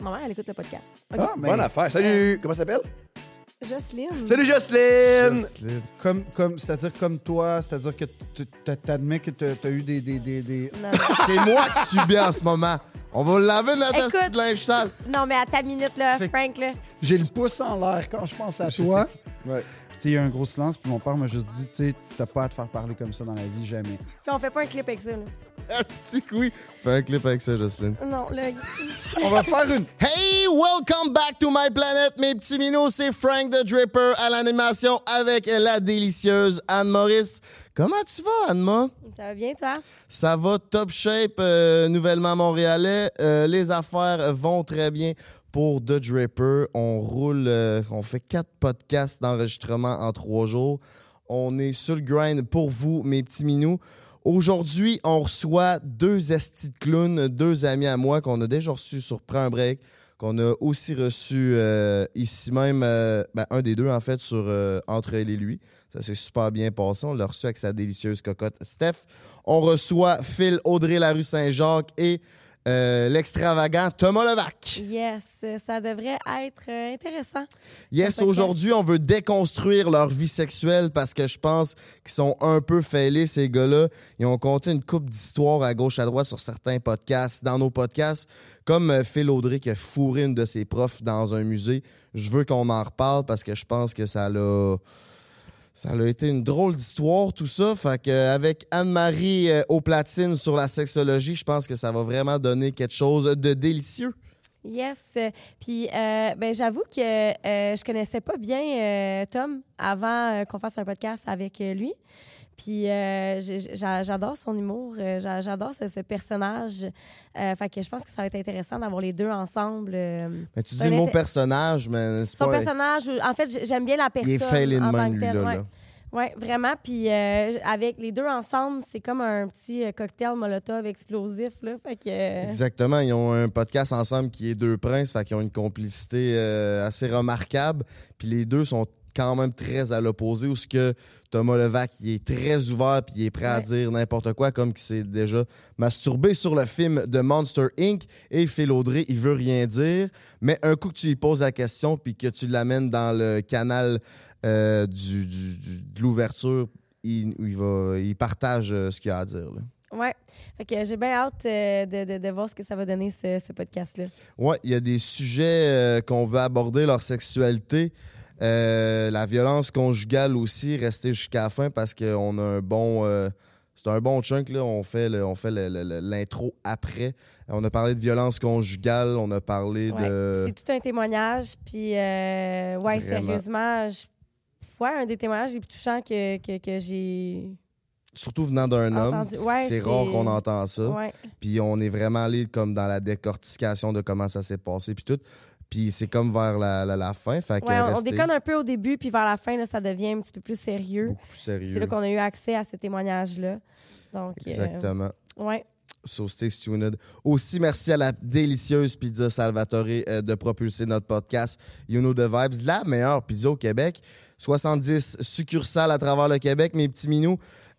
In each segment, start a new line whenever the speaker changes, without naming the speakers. Ma mère, elle écoute le podcast. OK.
Ah,
Ben,
mais
Bonne affaire. Salut! Comment ça s'appelle?
Jocelyne.
Ben, euh, Salut, Jocelyne!
Jocelyne, Comme, comme, c'est-à-dire comme toi, c'est-à-dire que tu- tu- t'admets que t'as t'as eu des, des, des, des-
Non.
C'est moi qui subis en ce moment. On va laver notre
Écoute.
asti de linge sale.
Non, mais à ta minute, là,
Fait-
Frank, là.
J'ai le pouce en l'air quand je pense à toi. Tu
Ouais.
sais, il y a eu un gros silence, puis mon père m'a juste dit, tu sais, t'as pas à te faire parler comme ça dans la vie, jamais.
Puis on fait pas un clip avec ça, là.
Asti, que oui. Fais un clip avec ça, Jocelyne.
Non, là.
On va faire une. Hey, welcome back to my planet, mes petits minous. C'est Frank the Dripper à l'animation avec la délicieuse Anne Maurice. Comment tu vas, Anne-Ma?
ça va bien, toi?
Ça va top shape, euh, nouvellement montréalais. Euh, les affaires vont très bien pour The Draper. On roule, euh, on fait quatre podcasts d'enregistrement en trois jours. On est sur le grind pour vous, mes petits minous. Aujourd'hui, on reçoit deux estis de clowns, deux amis à moi qu'on a déjà reçus sur Prends un break, qu'on a aussi reçu euh, ici même, euh, ben, un des deux en fait, sur euh, Entre elle et lui. Ça s'est super bien passé. On l'a reçu avec sa délicieuse cocotte Steph. On reçoit Phil Audrey Larue Saint-Jacques et euh, l'extravagant Thomas Levac.
Yes, euh, ça devrait être euh, intéressant.
Yes, aujourd'hui, on veut déconstruire leur vie sexuelle parce que je pense qu'ils sont un peu fêlés, ces gars-là. Ils ont compté une coupe d'histoires à gauche, à droite sur certains podcasts, dans nos podcasts, comme euh, Phil Audrey qui a fourré une de ses profs dans un musée. Je veux qu'on en reparle parce que je pense que ça l'a... Ça a été une drôle d'histoire, tout ça. Fait que, euh, avec Anne-Marie euh, aux platines sur la sexologie, je pense que ça va vraiment donner quelque chose de délicieux.
Yes. euh, Puis, euh, ben, j'avoue que euh, je connaissais pas bien euh, Tom avant euh, qu'on fasse un podcast avec euh, lui. Puis, euh, j'ai- j'ai- j'a- j'adore son humour, euh, j'a- j'adore ce, ce personnage. Euh, fait que je pense que ça va être intéressant d'avoir les deux ensemble. euh,
Mais tu dis
Ben,
le mot
mais-
personnage, mais c'est
son
pas...
personnage, ou- en fait, j- j'aime bien la personne.
Il est fail in
en tant
man,
que
lui,
telle,
là,
ouais.
là.
Oui, vraiment. Puis euh, j- avec les deux ensemble, c'est comme un petit euh, cocktail molotov explosif. Là, fait que, euh,
Exactement. Ils ont un podcast ensemble qui est Deux Princes, fait qu'ils ont une complicité euh, assez remarquable. Puis les deux sont quand même très à l'opposé, où ce que Thomas Levac il est très ouvert puis il est prêt à
Ouais.
dire n'importe quoi, comme qu'il s'est déjà masturbé sur le film de Monster Inc. Et Phil Audrey, il veut rien dire. Mais un coup que tu lui poses la question puis que tu l'amènes dans le canal euh, du, du- du- de l'ouverture, il, il va, il partage euh, ce qu'il a à dire. là.
ouais. Fait que j'ai bien hâte euh, de, de- de voir ce que ça va donner, ce, ce podcast-là.
Oui, il y a des sujets euh, qu'on veut aborder, leur sexualité, euh, la violence conjugale aussi, rester jusqu'à la fin parce qu'on a un bon... euh, c'est un bon chunk, là. On fait, le- on fait le- le- le- l'intro après. On a parlé de violence conjugale, on a parlé
Ouais.
de...
C'est tout un témoignage. Puis, euh, ouais,
Vraiment.
sérieusement, je- ouais, un des témoignages les plus touchants que, que, que j'ai.
Surtout venant d'un homme.
Entendu. Ouais,
c'est
c'est-
rare qu'on entend ça.
Ouais.
Puis on est vraiment allé comme dans la décortication de comment ça s'est passé, puis tout. Puis c'est comme vers la, la- la fin. Fait que
Ouais, on, on
restez
déconne un peu au début, puis vers la fin, là, ça devient un petit peu plus sérieux.
beaucoup plus sérieux.
C'est là qu'on a eu accès à ce témoignage-là. Donc, euh,
Exactement.
ouais.
So stay tuned. Aussi, merci à la délicieuse pizza Salvatore euh, de propulser notre podcast You Know The Vibes, la meilleure pizza au Québec. 70 succursales à travers le Québec, mes petits minous.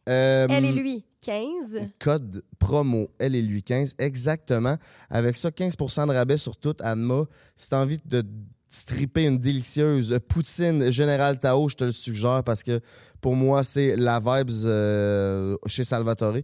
Euh,
Elle et lui, 15.
Code promo, elle et lui 15, exactement. Avec ça, 15 de rabais sur tout, Anma. Si t'as envie de stripper une délicieuse poutine Général Tao, je te le suggère parce que pour moi, c'est la vibes euh, chez Salvatore.
le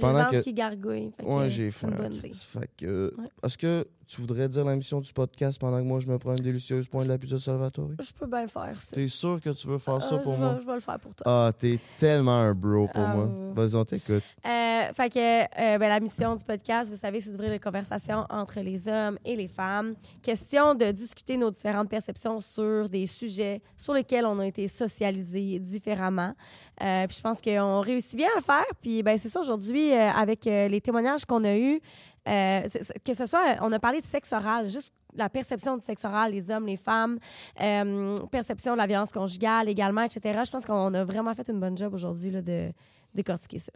Pendant
ventre
que-
qui gargouille. Fait que
Ouais, j'ai
c'est
faim.
une bonne
Chris.
idée.
Fait que,
Ouais.
est-ce que tu voudrais dire la mission du podcast pendant que moi je me prends une délicieuse pointe de la pizza Salvatore?
Je peux bien faire ça.
T'es sûr que tu veux faire
Ah,
ça pour
je
moi?
Vais, je vais le faire pour toi.
Ah, t'es tellement un bro pour
Ah,
moi.
ouais.
Vas-y, on t'écoute.
Euh, fait que euh, ben, la mission du podcast, vous savez, c'est d'ouvrir les conversations entre les hommes et les femmes. Question de discuter nos différentes perceptions sur des sujets sur lesquels on a été socialisés différemment. Euh, puis je pense qu'on réussit bien à le faire. Puis ben, c'est ça aujourd'hui euh, avec euh, les témoignages qu'on a eus. euh, c'est- c'est- que ce soit, on a parlé de sexe oral, juste la perception du sexe oral, les hommes, les femmes, euh, perception de la violence conjugale également, etc. Je pense qu'on a vraiment fait une bonne job aujourd'hui là, de décortiquer ça.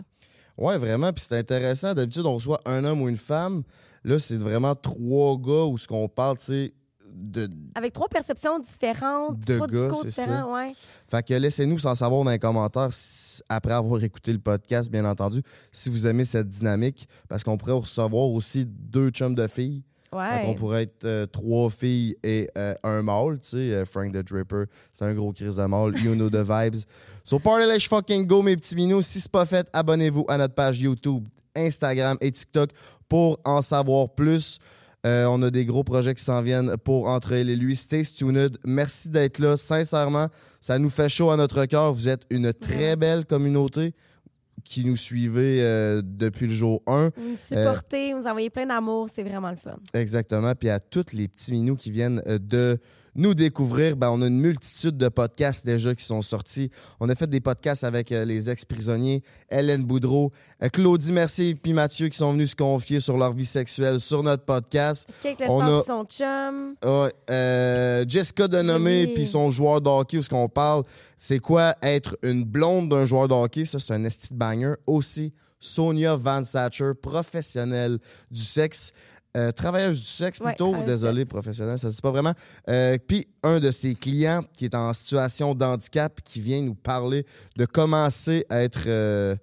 Ouais, vraiment. Puis c'est intéressant. D'habitude, on reçoit un homme ou une femme. Là, c'est vraiment trois gars où ce qu'on parle, tu sais, de.
Avec trois perceptions différentes,
De
trois
gars,
discours
c'est
différents, ouais.
Fait que laissez-nous s'en savoir dans les commentaires si- après avoir écouté le podcast, bien entendu, si vous aimez cette dynamique. Parce qu'on pourrait recevoir aussi deux chums de filles.
Ouais.
on pourrait être euh, trois filles et euh, un mâle. Tu sais, euh, Frank the Dripper, c'est un gros crise de mâle. You know the vibes. So, party let's fucking go, mes petits minous. Si c'est pas fait, abonnez-vous à notre page YouTube, Instagram et TikTok pour en savoir plus. Euh, on a des gros projets qui s'en viennent pour Entre elle et lui. Stay tuned. Merci d'être là. Sincèrement, ça nous fait chaud à notre cœur. Vous êtes une très belle communauté qui nous suivez euh, depuis le jour 1.
Vous nous supportez, vous nous envoyez plein d'amour, c'est vraiment le fun.
Exactement. Puis à tous les petits minous qui viennent euh, de nous découvrir, ben, on a une multitude de podcasts déjà qui sont sortis. On a fait des podcasts avec euh, les ex-prisonniers, Hélène Boudreau, euh, Claudie Mercier puis Mathieu qui sont venus se confier sur leur vie sexuelle sur notre podcast.
Quelques le
On
sang
a-
de son chum.
Ouais, euh, Jessica Denomé
Oui.
puis son joueur de hockey, où ce qu'on parle, c'est quoi être une blonde d'un joueur de hockey. Ça, c'est un esti de banger. Aussi, Sonia Van Satcher, professionnelle du sexe. euh, travailleuse du sexe
Ouais,
plutôt,
travailleuse du
désolé,
sexe.
professionnelle, ça se dit pas vraiment. Euh, Puis un de ses clients qui est en situation d'handicap, qui vient nous parler de commencer à être euh,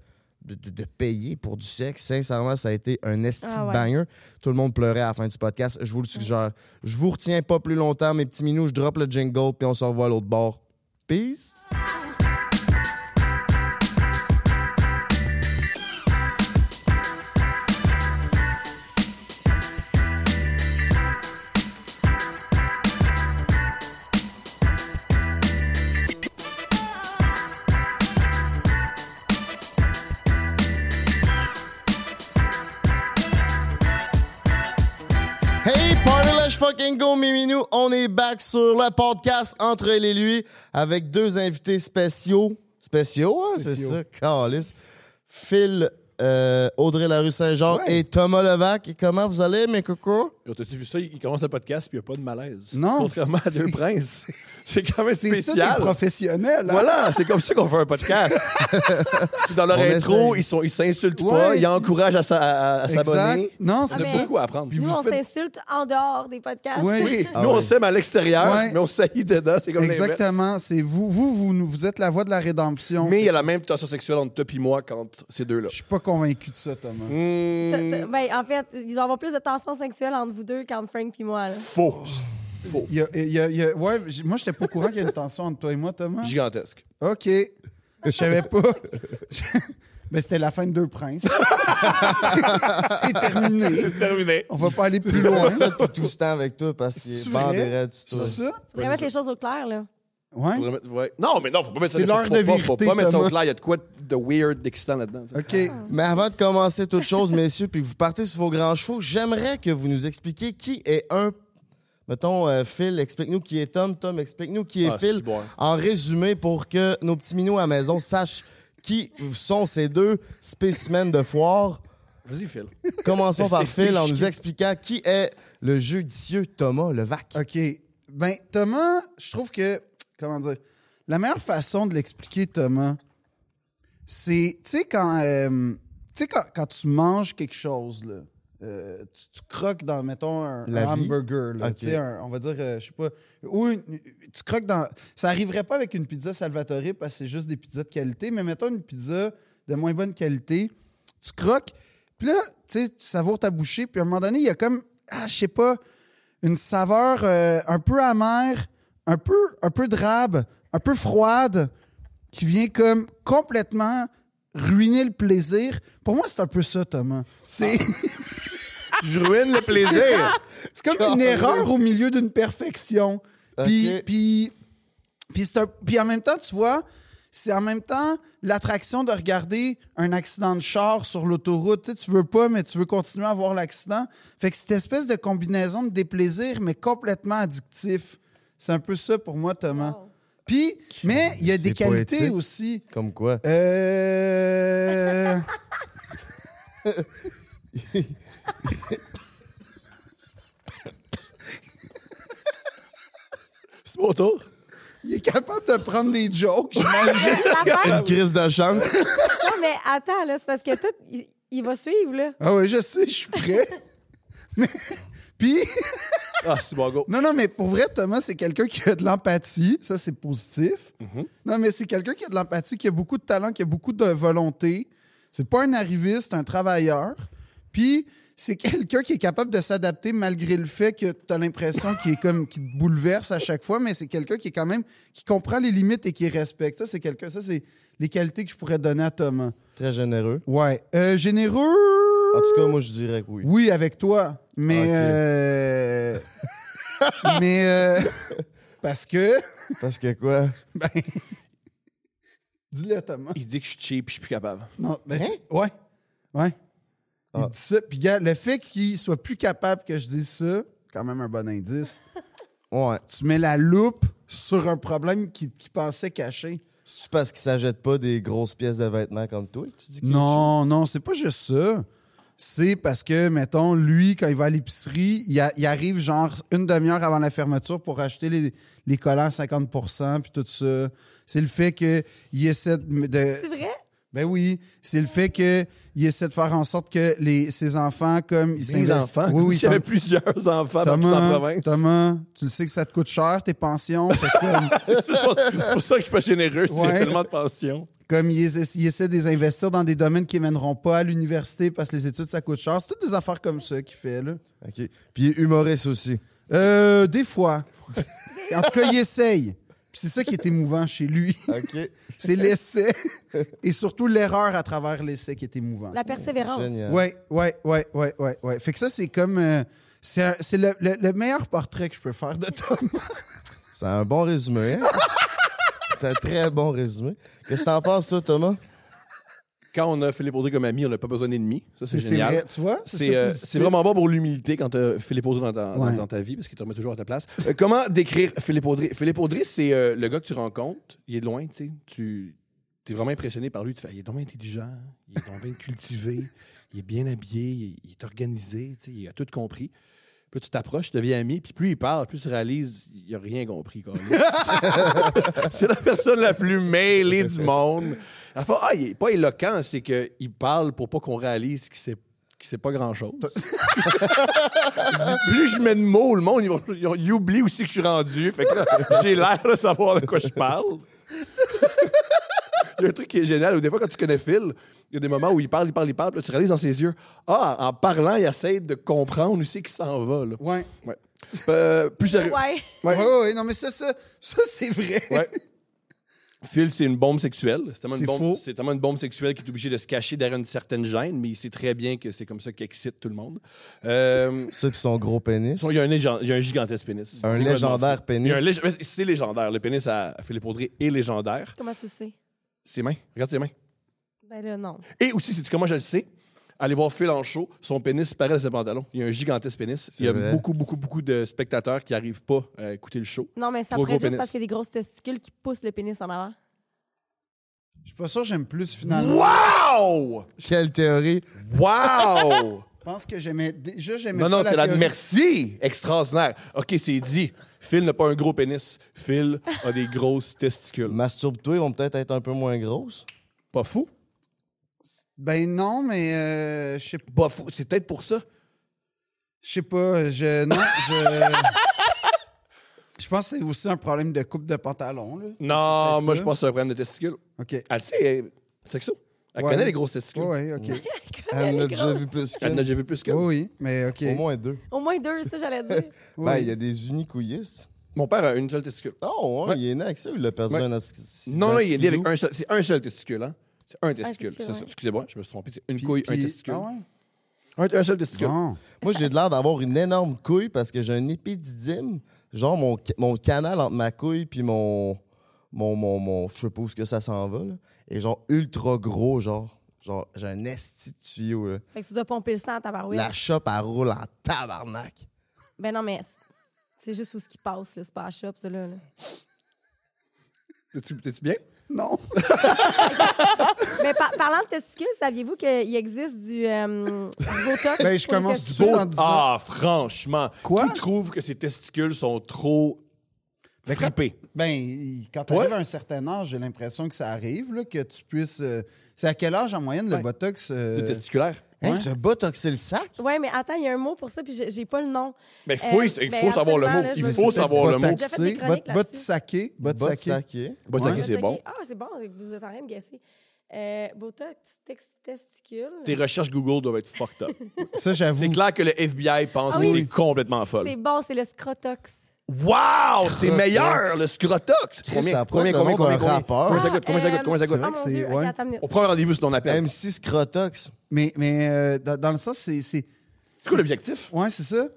de, de- de payer pour du sexe. Sincèrement, ça a été un esti
Ah
de
ouais.
banger. Tout le monde pleurait à la fin du podcast. Je vous le suggère. Je vous retiens pas plus longtemps, mes petits minous. Je drop le jingle, puis on se revoit à l'autre bord. Peace! Hey, party let's fucking go, Miminou. On est back sur le podcast Entre elle et lui avec deux invités spéciaux. Spéciaux, hein, c'est
Spéciaux.
ça, Carlis. Phil, euh, Audrey Larue Saint-Jean
Ouais.
et Thomas Levac. Comment vous allez, mes cocos?
Yo, T'as-tu vu ça? Il commence le podcast puis il n'y a pas de malaise.
Non.
Contrairement à
C'est-
Deux Princes. C'est quand même
C'est ça,
spécial.
des professionnels. hein?
voilà, c'est comme ça qu'on fait un podcast. Dans leur
On
intro,
essaye.
ils sont- ils s'insultent
Ouais.
pas, ils encouragent à, sa- à- à s'abonner.
Exact. Non,
On
Ah,
c'est
a
mais-
ça.
beaucoup à apprendre.
Puis
Nous,
vous
on
faites-
s'insulte en dehors des podcasts.
Ouais.
Oui,
Ah
nous,
ouais.
on s'aime à l'extérieur,
Ouais.
mais on saillit dedans. C'est comme l'inverse.
Exactement. C'est vous. Vous, vous, nous- vous êtes la voix de la rédemption.
Mais il y a la même tension sexuelle entre toi et moi quand ces deux-là.
Je suis pas convaincu de ça, Thomas.
T-
Mm.
t- ben, en fait, il doit y avoir plus de tension sexuelle entre vous deux qu'entre Frank et moi. là.
Faux. Faux.
Il y a- il y a- il y a- ouais, j- moi, j'étais pas au courant qu'il y a une tension entre toi et moi, Thomas.
Gigantesque.
OK. Je savais pas. Mais c'était la fin de Deux Princes. C'est- c'est terminé.
Terminé.
On va pas aller plus
On
loin.
fait ça depuis tout ce temps avec toi parce qu'il
C'est
est bandé
vrai?
du
C'est ça?
Faudrait mettre les choses au clair, là.
Ouais.
Faudrait mettre- ouais. Non, mais non, faut pas mettre ça
C'est
faut
l'heure
pas-
de
faut pas- Faut
vérité,
pas mettre ça au
Thomas.
clair. Il y a de quoi de weird, d'excitant là-dedans. tu sais.
OK.
Mais avant de commencer toute chose, messieurs, puis que vous partez sur vos grands chevaux, j'aimerais que vous nous expliquiez qui est un. Mettons, euh, Phil, explique-nous qui est Tom. Tom, explique-nous qui est
Ah,
Phil.
c'est bon.
En résumé, pour que nos petits minous à la maison sachent qui sont ces deux spécimens de foire.
Vas-y, Phil.
Commençons par
C'est
Phil en nous
chiant.
expliquant qui est le judicieux Thomas Levac.
OK. Ben, Thomas, je trouve que, comment dire, la meilleure façon de l'expliquer, Thomas, c'est, tu sais, quand, euh, tu sais, quand, quand tu manges quelque chose, là, euh, tu, tu croques dans, mettons, un,
La
un
vie?
hamburger, là,
Ok.
tu sais, un- on va dire, euh, je sais pas, ou une- tu croques dans... Ça arriverait pas avec une pizza Salvatore parce que c'est juste des pizzas de qualité, mais mettons une pizza de moins bonne qualité, tu croques, puis là, tu sais, tu savoures ta bouchée, puis à un moment donné, il y a comme, ah, je sais pas, une saveur euh, un peu amère, un peu, un peu drabe, un peu froide, qui vient comme complètement ruiner le plaisir. Pour moi, c'est un peu ça, Thomas. C'est
Je ruine le plaisir.
c'est comme une erreur au milieu d'une perfection. Puis,
Ok.
puis, puis, c'est un- puis en même temps, tu vois, c'est en même temps l'attraction de regarder un accident de char sur l'autoroute. Tu, sais, tu veux pas, mais tu veux continuer à voir l'accident. Fait que cette espèce de combinaison de déplaisir, mais complètement addictif. C'est un peu ça pour moi, Thomas.
Wow.
Puis, mais il y a
C'est
des qualités
poétique.
aussi.
Comme quoi?
Euh...
C'est mon tour.
Il est capable de prendre des jokes.
Mais l'affaire-
Une crise de chance.
non, mais attends, là, c'est parce que tout, il, il va suivre, là.
Ah oui, je sais, je suis prêt. Mais- puis,
Ah, c'est bon, go.
non, non, mais pour vrai, Thomas, c'est quelqu'un qui a de l'empathie. Ça, c'est positif. Non, mais c'est quelqu'un qui a de l'empathie, qui a beaucoup de talent, qui a beaucoup de volonté. C'est pas un arriviste, c'est un travailleur. Puis c'est quelqu'un qui est capable de s'adapter malgré le fait que tu as l'impression qu'il est comme qui te bouleverse à chaque fois, mais c'est quelqu'un qui est quand même qui comprend les limites et qui respecte. Ça, c'est quelqu'un. Ça, c'est les qualités que je pourrais donner à Thomas.
Très généreux.
Ouais. Euh, généreux.
En tout cas, moi, je dirais que oui.
Oui, avec toi. Mais.
Ok.
euh, mais. euh, Parce que.
Parce que quoi?
Ben. Dis-le à Thomas.
Il dit que je suis cheap, je suis plus capable.
Non, ben, c'est- Ouais. Ouais. Il
Ah.
dit ça. Puis, gars, le fait qu'il soit plus capable que je dise ça, quand même un bon indice.
Ouais.
Tu mets la loupe sur un problème qu'il qu'il pensait caché.
C'est parce qu'ils s'achètent pas des grosses pièces de vêtements comme toi que tu dis que
Non, non, c'est pas juste ça. C'est parce que, mettons, lui, quand il va à l'épicerie, il, a- il arrive genre une demi-heure avant la fermeture pour acheter les, les collants à 50 puis tout ça. C'est le fait qu'il essaie de- de.
C'est vrai?
Ben oui, c'est le fait qu'il essaie de faire en sorte que les, ses enfants, comme. ils
Des
s'investissent-
enfants.
Oui, oui,
J'avais
Tom-
plusieurs enfants dans toute la
Thomas,
province.
Thomas, tu le sais que ça te coûte cher, tes pensions. fait que, comme-
C'est pour, c'est pour ça que je suis pas généreux. Il y
Ouais.
a tellement de pensions.
comme ils essaient, ils essaient de les investir dans des domaines qui mèneront pas à l'université parce que les études, ça coûte cher. C'est toutes des affaires comme ça qu'il fait, là.
tu- OK. Puis il est humoriste aussi.
Euh, des fois. en tout cas, il essaye. Puis c'est ça qui est émouvant chez lui.
OK.
C'est l'essai et surtout l'erreur à travers l'essai qui est émouvant. Euh,
La persévérance.
Génial.
Ouais, ouais, ouais, ouais, ouais, ouais. Fait que ça, c'est comme... euh, c'est un- c'est le, le- le meilleur portrait que je peux faire de Tom.
C'est un bon résumé, hein? C'est un très bon résumé. Qu'est-ce que t'en penses, toi, Thomas?
Quand on a Philippe Audrey comme ami, on n'a pas besoin d'ennemis. Ça, c'est
Hein? C'est
génial.
vrai, tu vois? ça,
C'est euh,
positif.
c'est vraiment bon pour l'humilité quand tu Philippe Audrey dans ta, dans-
Ouais.
dans ta vie, parce qu'il te remet toujours à ta place. Euh, comment décrire Philippe Audrey? Philippe Audrey, c'est euh, le gars que tu rencontres. Il est de loin, tu sais. Tu es vraiment impressionné par lui. Tu fais, il est donc bien intelligent, il est donc bien cultivé, il est bien habillé, il, il est organisé, tu sais, il a tout compris. Puis là, tu t'approches, tu deviens ami, puis plus il parle, plus tu réalises, il a rien compris. quoi. c'est la personne la plus mêlée du monde. À la fois, ah, il est pas éloquent, c'est qu'il parle pour pas qu'on réalise qu'il sait, qu'il sait pas grand-chose. plus je mets de mots, le monde, ils, vont- ils ont- ils oublient aussi que je suis rendu. Fait que là, j'ai l'air de savoir de quoi je parle. Il y a un truc qui est génial, où des fois, quand tu connais Phil, il y a des moments où il parle, il parle, il parle, puis là, tu réalises dans ses yeux, ah, en parlant, il essaie de comprendre aussi qu'il s'en va. Là.
Ouais.
Ouais. Euh, plus sérieux.
Ouais.
Ouais. ouais, ouais, non, mais ça, ça, ça c'est vrai.
Ouais. Phil, c'est une bombe sexuelle. C'est tellement,
C'est
une bombe-
faux.
c'est tellement une bombe sexuelle qui est obligée de se cacher derrière une certaine gêne, mais il sait très bien que c'est comme ça qu'excite tout le monde. Euh,
Ça, puis son gros pénis.
il, y a un légen- il y a un gigantesque pénis.
Un
C'est
légendaire
complètement fou. Il y a un
pénis.
lég- C'est légendaire. Le pénis à Philippe Audrey est légendaire.
Comment tu sais?
Ses mains. Regarde ses mains.
Ben là, non.
Et aussi, c'est comment je le sais? Allez voir Phil en show, son pénis paraît dans ses pantalons. Il y a un gigantesque pénis. Il y a
vrai.
beaucoup, beaucoup, beaucoup de spectateurs qui n'arrivent pas euh, à écouter le show.
Non, mais ça
Trop
pourrait être
gros
juste
pénis.
parce qu'il y a des grosses testicules qui poussent le pénis en avant.
Je suis pas sûr que j'aime plus, finalement.
Wow!
Quelle théorie.
Wow!
Je pense que j'aimais... Déjà, j'aimais
Non,
pas
non, c'est la
théorie.
merci! Extraordinaire. OK, c'est dit. Phil n'a pas un gros pénis. Phil a des grosses testicules.
Masturbe-toi, ils vont peut-être être un peu moins grosses.
Pas fou?
Ben non, mais euh, je sais pas.
Pas fou. C'est peut-être pour ça.
Je sais pas, je. Non, je. Je pense que c'est aussi un problème de coupe de pantalon, là.
Non,
C'est
moi,
ça.
je pense que c'est un problème de testicules.
OK.
Elle sait, elle est sexo. Elle
Ouais.
connaît les grosses testicules.
Oui, oui, OK. Oui,
Elle
Elle
en
est
a déjà
grosse.
vu plus
Elle en a
qu'une.
déjà vu plus que.
oui, mais OK.
Au moins deux.
Au moins deux, ça, j'allais dire.
Oui.
Ben, il y a des unicouillistes.
Mon père a une seule testicule.
Oh, ouais,
Ouais.
il est né avec ça ou il l'a perdu
Ouais.
un as-
Non, non, il est lié avec
skidoo?
un seul. C'est un seul testicule, hein? C'est un testicule.
testicule,
c'est ça.
ouais.
Excusez-moi, je me suis trompé. C'est une
Puis-
couille, un
puis-
testicule.
Ah ouais?
un, un seul testicule.
Bon.
Moi, j'ai de l'air d'avoir une énorme couille parce que j'ai un épididyme. Genre, mon, ca- mon canal entre ma couille puis mon. mon, mon, mon- je sais pas où est-ce que ça s'en va, là. Et genre, ultra gros, genre. Genre, j'ai un esti de tuyau, là.
fait que tu dois pomper le sang à ta barouette.
La chope, elle roule en tabarnak.
Ben non, mais c'est- c'est juste où ce qui passe, là. C'est pas à la shop, ça, là. là.
T'es-tu t'es-tu bien?
Non.
mais par- parlant de testicules, saviez-vous qu'il existe du, euh, du Botox?
Ben, je
pour les
commence du
testicules?
Beau en disant-
Ah, franchement.
Quoi?
Qui trouve que ses testicules sont trop
Ben, quand-
frappés?
Ben, il- quand tu
Ouais.
arrives à un certain âge, j'ai l'impression que ça arrive, là, que tu puisses. euh, C'est à quel âge en moyenne le botox? euh,
C'est testiculaire.
Hein,
Ouais.
ce botoxer le sac?
Ouais, mais attends, il y a un mot pour ça, puis j'ai j'ai pas le nom.
Mais
Euh,
faut, il
ben
faut savoir le
absolument,
mot.
là, je me
Il
suis
faut
fait
savoir le mot.
J'ai fait des chroniques là-dessus.
Bot- Botoxaqué.
Botoxer.
Botoxaqué.
sac.
Bon,
Ouais.
ok, c'est bon.
Ah, c'est bon, vous êtes en train de guesser. Euh, Botox tex- testicule.
Tes recherches Google doivent être fucked up.
Ça,
C'est
j'avoue.
clair que le FBI pense
Ah
que
oui.
t'es complètement
C'est
folle.
bon, c'est le scrotox.
Wow! C'est
Scrotox.
meilleur, le scrotox!
ça approche le nom d'un rappeur.
Combien ça coûte? Combien ça coûte? Combien ça
Ah,
coûte?
vrai
mon
que c'est-
Dieu, ok,
ouais.
attends une minute.
Au premier rendez-vous, c'est ton appel.
M6 Scrotox.
Mais, mais euh, dans, dans le sens, c'est. c'est-
C'est quoi l'objectif?
Ouais, c'est ça.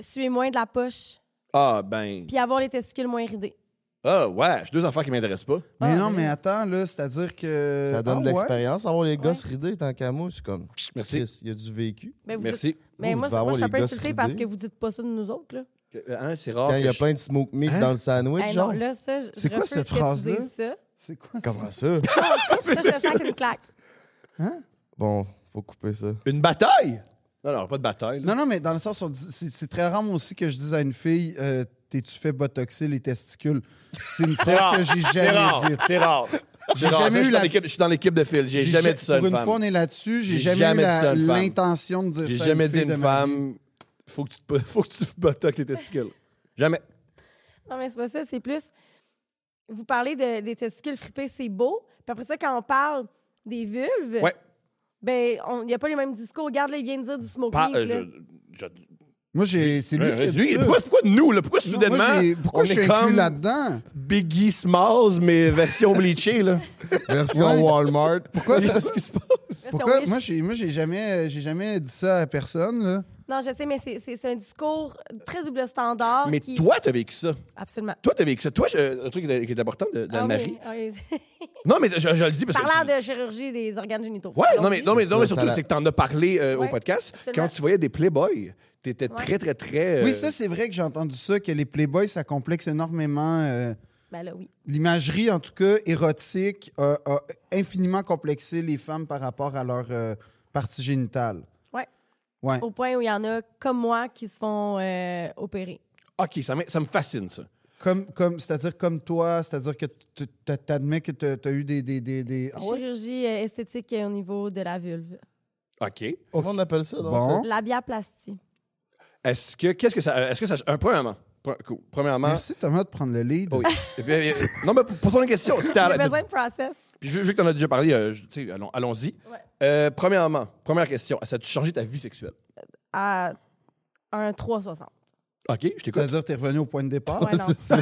Suer moins de la poche,
Ah, ben.
puis avoir les testicules moins ridés.
Ah, ouais, j'ai deux affaires qui m'intéressent pas.
Mais
Ah,
non,
ouais.
mais attends, là, c'est-à-dire que.
Ça donne
Ah,
de
ouais?
l'expérience. Avoir les gosses ridés tant qu'à moi, je suis comme.
Merci.
Chris, il y a du vécu.
Ben, vous dites-
Merci.
Mais
Vous,
moi, c'est- moi,
vous devez
je suis un
avoir
peu
les gosses
insultée parce
ridés.
que vous dites pas ça de nous autres. Là.
Euh, hein, c'est
Ah,
rare.
Quand il y a
que
plein de smoke meat
Hein?
dans le sandwich,
Eh
genre.
non, là, ça, je
C'est quoi
refuse
cette
que tu
phrase-là?
dises ça.
C'est quoi?
Comment ça?
Ah,
Ça, je te sens qu'une claque.
bon, faut couper ça.
je- Une bataille? Non, non, pas de bataille. là.
Non, non, mais dans le sens, on dit- c'est c'est très rare moi aussi que je dise à une fille, euh, t'es-tu fait botoxer les testicules? C'est une
C'est
phrase que j'ai
C'est
jamais
rare.
dite.
C'est rare. J'ai
jamais eu
jamais eu
la-
Je suis dans l'équipe de Phil. J'ai jamais dit ça à
Pour
une
une fois, on
femme.
est là-dessus. J'ai
J'ai
jamais,
jamais
eu
dit
la-
ça à une femme.
l'intention de dire
J'ai
ça. à
jamais dit à
fille
une
de ma vie.
femme, faut que tu te, faut que tu te botoxes les testicules. Jamais.
Non, mais c'est pas ça, c'est plus. Vous parlez de- des testicules fripés, c'est beau. Puis après ça, quand on parle des vulves,
Ouais.
ben, il n'y a pas les mêmes discours. Regarde, là, il vient de dire du smoking.
Par- euh,
là.
je- je-
Moi, j'ai- c'est lui. qui a dit
lui,
ça.
pourquoi, pourquoi nous, là? Pourquoi
Non,
soudainement,
moi, j'ai- pourquoi
on
je
est
suis
comme
inclus là-dedans?
Biggie Smalls, mais version bleachée, là?
Version
Ouais.
Walmart.
Pourquoi,
Qu'est-ce qui se passe?
Version
pourquoi-
riche.
moi, j'ai, moi, j'ai jamais, euh, j'ai jamais dit ça à personne. Là.
Non, je sais, mais c'est- c'est c'est un discours très double
Ah,
standard.
Mais
qui...
toi, t'as vécu ça.
Absolument.
Toi, t'as vécu ça. Toi, je- un truc qui est qui est important de-
Ah oui,
d'Anne-Marie.
ah oui.
Non, mais je, je le dis parce que.
Parlant de chirurgie des organes génitaux.
Ouais,
Donc,
non, mais, non, mais,
C'est
non, mais
ça,
surtout,
ça la-
c'est que t'en as parlé euh,
Ouais,
au podcast.
absolument.
Quand tu voyais des Playboys, t'étais très, très, très. euh,
Oui, ça, c'est vrai que j'ai entendu ça, que les Playboys, ça complexe énormément. euh,
Ben là, oui.
L'imagerie, en tout cas, érotique, a, a infiniment complexé les femmes par rapport à leur euh, partie génitale.
Ouais.
Ouais.
Au point où il y en a, comme moi, qui se font euh, opérer.
OK, ça, m'in- ça me fascine, ça.
Comme, comme, c'est-à-dire comme toi, c'est-à-dire que tu tu- t'admets que tu as eu des... des, des, des- Ah ouais?
Chirurgie euh, esthétique euh, au niveau de la vulve.
OK.
Comment on appelle ça? donc,
Bon.
ça?
La biaplastie.
Est-ce que. Qu'est-ce que ça. euh, Est-ce que ça. Un, premièrement. pre- cool. Premièrement.
Merci Thomas de prendre le lead.
Oui. Et puis, euh, non, mais pour, pour son question, c'était à
J'ai
la-
besoin de process.
Puis vu, vu que t'en as déjà parlé, euh, je- tu sais, allons- allons-y.
Ouais.
Euh, premièrement, première question, ça a-tu changé ta vie sexuelle?
à un 360.
OK, je t'écoute.
C'est-à-dire que tu es revenu au point de départ.
Ouais, non.
C'est ça.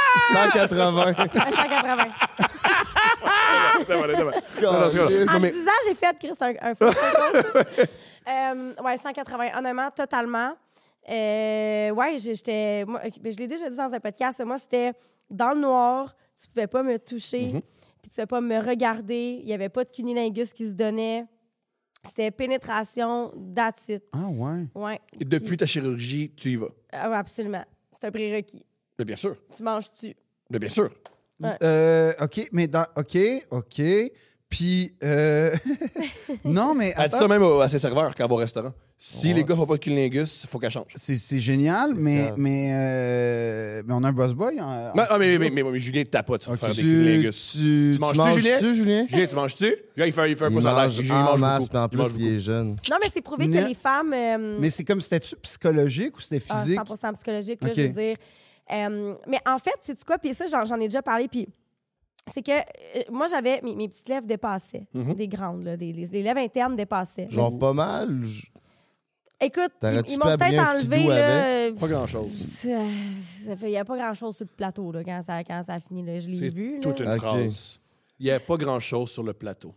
180.
Un 180.
Attends, attends, attends. Non, non, c'est correct.
En
Non,
me
mais-
disant, j'ai fait, Chris, un, un faux concours. euh, Ouais, 180. Honnêtement, totalement. Euh, ouais, j'ai- j'étais. moi, ok, ben, Je l'ai déjà dit dans un podcast. Moi, c'était dans le noir. Tu pouvais pas me toucher.
Mm-hmm.
Puis tu pouvais pas me regarder. Il y avait pas de cunilingus qui se donnait. C'était pénétration d'attitude.
Ah ouais.
Ouais.
Et Depuis ta chirurgie, tu y vas.
Ah ouais, absolument. C'est un prérequis.
Mais bien sûr.
Tu manges-tu?
Mais bien sûr.
Euh, OK, mais dans... OK, OK. Puis... euh, non, mais
Elle dit
attends,
ça même à à ses serveurs quand elle va au restaurant. Si les gars font pas de cunilingus, faut qu'elle change.
c'est c'est génial, mais,
grave.
mais, euh, mais on a un boss boy. hein. en- en-
Mais, ah, mais, mais, mais, mais Julien tapote pour
Ok.
faire des
Tu,
cunilingus.
tu,
Tu manges-tu,
manges-tu,
Julien?
Julien?
Julien, tu manges-tu? Julien, il fait, il fait un
Il
pourcentage.
mange
Julien, il
en
mange
masse,
beaucoup.
mais en
Il mange
plus, il est jeune.
Non, mais c'est prouvé
Ne-
que les femmes. euh,
Mais c'est comme, c'était-tu psychologique ou c'était
Ah,
physique?
100 psychologique, là,
Ok.
je veux dire. Euh, mais en fait, c'est quoi? Puis ça, j'en, j'en ai déjà parlé. Puis c'est que euh, moi, j'avais mes, mes petites lèvres dépassaient, des grandes, là, des, les, les lèvres internes dépassaient.
Genre pas mal. je-
Écoute, ils,
t'aurais-tu
ils m'ont
pas
peut-être
bien un
enlevé.
skidoo
Là, euh,
Pas grand-chose.
ça- ça fait- Il n'y a pas grand-chose sur le plateau là, quand, ça, quand ça a fini. Là. Je l'ai
C'est
vu. là.
toute une
Ok.
phrase. Il n'y a pas grand-chose sur le plateau.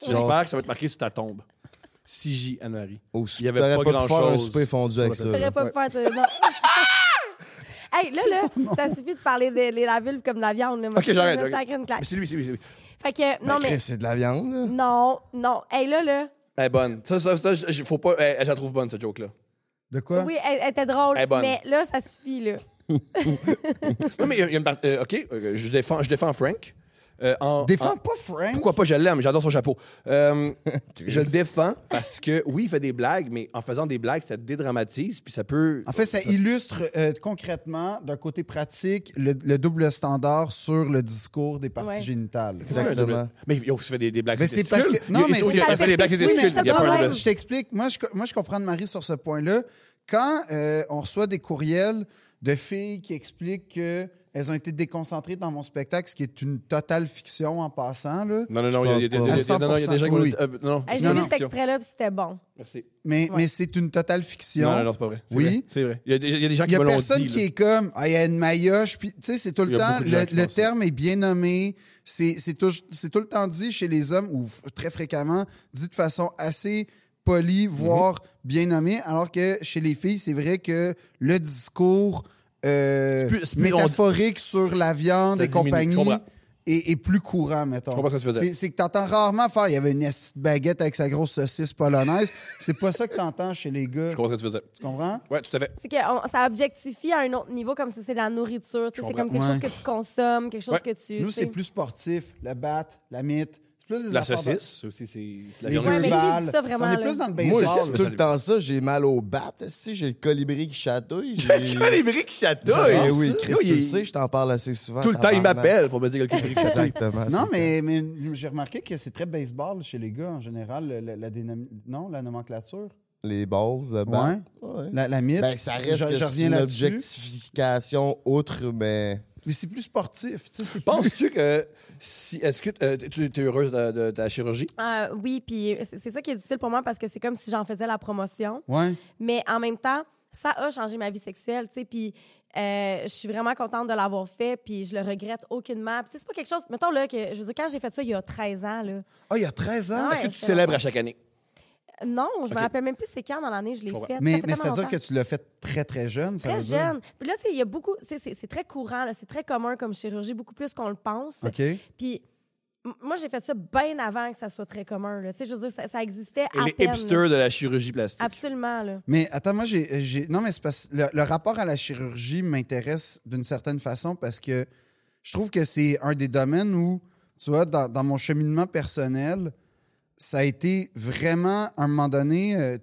Genre-
J'espère que ça va être marqué sur ta tombe. CJ Anne-Marie.
Au
Il y
souper,
avait
t'aurais
pas
pas, pu faire un
grand-chose
souper fondu
sur le
avec ça. là.
T'aurais pas pu faire. t- non. hey, là, là, ça suffit de parler de, de la vulve comme de la viande. là. Moi,
Ok, j'arrête,
ça
ok.
crée une claque.
Mais C'est lui, c'est lui, c'est lui.
Fait que, non, mais.
Chris, c'est de la viande. là.
Non, non. Hey, là, là.
Elle est bonne. Ça, ça, ça, je- faut pas. Elle, elle, je la trouve bonne, cette joke-là.
De quoi?
Oui, elle, elle était drôle.
Hein? Elle est bonne.
Mais là, ça suffit, là.
Non, mais il y a- il y a une part- euh, OK, euh, je défends, je défends Frank. Euh, en-
Défends
en-
pas Frank.
Pourquoi pas, je l'aime, j'adore son chapeau. Euh, je le défends parce que, oui, il fait des blagues, mais en faisant des blagues, ça dédramatise, puis ça peut.
En fait, ça illustre euh, concrètement, d'un côté pratique, le, le double standard sur le discours des parties
Ouais.
génitales.
Exactement.
Mais il a aussi fait des, des blagues.
Mais
sur
c'est
les
parce
testicules.
que- non,
Il a-
mais
il a- il a
c'est-
fait des blagues sur les
Oui, mais
testicules.
ça,
Il y a
dans
pas un
la-
double-
Je t'explique. Moi, je, moi, je comprends de Marie sur ce point-là. Quand euh, on reçoit des courriels de filles qui expliquent que Elles ont été déconcentrées dans mon spectacle, ce qui est une totale fiction en passant. Là.
Non, non, non,
Je
il y a- il y a des-
pense pas.
il y a des- non, non, il y a des gens qui ont
Oui.
dit- euh, Non,
Hey,
non,
Ah, J'ai vu
non.
cet extrait-là, puis c'était bon.
Merci.
Mais,
Ouais.
mais c'est une totale fiction.
Non, non, non, c'est pas vrai. C'est
Oui.
vrai, C'est vrai. Il y, a des- il y a des gens
Il n'y
qui
a
me l'ont dit.
personne qui
là.
est comme, ah, il y a une maillotche, puis, tu sais, c'est tout
Il y
le
a
temps,
beaucoup de gens
le,
qui
le
pensent ça.
terme est bien nommé, c'est c'est tout, c'est tout le temps dit chez les hommes, ou f- très fréquemment, dit de façon assez
Mm-hmm.
polie, voire bien nommée, alors que chez les filles, c'est vrai que le discours euh,
C'est plus- c'est plus- on-
métaphorique sur la viande
Ça
et
diminue, je
compagnie
comprends.
est, est plus courant,
Je
mettons.
comprends ce que tu faisais.
C'est c'est que t'entends rarement faire, il y avait une esti de baguette avec sa grosse saucisse polonaise. C'est pas ça que t'entends chez les gars.
Je comprends ce que tu faisais.
Tu comprends?
Ouais, tout à fait.
C'est que on- ça objectifie à un autre niveau, comme si c'est de la nourriture. tu sais, C'est
comprends.
comme quelque
Ouais.
chose que tu consommes, quelque chose
Ouais.
que tu.
Nous,
tu
c'est
sais.
plus sportif. Le bat, la mythe. C'est plus des
La
affaires de-
saucisse aussi, c'est. La
Les
viande
deux
Ouais, mais qui dit
aussi.
balles.
ça vraiment,
On est
là?
plus dans le
Moi,
baseball.
Moi,
c'est
mais
tout
ça-
le temps ça, j'ai mal au bat. Si j'ai le colibri qui chatouille, j'ai.
Les briques chatouilles!
Ah,
ça.
oui, Chris,
Yo,
tu
il-
le sais, je t'en parle assez souvent.
Tout le temps, il
tabarnak.
m'appelle pour me dire que le briques chatouille.
Exactement.
Non,
c'est-
mais, mais j'ai remarqué que c'est très baseball chez les gars en général, la, la, la dénom- non, la nomenclature.
Les balls, le bat. Ouais.
La, la mythe.
Ben, ça reste
je,
que
je
c'est
reviens
une
là-dessus.
objectification outre, mais.
Mais c'est plus sportif. Tu sais, c'est plus-
Penses-tu que. Si, Est-ce que euh, tu es heureuse de, de- de ta chirurgie?
Ah, oui, puis c'est c'est ça qui est difficile pour moi parce que c'est comme si j'en faisais la promotion.
Ouais.
Mais en même temps, ça a changé ma vie sexuelle, tu sais, puis euh, je suis vraiment contente de l'avoir fait, puis je le regrette aucunement. Puis tu sais, c'est pas quelque chose... Mettons, là, que... Je veux dire, quand j'ai fait ça il y a 13 ans, là...
Ah, il y a 13 ans.
Ah ouais,
Est-ce que tu
c'est
célèbres à chaque année?
Euh, Non, je
Ok.
me rappelle même plus c'est quand dans l'année je l'ai
comprends.
fait.
Mais,
Ça fait
mais
tellement
c'est-à-dire que
longtemps.
tu l'as fait très, très jeune. Ça
Très
veut dire.
jeune. Puis là, tu sais, il y a beaucoup... C'est, c'est- c'est très courant, là, c'est très commun comme chirurgie, beaucoup plus qu'on le pense.
OK.
Puis... m- Moi, j'ai fait ça bien avant que ça soit très commun. Là. Tu sais, Je veux dire, ça, ça existait à
les
peine.
hipsters de la chirurgie plastique.
Absolument. Là.
Mais attends, moi, j'ai. euh, j'ai- Non, mais c'est parce le, le rapport à la chirurgie m'intéresse d'une certaine façon parce que je trouve que c'est un des domaines où, tu vois, dans, dans mon cheminement personnel, ça a été vraiment, à un moment donné, euh,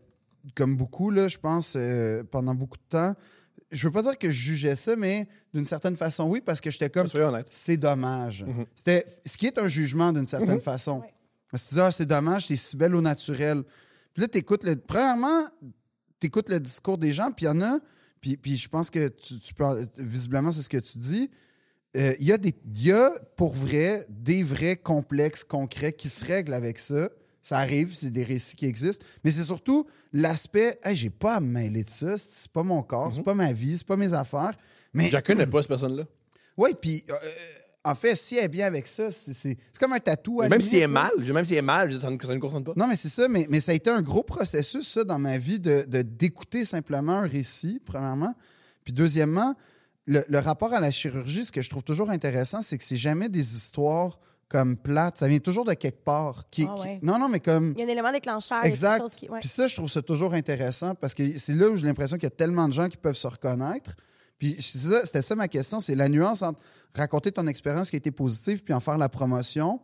comme beaucoup, là, je pense, euh, pendant beaucoup de temps, je veux pas dire que je jugeais ça, mais d'une certaine façon, oui, parce que j'étais comme
Soyons honnêtes. Mhm.
c'est dommage. C'était ce qui est un jugement d'une certaine façon.
Ouais.
Parce que tu dis, ah, c'est dommage, t'es si belle au naturel. Puis là, t'écoutes le. Premièrement, t'écoutes le discours des gens, puis il y en a. Puis, puis je pense que tu, tu peux. Visiblement, c'est ce que tu dis. Euh, Il y, a des- il y a pour vrai des vrais complexes concrets qui se règlent avec ça. Ça arrive, c'est des récits qui existent. Mais c'est surtout l'aspect, hey, j'ai pas à me mêler de ça, c'est- c'est pas mon corps,
Mhm.
c'est pas ma vie, c'est pas mes affaires. Mais
Je la connais pas, cette personne-là.
oui, puis euh, en fait, si elle est bien avec ça, c'est c'est- c'est comme un tatou. à la
Même
limite,
si elle est
là.
mal, je- même si elle est mal, je- ça ne ça ne concerne pas.
Non, mais c'est ça, mais, mais ça a été un gros processus, ça, dans ma vie, d'écouter de, d'écouter simplement un récit, premièrement. Puis deuxièmement, le, le rapport à la chirurgie, ce que je trouve toujours intéressant, c'est que c'est jamais des histoires comme plates. Ça vient toujours de quelque part. Qui,
Ah
qui-
ouais.
Non, non, mais comme.
Il y a un élément déclencheur. Ah, il y a quelque
Exact.
chose qui- ouais.
Puis ça, je trouve ça toujours intéressant parce que c'est là où j'ai l'impression qu'il y a tellement de gens qui peuvent se reconnaître. Puis c'est ça- c'était ça ma question, c'est la nuance entre raconter ton expérience qui a été positive puis en faire la promotion.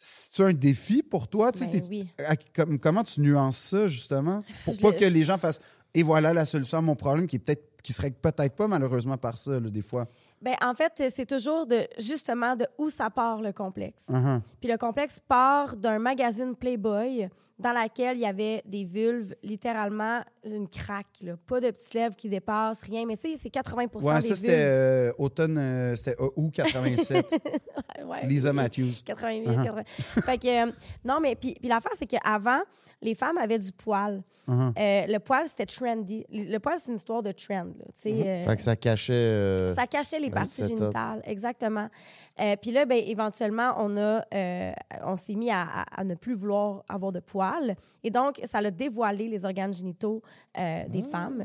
C'est un défi pour toi, tu sais,
Ben
t'es-
oui.
à- comme- comment tu nuances ça justement pour
Je
pas
l'ai-
que les gens fassent et voilà la solution à mon problème qui est peut-être qui serait peut-être pas malheureusement par ça là, des fois.
Ben, en fait, euh, c'est toujours de, justement de où ça part le complexe.
Uh-huh.
Puis le complexe part d'un magazine Playboy dans laquelle il y avait des vulves, littéralement une craque, là. pas de petites lèvres qui dépassent, rien. Mais tu sais, c'est 80
Ouais,
des
ça c'était
vulves.
euh, automne euh, c'était euh, août 87,
Ouais.
Lisa Matthews.
88,
Uh-huh.
80. Fait que, euh, non, mais puis, puis l'affaire, c'est qu'avant, les femmes avaient du poil.
Uh-huh.
Euh, le poil, c'était trendy. Le le poil, c'est une histoire de trend. là. Tu sais,
Uh-huh.
euh,
Fait que ça cachait. euh,
Ça cachait les
le
parties
setup.
génitales, exactement. Euh, Puis là, ben, éventuellement, on a, euh, on s'est mis à, à- à ne plus vouloir avoir de poils, et donc ça a dévoilé les organes génitaux euh,
Ah.
des femmes.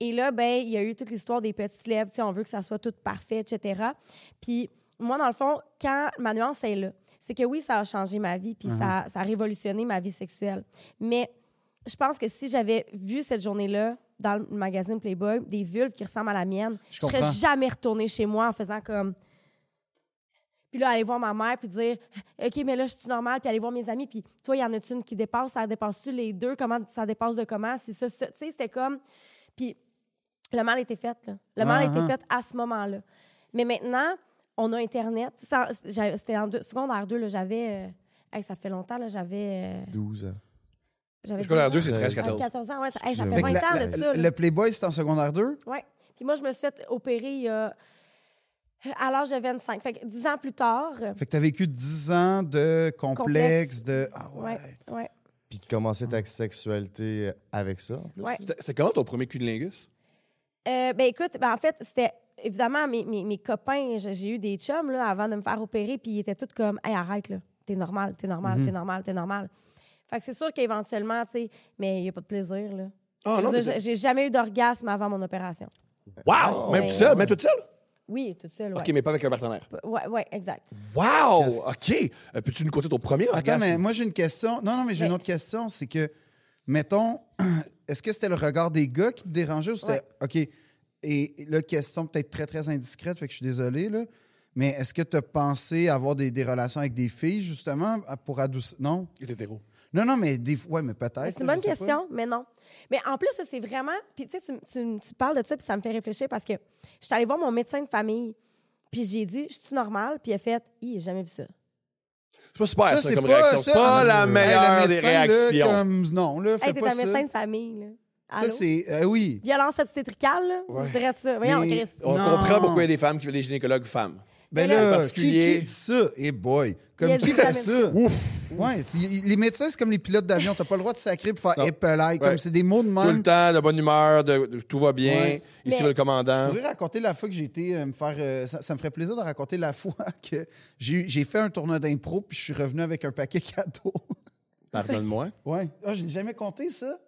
Et là, ben, il y a eu toute l'histoire des petites lèvres, tu sais, on veut que ça soit tout parfait, etc. Puis moi, dans le fond, quand ma nuance est là, c'est que oui, ça a changé ma vie,
Uh-huh.
puis ça, ça a révolutionné ma vie sexuelle. Mais je pense que si j'avais vu cette journée-là dans le magazine Playboy, des vulves qui ressemblent à la mienne,
Je
je serais
comprends.
jamais retournée chez moi en faisant comme. Puis là, aller voir ma mère, puis dire OK, mais là, je suis normale, puis aller voir mes amis, puis toi, il y en a-tu une qui dépasse, ça dépasse-tu les deux, comment ça dépasse de comment, si ça, ça. Tu sais, c'était comme. Puis le mal était fait, là. Le mal
Ah,
était
ah.
fait à ce moment-là. Mais maintenant, on a Internet. Ça, j'a- C'était en deux, secondaire 2, là, j'avais. euh, hey, ça fait longtemps, là, j'avais. euh,
12 ans.
j'avais
Secondaire
12
2, c'est
ans.
13-14.
14 ans, ouais, ça, hey, ça fait
Fait que
20 ans
la-
de
la-
ça. là.
le Playboy, c'est en secondaire 2?
Ouais. Puis moi, je me suis fait opérer il y a euh, à l'âge de 25. Fait que 10 ans plus tard. euh,
Fait que t'as vécu 10 ans de complexe,
Complexe.
de. Ah ouais.
Ouais, ouais.
Puis de commencer ta sexualité avec ça, en plus.
Ouais.
C'était c'était comment ton premier cunilingus?
Euh, ben écoute, ben en fait, c'était évidemment mes, mes, mes copains, j'ai j'ai eu des chums là, avant de me faire opérer, puis ils étaient tous comme Hey, arrête là, t'es normal, t'es normal,
Mm-hmm.
t'es normal, t'es normal. Fait que c'est sûr qu'éventuellement, tu sais, mais il n'y a pas de plaisir là.
Ah
Je
non,
veux dire,
t'étais-
j'ai j'ai jamais eu d'orgasme avant mon opération.
Wow! même tout seul, même tout seul?
Oui, toute seule, ouais.
OK, mais pas avec un partenaire.
Ouais, ouais, exact.
Wow! OK! Euh, Peux-tu nous conter ton premier
Attends,
orgasme?
mais moi, j'ai une question. Non, non, mais j'ai une
Mais-
autre question. C'est que, mettons, est-ce que c'était le regard des gars qui te dérangeait ou c'était.
Ouais.
OK. Et et là, question peut-être très, très indiscrète, fait que je suis désolé, là. Mais est-ce que tu as pensé avoir des, des relations avec des filles, justement, à- pour adoucir. Non?
Il est hétéro.
Non, non, mais des fois, ouais, mais peut-être.
Mais C'est une
là,
bonne
je sais pas.
question, mais non. Mais en plus, ça, c'est vraiment. Puis tu sais, tu, tu- tu parles de ça, puis ça me fait réfléchir parce que je suis allée voir mon médecin de famille, puis j'ai dit, je suis normale, puis il a fait, il j'ai jamais vu ça.
C'est pas super, ça,
c'est
comme réaction.
ça,
C'est pas
non.
la
Hey, le
meilleure des
médecin, là,
réactions.
comme- non, là, fais
Hey, t'es
pas
un
ça.
médecin de famille, là.
Ça,
Allô?
c'est. euh, oui.
Violence obstétricale, là.
Ouais.
Je dirais ça. Voyons,
Mais-
Chris.
On
Non.
comprend pourquoi il y a des femmes qui veulent des gynécologues femmes.
Ben
Mais là,
là, qui,
particulier.
qui dit ça? Eh boy! Comme
a
qui
dit
fait
jamais
ça?
ça.
Ouais, c'est- y- les médecins, c'est comme les pilotes d'avion. T'as pas le droit de sacrer pour faire
Non.
épelaille. Comme
Ouais.
c'est des mots de
Tout le
même.
temps, de bonne humeur, de, de- tout va bien.
Ouais.
Ici,
Mais-
le commandant.
Je pourrais raconter la fois que j'ai été euh, me faire. euh, ça, ça me ferait plaisir de raconter la fois que j'ai j'ai fait un tournoi d'impro puis je suis revenu avec un paquet cadeau.
Pardonne-moi.
Ouais. Ah, je n'ai jamais compté ça.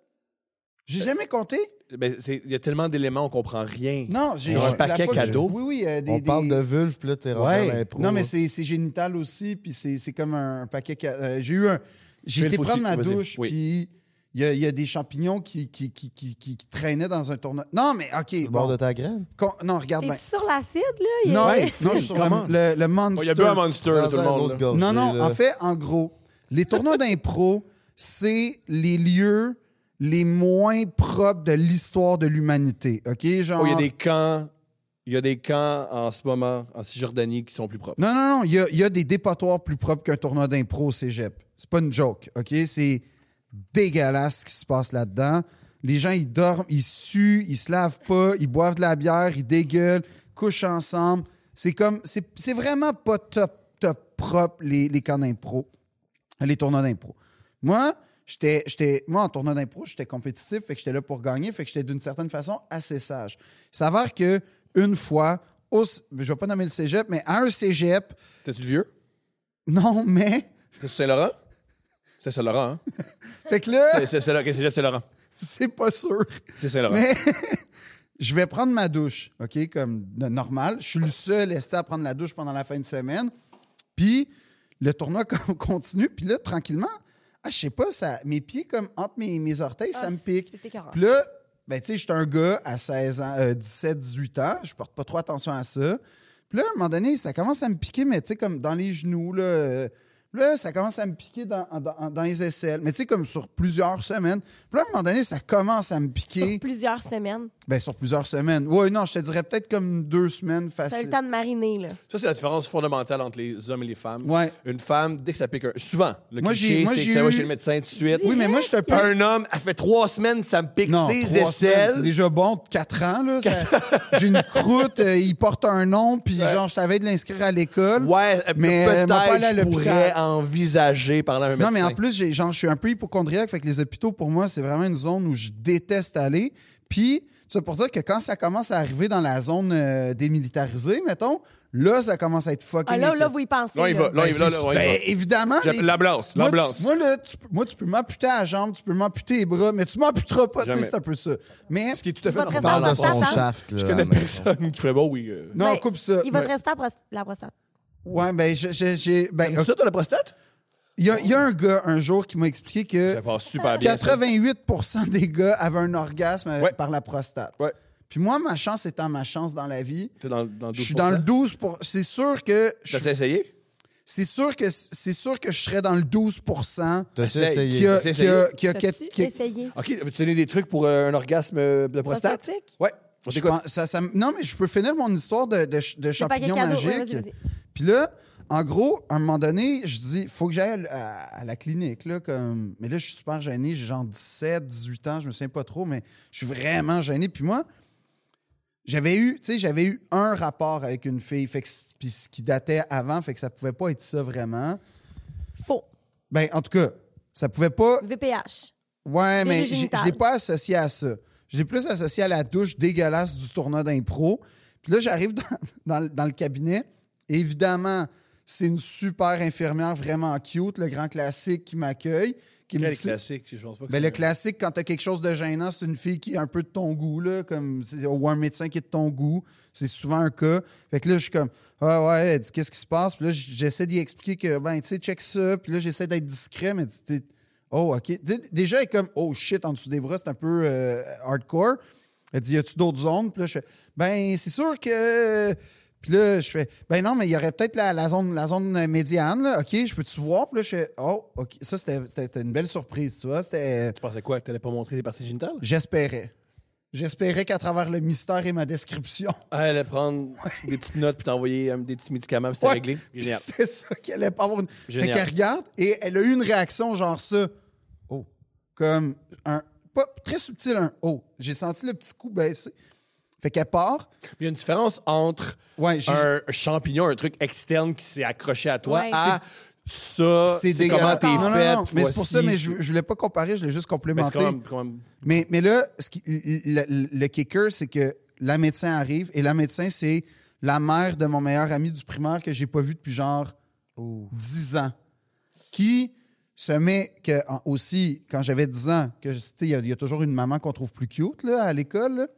J'ai jamais compté?
Ben, c'est- Il y a tellement d'éléments, on comprend rien.
Non, j'ai.
Genre un
la
paquet
fois que-
cadeau?
Oui, oui. euh, des-
On
des-
parle de vulve, puis là, t'es rentré
Ouais.
à l'impro.
Non, mais c'est c'est génital aussi, puis c'est c'est comme un, paquet. ca- euh, j'ai eu un. J'ai
Phil,
été
faut-tu-
prendre ma
vas-y.
douche,
Oui.
puis il y, a- il y a des champignons qui, qui, qui, qui, qui- qui traînaient dans un tournoi. Non, mais OK.
Le bord
bon.
de ta graine?
Con- non, regarde
T'es-tu
bien.
sur l'acide, là? Il-
ben Non,
Ouais,
non, je suis
Phil,
sur
come
le, le, le
Oh,
monster.
Il y a bu un monster, là, tout le
Prends-en un
monde.
autre
là.
gorgée,
Non, non,
là.
en fait, en gros, les tournois d'impro, c'est les lieux les moins propres de l'histoire de l'humanité. OK? Genre.
Oh, il y a des camps. Il y a des camps en ce moment, en Cisjordanie, qui sont plus propres.
Non, non, non. Il y a, il y a des dépotoirs plus propres qu'un tournoi d'impro au cégep. C'est pas une joke, OK? C'est dégueulasse ce qui se passe là-dedans. Les gens, ils dorment, ils suent, ils se lavent pas, ils boivent de la bière, ils dégueulent, couchent ensemble. C'est comme... C'est c'est vraiment pas top, top propre, les, les camps d'impro les tournois d'impro. Moi, j'étais, j'étais, moi, en tournoi d'impro, j'étais compétitif, fait que j'étais là pour gagner, fait que j'étais d'une certaine façon assez sage. Il s'avère que une fois, au, c- je vais pas nommer le cégep, mais à un cégep,
T'es-tu le vieux?
non, mais.
T'es Saint-Laurent? C'était Saint-Laurent, hein?
Fait que là,
C'est- C'est c'est- ok, c'est Jeff Saint-Laurent.
c'est pas sûr.
C'est Saint-Laurent.
Mais je vais prendre ma douche, OK, comme n- normal. Je suis le seul esté à prendre la douche pendant la fin de semaine. Puis le tournoi com- continue. Puis là, tranquillement, ah, je sais pas, ça, mes pieds, comme entre mes, mes orteils,
Ah,
ça me
c'est-
pique.
c'est écœurant.
Puis là, ben, tu sais, j'étais un gars à 16 ans, euh, 17, 18 ans. Je porte pas trop attention à ça. Puis là, à un moment donné, ça commence à me piquer, mais tu sais, comme dans les genoux, là. euh, puis là, ça commence à me piquer dans, dans- dans les aisselles. Mais tu sais, comme sur plusieurs semaines. Puis là, à un moment donné, ça commence à me
Sur
piquer.
plusieurs semaines.
Ben, sur plusieurs semaines. Oui, non, je te dirais peut-être comme deux semaines
T'as eu le
facile.
temps de mariner, là.
Ça, c'est la différence fondamentale entre les hommes et les femmes.
Ouais.
Une femme, dès que ça pique un. Souvent, le
Moi, j'ai-
cliché,
moi,
c'est
j'ai
que tu vas
eu-
chez le médecin tout de suite.
Oui, mais moi, je suis un peu.
Un homme, elle fait trois semaines, ça me pique
Non,
ses
trois semaines, c'est
aisselles.
déjà bon, quatre ans, là. ça- J'ai une croûte, euh, il porte un nom, puis genre, je t'avais de l'inscrire à l'école.
Ouais,
Mais,
mais
euh, m'a pas allé à
peut-être je
l'hôpital.
pourrais envisager parler à un médecin.
Non, mais en plus, j'ai- genre, je suis un peu hypochondriaque, fait que les hôpitaux, pour moi, c'est vraiment une zone où je déteste aller. Puis, c'est pour dire que quand ça commence à arriver dans la zone euh, démilitarisée, mettons, là, ça commence à être fucking.
Ah, là, là,
inquiétant.
vous y pensez.
Là, il va. Là,
Ben,
il va.
c'est-
Là, il va.
ben, évidemment.
J'appelle
les-
l'ambulance,
Moi,
l'ambulance.
tu- Moi, là, tu, moi, tu peux m'amputer la jambe, tu peux m'amputer les bras, mais tu m'amputeras pas. tu sais,
Jamais.
C'est un peu ça. Mais.
Ce qui est tout à fait
Votre
normal.
Parle de
Dans
son
hein.
la
shaft, là.
Je
à
connais
la maison.
personne qui ferait bon, oui. euh.
Non,
Ben,
coupe ça.
Il va te
Ouais.
rester la, pros- la prostate.
Ouais, ben, je- je- j'ai. Ben,
Ça, t'as la prostate?
il y, a- il y a un gars un jour qui m'a expliqué que
Ça passe super Ah, bien. ça.
88 des gars avaient un orgasme euh,
Ouais.
par la prostate.
Ouais.
Puis moi, ma chance étant ma chance dans la vie,
T'es dans, dans
je suis dans le 12 pour... C'est sûr que. je-
T'as essayé?
C'est sûr que c'est sûr que je serais dans le 12
T'as-tu
Essaye.
essayé?
qui a,
T'as-tu
qui a- qui a- qui a-
T'as-tu
qui a-
essayé?
OK, veux-tu donner des trucs pour euh, un orgasme euh, de prostate?
Prostatique?
Ouais. On
Je
t'écoute.
pense- ça- ça me- non, mais je peux finir mon histoire de, de, ch- de
paquet
champignons
cadeau. Ouais,
magiques.
vas-y, vas-y.
Puis là, en gros, à un moment donné, je dis, faut que j'aille à, à la clinique. Là, comme... Mais là, je suis super gêné. J'ai genre 17, 18 ans, je me souviens pas trop, mais je suis vraiment gêné. Puis moi, j'ai- J'avais eu, tu sais, j'avais eu un rapport avec une fille, fait que c- puis ce qui datait avant, fait que ça pouvait pas être ça vraiment.
Faux.
Ben, en tout cas, ça pouvait pas.
VPH.
Ouais,
Des
mais
génitales.
j'ai- je l'ai pas associé à ça. Je l'ai plus associé à la douche dégueulasse du tournoi d'impro. Puis là, j'arrive dans, dans le- dans le cabinet. Évidemment, c'est une super infirmière vraiment cute, le grand classique qui m'accueille. Qui me
Quel
dit-
classique, je pense pas que
ben,
c'est-
le classique, quand t'as quelque chose de gênant, c'est une fille qui est un peu de ton goût, là, comme, c'est- ou un médecin qui est de ton goût. C'est souvent un cas. Fait que là, je suis comme, ah ouais, elle dit, qu'est-ce qui se passe? Puis là, j- j'essaie d'y expliquer que, ben, tu sais, check ça. Puis là, j'essaie d'être discret, mais tu t'es- oh, OK. Tu sais, déjà, elle est comme, oh shit, en dessous des bras, c'est un peu euh, hardcore. Elle dit, y a-tu d'autres zones? Puis là, je fais, ben, c'est sûr que. Puis là, je fais, ben non, mais il y aurait peut-être la, la zone, la zone médiane, là. OK, je peux-tu voir? Puis là, je fais, oh, OK. Ça, c'était- c'était c'était une belle surprise, tu vois. C'était.
Tu pensais quoi? Que t'allais pas montrer des parties génitales?
J'espérais. J'espérais qu'à travers le mystère et ma description,
Ah, elle allait prendre des petites notes puis t'envoyer euh, des petits médicaments, puis c'était
Ouais.
réglé.
Puis
Génial.
C'était ça qu'elle allait pas avoir. Une... Fait
Génial.
qu'elle regarde et elle a eu une réaction genre ça. Oh. Comme un. Pas très subtil, un oh. J'ai senti le petit coup baisser. Fait qu'elle part.
Il y a une différence entre
Ouais, j'ai-
un champignon, un truc externe qui s'est accroché à toi,
Ouais.
à ça,
Ah, C'est
c'est comment
dégueulasse. Ah,
t'es
Non, non,
fait.
non, Mais c'est pour ça,
voici.
mais je, je voulais pas comparer, je voulais juste
Mais c'est
complémenter.
quand même- quand même-
Mais, mais là, ce qui- le, le- le kicker, c'est que la médecin arrive et la médecin, c'est la mère de mon meilleur ami du primaire que j'ai pas vu depuis genre 10 ans. Qui se met que, en- aussi, quand j'avais 10 ans, que tu sais, il y, a- il y a toujours une maman qu'on trouve plus cute là, à l'école, là,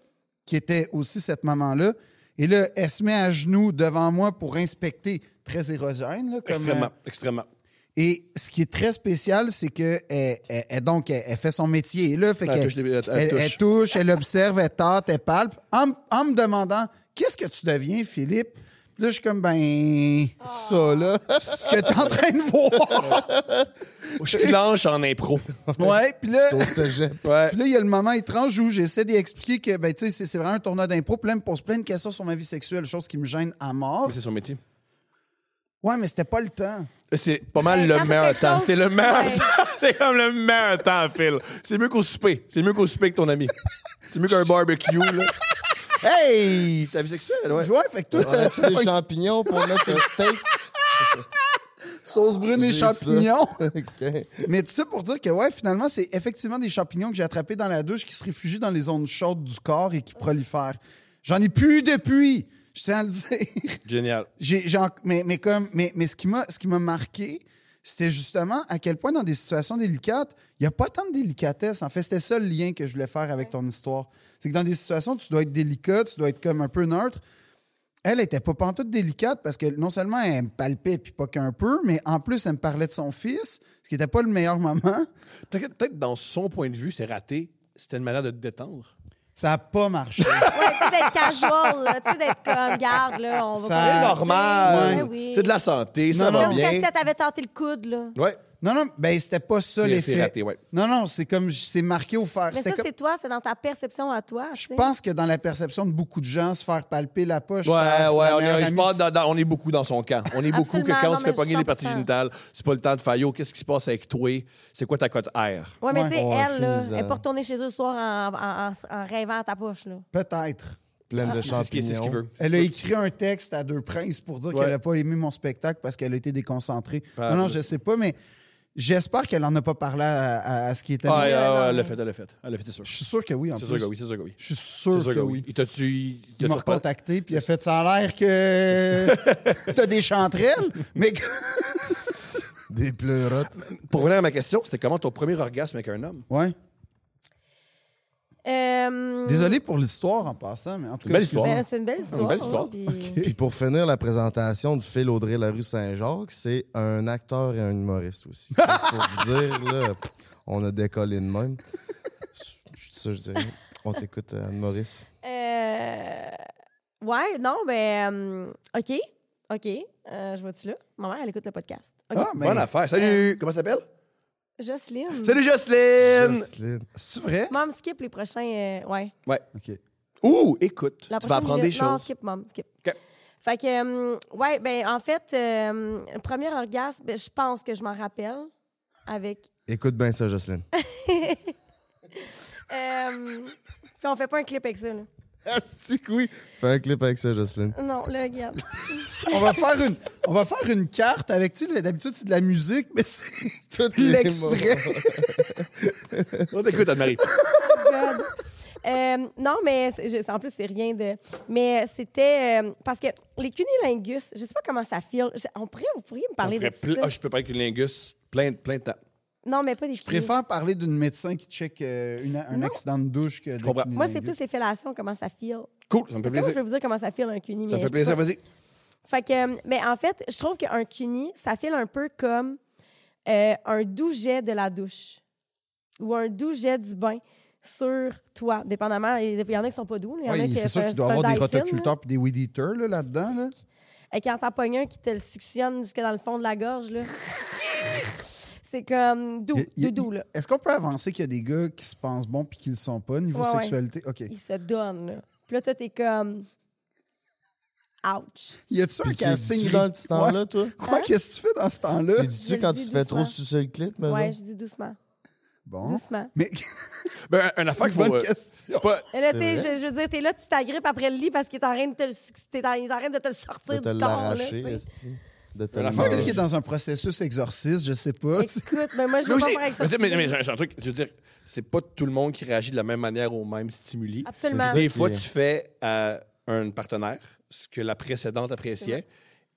qui était aussi cette maman-là. Et là, elle se met à genoux devant moi pour inspecter. Très érogène, là, comme,
extrêmement,
euh,
extrêmement.
et ce qui est très spécial, c'est que elle, elle- elle- donc elle, elle fait son métier. Et là, fait
Elle
qu'elle-
touche des- elle- elle
elle-
touche.
elle touche, elle observe, elle tâte, elle palpe. En, m- en me demandant qu'est-ce que tu deviens, Philippe. Puis Là, je suis comme ben ça là, ce que t'es en train de voir.
Je suis lâche en impro.
ouais. Puis là,
Au cégep.
Ouais.
puis là, il y a le moment étrange où j'essaie d'expliquer que ben tu sais, c'est- c'est vraiment un tournoi d'impro. Puis là, elle me pose plein de questions sur ma vie sexuelle, chose qui me gêne à mort.
Mais C'est son métier.
Ouais, mais c'était pas le temps.
C'est pas mal
Ouais,
le
quand
meilleur
quelque
temps.
chose-
C'est le meilleur
Ouais.
temps. C'est comme le meilleur temps, Phil. C'est mieux qu'au souper. C'est mieux qu'au souper que ton ami. C'est mieux qu'un barbecue, là. Hey! T'as vu sexuelle, ouais.
Ouais, fait que toi, t'as-
As-tu des champignons pour mettre sur le steak?
sauce brune et
J'ai ça.
champignons.
OK.
Mais tout ça pour dire que, ouais, finalement, c'est effectivement des champignons que j'ai attrapés dans la douche qui se réfugient dans les zones chaudes du corps et qui prolifèrent. J'en ai plus depuis, je tiens à le dire.
Génial.
J'ai- j'ai en- mais, mais comme, mais, mais ce qui m'a ce qui m'a marqué, c'était justement à quel point dans des situations délicates, il n'y a pas tant de délicatesse. En fait, c'était ça le lien que je voulais faire avec ton histoire. C'est que dans des situations, tu dois être délicat, tu dois être comme un peu neutre. Elle était pas pantoute délicate parce que non seulement elle me palpait, puis pas qu'un peu, mais en plus, elle me parlait de son fils, ce qui n'était pas le meilleur moment.
Peut-être peut-être dans son point de vue, c'est raté. C'était une manière de te détendre.
Ça n'a pas marché.
Ouais, tu sais, d'être casual, là. Tu sais, d'être comme, garde, là, on va.
Ça-
continuer.
C'est normal.
Ah. Ouais, oui.
C'est de la santé, ça
Non,
va
Comme
non.
si elle
bien.
t'avait tenté le coude, là.
Ouais.
non, non, ben c'était pas ça
C'est-
l'effet.
c'est raté, ouais.
Non, non, c'est comme, c'est marqué au fer.
Mais
C'était
ça,
comme-
c'est toi, c'est dans ta perception à toi. tu
Je
sais.
pense que dans la perception de beaucoup de gens, se faire palper la poche.
Ouais, ouais,
par la
on
meilleure
est, je
amie,
pense dans- dans- on est beaucoup dans son camp. On est beaucoup que
Absolument,
quand
non,
on se
mais
fait pogner les parties
100%.
génitales, c'est pas le temps de faire yo, qu'est-ce qui se passe avec toi? C'est quoi ta cote R? Ah,
Ouais, mais
Ouais. euh.
tu sais,
Oh,
elle, là,
finis-en.
elle est pas retournée chez eux le soir en, en- en- en rêvant à ta poche, là.
Peut-être.
Pleine
C'est
de
ce qu'il- c'est ce qu'il
champignons.
veut.
Elle a écrit un texte à deux princes pour dire
Ouais.
qu'elle n'a pas aimé mon spectacle parce qu'elle a été déconcentrée.
Ah,
non, non,
ouais.
je sais pas, mais j'espère qu'elle en a pas parlé à, à- à ce qui était.
Ah,
euh,
ouais, ouais,
non,
elle
non.
l'a fait, elle l'a fait. Elle l'a fait, c'est sûr.
Je suis sûr que oui, en
C'est
plus.
sûr que oui, c'est sûr que oui.
Je suis
C'est
sûr, que, oui.
Il t'a-tu. il
Il
t'a-tu
m'a
reparlé?
recontacté, puis il a fait ça a l'air que t'as des chanterelles, mais que-
Des pleurotes.
Pour revenir à ma question, c'était comment ton premier orgasme avec un homme?
Ouais.
Euh,
Désolé pour l'histoire en passant, mais en tout
Une
cas.
belle
excuse-
histoire.
ben, c'est une belle histoire.
belle histoire.
hein, puis-
Puis pour finir la présentation de Phil Audrey Larue Saint-Jacques, c'est un acteur et un humoriste aussi. pour vous dire, là, pff, on a décollé de même. Je dis ça, je dirais. On t'écoute, euh, Anne-Maurice.
Euh, Ouais, non, mais. euh, OK. OK. Euh, je vois-tu là? Ma mère, elle écoute le podcast. OK.
Ah, mais
Bonne affaire. Salut! Comment ça s'appelle?
Jocelyne.
Salut
Euh,
Jocelyne!
Jocelyne.
c'est vrai?
Mom, skip les prochains. euh, ouais.
Ouais.
OK.
Ouh, écoute,
La
tu vas
prochaine
apprendre des
minute- Non,
choses.
skip, mom, skip.
OK.
Fait que, euh, ouais, ben, en fait, euh, premier orgasme, ben, je pense que je m'en rappelle avec.
Écoute bien ça, Jocelyne.
euh, puis on fait pas un clip avec ça, là.
Asti que oui. Fais un clip avec ça, Jocelyne.
Non, là, regarde.
On va faire une, on va faire une carte avec, tu sais, d'habitude, c'est de la musique, mais c'est
Toutes les
l'extrait.
On t'écoute, Anne-Marie.
God. Euh, non, mais c'est- je- en plus, c'est rien de. Mais c'était. euh, parce que les cunilingus, je sais pas comment ça file. Je- on pourrait, vous pourriez me parler
On ferait
de
ple-
ça.
Ah, je peux parler avec une lingus plein, de- plein de temps.
Non, mais pas des
Je préfère parler d'une médecin qui check euh, une- un
Non.
accident de douche que de
comprends.
cunnilingus.
Moi, c'est plus les fellations, comment ça file.
Cool, ça me
Parce
fait
que moi, je
plaisir.
peux vous dire comment ça file un cuni.
Ça
mais
me fait
je-
plaisir, vas-y.
Fait que, mais en fait, je trouve qu'un cuni, ça file un peu comme euh, un doux jet de la douche ou un doux jet du bain sur toi, dépendamment. Il y en a qui sont pas doux. Il y en a
Ouais,
qui
c'est sûr
c'est
qu'il doit
un
avoir des
Dyson, là.
rotoculteurs et des weed eaters là, là-dedans. là.
Et quand t'en pognes un qui te le suctionne jusque dans le fond de la gorge, là. c'est comme doux,
Il- il-
doux, doux, là.
Est-ce qu'on peut avancer qu'il y a des gars qui se pensent bons puis qui le sont pas niveau
Ouais, ouais.
sexualité? OK.
Il se donne, là. Puis là, toi, t'es comme. Ouch.
Y a-tu un
Puis tu
casting
dis-tu dans ce
Ouais.
temps-là, toi?
Hein?
Quoi, qu'est-ce que tu fais dans ce temps-là?
Tu
Je
dis-tu
le
quand
dis
tu te fais
doucement.
trop sucer le clip,
Ben
mais
hein? Ouais,
non?
je dis doucement.
Bon.
Doucement.
Mais
Ben, un- un affaire qu'il faut.
bonne
euh,
question.
c'est pas-
Et là, tu
C'est
sais, je, je veux dire, t'es là, tu t'agrippes après le lit parce qu'il est en train de te le, suc- t'es en- il est en train de te le
de
sortir
te
du corps, là. tu
l'arracher,
sais.
esti. De te
La
le
fois
Peut-être qu'il est
manger.
dans un processus exorciste, je sais pas. tu sais.
Écoute, mais moi, je
Mais
veux pas
aussi,
faire avec ça.
mais tu sais, mais- mais c'est un- c'est un truc, je veux dire, c'est pas tout le monde qui réagit de la même manière aux mêmes stimuli.
Absolument.
C'est
Des
Ok.
fois, tu fais à un partenaire ce que la précédente appréciait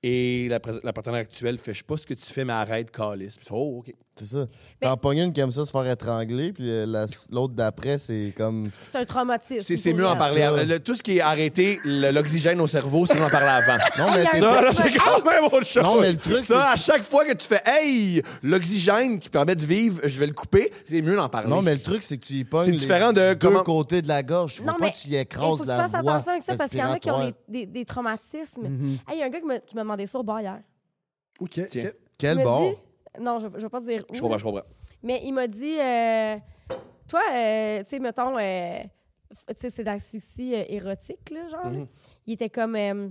et la, pré- la partenaire actuelle fait je sais pas ce que tu fais, mais arrête, calice. Puis tu fais, oh, OK.
C'est ça. T'en pognes une qui aime ça se faire étrangler, puis euh, la- l'autre d'après, c'est comme.
C'est un traumatisme.
C'est, c'est mieux
pour
en
ça.
parler.
ça.
avant. Le- tout ce qui est arrêté, le- l'oxygène au cerveau, c'est mieux en parler avant.
Non, mais
Hey,
t'es
y a un
Ça,
gars
là,
qui
c'est
fait,
quand même autre chose.
Non, mais le truc,
ça, à
c'est-
chaque fois que tu fais, hey, l'oxygène qui permet de vivre, je vais le couper, c'est mieux d'en parler.
Non, mais le truc, c'est que tu y pognes
C'est
les
différent de
deux
comment-
côtés de la gorge. Faut
Non,
pas
mais
que tu y
il
écrases
faut que tu
la
fasses
voie
attention avec ça parce qu'il y en a qui ont des,
respiratoire. Mm-hmm.
des, des traumatismes. Hey, Il y a un gars qui me, qui m'a demandé ça au bar hier.
OK.
Tiens.
OK.
Quel
Il m'a
bord?
dit- Non, je, je vais pas dire où.
Je comprends, je comprends.
Mais il m'a dit, euh, toi, euh, tu sais, mettons, euh, f- tu sais, c'est d'asphyxie euh, érotique, là, genre.
Mm-hmm.
Il était comme, euh,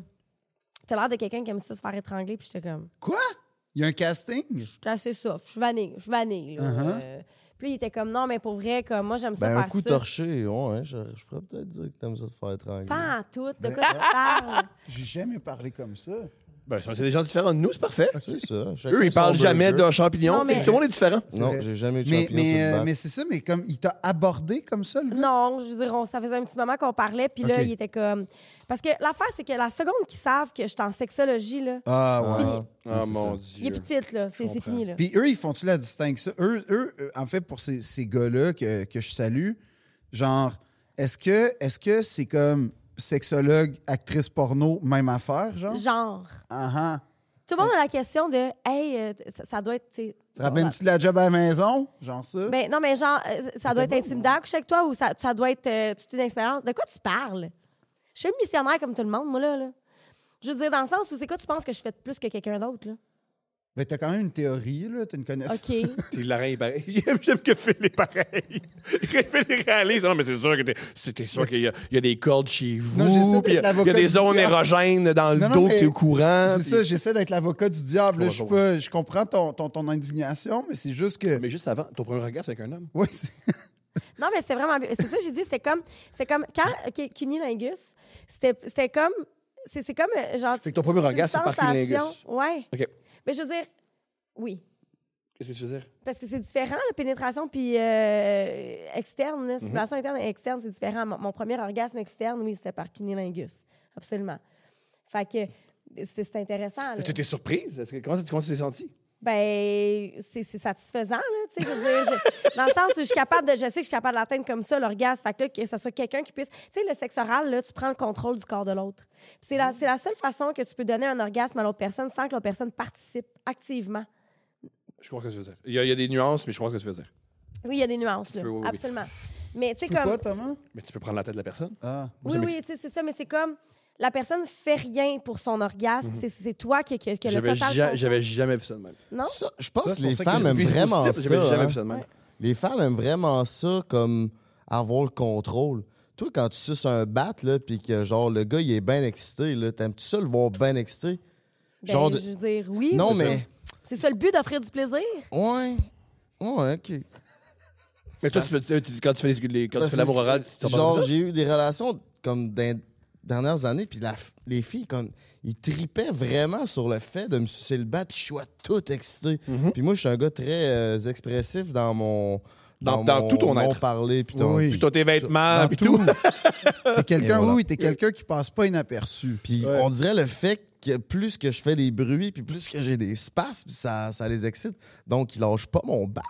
t'as l'air de quelqu'un qui aime ça se faire étrangler, puis j'étais comme,
Quoi? Il y a un casting?
j'étais assez soft, Ah, je suis vanille, je suis vanille, là.
Uh-huh.
Euh, puis il était comme, non, mais pour vrai, comme, moi, j'aime ça
Ben, un
faire
coup
ça.
torché, ouais, hein, je, je pourrais peut-être dire que t'aimes ça te faire étrangler.
Pas en tout, de quoi tu parles?
J'ai jamais parlé comme ça.
Ben, ça, c'est des gens différents de nous, c'est parfait.
C'est ça. chacun
Eux, ils
son
parlent jamais
burger.
de champignons.
Non,
c'est
mais-
que Tout le monde est différent.
Non, j'ai jamais eu de
Mais,
champignons
mais,
sur le
euh,
bac.
mais c'est ça, mais comme il t'a abordé comme ça, le gars?
Non, je veux dire, on- ça faisait un petit moment qu'on parlait, puis là,
Ok.
il était comme... Parce que l'affaire, c'est que la seconde qu'ils savent que je suis en sexologie, là,
Ah
c'est fini.
Ah,
c'est
mon
Il n'y
Dieu.
a plus de fit, là. C'est c'est
comprends.
fini, là.
Puis eux, ils font-tu la distinction? Eux, eux, euh, en fait, pour ces, ces gars-là que, que je salue, genre, est-ce que est-ce que c'est comme sexologue, actrice porno, même affaire, genre?
Genre...
Ah ah.
Tout le monde a la question de Hey, euh, ça, ça doit être. tu sais,
Te rappelles-tu de la job à la maison? Genre ça?
Ben, non, mais genre, euh, ça doit être intimidant coucher avec toi ou ça, ça doit être euh, toute une expérience. De quoi tu parles? Je suis une missionnaire comme tout le monde, moi, là. là. Je veux dire, dans le sens où c'est quoi tu penses que je fais de plus que quelqu'un d'autre, là?
Mais Ben, t'as quand même une théorie, là, t'as une connaissance.
OK.
T'es Laurent est pareil. J'aime, j'aime que Phil est pareil. Phil il réalise. Non, mais c'est sûr que t'es, c'est- t'es sûr qu'il y a, il y a des cordes chez vous.
Non, j'essaie
puis il y
d'être
a, il y a des
l'avocat du
zones
diable.
érogènes dans le
Non, non,
dos
mais
que t'es au courant.
C'est
Ah, puis-
ça, j'essaie d'être l'avocat du diable. là.
Ouais,
Je, suis
ouais.
pas- je comprends ton, ton, ton indignation, mais c'est juste que.
Mais juste avant, ton premier regard, c'est avec un homme.
Ouais, c'est-
non, mais c'est vraiment. bien. C'est ça, que j'ai dit, c'est comme. C'est comme. Quand OK, Cunilingus, c'était c'était comme. C'est c'est comme. euh, Genre,
C'est que ton premier regard, c'est par
Cunilingus.
cunilingus.
Ouais.
OK.
Mais je veux dire, oui.
Qu'est-ce que tu veux dire?
Parce que c'est différent, la pénétration puis euh, externe,
Mhm.
là, stimulation interne et externe, c'est différent. Mon, mon premier orgasme externe, oui, c'était par cunilingus. Absolument. Fait que c'est c'est intéressant. là.
Tu t'es surprise? Est-ce que- comment, ça- comment tu t'es sentie?
Ben, c'est c'est satisfaisant, là, tu sais. je veux dire, je- dans le sens où je suis capable de, je sais que je suis capable de l'atteindre comme ça, l'orgasme. Fait que là, que ce soit quelqu'un qui puisse. Tu sais, le sexe oral, là, tu prends le contrôle du corps de l'autre. Puis C'est
Mhm.
la, c'est la seule façon que tu peux donner un orgasme à l'autre personne sans que l'autre personne participe activement.
Je comprends ce que tu veux dire. Il y, a, il y a des nuances, mais je comprends ce que tu veux dire.
Oui, il y a des nuances, là.
peux, oui, oui.
Absolument. Mais, tu sais,
Tu peux
comme.
pas, Thomas?
Mais tu peux prendre la tête de la personne.
Ah.
Oui,
ça
oui, tu sais, c'est ça, mais c'est comme la personne fait rien pour son orgasme. C'est- C'est toi qui, qui, qui a le
J'avais,
total.
ja-
contrôle.
j'avais jamais vu ça de même.
Non?
Ça, je pense
Ça,
que
c'est
Oh, les
pour ça
femmes
j'ai-
aiment
puis c'est
vraiment
positif,
ça.
J'avais jamais
hein.
vu ça de même.
Les femmes aiment vraiment ça comme avoir le contrôle. Toi, quand tu suces un bat, là, puis que genre le gars, il est bien excité, là, t'aimes-tu ça le voir bien excité?
Ben,
genre de-
Je veux dire, oui.
Non,
c'est
mais.
ça. C'est ça le but d'offrir du plaisir?
Ouais. Ouais, ok.
Mais toi, tu, fais- tu- quand tu fais, les, quand tu
Parce
fais
que,
l'amour oral, tu t'en parles
Genre,
comme ça?
j'ai eu des relations comme dans les dernières années, puis la f- les filles, comme, ils tripaient vraiment sur le fait de me sucer le bat, puis je suis tout excité.
Mhm.
Puis moi, je suis un gars très euh, expressif dans mon.
Dans- dans
mon-
tout ton
mon
être.
parler, puis ton-
Oui.
Puis t'as tes vêtements,
Dans
puis tout.
T'es quelqu'un,
Et voilà.
oui, t'es quelqu'un qui passe pas inaperçu.
Puis on dirait le fait que plus que je fais des bruits, puis plus que j'ai des spasmes, ça, ça les excite. Donc, ils lâchent pas mon bat.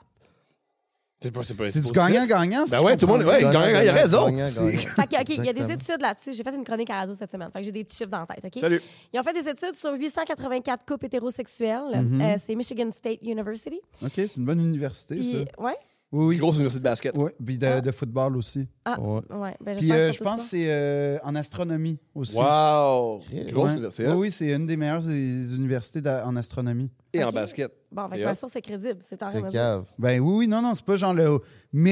C'est pas- pas-
C'est du
pas-
gagnant-gagnant. si
Ben
je
ouais, tout le monde.
comprends
Ouais,
bien.
il gagne, il a raison.
Gagnant,
C'est-
gagnant.
Fait que, OK, il y a des
Exactement.
études là-dessus. J'ai fait une chronique à radio cette semaine. Fait que j'ai des petits chiffres dans la tête, OK?
Salut.
Ils ont fait des études sur 884 couples hétérosexuels. Euh, c'est Michigan State University.
OK, c'est une bonne université, ça.
Puis, ouais.
Oui, oui.
Grosse université de basket.
Ouais, Puis de, de football aussi.
Ah,
Ouais.
ouais. Ben,
Puis
j'espère que
euh,
ça
je
touche
pense que c'est euh, en astronomie aussi.
Wow! Grosse
Ouais.
université. hein.
Oui, oui, c'est une des meilleures des universités d'a- en astronomie.
Et en
Ok.
basket.
pas. Bon, fait
C'est
que ma
hot.
source est crédible. C'est
Ah,
en
C'est
rien
cave.
Ben oui, oui, non, non, c'est pas genre le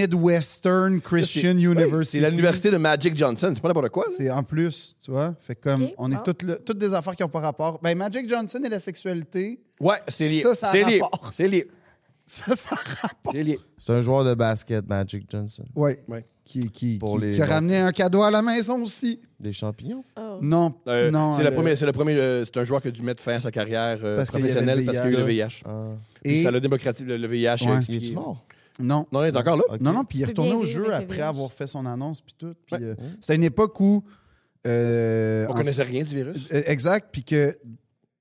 Midwestern Christian
Oui,
University.
C'est l'université de Magic Johnson. C'est pas n'importe quoi.
C'est en plus, tu vois. Fait que comme,
Ok,
on est
bon.
toutes, le- toutes des affaires qui n'ont pas rapport. Ben Magic Johnson et la sexualité,
Ouais, c'est lié.
Ça, ça a
C'est lié.
rapport.
C'est lié.
ça, ça a rapport.
C'est lié.
C'est un joueur de basket, Magic Johnson.
Oui.
Ouais.
Qui, qui,
Pour
qui-
les
qui a
autres.
ramené un cadeau à la maison aussi.
Des champignons?
Oh.
Non,
Euh,
non.
c'est le
le-
premier, c'est le premier, euh, c'est un joueur qui a dû mettre fin à sa carrière euh,
Parce qu'il y avait
professionnelle
le
parce qu'il y a eu le VIH.
Ah.
Puis
Et-
ça l'a démocratisé, le, le VIH.
Ouais.
euh,
Il
qui-
est mort?
Non.
Non, il est encore là.
Ok.
Non, non, puis il est
Tu peux
retourné
bien
au
vivre
jeu
avec le
après
VIH.
avoir fait son annonce, puis tout. Puis,
Ouais.
euh, C'était une époque où. euh,
On
en-
connaissait rien du virus.
euh, Exact, puis que.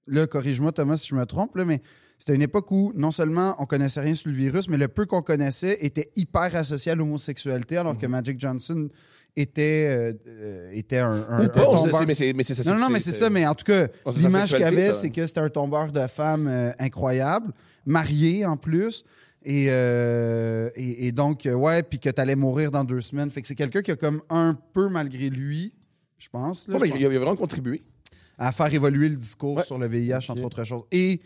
Là, corrige-moi, Thomas, si je me trompe, là, mais c'était une époque où non seulement on connaissait rien sur le virus, mais le peu qu'on connaissait était hyper associé à l'homosexualité, alors
Mhm.
que Magic Johnson était, euh, euh, était un. un- un
Pas, on sait-
tombeur.
Oh, c'est- mais c'est- mais c'est ça,
Non, non, mais c'est ça. Mais en tout cas,
On sait sa
l'image qu'il y
sexualité,
avait,
ça.
c'est que c'était un tombeur de femmes euh, incroyable, marié en plus. Et, euh, et, et donc, euh, ouais, puis que t'allais mourir dans deux semaines. Fait que c'est quelqu'un qui a comme un peu, malgré lui, je pense, là,
Non, mais
je pense,
il a il a vraiment contribué.
à faire évoluer le discours
Ouais.
sur le VIH, entre autres choses. Et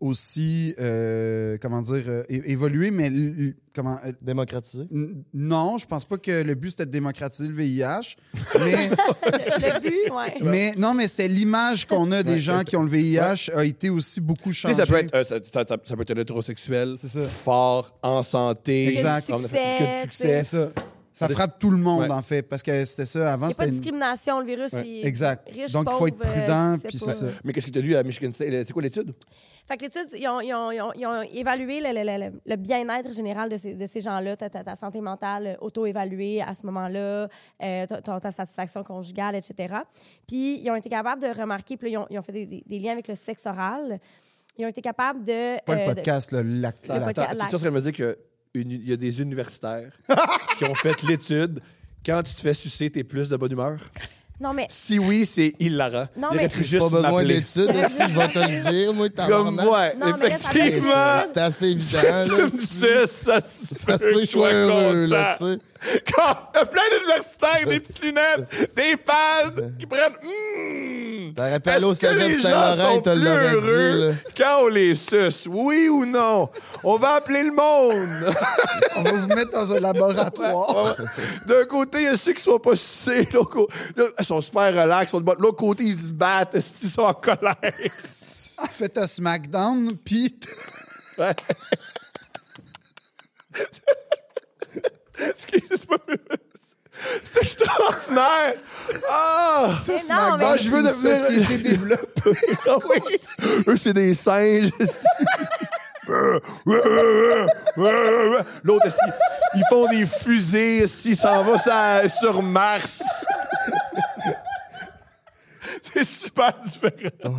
aussi, euh, comment dire, euh, é- évoluer, mais l- l- comment, euh,
Démocratisé?
n- non, je pense pas que le but, c'était de démocratiser le VIH, mais...
le but, ouais.
Mais non, mais c'était l'image qu'on a des gens qui ont le VIH a été aussi beaucoup
Tu sais,
changée.
ça peut être, euh, ça, ça- ça- ça peut être un hétérosexuel,
C'est ça.
fort, en santé,
Exact.
qui a du
Succès,
qui a du
C'est
succès.
ça. Ça frappe tout le monde
Ouais.
en fait parce que c'était ça
Il
avant
n'y a pas
c'était
de
une-
discrimination. Le virus,
Ouais.
il est
exact.
riche,
Donc il faut être
pauvre, euh,
prudent
c'est
puis
pas-
c'est ça.
Mais qu'est-ce que tu as lu à Michigan State? Euh, C'est quoi l'étude? Ah,
Fait que l'étude, ils ont, ils ont- ils ont- ils ont évalué le, le- le- le- le bien-être général de ces, de ces gens-là, ta, ta- ta santé mentale euh, auto-évaluée à ce moment-là, euh, ta, ta- ta satisfaction conjugale, etc. Puis ils ont été capables de remarquer, puis là, ils ont, ils ont fait des, des- des liens avec le sexe oral. Ils ont été capables de.
Pas
euh,
le
de-
podcast le lac-
Le
la-
podcast.
Attends, tu es en train de me dire qu'il y a des universitaires qui ont fait l'étude. Quand tu te fais sucer, t'es plus de bonne humeur?
Non, mais.
Si oui, c'est hilarant.
Non,
Il aurait
mais-
pu
Pas
juste
besoin
m'appeler.
d'études, si je vais te le dire, moi,
Comme
tabarnak.
moi,
Non, mais là, ça fait-
effectivement.
C'est assez évident,
Tu
là.
me suces, ça,
Ça se peut que je sois heureux, là, tu sais.
Quand il y a plein d'universitaires, des petites lunettes, des pads, qui prennent. Hmm!
T'aurais pu aller au
Est-ce que
Cégep
les
Saint-Laurent,
gens
ils te
sont
l'auraient
plus
dit,
heureux
là.
Quand on les suce, oui ou non? On va appeler le monde.
On va vous mettre dans un laboratoire.
D'un côté, il y a ceux qui sont pas sucés. L'autre co- là, Ils sont super relax. ils sont de bonne- L'autre côté, ils se battent. est-ce qu'ils sont en colère.
Ah, Faites un smackdown puis
Excusez moi C'est extraordinaire. Ah!
mais non,
smackdown.
mais.
Ah, je veux
Une
devenir-
société développée.
Ah oui. Eux, c'est des singes. L'autre, esti, ils font des fusées, s'ils s'en vont sa- sur Mars. C'est super différent.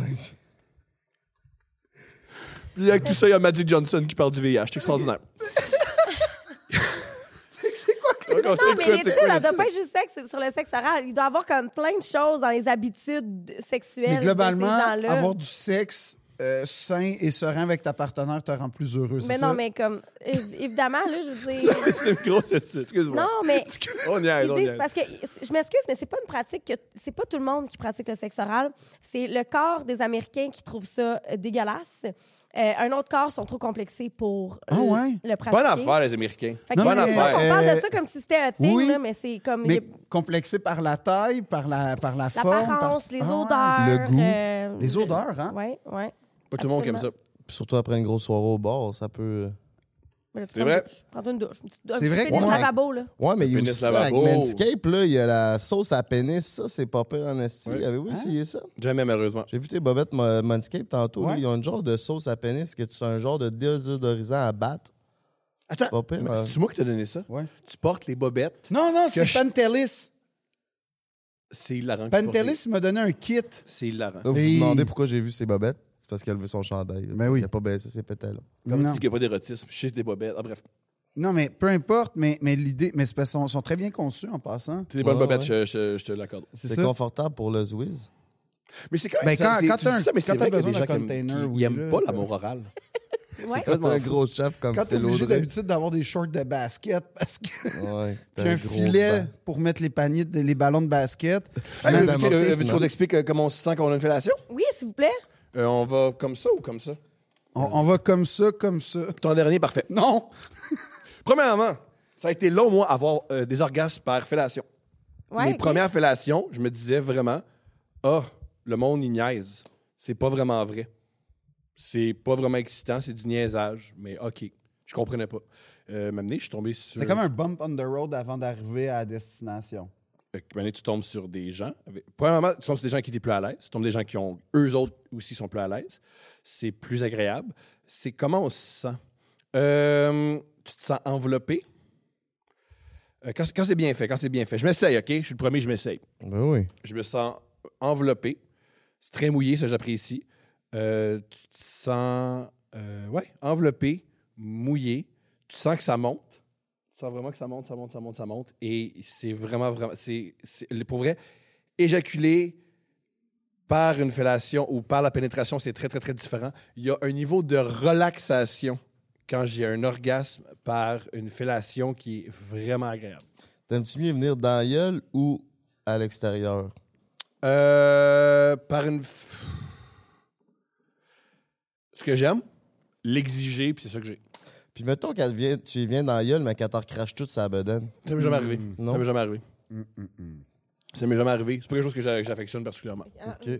Puis avec tout ça, il y a Magic Johnson qui parle du VIH. C'est extraordinaire.
C'est quoi que
Non, mais l'étude, elle doit pas être juste sexe, c'est sur le sexe oral. Il doit y avoir comme plein de choses dans les habitudes sexuelles
Mais globalement,
de ben, ces gens-là.
avoir du sexe euh, sain et serein avec ta partenaire te rend plus
Mais
heureux. c'est
non,
ça?
mais comme. évi- Évidemment, là, je veux dire.
C'est une grosse étude. Excuse-moi.
Non, mais
On y
ils
est, on y
disent
est.
parce que je m'excuse, mais c'est pas une pratique que c'est pas tout le monde qui pratique le sexe oral. C'est le corps des Américains qui trouve ça euh, dégueulasse. Euh, un autre corps sont trop complexés pour
Ah
le-
ouais?
le pratiquer.
Bonne affaire, les Américains.
Fait que
Bonne
c'est
mais-
pour ça
affaire.
qu'on parle
Euh,
de ça comme si c'était un thing,
oui.
là, mais c'est comme il y
Mais
a
complexé par la taille, par la, par la forme. par-
l'apparence, les
Ah,
odeurs,
Le goût.
euh,
Les odeurs, hein?
Ouais, ouais.
Pas tout le monde qui aime ça.
Absolument.
euh, Surtout après une grosse soirée au bar, ça peut...
Mais là, tu
C'est
prends une
vrai.
douche. Prends-toi une douche. Une petite- Un
C'est
petit
vrai.
pénis
Ouais.
lavabo, là.
Ouais, mais il y a
pénis
aussi
lavabo.
avec Manscape, là, il y a la sauce à pénis. Ça, c'est pas pire en esti.
Ouais.
Avez-vous
Hein?
essayé ça?
Jamais, malheureusement.
J'ai vu tes bobettes Ma- Manscape tantôt. là.
Ouais.
Ils ont une genre de sauce à pénis que c'est un genre de désodorisant à battre.
Attends,
Pas pire,
mais
euh.
c'est moi qui t'ai donné ça.
Ouais.
Tu portes les bobettes,
Non, non,
Que
c'est
je-
Pantelis.
c'est hilarant. que tu portes les-
Pantelis, il m'a donné un kit.
C'est hilarant.
Là, vous
Hey.
vous demandez pourquoi j'ai vu ses bobettes? C'est parce qu'elle veut son chandail. là.
Ben oui.
Elle a pas baissé ses pétales.
Comme tu
Non.
dis qu'il n'y a pas d'érotisme, chez des bobettes. Ah, bref,
Non, mais peu importe, mais, mais l'idée, mais c'est parce qu'ils sont- sont très bien conçus en passant.
c'est des bonnes
Ouais,
bobettes, je, je- je te l'accorde.
C'est
C'est
ça.
confortable pour le Zwiz.
Mais c'est quand
Ben, quand-
c'est-
quand
tu
t'as
dis
un-
ça, mais c'est
quand
vrai
t'as
qu'il y a des
besoin
gens qui
d'un
aiment-
container,
qui
oui,
n'aiment
là,
pas
t'as-
l'amour oral.
Ouais.
Quand t'as un gros chef comme
Quand t'es
Phil
obligé
Audrey.
d'habitude d'avoir des shorts de basket parce que.
Ouais, t'as
Puis un
gros
filet
banc.
pour mettre les paniers, de- les ballons de basket.
Hey,
Man,
mais-
Veux-tu
euh,
que-
euh,
veux-tu qu'on t'explique euh, comment on se sent quand on a une fellation?
Oui, s'il vous plaît.
Euh, on va comme ça ou comme ça?
on, on va comme ça, comme ça.
Ton dernier, parfait.
Non!
Premièrement, ça a été long, moi, avoir euh, des orgasmes par fellation.
Ouais,
Mes
ok.
premières fellations, je me disais vraiment, ah, le monde, il niaise. C'est pas vraiment vrai. C'est pas vraiment excitant, c'est du niaisage. Mais OK, je comprenais pas. Euh, m'amener, je suis tombé sur...
C'est comme un bump on the road avant d'arriver à la destination.
Fait que, maintenant, tu tombes sur des gens. avec- Premièrement, tu tombes sur des gens qui étaient plus à l'aise. Tu tombes sur des gens qui ont. Eux autres aussi sont plus à l'aise. C'est plus agréable. C'est comment on se sent. Euh, tu te sens enveloppé. Euh, quand quand c'est bien fait, quand c'est bien fait. Je m'essaye, OK? Je suis le premier, je m'essaye.
Ben oui.
Je me sens enveloppé. C'est très mouillé, ça j'apprécie. Euh, tu te sens euh, ouais, enveloppé, mouillé. Tu sens que ça monte. Tu sens vraiment que ça monte, ça monte, ça monte, ça monte. Et c'est vraiment, vraiment. C'est, c'est- pour vrai, éjaculer par une fellation ou par la pénétration, c'est très, très, très différent. Il y a un niveau de relaxation quand j'ai un orgasme par une fellation qui est vraiment agréable.
T'aimes-tu mieux venir dans la gueule ou à l'extérieur?
Euh, par une. f- Ce que j'aime, l'exiger, puis c'est ça que j'ai.
Puis mettons qu'elle vient, tu y viens dans la gueule, mais qu'elle te recrache toute sa bedaine.
Ça m'est jamais arrivé.
Non.
Ça m'est jamais arrivé. mm, Ça m'est jamais arrivé. C'est pas quelque chose que j'a- que j'affectionne particulièrement.
Ah,
OK.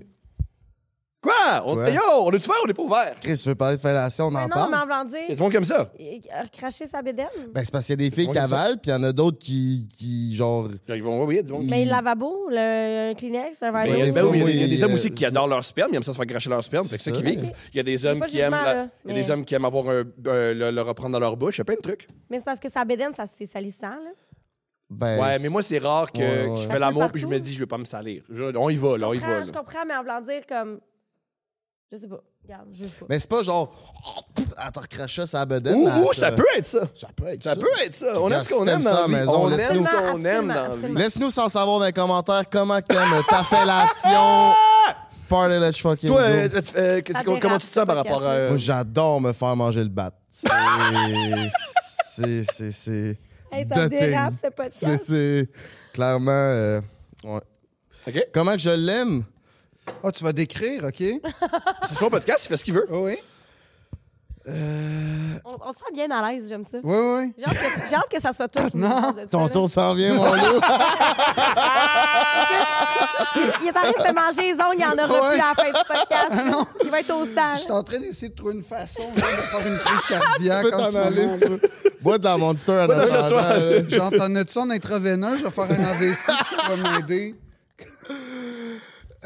Quoi? On,
Quoi?
Yo, on est-tu ouvert ou on est pas ouvert?
Chris, tu veux parler de fellation, on
Mais
en
non,
parle?
mais en voulant
Il y a
dire,
du monde comme ça.
euh, recracher sa bédaine.
Ben, c'est parce qu'il y a des filles
bon,
qui
il y a ça.
avalent, puis il y en a d'autres qui, qui, genre.
Ils vont voir, oui, il y a du monde.
Il-
Mais le lavabo, le un Kleenex, un verre
Ben,
d'eau.
il y a-
des
ben
fois,
oui, il y a-
oui,
il y a des
euh,
hommes aussi qui adorent leur sperme, ils aiment ça se faire cracher leur sperme, c'est ça
C'est
qu'ils
ça.
vivent. Il y a des
J'ai
hommes
pas de
qui aiment
jugement,
la-
là,
il y a des
mais-
hommes qui aiment avoir un, euh, le, le reprendre dans leur bouche, il y a plein de trucs.
Mais c'est parce que sa bédaine, ça c'est salissant. Là.
Ben,
Ouais, mais moi c'est rare que,
Ouais,
que
ouais.
je
Ça
fais l'amour
coule
puis je me
partout.
dis je veux pas me salir. Je- on y va, là, on y
je,
va.
comprends,
là.
je comprends, mais en voulant dire comme. Je sais pas. Regarde, je juge pas.
Mais c'est pas genre. Elle te recrache sa bedaine.
Ouh,
elle
ouh,
te-
ça peut être ça.
euh, Ça peut être
Ça peut être ça. On aime
Regarde,
ce qu'on aime
si t'aimes
dans
ça
la
à
vie.
la maison,
on aime
laisse-nous.
ce qu'on aime
Absolument,
dans la vie.
absolument.
Laisse-nous sans savoir dans les commentaires comment t'aimes ta fellation. Party, let's fucking
Ah! Toi,
go.
euh, euh, qu'est-ce
Ça
qu'on- comment tu te sens par
dérape, ce
rapport à...
Moi, j'adore me faire manger le bat. C'est. c'est. C'est. c'est-
Hey, ça
the
dérape,
thing.
ce podcast.
C'est- C'est. Clairement. euh, ouais.
euh, OK.
Comment que je l'aime?
Ah, tu vas décrire, OK?
C'est son podcast, il fait ce qu'il veut.
Ah oui?
On, on te sent bien à l'aise, j'aime ça.
Oui, oui, oui.
J'ai hâte, que- j'ai hâte que ça soit toi qui nous dise de ça,
Ton
là.
tour s'en vient, mon loup.
Il est en train de se manger les ongles, il en aura
Ouais.
plus à la fin du podcast. Il va être au
Je suis
sale.
en train d'essayer de trouver une façon là, de faire une crise
Tu
cardiaque
peux
en
t'en
ce
aller,
moment.
tu peux. Bois de la monster en
dans le
attendant, Euh,
toit.
là.
Genre, t'en as-tu en intraveineux? Je vais faire un AVC, ça va m'aider.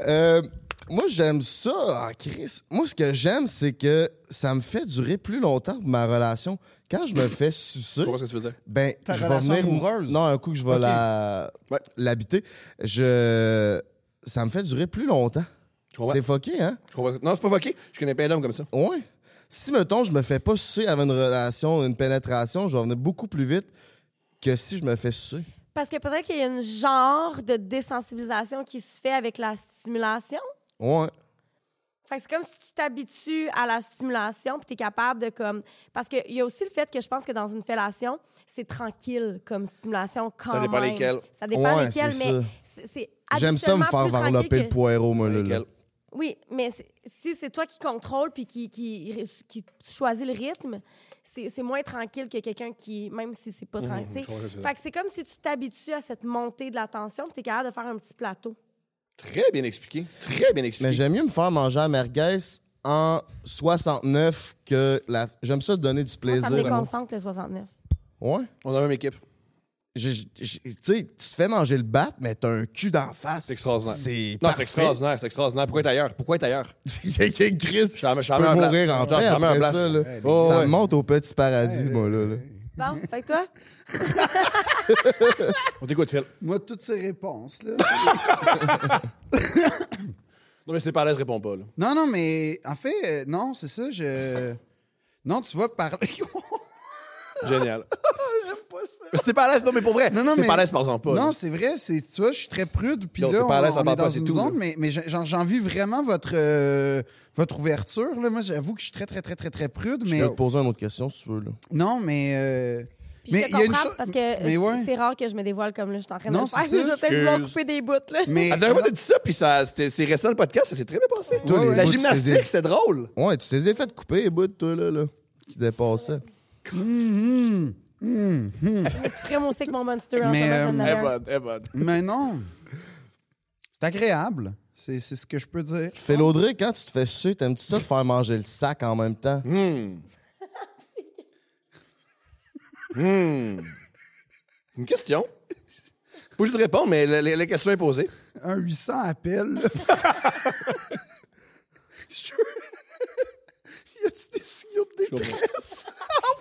Euh, moi, j'aime ça en crise. Moi, ce que j'aime, c'est que ça me fait durer plus longtemps pour ma relation. Quand je me fais sucer,
Comment ce que tu faisais?
ben,
Ta
je vais
relation
venir.
amoureuse?
Non, un coup que je vais
Ok.
la-
Ouais.
l'habiter, je. Ça me fait durer plus longtemps.
Je comprends.
C'est fucké, hein?
Je comprends. Non, c'est pas fucké. Je connais plein d'hommes comme ça.
Ouais. Si, mettons, je me fais pas sucer avant une relation, une pénétration, je vais venir beaucoup plus vite que si je me fais sucer.
Parce que peut-être qu'il y a une genre de désensibilisation qui se fait avec la stimulation.
Ouais.
Fait que c'est comme si tu t'habitues à la stimulation, puis t'es capable de comme... Parce qu'il y a aussi le fait que je pense que dans une fellation, c'est tranquille comme stimulation quand
Ça dépend
même.
lesquels.
Ça dépend
Ouais,
lesquels, mais
c'est ça.
c'est- c'est
J'aime ça me
habituellement
faire
plus tranquille
varloper
que-
le poireau, moi, là, là.
Nickel.
Oui, mais c'est- si c'est toi qui contrôle puis qui, qui, qui choisis le rythme, c'est c'est moins tranquille que quelqu'un qui, même si c'est pas
Mhm.
tranquille.
je vois ce que tu veux
fait que c'est comme si tu t'habitues à cette montée de la tension puis t'es capable de faire un petit plateau.
Très bien expliqué. Très bien expliqué.
Mais j'aime mieux me faire manger à merguez en 69 que la. J'aime ça donner du
Moi, ça me
plaisir.
déconcentre, le 69.
ouais.
On a la même équipe.
J'ai- j'ai- j'ai- Tu sais, tu te fais manger le bat, mais t'as un cul d'en face.
C'est extraordinaire.
C'est
Non,
parfait.
c'est extraordinaire, c'est extraordinaire. Pourquoi être ailleurs? Pourquoi être ailleurs?
C'est que Chris,
suis à- je suis à
je peux
la meilleure
mourir
place.
en
Je suis à
paix
la meilleure
après
place.
ça. là.
Eh,
ça
ouais.
me monte au petit paradis, moi, là. là.
Bon, fait que toi,
On t'écoute, Phil.
Moi, toutes ces réponses, là.
Non, mais si t'es pas à l'aise, réponds pas. Là.
non, non, mais en fait, euh, non, c'est ça, je. Non, tu vas parler.
Génial.
J'aime pas ça.
si t'es pas à l'aise, non, mais pour vrai.
Non, non,
si t'es
mais-
pas à l'aise, par exemple, pas.
Non,
là.
c'est vrai, c'est, tu vois, je suis très prude, puis
Non,
là,
t'es
on,
pas à l'aise,
on
ça parle
est
pas,
dans
c'est
une
tout,
zone,
là.
mais, mais j'ai- genre, j'envie vraiment votre, euh, votre ouverture. Là. Moi, j'avoue que je suis très, très, très, très, très prude,
Je
mais
peux te poser une autre question si tu veux. Là.
non, mais... euh,
puis je te comprends,
cho-
parce que
Mais
c'est-
ouais.
c'est rare que je me dévoile comme là, je suis en train de
Non,
le faire.
c'est ça,
je vais peut-être vouloir
excuse.
couper des bouts, là.
Mais,
Ah, Dernièrement, t'as dit ça, puis ça, c'était- c'est resté dans le podcast, ça s'est très bien passé.
Toi, les
La
bouts, tu t'es
gymnastique,
dit-
c'était drôle.
Ouais, tu t'es fait couper les bouts, toi, là, là, qui dépassaient.
Extrême aussi avec mon monster en
Mais,
ce moment,
euh,
j'en avais
Eh
un.
bonne, eh bonne.
mais non, c'est agréable. C'est, c'est ce que je peux dire.
Phil Audrey, quand tu te fais sucer, t'aimes-tu ça de faire manger le sac en même temps?
Une question. Pas juste de répondre, mais la, la- la question est posée.
Un 800 appel. là. Je- Y a-tu des signaux de détresse?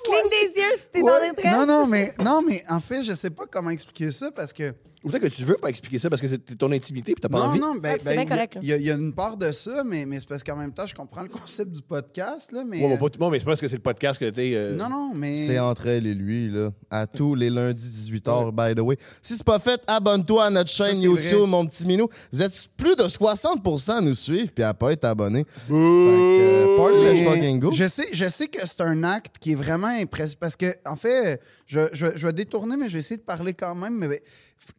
Cligne des yeux si t'es dans
Ouais.
les traits.
Non, non, mais, non, mais en fait, je sais pas comment expliquer ça parce que...
Ou peut-être que tu veux pas expliquer ça parce que c'est ton intimité, puis t'as pas
non,
envie.
non, ben,
Ouais, puis Ah, c'est
ben,
bien correct, là.
il y, a- il y a une part de ça, mais, mais c'est parce qu'en même temps, je comprends le concept du podcast, là, mais...
Ouais, bon, pas tout- bon, mais c'est pas parce que c'est le podcast que t'es. euh,
euh, non, non, mais...
C'est entre elle et lui, là. À tous les lundis 18h, by the way. Si c'est pas fait, abonne-toi à notre chaîne
c'est
YouTube,
vrai.
mon petit minou. Vous êtes plus de 60% à nous suivre puis à pas être abonné. Fait que, euh, party, let's fucking go.
Mais Je sais, je sais que c'est un acte qui est vraiment impressionnant. Parce que, en fait, je, je- je vais détourner, mais je vais essayer de parler quand même. Mais, mais,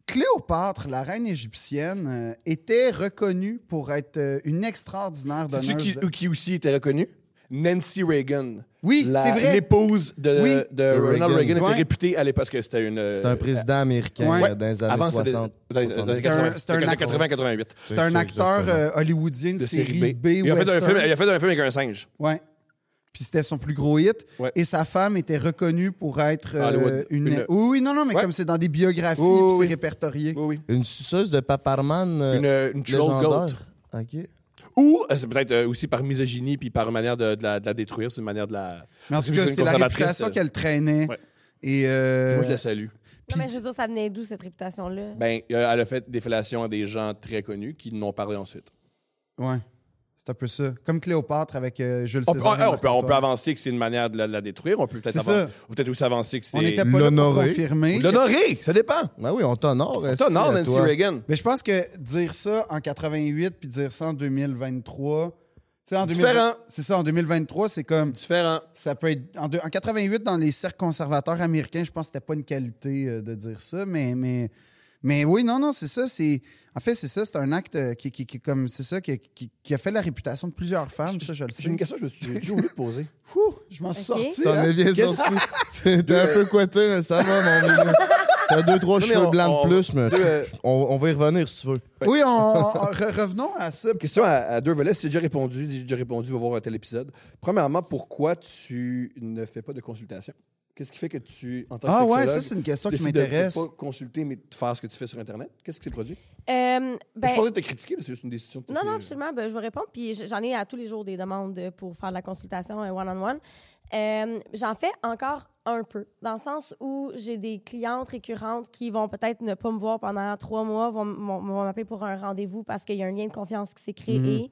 Cléopâtre, la reine égyptienne, euh, était reconnue pour être euh, une extraordinaire
Sais-tu
donneuse.
qui,
de-
qui aussi était reconnue? Nancy Reagan.
Oui,
La-
c'est vrai.
L'épouse de,
Oui.
de
De
Ronald Reagan,
Reagan.
était
Ouais.
réputée à l'époque parce que c'était une. euh,
C'est un président américain
Ouais.
euh, dans les années
Avant, c'était-
60.
dans les- dans les
70.
un-
80,
c'est un acte.
80-88.
C'est un
ça,
acteur
exactement.
euh, hollywoodien de
de
série B.
il, a fait un
western.
film, il a fait un film avec un singe.
Ouais. Puis c'était son plus gros hit.
Ouais.
Et sa femme était reconnue pour être euh,
Hollywood.
une...
Une-
Oui, oui, non, non, mais
Ouais.
comme c'est dans des biographies,
Oui, oui,
puis c'est
oui.
répertorié.
oui.
Une suceuse de paparman. euh,
Une, une troll
légendaire.
goat.
OK.
Ou, euh, c'est peut-être euh, aussi par misogynie puis par manière de, de la, de la détruire, c'est une manière de la.
Mais en
Parce
tout
que
cas,
une
c'est la
conservatrice,
réputation
euh,
qu'elle traînait.
ouais.
Et euh,
Moi, je la salue.
Non, mais je veux dire, ça venait d'où, cette réputation-là?
Ben, euh, elle a fait des fellations à des gens très connus qui n'ont parlé ensuite.
ouais. c'est un peu ça. Comme Cléopâtre avec euh, Jules
On peut,
César. et
ah, on
Marc
peut- on peut
Antoine.
avancer que c'est une manière de la, de la détruire. On peut peut-être
C'est
avan-
ça.
on peut peut-être aussi avancer que c'est.
On n'était pas là pour
L'honorer.
confirmer.
Ou de L'honorer, ça dépend.
Ben oui, on t'honore.
Ça,
esti,
non,
à
Nancy
toi.
Reagan.
Mais je pense que dire ça en 88 puis dire ça en 2023, tu sais, en 2020
Différent.
C'est ça, en 2023, c'est comme
Différent.
ça peut être en, deux- en 88 dans les cercles conservateurs américains, je pense que c'était pas une qualité euh, de dire ça, mais mais mais oui, non non, c'est ça, c'est en fait c'est ça, c'est un acte euh, qui, qui, qui- comme c'est ça qui, qui, qui a fait la réputation de plusieurs femmes, ça je le sais.
J'ai une question que je me suis toujours voulu te poser.
Ouh, je m'en suis
Ok. Euh,
sorti.
T'en
hein.
es bien
Qu'est-ce- euh,
sorti. T'es un peu coiteur, ça va, mon minou. T'as deux, trois
Non, mais
cheveux
on-
blancs
on- euh,
de plus, mais on, on va y revenir si tu veux.
Oui, on, on- on- re- revenons à ça.
Question à, à deux volets. Si tu as déjà répondu, dis- déjà répondu, va voir un tel épisode. Premièrement, pourquoi tu ne fais pas de consultation? Qu'est-ce qui fait que tu, en tant que
Ah ouais,
sexologue,
ça c'est une question qui
décides de
m'intéresse.
pas consulter, mais de faire ce que tu fais sur Internet? Qu'est-ce qui s'est produit?
Euh, ben,
Je pensais te critiquer, mais c'est juste une décision. que
Non,
tu-
non, absolument. Ben, je vais répondre. Puis j- j'en ai à tous les jours des demandes euh, pour faire de la consultation euh, one-on-one. Euh, j'en fais encore un peu, dans le sens où j'ai des clientes récurrentes qui vont peut-être ne pas me voir pendant trois mois, vont, m- vont- vont m'appeler pour un rendez-vous parce qu'il y a un lien de confiance qui s'est créé.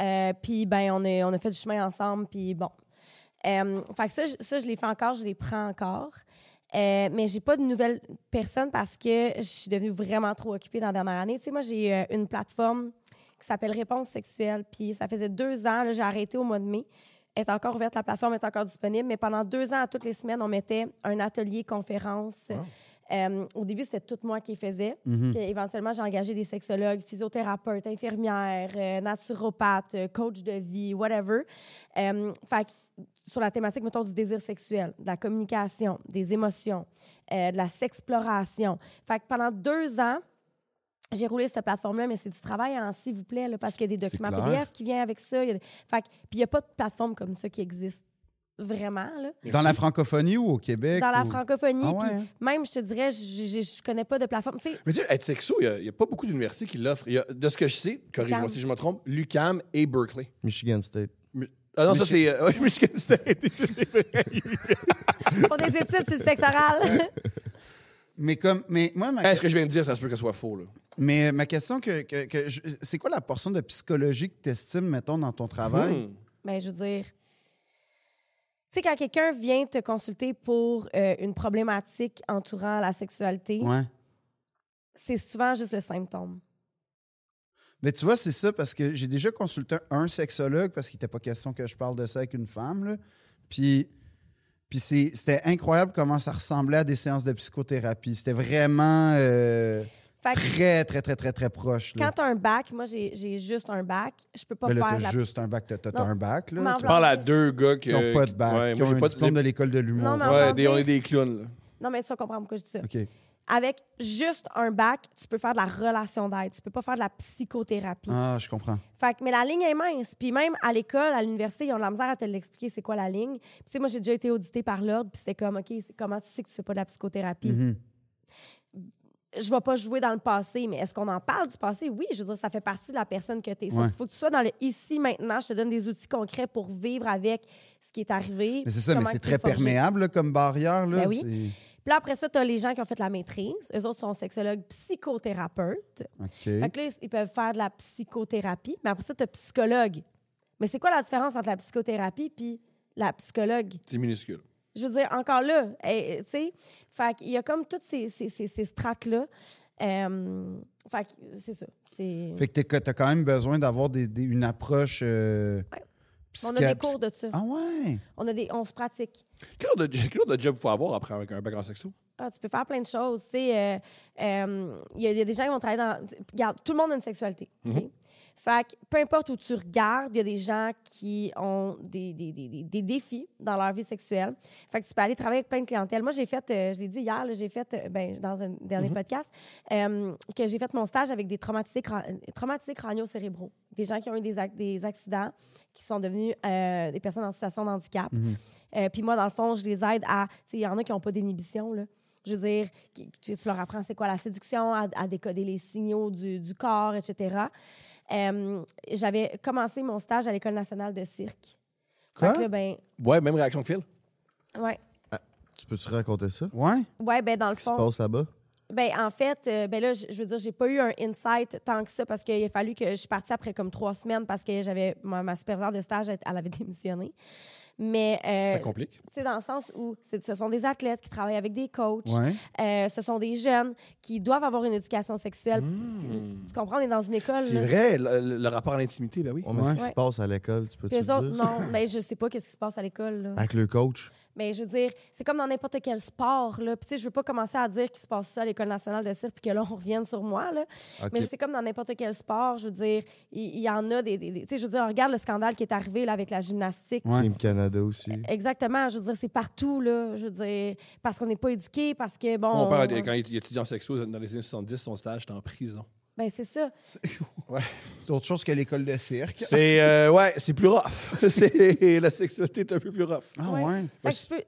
Euh, puis, ben, on a, on a fait du chemin ensemble, puis bon. Euh, fait que ça, je- ça, je les fais encore, je les prends encore. Euh, mais j'ai pas de nouvelles personnes parce que je suis devenue vraiment trop occupée dans la dernière année. Tu sais, moi, j'ai euh, une plateforme qui s'appelle Réponse sexuelle. Puis ça faisait deux ans, là, j'ai arrêté au mois de mai. Elle est encore ouverte, la plateforme est encore disponible. Mais pendant deux ans, à toutes les semaines, on mettait un atelier conférence. Euh, au début, c'était tout moi qui les faisais. Puis éventuellement, j'ai engagé des sexologues, physiothérapeutes, infirmières, euh, naturopathes, euh, coach de vie, whatever. Euh, fait que sur la thématique, mettons, du désir sexuel, de la communication, des émotions, euh, de la sexploration. Fait que pendant deux ans, j'ai roulé cette plateforme-là, mais c'est du travail en s'il vous plaît, là, parce qu'il y a des
C'est
documents
clair.
PDF qui viennent avec ça. il y a des- Fait que- puis il n'y a pas de plateforme comme ça qui existe vraiment là,
Dans la francophonie ou au Québec?
dans la
ou-
francophonie.
Ah ouais,
puis
hein?
Même, je te dirais, je- je je connais pas de plateforme. Tu sais,
Mais tu sais, être sexo, il n'y a, pas beaucoup d'universités qui l'offrent. Il y a- De ce que je sais, corrige-moi
Lucam.
si je me trompe, Lucam et Berkeley.
Michigan State.
Mi- Ah non, ça c'est euh, ouais, Michigan State.
pour des études sur le sexe oral.
Mais, comme, mais moi, ma,
Est-ce que je viens de dire, ça se peut que Hein, ce soit faux, là?
mais ma question, que, que- que je- c'est quoi la portion de psychologie que tu estimes, mettons, dans ton travail?
Ben, je veux dire. Tu sais, quand quelqu'un vient te consulter pour euh, une problématique entourant la sexualité,
Ouais.
c'est souvent juste le symptôme.
Mais tu vois, c'est ça, parce que j'ai déjà consulté un sexologue, parce qu'il n'était pas question que je parle de ça avec une femme. là. Puis, puis c'est- c'était incroyable comment ça ressemblait à des séances de psychothérapie. C'était vraiment euh,
Fait que
très, très, très, très, très proche. là.
quand t'as un bac, moi, j'ai j'ai juste un bac, je peux pas
Ben là,
faire
t'as
la
juste un bac, t'as, t'as
Non.
un bac, là,
Mais en
tu-
voulant-
Parle à deux gars que-
qui n'ont pas de bac,
Ouais,
qui
moi,
ont
j'ai
un
pas
diplôme de l'école de l'humour.
Non, mais en
Ouais,
voulant
des- on
dire-
est des clowns, là.
Non, mais ça, on comprend pourquoi je dis ça.
OK.
Avec juste un bac, tu peux faire de la relation d'aide. Tu peux pas faire de la psychothérapie.
Ah, je comprends.
Fait que- mais la ligne est mince. Puis même à l'école, à l'université, ils ont de la misère à te l'expliquer c'est quoi la ligne. Puis tu sais, moi, j'ai déjà été auditée par l'ordre, puis c'est comme, OK, c'est comment tu sais que tu fais pas de la psychothérapie?
Mhm.
Je vais pas jouer dans le passé, mais est-ce qu'on en parle du passé? Oui, je veux dire, ça fait partie de la personne que tu es. Il
Ouais.
faut que tu sois dans le ici, maintenant. Je te donne des outils concrets pour vivre avec ce qui est arrivé.
Mais c'est ça,
comment
mais c'est
tu t'es
très
forgé.
perméable là, comme barrière. Là,
Ben oui.
c'est-
Puis là, après ça, tu as les gens qui ont fait la maîtrise. Eux autres sont sexologues psychothérapeutes.
OK.
Fait que là, ils- ils peuvent faire de la psychothérapie, mais après ça, tu psychologue. Mais c'est quoi la différence entre la psychothérapie puis la psychologue?
C'est minuscule.
Je veux dire, encore là, eh, eh, tu sais, fait qu'il y a comme toutes ces, ces, ces, ces strates-là. Euh, fait que c'est ça. C'est...
Fait que t'es- t'as quand même besoin d'avoir des- des- une approche euh,
On a des
psychiat-
cours de ça.
Ah ouais?
On, a des, on se pratique.
Quel genre de, quel genre de job faut avoir après avec un bac en sexo?
Ah, tu peux faire plein de choses. tu sais, euh, euh, Il y, a- il y a des gens qui vont travailler dans. tu- Regarde, tout le monde a une sexualité. OK? Fait que peu importe où tu regardes, il y a des gens qui ont des, des- des- des- des défis dans leur vie sexuelle. Fait que tu peux aller travailler avec plein de clientèle. Moi, j'ai fait, euh, je l'ai dit hier, là, j'ai fait, euh, ben, dans un dernier podcast, euh, que j'ai fait mon stage avec des traumatisés, cra- euh, traumatisés crânio-cérébraux. Des gens qui ont eu des, ac- des accidents, qui sont devenus euh, des personnes en situation de handicap. Euh, Puis moi, dans le fond, je les aide à. tu sais, Il y en a qui n'ont pas d'inhibition, là. Je veux dire, qui- tu, tu leur apprends c'est quoi la séduction, à, à décoder les signaux du, du corps, etc. Euh, J'avais commencé mon stage à l'École nationale de cirque. Fait
Quoi?
que là, ben,
Ouais, même réaction que Phil.
ouais.
Tu peux-tu raconter ça?
Ouais?
Ouais, ben, dans le
Qu'est-ce qui se
fond.
passe là-bas?
Ben, en fait, euh, ben là, je je veux dire, j'ai pas eu un insight tant que ça parce qu'il a fallu que je suis partie après comme trois semaines parce que j'avais ma, ma superviseure de stage, elle, elle avait démissionné. Mais. euh,
Ça complique.
tu sais, dans le sens où c'est- ce sont des athlètes qui travaillent avec des coachs,
Ouais.
euh, ce sont des jeunes qui doivent avoir une éducation sexuelle. Tu comprends, on est dans une école.
C'est
là.
vrai, le, le rapport à l'intimité, ben oui.
On met ce qui se
Ouais.
passe à l'école, tu peux-tu
Puis
le
eux autres,
dire?
non, mais je sais pas qu'est-ce qui se passe à l'école. là.
Avec le coach.
Mais je veux dire, c'est comme dans n'importe quel sport. Là. Puis tu sais, je veux pas commencer à dire qu'il se passe ça à l'École nationale de cirque puis que là, on revienne sur moi. Là.
Ok.
Mais c'est comme dans n'importe quel sport. Je veux dire, il il y, en a des... des- des- tu sais, je veux dire, on regarde le scandale qui est arrivé là, avec la gymnastique.
Ouais.
Team Canada aussi.
Euh, Exactement. Je veux dire, c'est partout, là. Je veux dire, parce qu'on n'est pas éduqué, parce que, bon...
Mon père,
on-
quand il était étudiant en sexo dans les années 70, son stage était en prison.
Ben, c'est ça.
C'est autre chose que l'école de cirque.
C'est, euh, ouais, c'est plus rough. C'est- la sexualité est un peu plus rough.
Ah
Ouais.
ouais?
Fait que tu peux.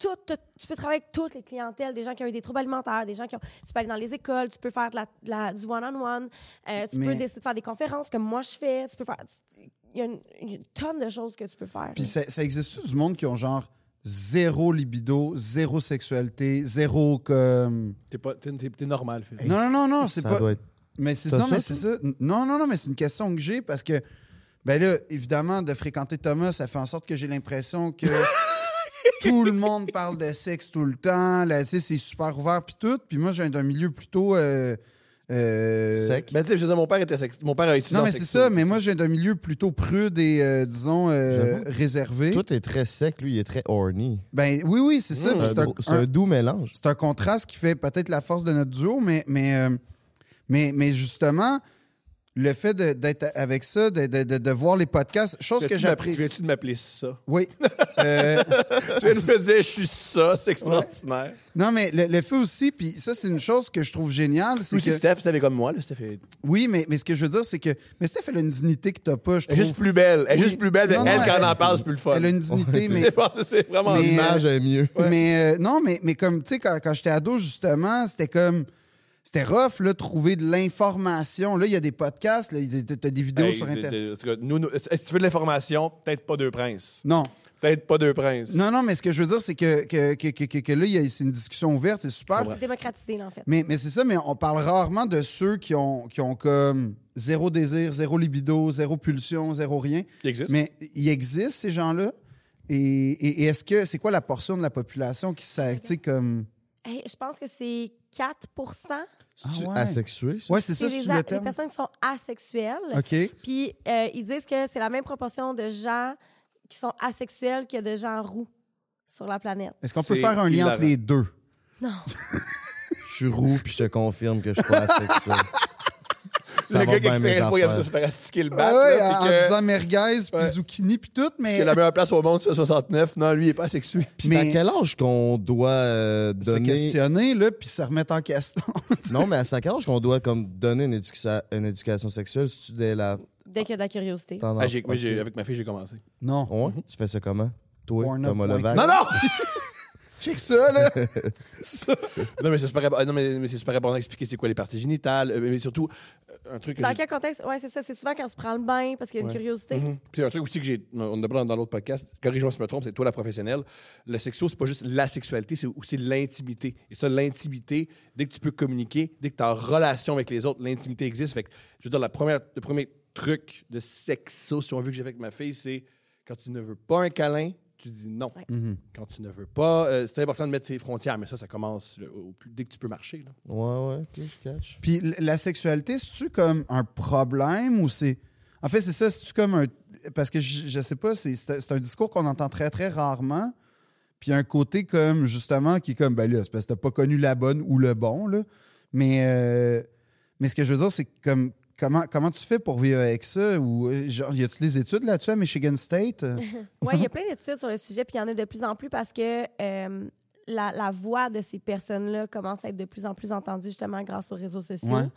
tout- tout- tu peux travailler avec toutes les clientèles, des gens qui ont eu des troubles alimentaires, des gens qui ont. Tu peux aller dans les écoles, tu peux faire de la, de la- du one-on-one, euh, tu
Mais-
peux décider de faire des conférences comme moi je fais, tu peux faire. tu- Il y a une, une tonne de choses que tu peux faire.
Puis ça, ça existe-tu du monde qui ont genre zéro libido, zéro sexualité, zéro comme...
T'es, pas, t'es, t'es- t'es normal, Phil.
Non, non, non, non, c'est
Ça
pas...
doit être...
Mais c'est
T'as
non,
ça,
mais
toi?
c'est ça. N- Non, non, non, mais c'est une question que j'ai parce que, ben là, évidemment, de fréquenter Thomas, ça fait en sorte que j'ai l'impression que tout le monde parle de sexe tout le temps. Là, tu sais, c'est super ouvert puis tout. Puis moi, j'ai un milieu plutôt euh, euh,
Sec.
Ben, tu sais, je veux dire, mon père était sex- Mon père a étudié
Non,
en
mais c'est
sexo.
ça. Mais moi, j'ai un milieu plutôt prude et, euh, disons, euh,
J'avoue.
réservé.
Tout est très sec, lui, il est très horny.
Ben oui, oui, c'est ça. Puis
C'est un, c'est un doux mélange.
c'est un contraste qui fait peut-être la force de notre duo, mais, mais, euh, mais, mais justement, le fait de- d'être avec ça, de, de- de- de voir les podcasts, chose que
Viens-tu m'appeler-
j'apprécie.
Viens-tu de m'appeler ça?
Oui. Euh,
Tu viens de me dire, je suis ça, c'est extraordinaire.
non, mais le, le fait aussi, puis ça, c'est une chose que je trouve géniale. c'est
Oui, c'est
que-
Steph, c'était comme moi, là, Steph est
Oui, mais, mais ce que je veux dire, c'est que. Mais Steph, elle a une dignité que t'as pas, je
elle est
trouve.
juste plus belle. Elle est
Oui.
juste plus belle.
Non, non,
elle, quand
elle-
on en parle, c'est plus le fun.
Elle a une dignité, mais.
C'est pas- C'est vraiment
Mais-
mal.
L'image est mieux.
Mais euh, non, mais, mais comme, tu sais, quand, quand j'étais ado, justement, c'était comme. C'était rough, là, trouver de l'information. Là, il y a des podcasts, là, il y a des- t'as des vidéos
Hey,
sur
t'es-
Internet.
t'es- en tout cas, nous, nous- si tu veux de l'information, peut-être pas deux princes.
Non.
Peut-être pas deux princes.
Non, non, mais ce que je veux dire, c'est que, que, que, que, que- que là, il y a- c'est une discussion ouverte, c'est super.
C'est démocratisé, là, en fait.
Mais, mais c'est ça, mais on parle rarement de ceux qui ont, qui ont comme zéro désir, zéro libido, zéro pulsion, zéro rien.
Il existe.
Mais il existe, ces gens-là. Et, et- et est-ce que c'est quoi la portion de la population qui s'a- tu sais, comme.
Hey, je pense que c'est 4
C'est-tu
Ah ouais.
asexué, ça?
Ouais, c'est
C'est
ça, c'est
les,
sous
a-
le
les
terme.
personnes qui sont asexuelles.
OK.
Puis euh, ils disent que c'est la même proportion de gens qui sont asexuels que de gens roux sur la planète.
Est-ce qu'on peut
C'est
faire un lien
hilarant.
entre les deux?
Non.
Je suis roux, puis je te confirme que je suis pas asexué. ça
le
va
gars qui
bien mes
expérimente pas, il aime ça
affaires.
se faire astiquer le
Ah
bat.
ouais,
là,
en,
puis
en
que-
disant merguez, puis
Ouais.
zucchini, puis tout, mais.
que la meilleure place au monde, c'est 69. Non, lui, il est pas sexué.
Puis c'est
mais-
à quel âge qu'on doit euh,
se
donner...
questionner, là, puis se remettre en question.
Non, mais à quel âge qu'on doit comme, donner une, éduca- une éducation sexuelle si tu dès la
Dès qu'il y a de la curiosité.
tendance...
Ah, j'ai- moi, j'ai-
Ok.
avec ma fille, j'ai commencé.
non.
Ouais? Tu fais ça comment? Toi,
Porn up,
Thomas
Mhm. ouais.
Levac?
Non, non!
Check ça, là.
non, mais c'est super, ah, non, mais, mais c'est super important d'expliquer c'est quoi les parties génitales. euh, Mais surtout, euh, un truc que
Dans
j'ai-
quel contexte? Oui, c'est ça. C'est souvent quand tu prends le bain parce qu'il y a une
Ouais. Mhm.
curiosité.
Puis un truc aussi que j'ai. On en a parlé dans l'autre podcast. Corrige-moi si je me trompe, c'est toi la professionnelle. Le sexo, c'est pas juste la sexualité, c'est aussi l'intimité. Et ça, l'intimité, dès que tu peux communiquer, dès que tu as en relation avec les autres, l'intimité existe. Fait que, je veux dire, la première, le premier truc de sexo, si on veut que j'ai fait avec ma fille, c'est quand tu ne veux pas un câlin, tu dis non.
Ouais.
Quand tu ne veux pas. euh, c'est important de mettre ses frontières, mais ça, ça commence le- au plus- dès que tu peux marcher. là.
Ouais, ouais, ok, je catch.
Puis l- la sexualité, c'est-tu comme un problème ou c'est. En fait, c'est ça, c'est-tu comme un. Parce que je, je sais pas, c'est- c'est un- c'est un discours qu'on entend très, très rarement. Puis il y a un côté comme, justement, qui est comme, ben là, c'est parce que t'as pas connu la bonne ou le bon, là. Mais, euh, mais ce que je veux dire, c'est comme. Comment, comment tu fais pour vivre avec ça? Ou, euh, genre, y a-tu des études là-dessus à Michigan State?
Oui, il y a plein d'études sur le sujet, puis il y en a de plus en plus parce que euh, la, la voix de ces personnes-là commence à être de plus en plus entendue justement grâce aux réseaux sociaux.
Ouais.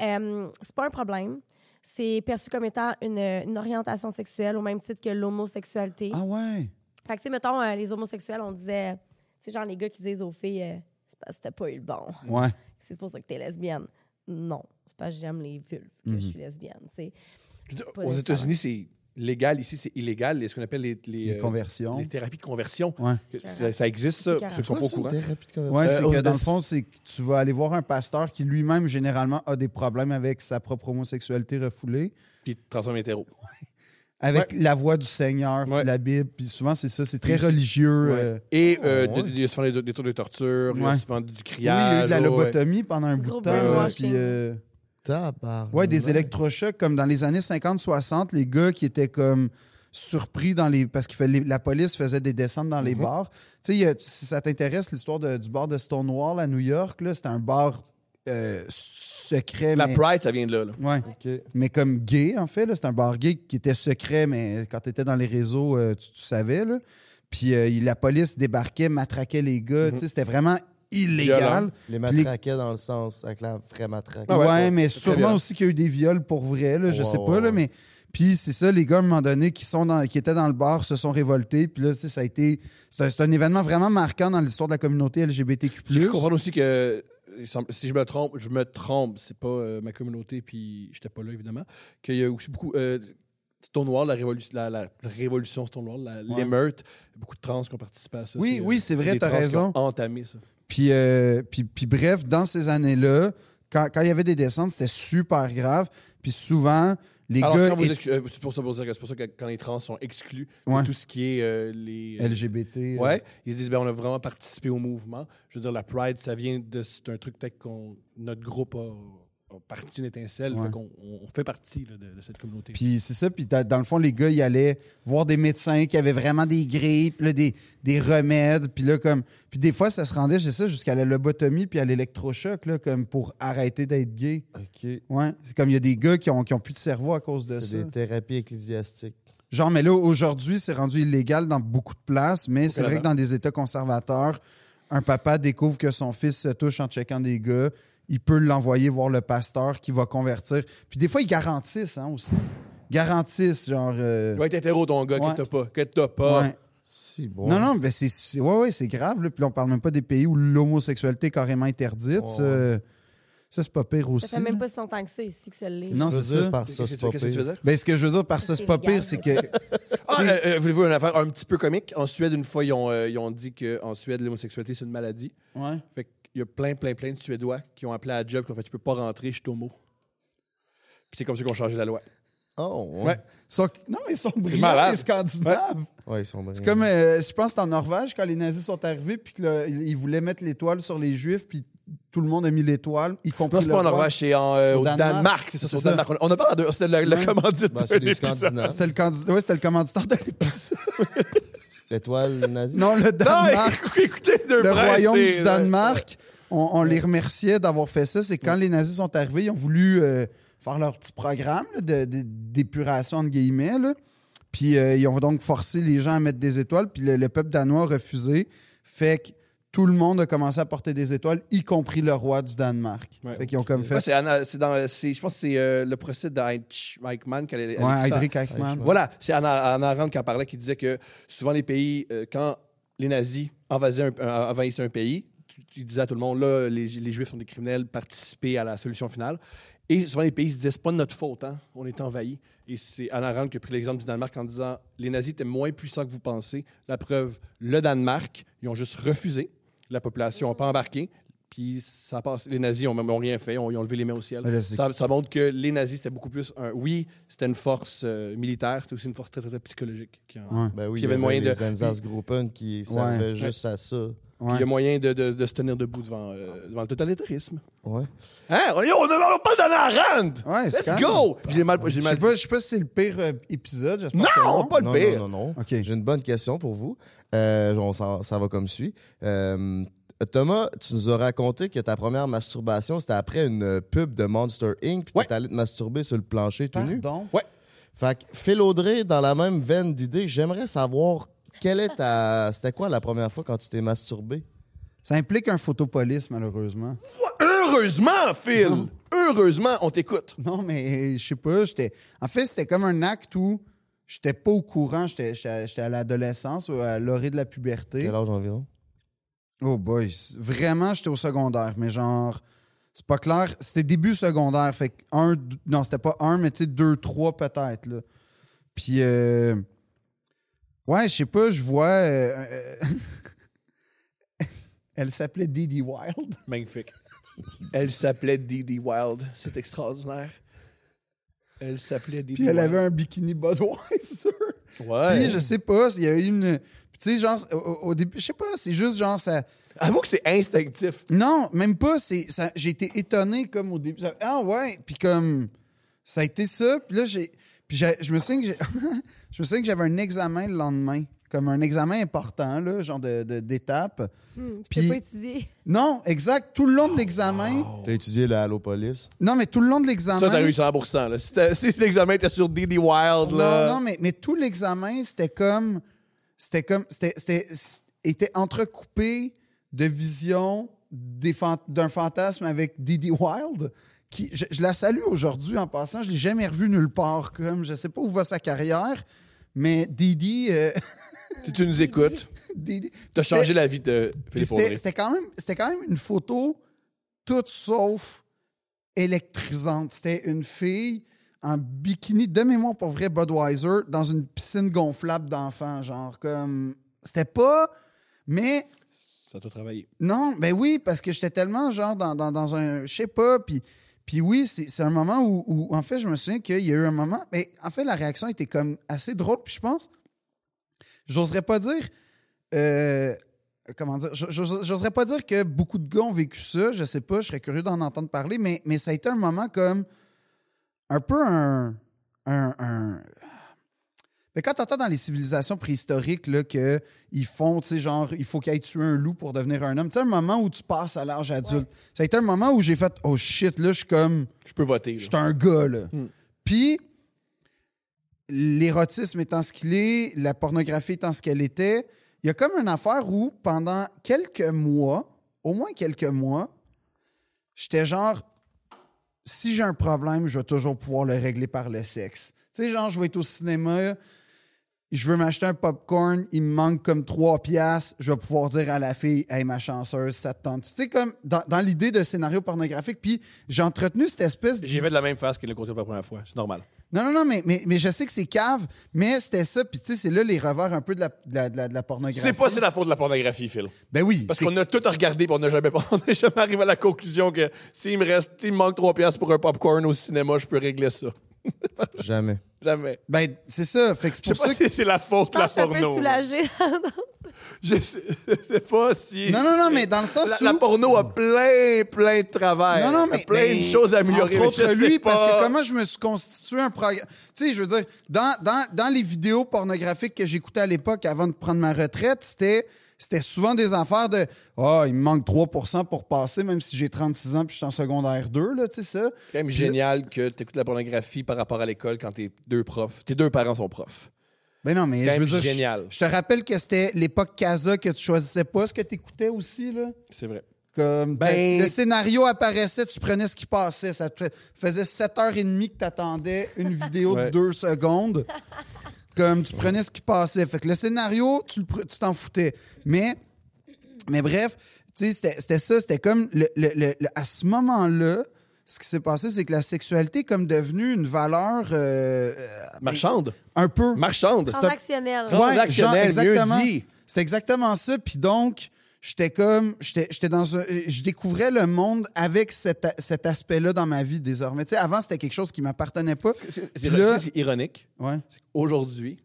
Euh, c'est pas un problème. C'est perçu comme étant une, une orientation sexuelle au même titre que l'homosexualité.
ah ouais!
Fait que, tu sais, mettons, euh, les homosexuels, on disait, tu sais, genre les gars qui disent aux filles, euh, c'est parce que t'as pas eu le bon.
Ouais.
C'est pour ça que t'es lesbienne. Non, c'est parce que j'aime les vulves que
Mhm.
je suis lesbienne, tu sais.
Je veux dire,
Pas
aux États-Unis, c'est légal. Ici, c'est illégal. Les- Ce qu'on appelle les,
Les
euh,
conversions.
les thérapies de conversion.
Ouais.
Ça, ça existe, ça,
C'est carré.
pour ceux qui sont
Ouais,
pas au
c'est une
courant.
thérapie de conversion.
Oui,
Euh,
c'est
aux
que dans le
États-
fond, c'est que tu vas aller voir un pasteur qui lui-même, généralement, a des problèmes avec sa propre homosexualité refoulée,
Puis transforme hétéro.
avec la voix du Seigneur, puis
Ouais.
la Bible. Puis souvent, c'est ça, c'est très
Puis-
religieux.
Ouais.
euh.
Et euh,
ouais.
de- de- il y a souvent des, des tours de torture, il y
Ouais.
a souvent du
Oui, il y a eu de
criage.
la
ouais, ouais.
lobotomie pendant un
Du
bout
gros
de temps. là,
brainwashing. hein.
puis, euh,
Tabarnak.
ouais, des électrochocs, comme dans les années 50-60, les gars qui étaient comme surpris dans les parce que la police faisait des descentes dans
Mm-hmm.
les bars. Tu sais, il y a- si ça t'intéresse, l'histoire de- du bar de Stonewall à New York, là, c'était un bar euh, secret.
La
mais-
Pride, ça vient de là. là.
Ouais. Mais comme gay, en fait, là, c'est un bar gay qui était secret, mais quand tu étais dans les réseaux, euh, tu, tu savais. Là. Puis euh, il- la police débarquait, matraquait les gars. Tu sais, C'était vraiment illégal.
Mhm. Violent.
Les
Puis les-
matraquais dans le sens, avec la vraie matraque.
Ah
ouais,
ouais, ouais.
mais
C'est très
sûrement
violent.
aussi qu'il y a eu des viols pour vrai, là, je
Ouais,
sais pas,
ouais,
là,
ouais.
mais. Puis c'est ça, les gars, à un moment donné, qui, sont dans, qui étaient dans le bar, se sont révoltés. Puis là, tu sais, ça a été. C'est un, c'est un événement vraiment marquant dans l'histoire de la communauté LGBTQ.
J'ai cru comprendre aussi que, il semble- si je me trompe, je me trompe, c'est pas euh, ma communauté, puis j'étais pas là, évidemment, qu'il y a aussi beaucoup. Euh, Stonewall, la, révolu- la, la révolution Stonewall, la-
Ouais.
l'émeute, beaucoup de trans qui ont participé à ça. euh,
Oui, oui, c'est vrai,
des
t'as
trans qui ont
raison.
entamé ça.
Puis, euh, puis, puis bref, dans ces années-là, quand, quand il y avait des descentes, c'était super grave. Puis souvent, les
Alors,
gars
quand vous
étaient
excu- euh, c'est pour ça, pour dire que c'est pour ça que quand les trans sont exclus de
Ouais.
tout ce qui est euh, les euh,
LGBT. euh,
Ouais, ils se disent ben, on a vraiment participé au mouvement. Je veux dire la Pride, ça vient de c'est un truc peut-être qu'on notre groupe a, on partie d'une étincelle.
Ouais.
Fait qu'on on- on fait partie là, de, de cette communauté.
Puis c'est ça, puis dans dans le fond, les gars, ils allaient voir des médecins qui avaient vraiment des grippes, là, des, des remèdes, puis là, comme... Puis des fois, ça se rendait, je sais, jusqu'à la lobotomie puis à l'électrochoc, là, comme pour arrêter d'être gay.
OK.
Ouais. C'est comme, il y a des gars qui ont, qui ont plus de cerveau à cause de ça.
C'est des thérapies ecclésiastiques.
Genre, mais là, aujourd'hui, c'est rendu illégal dans beaucoup de places, mais c'est vrai que
Vraiment.
dans des États conservateurs, un papa découvre que son fils se touche en checkant des gars. Il peut l'envoyer voir le pasteur qui va convertir. Puis des fois, ils garantissent hein, aussi. Garantissent, genre. euh,
Il va être hétéro, ton gars,
Ouais.
que t'as pas. Que t'as pas.
ouais.
Si bon.
Non, non, mais c'est, c'est- ouais, ouais, c'est grave. Là. Puis là, on parle même pas des pays où l'homosexualité est carrément interdite.
Ouais,
ça,
ouais.
ça, c'est pas pire aussi.
Ça fait même
là.
pas si longtemps que ça ici que ça l'est.
Non,
Qu'est-ce que
c'est
tu veux dire
ça.
Par ça,
Qu'est-ce
c'est
que
pas
tu- qu'est-ce que tu
pire.
veux dire?
Ben, ce que je veux dire par ça, c'est pas pire, c'est que.
Ah, euh, euh, voulez-vous une affaire un petit peu comique? En Suède, une fois, ils ont, euh, ils ont dit qu'en Suède, l'homosexualité, c'est une maladie.
Ouais.
Fait qu'il y a plein, plein, plein de Suédois qui ont appelé à la job, qui ont fait Tu peux pas rentrer, je suis homo. Puis c'est comme ça qu'on changé la loi.
Oh, ouais.
Ouais.
Sont- Non, mais ils sont brillants,
malade.
les Scandinaves.
Ouais, ils sont bien.
C'est
Mhm.
comme, euh, je pense, que c'est en Norvège, quand les nazis sont arrivés, puis qu'ils voulaient mettre l'étoile sur les juifs, puis tout le monde a mis l'étoile, y compris
Non, c'est
le
pas en
roi.
Norvège, c'est en, euh,
Au
au
Danemark.
Danemark. C'est ça,
C'est
c'est au
ça.
Danemark. On a pas de. C'était la, la
Ouais.
commandite.
Ben, c'est
de
des
l'épisode.
Scandinaves.
C'était le, candidat... ouais, c'était le commanditaire de l'épisode.
L'étoile nazie.
non, le
Non,
Danemark.
écou- écoutez, deux
le
princes,
royaume
c'est- euh,
du Danemark. On, on les remerciait d'avoir fait ça. C'est quand les nazis sont arrivés, ils ont voulu euh, faire leur petit programme là, de- de- d'épuration, entre guillemets. là. Puis euh, ils ont donc forcé les gens à mettre des étoiles. Puis le, le peuple danois a refusé. Fait que tout le monde a commencé à porter des étoiles, y compris le roi du Danemark.
Ouais.
fait qu'ils ont comme
Ouais,
fait...
c'est Anna- c'est dans- c'est- je pense que c'est euh, le procès d'Heinz Eichmann qu'elle elle-
Ouais,
elle- ça-
Heydrich Eichmann.
Voilà, c'est Anna, Anna Arendt qui en parlait, qui disait que souvent les pays, euh, quand les nazis envahissaient un, euh, envahissaient un pays, tu- tu disais à tout le monde, là, les, les juifs sont des criminels, participez à la solution finale. Et souvent les pays se disent, c'est pas de notre faute, hein, on est envahi. Et c'est Anna Arendt qui a pris l'exemple du Danemark en disant, les nazis étaient moins puissants que vous pensez. La preuve, le Danemark, ils ont juste refusé. La population n'a pas embarqué. Puis ça passe. Les nazis n'ont ont rien fait, ont- ils ont levé les mains au ciel.
Ah, là, c'est-
Ça, ça montre que les nazis, c'était beaucoup plus un. Oui, c'était une force euh, militaire, c'était aussi une force très, très, très psychologique. qui en-
Ouais.
Ben oui,
Puis
il y avait
moyen
les
de-
Einsatzgruppen qui servaient
Ouais.
juste à ça.
Puis il y
Ouais.
a moyen de, de- de se tenir debout devant, euh, devant le totalitarisme.
Ouais.
Hein? On, yo, on, on parle d'Anna Arendt!
Ouais, c'est
Let's
quand même-
go! J'ai mal.
Je
J'ai
sais
mal...
pas, je sais pas si c'est le pire euh, épisode. j'espère
Non,
que
pas le
non,
pire!
Non, non, non.
OK.
J'ai une bonne question pour vous. Euh, on s'en- ça va comme suit. Euh, Thomas, tu nous as raconté que ta première masturbation, c'était après une pub de Monster Inc. Puis
Ouais.
t'es allé te masturber sur le plancher tout nu.
Pardon?
Ouais.
Fait que Phil Audrey, dans la même veine d'idées, j'aimerais savoir quelle est ta. C'était quoi la première fois quand tu t'es masturbé?
Ça implique un photopolice, malheureusement.
Heureusement, Phil! Heureusement, on t'écoute.
Non, mais euh, je sais pas. J'étais... En fait, c'était comme un acte où j'étais pas au courant. J'étais, j'étais- j'étais à l'adolescence ou à l'orée de la puberté.
Quel âge environ?
Oh boy. c'est- Vraiment, j'étais au secondaire, mais genre. C'est pas clair. C'était début secondaire. Fait que un. deux- Non, c'était pas un, mais tu sais, deux, trois peut-être. Là. Puis. euh, Ouais, je sais pas, je vois. euh, euh, Elle s'appelait Didi Wild.
Magnifique. Elle s'appelait Dee Wild. C'est extraordinaire. Elle s'appelait Dee
Puis elle avait un bikini Budweiser.
Ouais.
Puis je sais pas, il y a eu une. Puis Tu sais, genre, au, au- au début, je sais pas, c'est juste genre ça.
Avoue que c'est instinctif.
Non, même pas. C'est ça. J'ai été étonné comme au début. Ça- Ah ouais. Puis comme ça a été ça. Puis là j'ai. Puis j'ai- je me souviens que j'ai- je me souviens que j'avais un examen le lendemain, comme un examen important là, genre de de- d'étape.
Puis
Puis-
t'as Hmm, pas étudié.
Non, exact. Tout le long de l'examen.
T'as étudié la Halopolis?
Non, mais tout le long de
Ça, t'as
l'examen.
eu 100%. Là. Si, t'as- si l'examen était sur Dee Wild, là.
Non, non, mais, mais tout l'examen, c'était comme. C'était comme. C'était. c'était- était entrecoupé de visions des fan- d'un fantasme avec Didi Wild. Qui, je, je la salue aujourd'hui en passant. Je l'ai jamais revue nulle part. Comme, je sais pas où va sa carrière, mais Didi. euh,
Si tu nous écoutes,
Didi-
t'as
c'était-
changé la vie de
puis
Philippe
c'était
Audrey.
c'était quand même c'était quand même une photo toute sauf électrisante. C'était une fille en bikini de mémoire pour vrai Budweiser dans une piscine gonflable d'enfants genre comme c'était pas mais
Ça t'a travaillé.
non, ben oui, parce que j'étais tellement genre dans, dans- dans un. Je sais pas, puis. Puis oui, c'est c'est un moment où, où, en fait, je me souviens qu'il y a eu un moment. Mais en fait, la réaction était comme assez drôle. Puis je pense, j'oserais pas dire euh, euh, comment dire, je- je- j'oserais pas dire que beaucoup de gars ont vécu ça, je sais pas, je serais curieux d'en entendre parler, mais, mais ça a été un moment comme un peu un. un- un- mais quand t'entends dans les civilisations préhistoriques là, que ils font, tu sais, genre, il faut qu'il aille tuer un loup pour devenir un homme, tu sais, un moment où tu passes à l'âge adulte. Ça a été un moment où j'ai fait, oh shit, là, je suis comme.
Je peux voter. là.
J'étais un gars, là. Puis, l'érotisme étant ce qu'il est, la pornographie étant ce qu'elle était, il y a comme une affaire où, pendant quelques mois, au moins quelques mois, j'étais genre, si j'ai un problème, je vais toujours pouvoir le régler par le sexe. Tu sais, genre, je vais être au cinéma, je veux m'acheter un popcorn, il me manque comme 3 piastres, je vais pouvoir dire à la fille, hey, ma chanceuse, ça te tente. Tu sais, comme dans, dans l'idée de scénario pornographique, puis j'ai entretenu cette espèce de.
J'ai fait de la même face qu'il l'a compté pour la première fois. C'est normal.
Non, non, non, mais, mais, mais je sais que c'est cave, mais c'était ça, puis tu sais, c'est là les revers un peu de la, de la, de la- de la pornographie.
C'est pas c'est la faute de la pornographie, Phil.
Ben oui,
Parce
c'est-
qu'on a tout regardé et on n'a jamais, on n'est jamais arrivé à la conclusion que s'il me reste, s'il me manque 3 piastres pour un popcorn au cinéma, je peux régler ça.
Jamais.
Jamais.
ben, c'est ça. Fait que c'est
Je
pour
sais pas
ça que.
si c'est la faute de
Ah,
Non,
la
je suis un peu
porno.
soulagée.
Je sais, je sais pas si.
Non, non, non, mais dans le sens
La,
où.
la porno a plein, plein de travail.
Non, non, mais.
plein
mais-
de choses à améliorer.
Entre
mais
autres,
je sais
lui,
pas.
parce que comment je me suis constitué un programme. Tu sais, je veux dire, dans, dans, dans les vidéos pornographiques que j'écoutais à l'époque avant de prendre ma retraite, c'était. C'était souvent des affaires de Ah, il me manque 3 pour passer, même si j'ai 36 ans puis je suis en secondaire 2, là, tu sais ça.
C'est quand même génial que tu écoutes la pornographie par rapport à l'école quand tes deux profs, tes deux parents sont profs.
Ben non, mais
C'est quand
je veux
même
dire, je-
génial.
Je, te rappelle que c'était l'époque Casa que tu choisissais pas ce que tu écoutais aussi, là.
C'est vrai.
Comme
Ben-
le scénario apparaissait, tu prenais ce qui passait. Ça te fait- faisait 7h30 que tu attendais une vidéo
Ouais.
de 2 secondes. Comme tu prenais ce qui passait. Fait que le scénario, tu le pre- tu t'en foutais. Mais, mais bref, tu sais, c'était c'était ça. C'était comme le- le- le- le- à ce moment-là, ce qui s'est passé, c'est que la sexualité est comme devenue une valeur euh, euh,
Marchande.
un peu.
Marchande. C'est un-
Transactionnel.
Trans-
Ouais, genre,
Transactionnel, mieux
exactement.
dit.
C'est exactement ça. Puis donc, j'étais comme, j'étais j'étais dans un, euh, je découvrais le monde avec cet, a- cet aspect-là dans ma vie désormais. Tu sais, avant, c'était quelque chose qui m'appartenait pas.
C'est c'est-
Puis
c'est-
là,
c'est ironique.
ouais.
Aujourd'hui,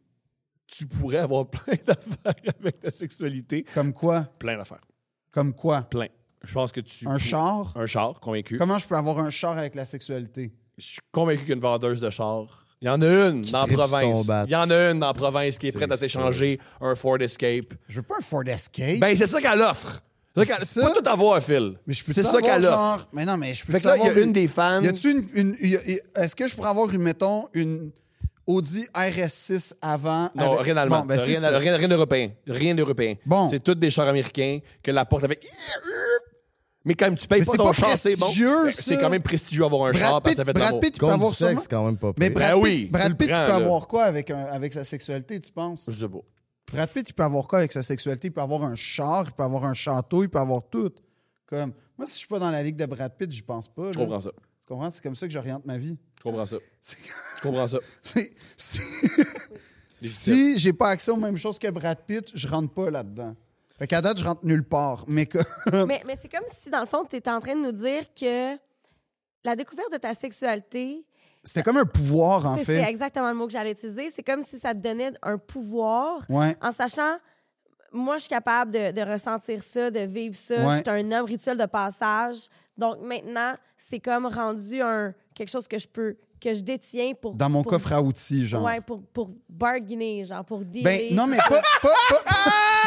tu pourrais avoir plein d'affaires avec ta sexualité.
Comme quoi?
Plein d'affaires.
Comme quoi?
Plein. Je pense que tu.
Un char?
Un char, convaincu.
Comment je peux avoir un char avec la sexualité?
Je suis convaincu qu'une vendeuse de chars. Il y en a une dans la
tripe sur ton
province.
bat.
Il y en a une dans la province qui est
C'est
prête à s'échanger un Ford Escape.
Je veux pas un Ford Escape.
Ben, c'est ça qu'elle offre. C'est ça qu'elle-
C'est
tu peux
ça.
tout avoir, Phil.
mais je peux
C'est ça
avoir,
qu'elle offre.
genre- Mais non, mais je peux
Fait que là, il y a
avoir
une des fans-
Y a-tu une. une- y a- y- Est-ce que je pourrais avoir, une, mettons, une Audi RS6 avant?
Non,
avec-
rien allemand.
Bon, ben, c'est
rien,
ça.
rien- rien d'européen. Rien d'européen.
Bon.
C'est tous des chars américains que la porte avec. Mais quand même, tu payes
Mais
pas
c'est
ton
pas
char, c'est bon.
prestigieux,
Ben,
ça.
C'est quand même prestigieux avoir un char
Brad
parce que
Pitt,
ça fait de
Brad
l'amour.
Pitt, tu peux
Contre
avoir
du sexe,
sûrement-
quand même, pas
Mais
pire.
Brad
Ben
Pitt,
oui, tu
Brad
le
Pitt,
prends,
tu peux
là.
avoir quoi avec, un- avec sa sexualité, tu penses?
Je sais pas.
Brad Pitt, il peut avoir quoi avec sa sexualité? Il peut avoir un char, il peut avoir un château, il peut avoir tout. Comme, moi, si je suis pas dans la ligue de Brad Pitt, j'y pense pas.
Je comprends ça.
Tu comprends? C'est comme ça que j'oriente ma vie.
Je comprends ça.
C'est-
Je comprends ça.
c'est- c'est- si j'ai pas accès aux mêmes choses que Brad Pitt, je rentre pas là-dedans. Fait qu'à date, je rentre nulle part. Mais que...
Mais, mais c'est comme si, dans le fond, tu étais en train de nous dire que la découverte de ta sexualité,
c'était comme un pouvoir, en
c'est c'est
fait.
exactement le mot que j'allais utiliser, c'est comme si ça te donnait un pouvoir
Ouais.
en sachant, moi, je suis capable de, de ressentir ça, de vivre ça.
Ouais.
Je suis un homme rituel de passage. Donc maintenant, c'est comme rendu un quelque chose que je peux, que je détiens pour.
Dans mon
pour-
coffre à outils, genre.
Ouais, pour, pour bargainer, genre, pour dire.
Ben, non, mais pas. pas, pas-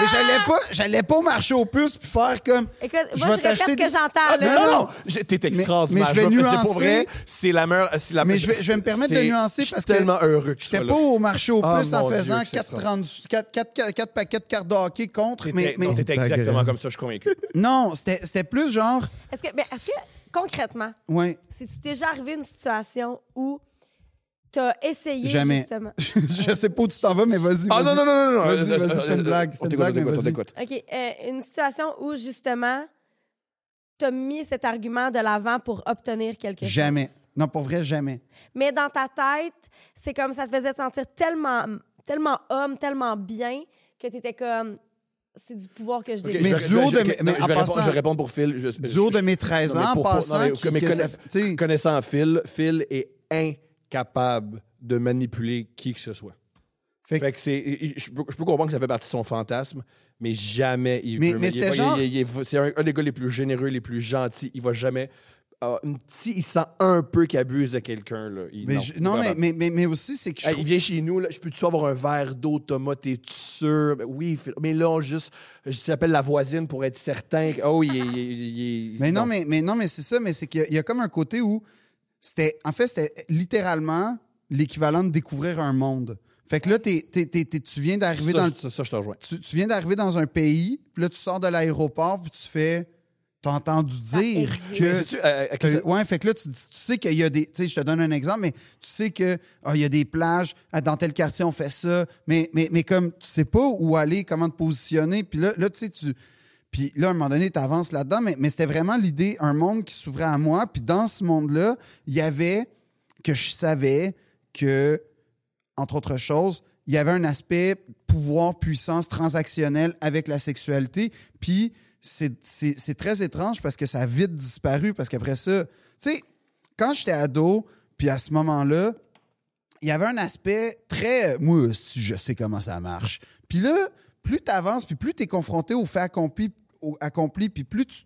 mais j'allais pas, j'allais pas au marché aux puces puis faire comme.
Écoute,
je
moi, je
vais
répète
t'acheter
que
des-
j'entends,
Ah,
là.
Non, non, non. J'ai- T'es extraordinaire.
mais je vais
veux- C'est
nuancer.
pour vrai. C'est la meilleure. c'est la
Mais
meilleure-
je vais- je vais me permettre de
c'est-
nuancer
Je
parce
suis
que
tellement heureux que tu sois
J'étais
là.
pas au marché aux
Ah,
puces
mon
en
Dieu,
faisant
que c'est
4, 4, 4, 4, 4 paquets de cartes de hockey contre.
T'étais-
Mais, mais-
non, T'étais
Ta
exactement
gueule.
comme ça, je suis convaincu.
non, c'était c'était plus genre.
Est-ce que, ben, est-ce que, concrètement,
Ouais.
si tu t'es déjà arrivé une situation où t'as essayé
Jamais.
justement.
je sais pas où tu t'en vas, mais vas-y.
Ah
vas-y.
non, non, non, non, non.
Vas-y,
Euh,
vas-y, c'était une
euh,
blague.
on
C'était une
t'écoute,
blague, mais
on t'écoute, on
vas-y.
t'écoute.
OK, euh, une situation où justement t'as mis cet argument de l'avant pour obtenir quelque
Jamais.
chose.
Non, pour vrai, jamais.
Mais dans ta tête, c'est comme ça te faisait sentir tellement, tellement homme, tellement bien que tu étais comme c'est du pouvoir que je
Ok,
détiens.
Mais
je vais-
du
je vais-
haut
je
de
vais-
mes-
non,
mais
je
en
vais
passant-
répondre- je vais répondre pour Phil. Je-
Du
je-
haut de
je-
mes 13
non, mais
ans, en
pour- pour- non,
passant,
mais
qui-
mais
que ça-
conna-
tu sais.
connaissant Phil, Phil est incapable de manipuler qui que ce soit.
Fait que-
Fait que c'est. il- il- Je peux, je peux comprendre que ça fait partie de son fantasme, mais jamais il
Mais-
veut-
mais
il-
c'était
il-
genre-
il- il- C'est un, un des gars les plus généreux, les plus gentils. Il va jamais. ah, une petite- il sent un peu qu'il abuse de quelqu'un. là. Il-
Mais je- non, mais,
vraiment.
mais, mais, mais aussi, c'est que je
Hey,
trouve-
il vient chez nous, là, je peux-tu avoir un verre d'eau, Thomas, t'es-tu sûr? Ben oui, Phil- mais là, on juste, je t'appelle la voisine pour être certain. que- Oh, il est... il est- il est-
Mais non, mais, mais non, mais c'est ça, mais c'est qu'il y a- il y, a comme un côté où c'était. En fait, c'était littéralement l'équivalent de découvrir un monde. Fait que là, t'es- t'es- t'es- t'es- tu viens d'arriver
Ça,
dans le-
je- ça, ça, je te rejoins.
tu, tu viens d'arriver dans un pays, puis là, tu sors de l'aéroport, puis tu fais. T'as entendu dire
Mais
que.
sais-tu, euh, à quel-
que- ouais, fait que là, tu, dis- tu sais qu'il y a des. Tu sais, je te donne un exemple, mais tu sais que ah, il y a des plages, ah, dans tel quartier, on fait ça, mais, mais, mais comme tu sais pas où aller, comment te positionner, puis là, là tu sais, tu. Puis là, à un moment donné, tu avances là-dedans, mais, mais c'était vraiment l'idée, un monde qui s'ouvrait à moi, puis dans ce monde-là, il y avait que je savais que entre autres choses, il y avait un aspect pouvoir, puissance transactionnelle avec la sexualité. Puis c'est- c'est c'est très étrange parce que ça a vite disparu. Parce qu'après ça, tu sais, quand j'étais ado, puis à ce moment-là, il y avait un aspect très. euh, Moi, hostie, je sais comment ça marche. Puis là, plus tu avances, puis plus tu es confronté au fait accompli, au- accompli, puis plus tu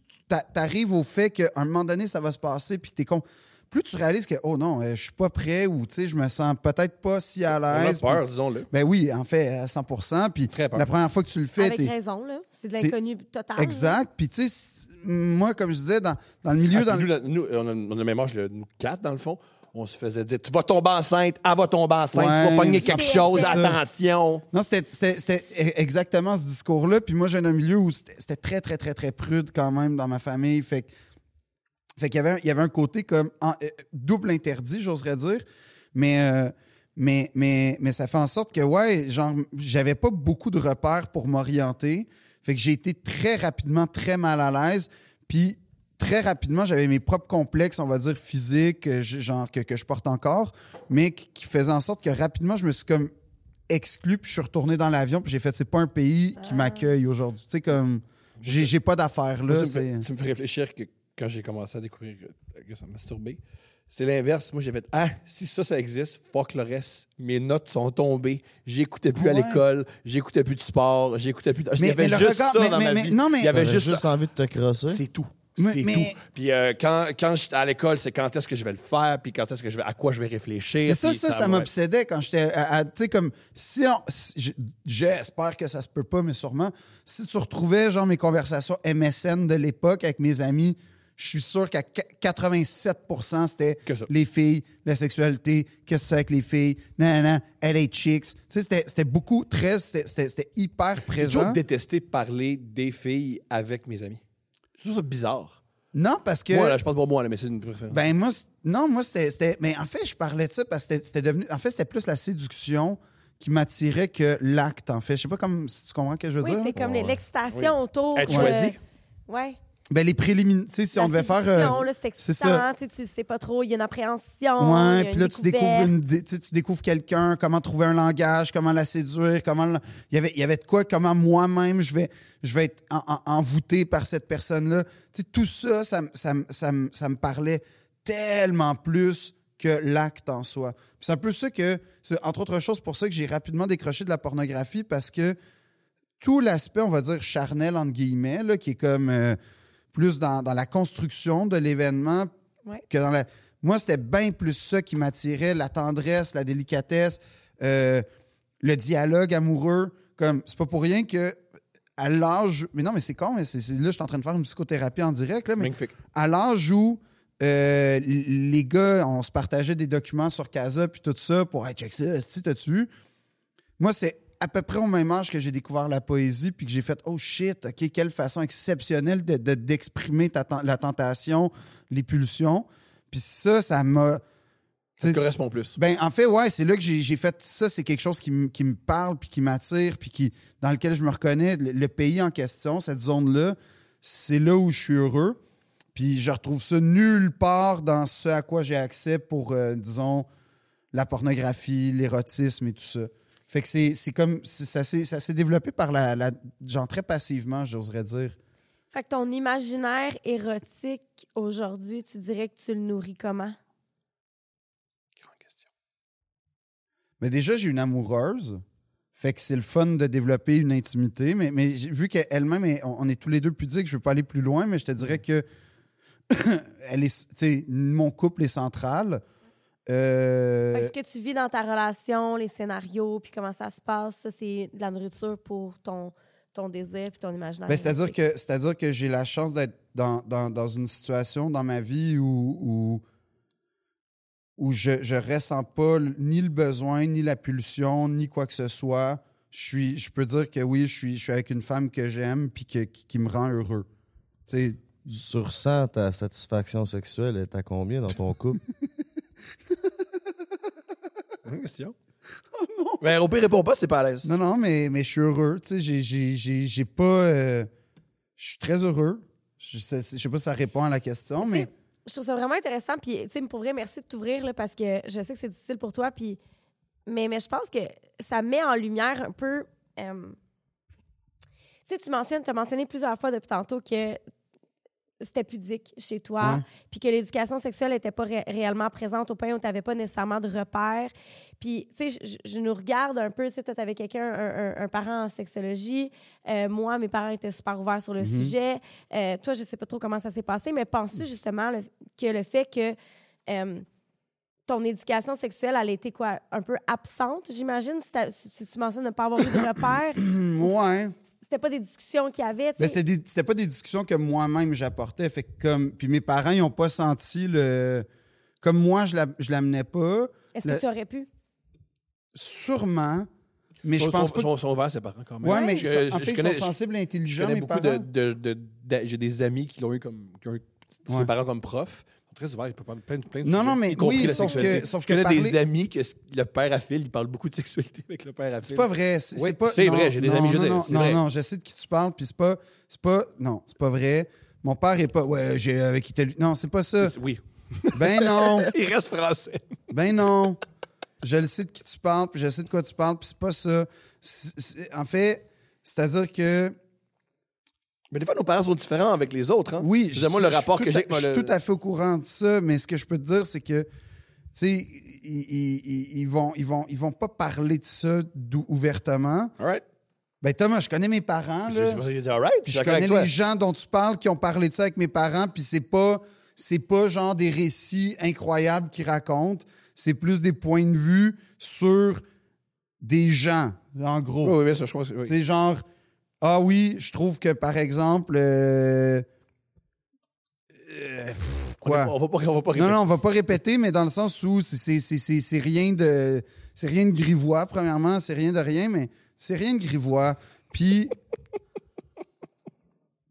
arrives au fait qu'à un moment donné, ça va se passer, puis t'es con. Plus tu réalises que, oh non, euh, je suis pas prêt ou tu sais, je me sens peut-être pas si à
On a
l'aise.
peur,
puis-
disons-le.
Ben oui, en fait, à 100 Puis
Très peur.
la première fois que tu le fais,
Avec
t'es.
raison, là. C'est de l'inconnu total.
Exact. Puis tu sais, c'est- moi, comme je disais, dans, dans le milieu,
Ah,
dans le
nous, la- nous, on, a, on a le même âge, le- nous quatre, dans le fond. On se faisait dire, tu vas tomber enceinte, elle va tomber enceinte, tu
Ouais.
vas pogner
C'est-
quelque
c'est
chose,
ça.
attention.
Non, c'était- c'était c'était e-, exactement ce discours-là. Puis moi, j'ai un milieu où c'était c'était très, très, très, très prude quand même dans ma famille. Fait, que- fait qu'il y avait, un- il y avait un côté comme en- euh, double interdit, j'oserais dire. Mais, euh, mais, mais, mais ça fait en sorte que, ouais, genre, j'avais pas beaucoup de repères pour m'orienter. Fait que j'ai été très rapidement très mal à l'aise. Puis très rapidement, j'avais mes propres complexes, on va dire, physiques, euh, je- genre, que, que je porte encore, mais qui, qui faisaient en sorte que rapidement, je me suis comme exclu, puis je suis retourné dans l'avion, puis j'ai fait, c'est pas un pays qui m'accueille aujourd'hui. Tu sais, comme, j'ai j'ai pas d'affaires
Moi,
là.
ça me
c'est-
fait- tu me fais réfléchir que quand j'ai commencé à découvrir que- que ça me masturbait, c'est l'inverse. Moi, j'ai fait Ah, si ça, ça existe, fuck le reste. Mes notes sont tombées. J'écoutais plus
Ah
à
ouais.
l'école. J'écoutais plus de sport. J'écoutais plus. de- Il
Mais-
y
mais
avait
le
juste
regard-
ça
mais-
dans
mais-
ma
mais-
vie.
non, mais-
Il y avait
J'avais juste,
juste.
envie de te crosser.
C'est tout.
Mais-
C'est
mais-
tout. Puis euh, quand, quand j'étais à l'école, c'est quand est-ce que je vais le faire, puis quand est-ce que je vais, à quoi je vais réfléchir.
Mais ça,
puis
ça, ça
ouais.
m'obsédait quand j'étais. à- à- Tu sais, comme, si on. si- j- J'espère que ça se peut pas, mais sûrement. Si tu retrouvais, genre, mes conversations MSN de l'époque avec mes amis, je suis sûr qu'à qu- 87 c'était
Que ça.
les filles, la sexualité, qu'est-ce que tu fais avec les filles, nan, nan, elle est chicks. Tu sais, c'était- c'était beaucoup très. C'était c'était- c'était hyper
J'ai toujours
présent.
détesté parler des filles avec mes amis. C'est toujours ça bizarre.
Non, parce que.
Moi, là, je pense pas moi, là, mais c'est une préférence.
Ben moi, c'est- non, moi c'était, c'était- mais en fait, je parlais de ça parce que c'était- c'était devenu, en fait, c'était plus la séduction qui m'attirait que l'acte. En fait, je sais pas comme si tu comprends ce que je veux
Oui,
dire.
c'est comme les- l'excitation autour.
Être
euh,
choisi.
ouais.
Ben les préliminaires, tu sais, si
La
on devait faire, euh,
séduction, là, c'est
c'est
excitant.
ça.
Tu sais, tu sais pas trop, il y a une appréhension. il y a
Ouais, puis
une
là tu découvres
découverte.
une, dé- tu sais, tu découvres quelqu'un, comment trouver un langage, comment la séduire, comment le- il y avait, il y avait de quoi, comment moi-même je vais, je vais être en- en- envoûté par cette personne-là. Tu sais, tout ça, ça, me- ça, me- ça me- ça me parlait tellement plus que l'acte en soi. Puis c'est un peu ça que, c'est entre autres choses, pour ça que j'ai rapidement décroché de la pornographie parce que tout l'aspect, on va dire, charnel, entre guillemets, là, qui est comme euh, plus dans, dans la construction de l'événement
Ouais.
que dans la. Moi, c'était bien plus ça qui m'attirait, la tendresse, la délicatesse, euh, le dialogue amoureux. Comme, c'est pas pour rien que à l'âge. Mais non, mais c'est con, mais c'est, c'est- là, je suis en train de faire une psychothérapie en direct, là, mais
Magnifique.
à l'âge où euh, l- les gars, on se partageait des documents sur Casa puis tout ça pour Hey, check ça, si t'as-tu vu? Moi, c'est à peu près au même âge que j'ai découvert la poésie puis que j'ai fait Oh shit, OK, quelle façon exceptionnelle de- de- d'exprimer ta ten- la tentation, les pulsions. Puis ça, ça m'a.
Ça te
T'sais-
correspond plus.
Ben, en fait, ouais, c'est là que j'ai j'ai fait ça. C'est quelque chose qui, me- qui me parle, puis qui m'attire, puis qui, dans lequel je me reconnais. Le, le pays en question, cette zone-là, c'est là où je suis heureux. Puis je retrouve ça nulle part dans ce à quoi j'ai accès pour, euh, disons, la pornographie, l'érotisme et tout ça. Fait que c'est c'est comme. c'est- Ça s'est ça s'est développé par la, la- Genre très passivement, j'oserais dire.
Fait que ton imaginaire érotique aujourd'hui, tu dirais que tu le nourris comment?
Grande question.
Mais déjà, j'ai une amoureuse. Fait que c'est le fun de développer une intimité. Mais, mais j'ai- vu qu'elle-même, est- on, on est tous les deux pudiques, je veux pas aller plus loin, mais je te dirais que elle est, tu sais, mon couple est central. Euh,
Fait que ce que tu vis dans ta relation, les scénarios, puis comment ça se passe, ça, c'est de la nourriture pour ton, ton désir puis ton imaginaire.
Ben, c'est-à-dire que c'est-à-dire que j'ai la chance d'être dans, dans- dans une situation dans ma vie où, où, où je, je ressens pas l- ni le besoin, ni la pulsion, ni quoi que ce soit. Je, suis, je peux dire que oui, je suis, je suis avec une femme que j'aime puis que- qui, qui me rend heureux. Tu sais,
Sur 100, ta satisfaction sexuelle est à combien dans ton couple?
Bonne question. Oh non! Ben, au pire, réponds pas, c'est pas à l'aise.
non, non, mais, mais je suis heureux. Tu sais, j'ai- j'ai- j'ai j'ai pas. euh, je suis très heureux. Je sais, je sais pas si ça répond à la question, mais.
je trouve ça vraiment intéressant. Puis, tu sais, pour vrai, merci de t'ouvrir, là, parce que je sais que c'est difficile pour toi. Puis, mais, mais je pense que ça met en lumière un peu. euh, Tu sais, tu mentionnes, tu as mentionné plusieurs fois depuis tantôt que c'était pudique chez toi,
Ouais.
puis que l'éducation sexuelle n'était pas ré- réellement présente au point où tu n'avais pas nécessairement de repères. Puis, tu sais, je- je je nous regarde un peu, tu sais, toi, t'avais quelqu'un, un, un- un parent en sexologie. Euh, moi, mes parents étaient super ouverts sur le sujet. Euh, toi, je sais pas trop comment ça s'est passé, mais penses-tu justement le- que le fait que euh, ton éducation sexuelle, elle a été quoi, un peu absente, j'imagine, si, t'as- si tu mentionnes ne pas avoir eu de repères?
Ouais.
C'était pas des discussions qu'il y avait, tu
Mais
sais.
c'était des- c'était pas des discussions que moi-même j'apportais. Fait que comme. Puis mes parents, ils ont pas senti le. Comme moi, je la- je l'amenais pas.
Est-ce
le-
que tu aurais pu?
Sûrement. Mais je
Ils
pense
sont,
pas. que-
sont, sont ouverts, ses parents, quand même.
Ouais, mais
Je-
ça- en
je-
fait,
je
ils
connais-
sont sensibles et
Je
intelligents,
connais
mes
beaucoup
parents.
de, de- de- d'a- J'ai des amis qui l'ont eu comme. qui ont eu
Ouais.
ses parents comme prof. Ils sont Très ouverts, ils peuvent parler de plein de plein de
Non,
sujets,
non, mais
y compris
oui,
la
sauf
sexualité.
que- sauf
je
que
connais des
parler-
amis que s- le père à Phil, il parle beaucoup de sexualité avec le père à Phil.
C'est pas vrai. C'est
Oui,
c'est pas-
c'est
non,
vrai, j'ai des
non,
amis, je
Non,
veux dire,
non,
c'est
non,
vrai.
non, je sais de qui tu parles, puis c'est pas, c'est pas, non, c'est pas vrai. Mon père est pas, ouais, j'ai avec quitté lui. Non, c'est pas ça.
Oui.
Ben non,
Il reste français.
ben non. Je le sais de qui tu parles, puis je sais de quoi tu parles, puis c'est pas ça. C'est- c'est- en fait, c'est-à-dire que
Mais des fois, nos parents sont différents avec les autres. Hein?
Oui,
je moi le
suis
rapport
tout
que
à-
j'ai. avec
Je
moi,
suis
le-
tout à fait au courant de ça, mais ce que je peux te dire, c'est que, tu sais, ils, ils- ils- ils vont, ils, vont, ils vont pas parler de ça d'ou- ouvertement.
All right.
Ben, Thomas, je connais mes parents,
Je-
là,
C'est pour ça que j'ai dit all right.
puis
suis
je
d'accord
connais
avec toi.
les gens dont tu parles qui ont parlé de ça avec mes parents, puis c'est pas, c'est pas genre des récits incroyables qu'ils racontent, c'est plus des points de vue sur des gens, en gros.
Oh Oui, oui, bien sûr, je crois. que- oui.
C'est genre, ah oui, je trouve que par exemple. euh, euh, pff,
On est
quoi?
pas- On va pas, on va pas
non,
répéter.
non, on va pas répéter, mais dans le sens où c'est- c'est- c'est c'est- c'est rien de. C'est rien de grivois, premièrement, c'est rien de rien, mais c'est rien de grivois. Puis.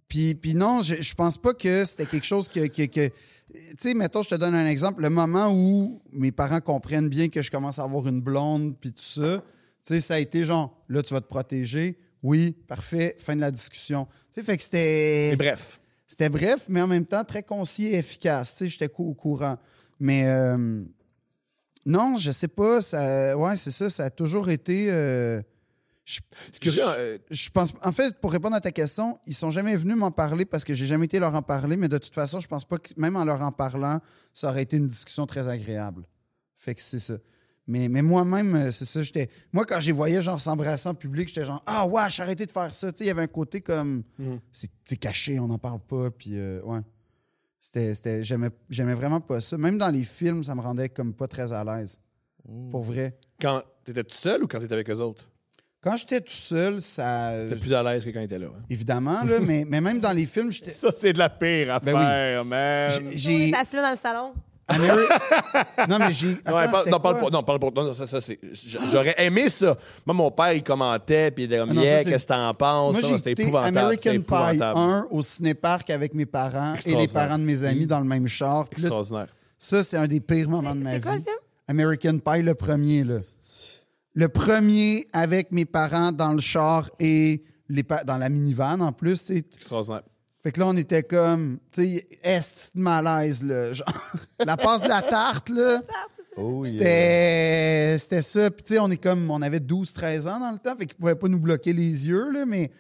Puis, puis non, je, je pense pas que c'était quelque chose que. que- que- tu sais, mettons, je te donne un exemple. Le moment où mes parents comprennent bien que je commence à avoir une blonde, puis tout ça, tu sais, ça a été genre, là, tu vas te protéger. Oui, parfait, fin de la discussion. Tu sais, fait que c'était.
Et bref.
C'était bref, mais en même temps très concis et efficace. Tu sais, j'étais cou- au courant. Mais euh, non, je sais pas. Ça, ouais, c'est ça. Ça a toujours été. euh, je,
C'est curieux,
je-
euh,
je pense. En fait, pour répondre à ta question, ils sont jamais venus m'en parler parce que j'ai jamais été leur en parler. Mais de toute façon, je pense pas que même en leur en parlant, ça aurait été une discussion très agréable. Fait que c'est ça. Mais, mais moi-même, euh, c'est ça, j'étais. Moi, quand j'ai voyais genre s'embrasser en public, j'étais genre Ah ouais, j'ai arrêté de faire ça. Tu sais, il y avait un côté comme c'est c'est caché, on n'en parle pas. Puis euh, ouais. C'était. c'était- J'aimais j'aimais vraiment pas ça. Même dans les films, ça me rendait comme pas très à l'aise.
Hmm.
Pour vrai.
Quand t'étais tout seul ou quand t'étais avec eux autres?
Quand j'étais tout seul, ça.
T'étais plus à l'aise que quand t'étais là. hein.
Évidemment, là, mais, mais même dans les films, j'étais.
Ça, c'est de la pire
Ben
affaire,
oui.
man.
j'ai-
Tu
J'ai.
es assis là dans le salon.
Ameri- non, mais j'ai.
Non,
Attends,
parle-
c'était
non, parle
quoi?
pas. Non, parle pas. Non, non, ça, ça, c'est. j- J'aurais aimé ça. Moi, mon père, il commentait, puis il était
Ah
comme,
non, ça,
yeah,
c'est-
qu'est-ce que t'en penses?
Moi,
Ça,
j'ai
C'était
écouté
épouvantable.
American
C'était
Pie
épouvantable.
1 au ciné-parc avec mes parents et les
Extraordinaire.
parents de mes amis dans le même char. Puis là,
Extraordinaire.
ça, c'est un des pires moments de
C'est-
ma
c'est
vie.
quoi le film?
American Pie, le premier, là. Le premier avec mes parents dans le char et les pa- dans la minivan, en plus. tu sais.
Extraordinaire.
Fait que là, on était comme, tu sais, est de malaise, là. Genre, la passe de la tarte, là.
Oh, yeah.
euh.
C'était c'était ça. Puis, tu sais, on est comme, on avait 12, 13 ans dans le temps, fait qu'ils pouvaient pas nous bloquer les yeux, là, mais.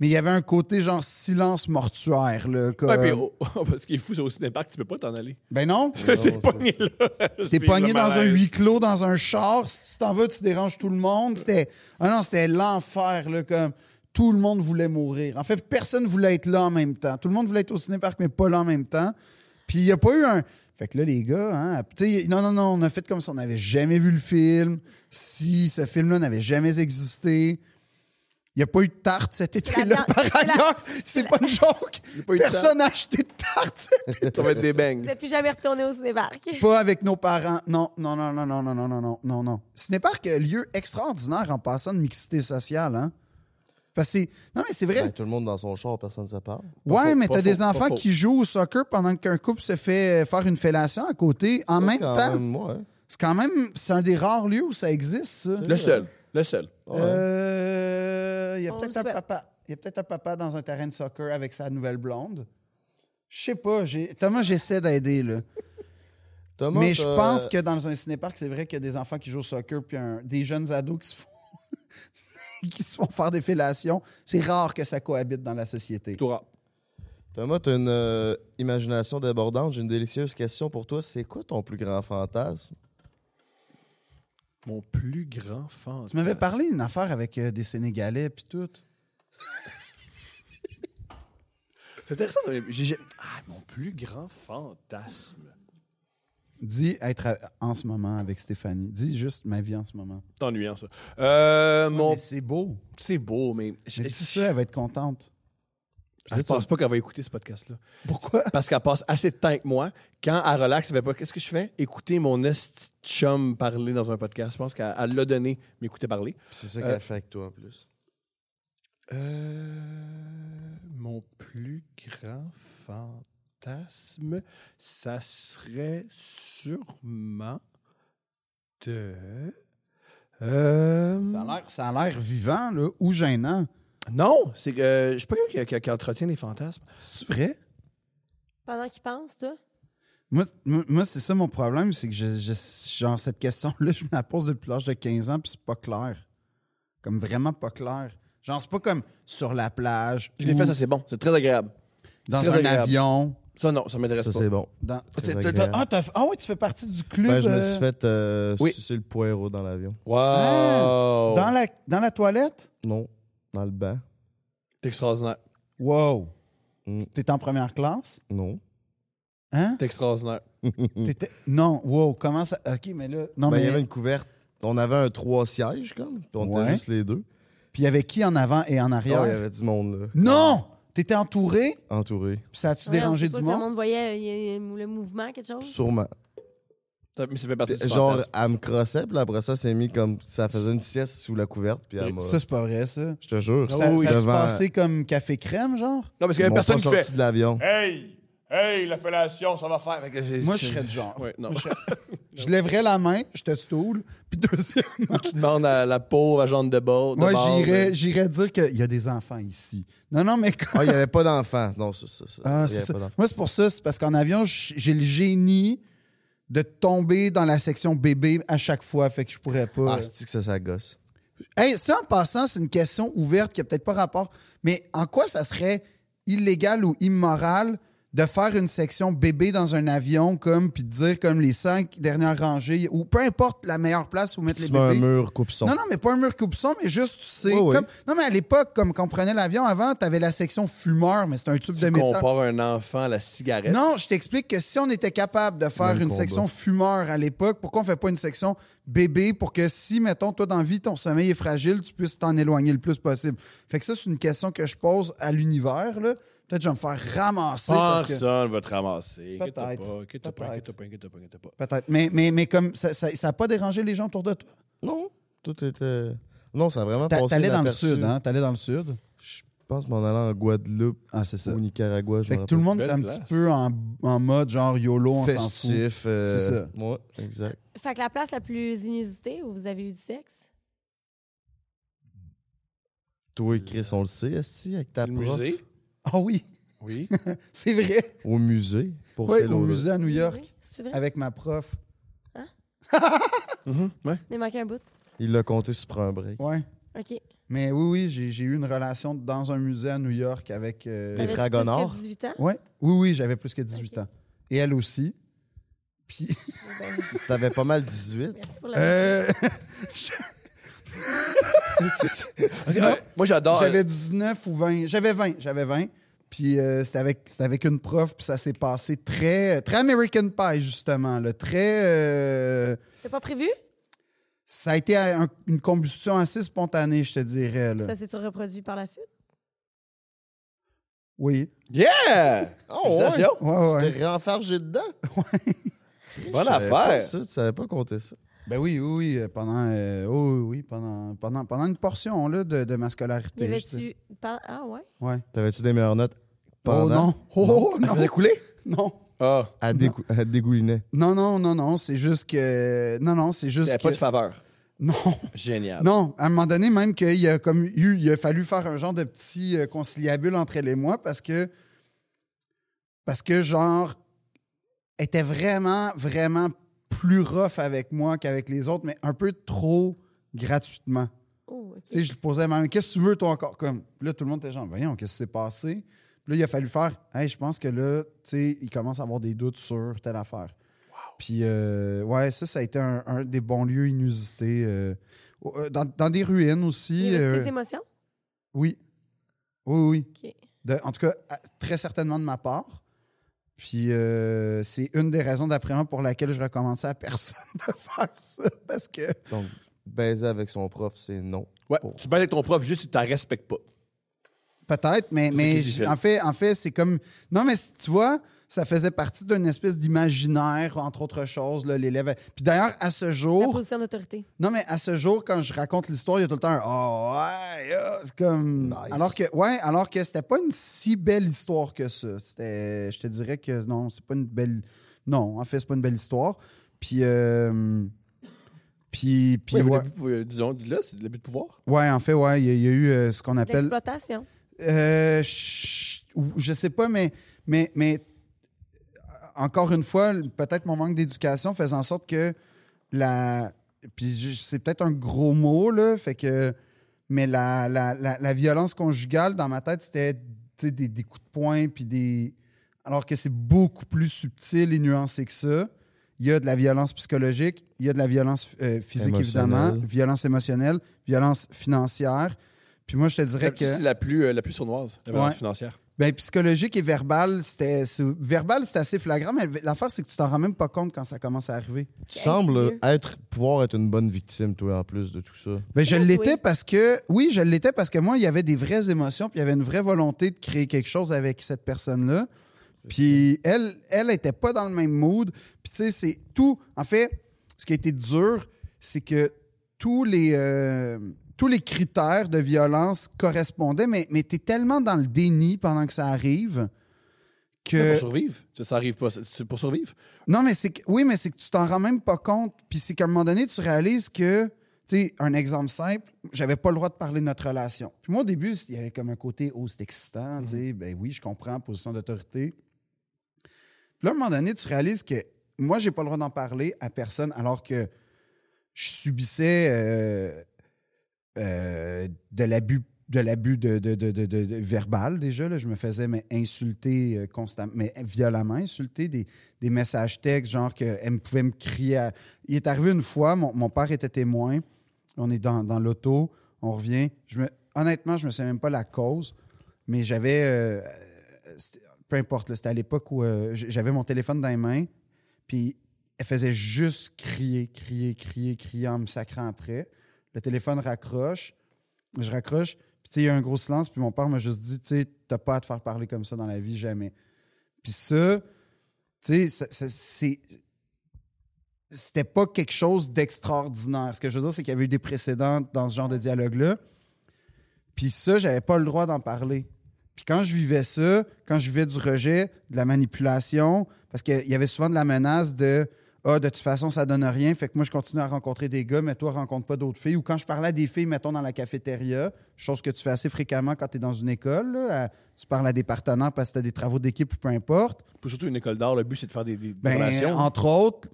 Mais il y avait un côté genre silence mortuaire. Là, comme-
Ouais, puis, oh, oh, ce qui est fou, c'est au cinépark, tu peux pas t'en aller.
Ben non,
T'es pogné là.
t'es
Puis
pogné
le
dans un
malaise.
huis clos, dans un char. Si tu t'en vas, tu déranges tout le monde. C'était ah non, c'était l'enfer. là, Comme tout le monde voulait mourir. En fait, personne voulait être là en même temps. Tout le monde voulait être au cinéparc, mais pas là en même temps. Puis il n'y a pas eu un. Fait que là, les gars, hein, tu sais, non, non, non, on a fait comme si on n'avait jamais vu le film, si ce film-là n'avait jamais existé. Il n'y a pas eu de tarte cet été-là,
viande-
par
c'est la-
ailleurs. C'est pas une joke.
a pas eu de tarte.
Personne n'a acheté de tarte cet été
Ça va être des bangs.
Vous n'êtes plus jamais retourné au cinébarque.
pas avec nos parents. Non, non, non, non, non, non, non, non, non, non, non. Ce n'est pas que lieu extraordinaire en passant de mixité sociale, hein? Parce que c'est- non, mais c'est
Ben,
vrai.
tout le monde dans son char, personne ne se parle.
Eh. ouais,
faux,
mais
pas
t'as
faux,
des
pas
enfants
faux.
qui jouent au soccer pendant qu'un couple se fait euh, faire une fellation à côté. En même
Quand
temps,
même, ouais.
c'est quand même... C'est un des rares lieux où ça existe, ça.
Le seul. Le seul.
Euh, Il y a
On
peut-être
le
un
souhaite.
papa. Il y a peut-être un papa dans un terrain de soccer avec sa nouvelle blonde. Je sais pas. j'ai- Thomas, j'essaie d'aider, là.
Thomas,
Mais je
t'as-
pense que dans un cinéparc, c'est vrai qu'il y a des enfants qui jouent au soccer puis un- des jeunes ados qui se font qui se font faire des fellations. C'est rare que ça cohabite dans la société.
Tout rap.
Thomas, t'as une euh, imagination débordante. J'ai une délicieuse question pour toi. C'est quoi ton plus grand fantasme?
Mon plus grand fan.
Tu m'avais parlé d'une affaire avec euh, des Sénégalais puis tout.
C'est intéressant. ça. J'ai- j'ai- Ah, mon plus grand fantasme.
Dis être à- en ce moment avec Stéphanie. Dis juste ma vie en ce moment.
C'est ennuyant, ça. Euh, mon...
Mais C'est beau.
C'est beau, mais. Je,
J'ai dit ça, elle va être contente.
je pense pas qu'elle va écouter ce podcast-là.
Pourquoi?
Parce qu'elle passe assez de temps avec moi. Quand elle relaxe, elle fait pas. Qu'est-ce que je fais? Écouter mon esti de chum parler dans un podcast. Je pense qu'elle elle l'a donné, m'écouter parler.
Puis C'est ça
Euh,
fait avec toi, en plus.
Euh, mon plus grand fantasme, ça serait sûrement de. Euh,
Ça a l'air- Ça a l'air vivant, là, ou gênant.
Non, c'est que euh, je suis pas quelqu'un qui, qui- qui entretient les fantasmes.
C'est-tu vrai?
Pendant qu'ils pensent, toi.
Moi, moi, moi, c'est ça mon problème, c'est que je, je- genre cette question-là, je me la pose depuis l'âge de 15 ans, puis c'est pas clair. Comme vraiment pas clair. Genre, c'est pas comme sur la plage,
Je l'ai
ou
fait, ça c'est bon, c'est très agréable.
dans
très
un
agréable.
avion.
Ça non, ça m'intéresse
Ça,
pas.
c'est bon.
Dans...
Très
T'as- t'as-
agréable.
ah, t'as- ah ouais, tu fais partie du club.
Ben, je me
euh,
suis fait euh,
Oui.
sucer le poireau dans l'avion.
Wow!
Ah, dans, la, dans la toilette?
Non, dans le banc.
T'es extraordinaire.
Wow!
Mm.
T'étais en première classe?
Non.
Hein?
T'es extraordinaire.
T'étais... Non, wow, comment ça... OK, mais là... Non,
Mm. Ben,
mais...
Il y avait une couverte. On avait un trois sièges, comme. Puis on
Ouais.
était juste les deux.
Puis il y avait qui en avant et en
Ah,
arrière?
il y avait du monde, là.
Non! T'étais entouré?
Entouré.
Puis ça a-tu
Ouais,
dérangé
c'est sûr
du
que
monde?
Le monde voyait il y a le mouvement, quelque chose.
Sûrement.
Ça- Mais ça fait partie du
Genre,
fantasme.
elle me crossait, puis après ça, c'est mis comme. Ça faisait une sieste sous la couverte, puis elle m'a.
Ça, c'est pas vrai, ça.
Je te jure.
Ça, ça a-tu
Ah devant-
passé comme café crème, genre?
Non, parce qu'il y a
Ils m'ont
une personne
pas
qui
sorti
fait.
de l'avion.
Hey! Hey, la fellation, ça va faire. Fait que j'ai-
Moi,
c'est-
je serais du genre.
Ouais, non.
Je lèverais la main, je te stoule, puis deuxièmement,
tu demandes à la pauvre agente de bord. de
moi,
bord, ben,
j'irais,
de-
j'irais dire qu'il y a des enfants ici. Non, non, mais quand...
Ah, il n'y avait pas d'enfant. Non, c'est ça. ça.
Ah,
il y
c'est
avait
ça.
pas d'enfant.
Moi, c'est pour ça, c'est parce qu'en avion, j- j'ai le génie de tomber dans la section bébé à chaque fois, fait que je pourrais pas... euh,
Ah, c'est que ça, ça gosse.
Hey, ça, en passant, c'est une question ouverte qui n'a peut-être pas rapport, mais en quoi ça serait illégal ou immoral de faire une section bébé dans un avion, comme, puis de dire comme les cinq dernières rangées, ou peu importe la meilleure place où mettre les
Tu mets un
bébés.
mur, coupe son.
Non, non, mais pas un mur coupe-son, mais juste, tu sais.
Oui, oui.
comme- Non, mais à l'époque, comme quand on prenait l'avion avant, t'avais la section fumeur, mais c'était un tube de
Tu
métal.
compares un enfant à la cigarette.
Non, je t'explique que si on était capable de faire
Même
une
combat.
section fumeur à l'époque, pourquoi on fait pas une section bébé pour que si, mettons, toi, dans la vie, ton sommeil est fragile, tu puisses t'en éloigner le plus possible? Fait que ça, c'est une question que je pose à l'univers, là. Peut-être que je vais me faire ramasser parce que.
Personne Ah, va te ramasser.
Peut-être.
Inquiète-toi pas, inquiète-toi pas,
Peut-être.
inquiète-toi pas, inquiète-toi pas, inquiète-toi pas.
Peut-être. Mais, mais, mais comme ça n'a pas dérangé les gens autour de toi.
Non, tout était. Non, ça a vraiment
T'a-
passé.
T'allais dans le
inaperçu.
sud, hein? T'allais dans le sud.
Je pense m'en allant en Guadeloupe
Ah, c'est ça.
ou Nicaragua. Je
Fait
me
que tout le monde est
Belle
un
place.
petit peu en, en mode genre YOLO, on
rappelle.
s'en fout.
festif. euh,
C'est ça.
Ouais, exact.
Fait que la place la plus inusitée où vous avez eu du sexe,
Toi et Chris, on le sait, Esti, avec ta
Le
prof.
musée.
Ah oui,
Oui.
c'est vrai.
Au musée. Pour
Ouais,
Phil
au
Audrey.
musée à New York
C'est vrai?
avec ma prof.
Mhm, ouais.
Il manquait un bout.
Il l'a compté sur un break.
Ouais.
OK.
Mais oui, oui, j'ai j'ai eu une relation dans un musée à New York avec. euh,
Des
T'avais-tu
frères
plus que
Gonard?
18 ans?
ouais. Oui, oui, j'avais plus que 18
Ok.
ans. Et elle aussi. Puis.
Ben,
T'avais pas mal 18.
merci pour la
euh,
Euh, moi,
Ah,
j'adore.
J'avais 19 ou 20. J'avais 20. J'avais 20. Puis euh, c'était avec, c'était avec une prof, puis ça s'est passé très, très American Pie, justement. Là, très. euh,
C'était pas prévu?
ça a été un- une combustion assez spontanée, je te dirais. là.
Ça s'est-tu reproduit par la suite?
Oui.
Yeah!
Oh, ouais.
Félicitations.
Ouais, Ah ouais.
Tu t'es renfargé dedans? Ouais.
Bonne affaire.
Ça, tu savais pas compter ça.
Ben oui, oui, oui, euh, pendant, euh, oh, oui, oui, pendant, pendant, pendant une portion là, de, de ma scolarité.
Y
je
avait-tu. par- Ah, ouais?
sais. Ouais.
T'avais-tu des meilleures notes
Oh
pendant?
non. Oh
Ça
non.
faisait couler?
Non.
Ah,
À, dégou- à dégouliner.
Non, non, non, non. C'est juste que. Non, non, c'est juste
t'avais
que.
pas de faveur.
non.
Génial.
Non, à un moment donné, même qu'il y a comme eu, il a fallu faire un genre de petit euh, conciliabule entre elle et moi parce que. Parce que, genre, elle était vraiment, vraiment plus rough avec moi qu'avec les autres, mais un peu trop gratuitement.
Oh, OK.
Tu sais, je lui posais même qu'est-ce que tu veux toi encore comme Puis là tout le monde était genre voyons qu'est-ce qui s'est passé. Puis là il a fallu faire hey, je pense que là tu sais il commence à avoir des doutes sur telle affaire. Puis euh, ouais, ça ça a été un, un des bons lieux inusités euh, euh, dans, dans des ruines aussi
Il y avait
euh,
ses émotions?
oui. Oui oui.
OK.
De- en tout cas à- très certainement de ma part. Puis euh, c'est une des raisons d'après moi pour laquelle je recommande ça à personne de faire ça parce que
Donc, baiser avec son prof, c'est non.
Ouais, tu parles avec ton prof juste si tu t'en respectes pas.
Peut-être, mais,
C'est ce
mais
qu'il disait.
j- en fait, en fait c'est comme. Non, mais c- tu vois, ça faisait partie d'une espèce d'imaginaire, entre autres choses, là, l'élève. Puis d'ailleurs, à ce
La
jour,
position d'autorité.
non, mais à ce jour, quand je raconte l'histoire, il y a tout le temps un Oh, ouais, ah, c'est comme. Alors que, ouais, alors que c'était pas une si belle histoire que ça. C'était. Je te dirais que non, c'est pas une belle. Non, en fait, c'est pas une belle histoire. Puis. euh, Puis. puis
Oui,
ouais.
le but, euh, disons, là, c'est le but de pouvoir.
Ouais, en fait, ouais, il y a- il y, a eu euh, ce qu'on appelle.
L'exploitation.
Euh, je ou- je sais pas, mais, mais, mais euh, encore une fois, peut-être mon manque d'éducation faisait en sorte que la. Puis je- c'est peut-être un gros mot, là, fait que. Mais la, la, la, la violence conjugale, dans ma tête, c'était tu sais, des, des coups de poing, puis des. Alors que c'est beaucoup plus subtil et nuancé que ça. Il y a de la violence psychologique, il y a de la violence euh, physique, évidemment,
Émotionnelle.
violence émotionnelle, violence financière. Puis moi, je te dirais
La,
que.
C'est la plus, euh, la plus sournoise, la balance
Ouais.
financière.
Ben, psychologique et verbal, c'était c'est- verbal, c'est assez flagrant, mais l'affaire, c'est que tu t'en rends même pas compte quand ça commence à arriver.
Tu
Hey, c'est
sembles
dur.
être, pouvoir être une bonne victime, toi, en plus de tout ça.
Ben, je
Ah,
l'étais
oui.
parce que, oui, je l'étais parce que moi, il y avait des vraies émotions, puis il y avait une vraie volonté de créer quelque chose avec cette personne-là. Puis elle, elle était pas dans le même mood. Puis tu sais, c'est tout. En fait, ce qui a été dur, c'est que tous les, euh, tous les critères de violence correspondaient, mais, mais t'es tellement dans le déni pendant que ça arrive que.
Pour survivre. Ah, ben, Ça, ça arrive pas. C'est pour survivre.
Non, mais c'est que, oui, mais c'est que tu t'en rends même pas compte. Puis c'est qu'à un moment donné, tu réalises que, tu sais, un exemple simple, j'avais pas le droit de parler de notre relation. Puis moi, au début, il y avait comme un côté, oh, c'est excitant, tu sais, ben oui, je comprends, position d'autorité. Puis là, à un moment donné, tu réalises que moi, j'ai pas le droit d'en parler à personne alors que je subissais euh, euh, de l'abus de l'abus de, de- de- de- de- de- verbal déjà. là. Je me faisais mais, insulter euh, constamment, mais violemment insulter, des, des messages textes, genre qu'elle me pouvait me crier. à- Il est arrivé une fois, mon, mon père était témoin, on est dans, dans l'auto, on revient. Je me, honnêtement, je me souviens même pas la cause, mais j'avais... euh, c'était- peu importe, là, c'était à l'époque où euh, j- j'avais mon téléphone dans les mains, puis elle faisait juste crier, crier, crier, crier en me sacrant après. Le téléphone raccroche, je raccroche, puis tu sais, il y a un gros silence, puis mon père m'a juste dit, tu sais, t'as pas à te faire parler comme ça dans la vie, jamais. Puis ça, tu sais, ça- ça- c'est... C'était pas quelque chose d'extraordinaire. Ce que je veux dire, c'est qu'il y avait eu des précédents dans ce genre de dialogue-là. Puis ça, j'avais pas le droit d'en parler. Puis quand je vivais ça, quand je vivais du rejet, de la manipulation, parce qu'il y avait souvent de la menace de Ah, de toute façon, ça donne rien, fait que moi, je continue à rencontrer des gars, mais toi, rencontre pas d'autres filles. Ou quand je parlais à des filles, mettons, dans la cafétéria, chose que tu fais assez fréquemment quand tu es dans une école, là, à- tu parles à des partenaires parce que tu as des travaux d'équipe ou peu importe.
Pour surtout une école d'art, le but, c'est de faire des, des
Ben,
relations.
entre autres,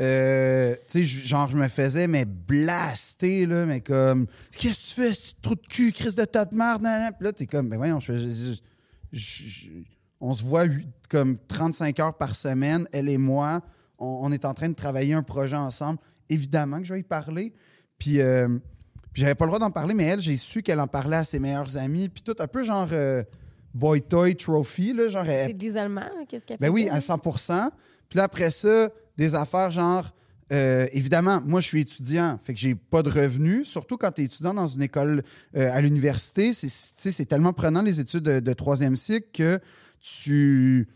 euh, tu sais, je- genre, je me faisais, mais blaster, là, mais comme, qu'est-ce que tu fais, ce petit trou de cul, crise de tas de marde, nan, nan. Puis là, t'es comme, ben voyons, je fais- je- je- je- on se voit huit- comme 35 heures par semaine, elle et moi, on, on est en train de travailler un projet ensemble. Évidemment que je vais y parler. Puis, euh, puis j'avais pas le droit d'en parler, mais elle, j'ai su qu'elle en parlait à ses meilleurs amis, puis tout un peu genre euh, boy toy trophy, là, genre, elle-
C'est de l'isolement, hein, qu'est-ce qu'elle fait?
ben oui, à 100 Puis là, après ça, des affaires genre. euh, évidemment, moi, je suis étudiant, fait que j'ai pas de revenus. Surtout quand tu es étudiant dans une école euh, à l'université, c'est- c'est tu sais, c'est tellement prenant les études de de troisième cycle que tu,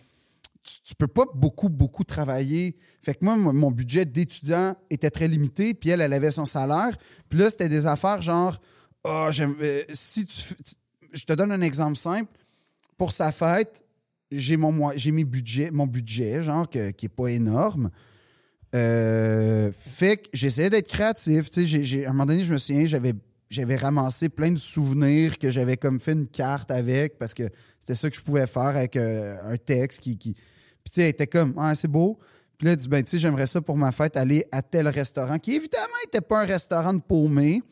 tu, tu peux pas beaucoup, beaucoup travailler. Fait que moi, mon mon budget d'étudiant était très limité, puis elle, elle avait son salaire. Puis là, c'était des affaires genre, ah, j'aime- euh, si tu, f- tu- Je te donne un exemple simple. Pour sa fête, j'ai mon, moi- j'ai mes budgets, mon budget, genre, que- qui est pas énorme. Euh, fait que j'essayais d'être créatif. Tu sais, j'ai- j'ai- à un moment donné, je me souviens, j'avais j'avais ramassé plein de souvenirs que j'avais comme fait une carte avec parce que c'était ça que je pouvais faire avec euh, un texte qui. qui... Puis, tu sais, elle était comme, ah, c'est beau. Puis là, elle dit, ben, tu sais, j'aimerais ça pour ma fête aller à tel restaurant qui, évidemment, n'était pas un restaurant de paumé.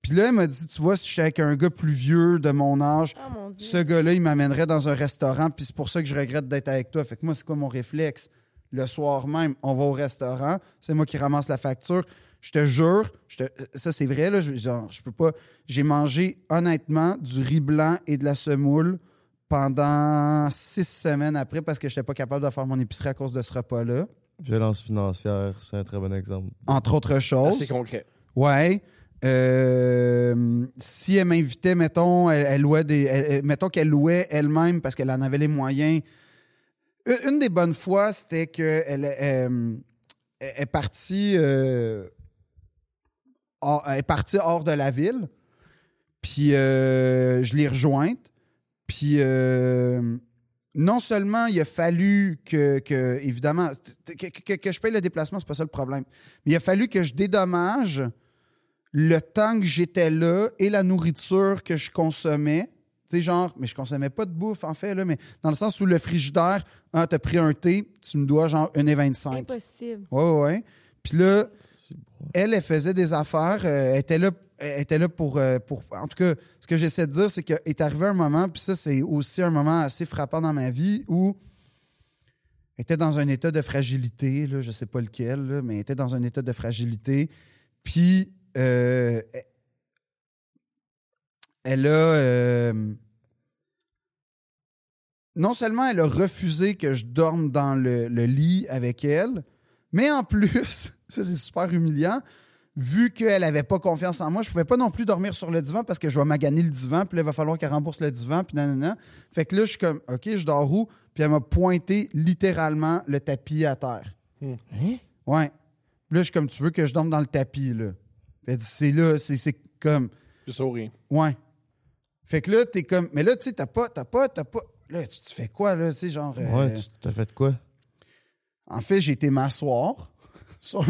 Puis là, elle m'a dit, tu vois, si je suis avec un gars plus vieux de mon âge,
Oh mon Dieu.
ce gars-là, il m'amènerait dans un restaurant, puis c'est pour ça que je regrette d'être avec toi. Fait que moi, c'est quoi mon réflexe? Le soir même, on va au restaurant, c'est moi qui ramasse la facture. Je te jure, je te- ça c'est vrai, là, je, genre, je peux pas. J'ai mangé, honnêtement, du riz blanc et de la semoule pendant six semaines après parce que je n'étais pas capable de faire mon épicerie à cause de ce repas-là,
Violence financière, c'est un très bon exemple.
entre autres choses.
C'est concret.
Ouais. Euh, si elle m'invitait, mettons, elle, elle louait des, elle- elle- mettons qu'elle louait elle-même parce qu'elle en avait les moyens. Une, une des bonnes fois, c'était que elle, euh, elle est partie, euh, hors, elle est partie hors de la ville. Puis euh, je l'ai rejointe. Puis euh, non seulement il a fallu que, que évidemment, t- t- que, que- que je paye le déplacement, c'est pas ça le problème. Mais il a fallu que je dédommage le temps que j'étais là et la nourriture que je consommais. Tu sais, genre, mais je consommais pas de bouffe, en fait, là, mais dans le sens où le frigidaire, ah, t'as pris un thé, tu me dois genre 1,25.
Impossible.
Ouais, ouais, ouais. Puis là, elle, elle faisait des affaires. euh, elle était là, elle était là pour, euh, pour. En tout cas, ce que j'essaie de dire, c'est qu'il est arrivé un moment, puis ça, c'est aussi un moment assez frappant dans ma vie où elle était dans un état de fragilité, là, je sais pas lequel, là, mais elle était dans un état de fragilité. Puis, euh, elle- elle a. euh, non seulement elle a refusé que je dorme dans le, le lit avec elle, mais en plus, ça c'est super humiliant, vu qu'elle n'avait pas confiance en moi, je pouvais pas non plus dormir sur le divan parce que je vais maganer le divan, puis là, il va falloir qu'elle rembourse le divan, puis nanana. Fait que là, je suis comme, OK, je dors où? Puis elle m'a pointé littéralement le tapis à terre.
Hein?
Ouais. Puis là, je suis comme, tu veux que je dorme dans le tapis, là? Elle dit, c'est là, c'est- c'est comme...
Je souris.
Ouais. Fait que là, t'es comme. Mais là, tu sais, t'as pas, t'as pas, t'as pas. Là, tu, tu fais quoi, là? Tu sais, genre. euh,
Ouais, tu t'as fait quoi?
En fait, j'ai été m'asseoir sur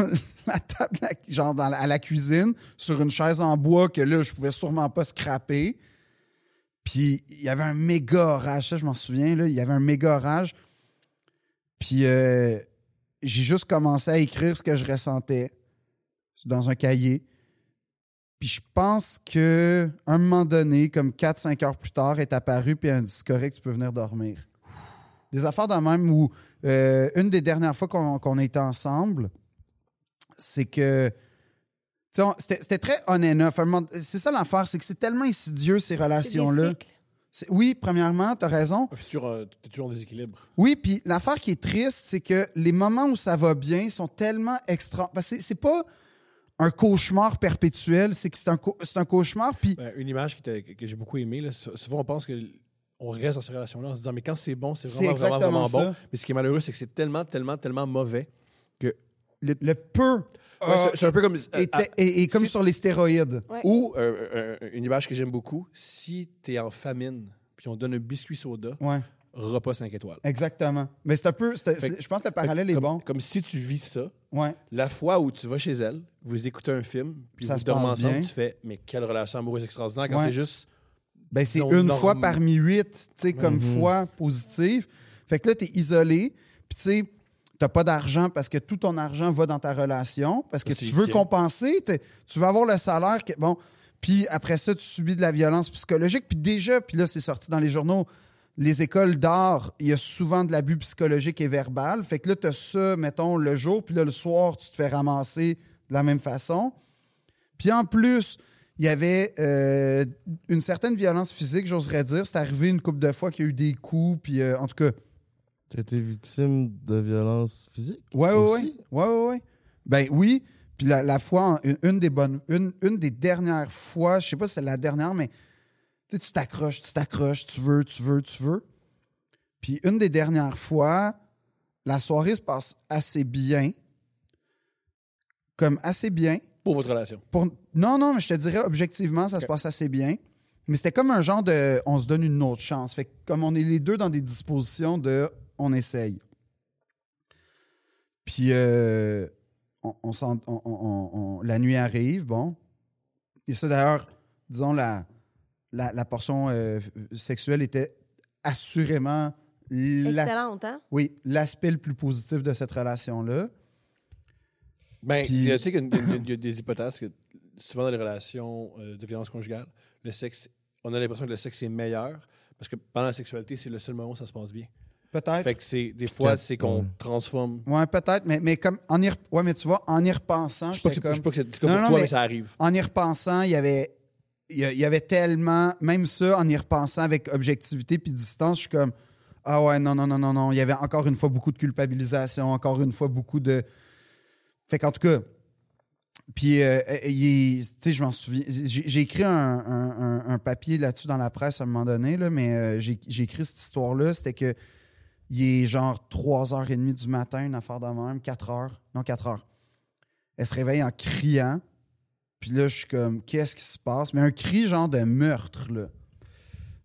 la table, la- genre dans la- à la cuisine, sur une chaise en bois que là, je pouvais sûrement pas scraper. Puis il y avait un méga orage, ça, je m'en souviens, là. Il y avait un méga orage. Puis euh, j'ai juste commencé à écrire ce que je ressentais dans un cahier. Puis je pense que à un moment donné, comme 4-5 heures plus tard, elle est apparue puis elle a dit C'est correct, tu peux venir dormir. Des affaires de même où euh, une des dernières fois qu'on qu'on était ensemble, c'est que. tu sais, on- C'était c'était très on and off. Un moment- C'est ça l'affaire, c'est que c'est tellement insidieux ces
C'est des
relations-là.
cycles.
C'est- Oui, premièrement, t'as raison.
Ah, Puis T'es toujours, en- t'es toujours en déséquilibre.
Oui, puis l'affaire qui est triste, c'est que les moments où ça va bien sont tellement extra. Parce que c'est- c'est pas un cauchemar perpétuel, c'est que c'est un, cau- c'est un cauchemar, puis
Ben, une image qui t'a- que j'ai beaucoup aimée, là, sou- souvent on pense que l- on reste dans ces relations-là en se disant mais quand c'est bon, c'est
C'est
vraiment, vraiment, vraiment
exactement
bon. Mais ce qui est malheureux, c'est que c'est tellement, tellement, tellement mauvais.
le, le peu
Ouais, c'est- c'est un peu comme.
est,
à-
est- est comme
c'est-
sur les stéroïdes.
Ouais.
Euh, Ou euh, euh, une image que j'aime beaucoup, si t'es en famine, puis on te donne un biscuit soda,
Ouais,
repas 5 étoiles.
exactement. Mais c'est un peu. c'est-
Fait que-
c'est- je pense que le parallèle est
comme,
bon.
Comme si tu vis ça,
Ouais.
la fois où tu vas chez elle, vous écoutez un film, puis
Ça
vous
se
dormez
passe
ensemble,
bien.
tu fais mais quelle relation amoureuse extraordinaire quand
Ouais.
c'est juste.
Ben, c'est
Donc,
une
norme-
fois
Mhm.
parmi huit, tu sais, comme fois positive. Fait que là, t'es isolé. Puis, tu sais, T'as pas d'argent parce que tout ton argent va dans ta relation, parce que
Parce que
tu
tu y
veux
tiens.
compenser, t'es- tu veux avoir le salaire. Que, bon, puis après ça, tu subis de la violence psychologique. Puis déjà, puis là, c'est sorti dans les journaux, les écoles d'art, il y a souvent de l'abus psychologique et verbal. Fait que là, t'as ça, mettons, le jour, puis là, le soir, tu te fais ramasser de la même façon. Puis en plus, il y avait euh, une certaine violence physique, j'oserais dire. C'est arrivé une couple de fois qu'il y a eu des coups, puis euh, en tout cas.
Tu as été victime de violence physique?
Ouais, ouais, ouais,
Aussi?
ouais, ouais, ouais. Ben oui. Puis la, la fois, en- une, une des bonnes, une, une des dernières fois, je sais pas si c'est la dernière, mais tu sais, tu t'accroches, tu t'accroches, tu veux, tu veux, tu veux. Puis une des dernières fois, la soirée se passe assez bien. Comme assez bien.
pour votre relation.
Pour- Non, non, mais je te dirais, objectivement, ça se passe assez bien. Mais c'était comme un genre de on se donne une autre chance. Fait que comme on est les deux dans des dispositions de on essaye. Puis euh, on, on s'en- on- on- on- on- la nuit arrive, bon. Et ça, d'ailleurs, disons, la, la, la portion euh, sexuelle était assurément la,
Excellente, hein?
oui, l'aspect le plus positif de cette relation-là.
Ben,
Puis-
tu sais qu'il y a une- il y a- il y a des hypothèses que souvent dans les relations euh, de violence conjugale, le sexe, on a l'impression que le sexe est meilleur parce que pendant la sexualité, c'est le seul moment où ça se passe bien.
Peut-être.
Fait que c'est des fois,
Quatre,
c'est qu'on
ouais.
transforme.
Ouais, peut-être, mais, mais comme en y, rep- ouais, mais tu vois, en y repensant,
Je sais pas
j'étais
que c'est
comme,
je sais pas que c'est comme
Non,
pour
non,
toi,
mais-
mais ça arrive.
en y repensant, il y avait il y, a- il y avait tellement même ça en y repensant avec objectivité puis distance, je suis comme ah ouais, non non non non non, il y avait encore une fois beaucoup de culpabilisation, encore une fois beaucoup de fait qu'en tout cas puis, euh, euh, il est- tu sais, je m'en souviens. J'ai j'ai écrit un, un- un- un papier là-dessus dans la presse à un moment donné, là, mais euh, j'ai j'ai écrit cette histoire-là. C'était que il est genre 3h30 du matin, une affaire de même, 4h. Non, 4h. Elle se réveille en criant. Puis là, je suis comme, qu'est-ce qui se passe? Mais un cri genre de meurtre, là.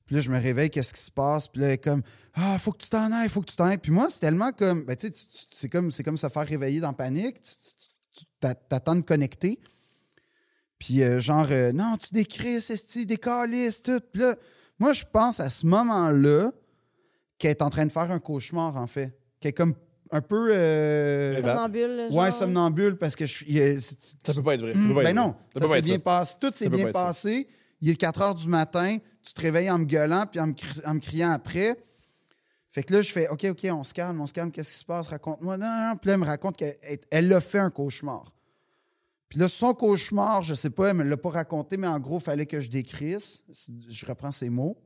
Puis là, je me réveille, qu'est-ce qui se passe? Puis là, elle est comme, ah, faut que tu t'en ailles, faut que tu t'en ailles. Puis moi, c'est tellement comme, ben, tu sais, tu- tu- c'est comme, c'est comme se faire réveiller dans panique. Tu- tu- tu- t'a- T'attends de connecter. Puis euh, genre, euh, non, tu décris, c'est des calices, tout. Puis là, moi, je pense à ce moment-là qu'elle est en train de faire un cauchemar, en fait. Qu'elle est comme un peu. euh,
Éveillée.
Somnambule. là,
ouais,
genre.
somnambule, parce que je suis. il y a- c'est-
Ça peut pas être vrai. Ça peut pas
ben
être
non,
vrai. Ça
ça
peut pas
s'est
être
bien
ça.
passé. Tout s'est
peut
bien
pas être ça.
passé. Il est 4 heures du matin, tu te réveilles en me gueulant puis en me, cri- en me criant après. Fait que là, je fais OK, OK, on se calme, on se calme, qu'est-ce qui se passe? Raconte-moi. Non, non, non. Puis là, elle me raconte qu'elle elle a fait un cauchemar. Puis là, son cauchemar, je sais pas, elle me l'a pas raconté, mais en gros, fallait que je décrisse. C'est- Je reprends ses mots.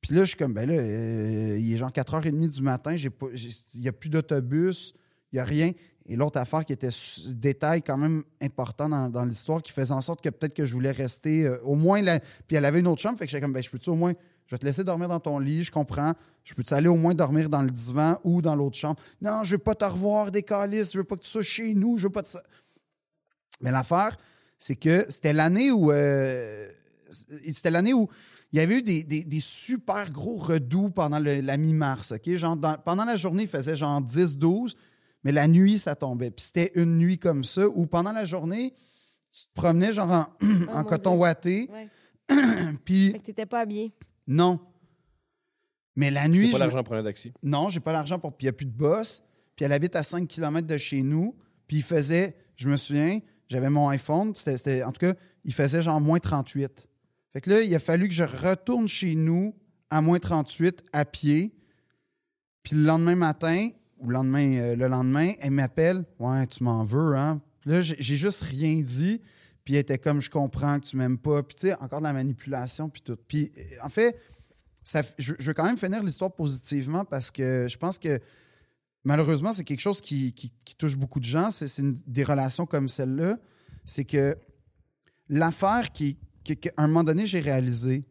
Puis là, je suis comme, ben là, euh, il est genre 4h30 du matin, j'ai pas- j'ai- il n'y a plus d'autobus, il n'y a rien. Et l'autre affaire qui était s- détail quand même important dans, dans l'histoire, qui faisait en sorte que peut-être que je voulais rester euh, au moins là. Puis elle avait une autre chambre, fait que j'étais comme, ben je peux-tu au moins, je vais te laisser dormir dans ton lit, je comprends. Je peux-tu aller au moins dormir dans le divan ou dans l'autre chambre? Non, je veux pas te revoir, des calices, je veux pas que tu sois chez nous, je veux pas te. Mais l'affaire, c'est que c'était l'année où. euh, c'était l'année où il y avait eu des, des- des super gros redoux pendant le- la mi-mars. OK? Genre dans- pendant la journée, il faisait genre 10-12, mais la nuit, ça tombait. Puis c'était une nuit comme ça où pendant la journée, tu te promenais genre en, en
Oh mon
coton
Dieu.
ouaté.
Ouais.
Puis
Fait que t'étais pas habillé.
non. Mais la
T'as
nuit,
pas
je me-
l'argent pour prendre un taxi.
non, j'ai pas l'argent pour. Puis il n'y a plus de boss. Puis elle habite à 5 km de chez nous. Puis il faisait, je me souviens, j'avais mon iPhone. C'était, c'était- en tout cas, il faisait genre moins 38. Fait que là, il a fallu que je retourne chez nous à moins 38 à pied. Puis le lendemain matin, ou le lendemain, euh, le lendemain, elle m'appelle. Ouais, tu m'en veux, hein? Puis Là, j'ai j'ai juste rien dit. Puis elle était comme, je comprends que tu m'aimes pas. Puis tu sais, encore de la manipulation, puis tout. Puis euh, en fait, ça f- je, je veux quand même finir l'histoire positivement parce que je pense que malheureusement, c'est quelque chose qui, qui- qui touche beaucoup de gens. C'est c'est une- des relations comme celle-là. C'est que l'affaire qui, qui- qu'à un moment donné, j'ai réalisé,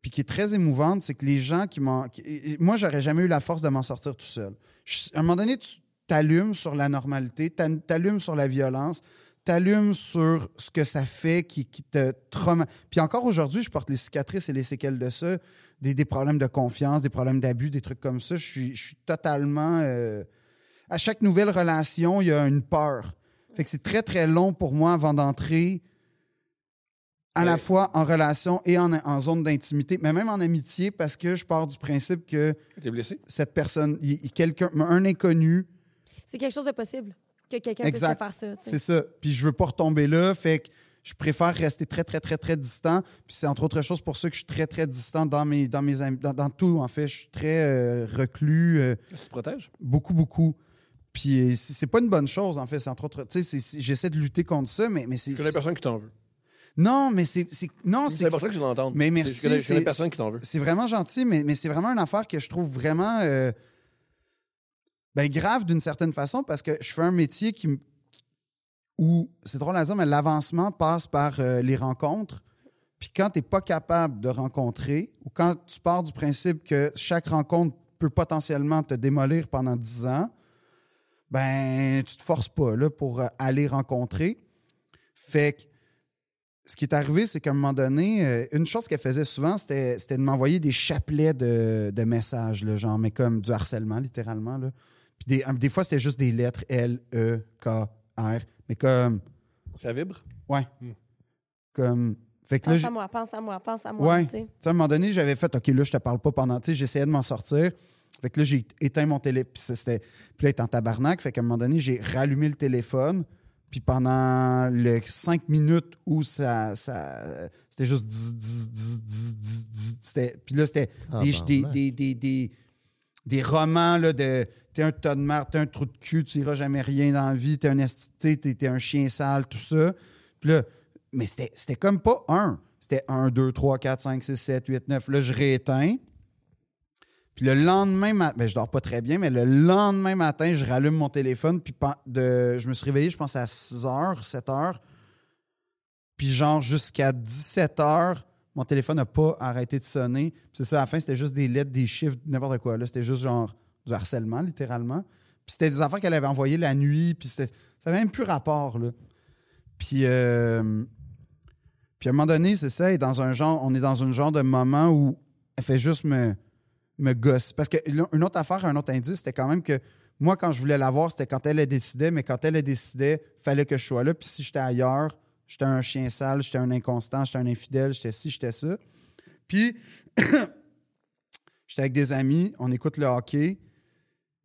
puis qui est très émouvante, c'est que les gens qui m'en. qui- et- et Moi, j'aurais jamais eu la force de m'en sortir tout seul. Je- à un moment donné, tu t'allumes sur la normalité, t'an- t'allumes sur la violence, t'allumes sur ce que ça fait qui, qui te trauma. Puis encore aujourd'hui, je porte les cicatrices et les séquelles de ça, des, des problèmes de confiance, des problèmes d'abus, des trucs comme ça. Je suis, je suis totalement. euh, à chaque nouvelle relation, il y a une peur. Fait que c'est très, très long pour moi avant d'entrer à la
Ouais.
fois en relation et en, en zone d'intimité, mais même en amitié, parce que je pars du principe que
T'es blessé?
cette personne, il- il- quelqu'un, un inconnu,
c'est quelque chose de possible que quelqu'un puisse
Exact.
faire ça. tu sais.
C'est ça. Puis je veux pas retomber là, fait que je préfère rester très, très, très, très distant. Puis c'est entre autres choses pour ça que je suis très, très distant dans mes, dans mes, amis- dans, dans tout. En fait, je suis très euh, reclus, euh,
Tu te protèges?
beaucoup, beaucoup. Puis euh, c'est c'est pas une bonne chose, en fait. C'est entre autres, tu sais, c'est- c'est- j'essaie de lutter contre ça, mais, mais c'est
Je connais personne qui t'en veut.
non, mais c'est c'est- non,
C'est
c'est
important que je l'entende.
Mais
C'est-
merci,
Je connais, je connais
c'est-
personne qui t'en veut.
c'est vraiment gentil, mais, mais c'est vraiment une affaire que je trouve vraiment euh, ben, grave d'une certaine façon parce que je fais un métier qui m- où, c'est drôle à dire, mais l'avancement passe par euh, les rencontres. Puis quand tu n'es pas capable de rencontrer ou quand tu pars du principe que chaque rencontre peut potentiellement te démolir pendant 10 ans, ben tu te forces pas là, pour euh, aller rencontrer. Fait que ce qui est arrivé, c'est qu'à un moment donné, euh, une chose qu'elle faisait souvent, c'était c'était de m'envoyer des chapelets de, de messages, là, genre, mais comme du harcèlement, littéralement. Là. Puis des, euh, des fois, c'était juste des lettres L, E, K, R. Mais comme,
Ça vibre?
ouais. Comme, fait que là,
Pense
j'ai-
à moi, pense à moi, pense à moi.
Ouais.
tu sais.
tu sais, à un moment donné, j'avais fait, OK, là, je te parle pas pendant. Tu sais, j'essayais de m'en sortir. Fait que là, j'ai éteint mon téléphone. Puis ça, c'était. Puis là, il était en tabarnak. Fait qu'à un moment donné, j'ai rallumé le téléphone. Puis pendant les cinq minutes où ça. ça c'était juste. zzz, zzz, zzz, zzz, zzz, zzz, c'était- Puis là, c'était des, des,
Tabarnak.
des, des, des- des romans là, de. T'es un tas de marde, t'es un trou de cul, tu iras jamais rien dans la vie, t'es un, esti- t'sais, t'es, t'es un chien sale, tout ça. Puis là, mais c'était, c'était comme pas un. C'était un, deux, trois, quatre, cinq, six, sept, huit, neuf. Là, je rééteins. Puis le lendemain matin, ben, je dors pas très bien, mais le lendemain matin, je rallume mon téléphone. Puis pen- de, je me suis réveillé, je pense, à 6 h, 7 h. Puis genre, jusqu'à 17 h, mon téléphone n'a pas arrêté de sonner. Puis c'est ça, à la fin, c'était juste des lettres, des chiffres, n'importe quoi. Là, c'était juste genre du harcèlement, littéralement. Puis c'était des affaires qu'elle avait envoyées la nuit. Puis c'était, ça avait même plus rapport, là. Puis. euh, puis à un moment donné, c'est ça, et dans un genre, on est dans un genre de moment où elle fait juste me, me gosse. Parce que l- une autre affaire, un autre indice, c'était quand même que moi, quand je voulais la voir, c'était quand elle la décidait, mais quand elle la décidait, fallait que je sois là. Puis si j'étais ailleurs, j'étais un chien sale, j'étais un inconstant, j'étais un infidèle, j'étais ci, j'étais ça. Puis j'étais avec des amis, on écoute le hockey,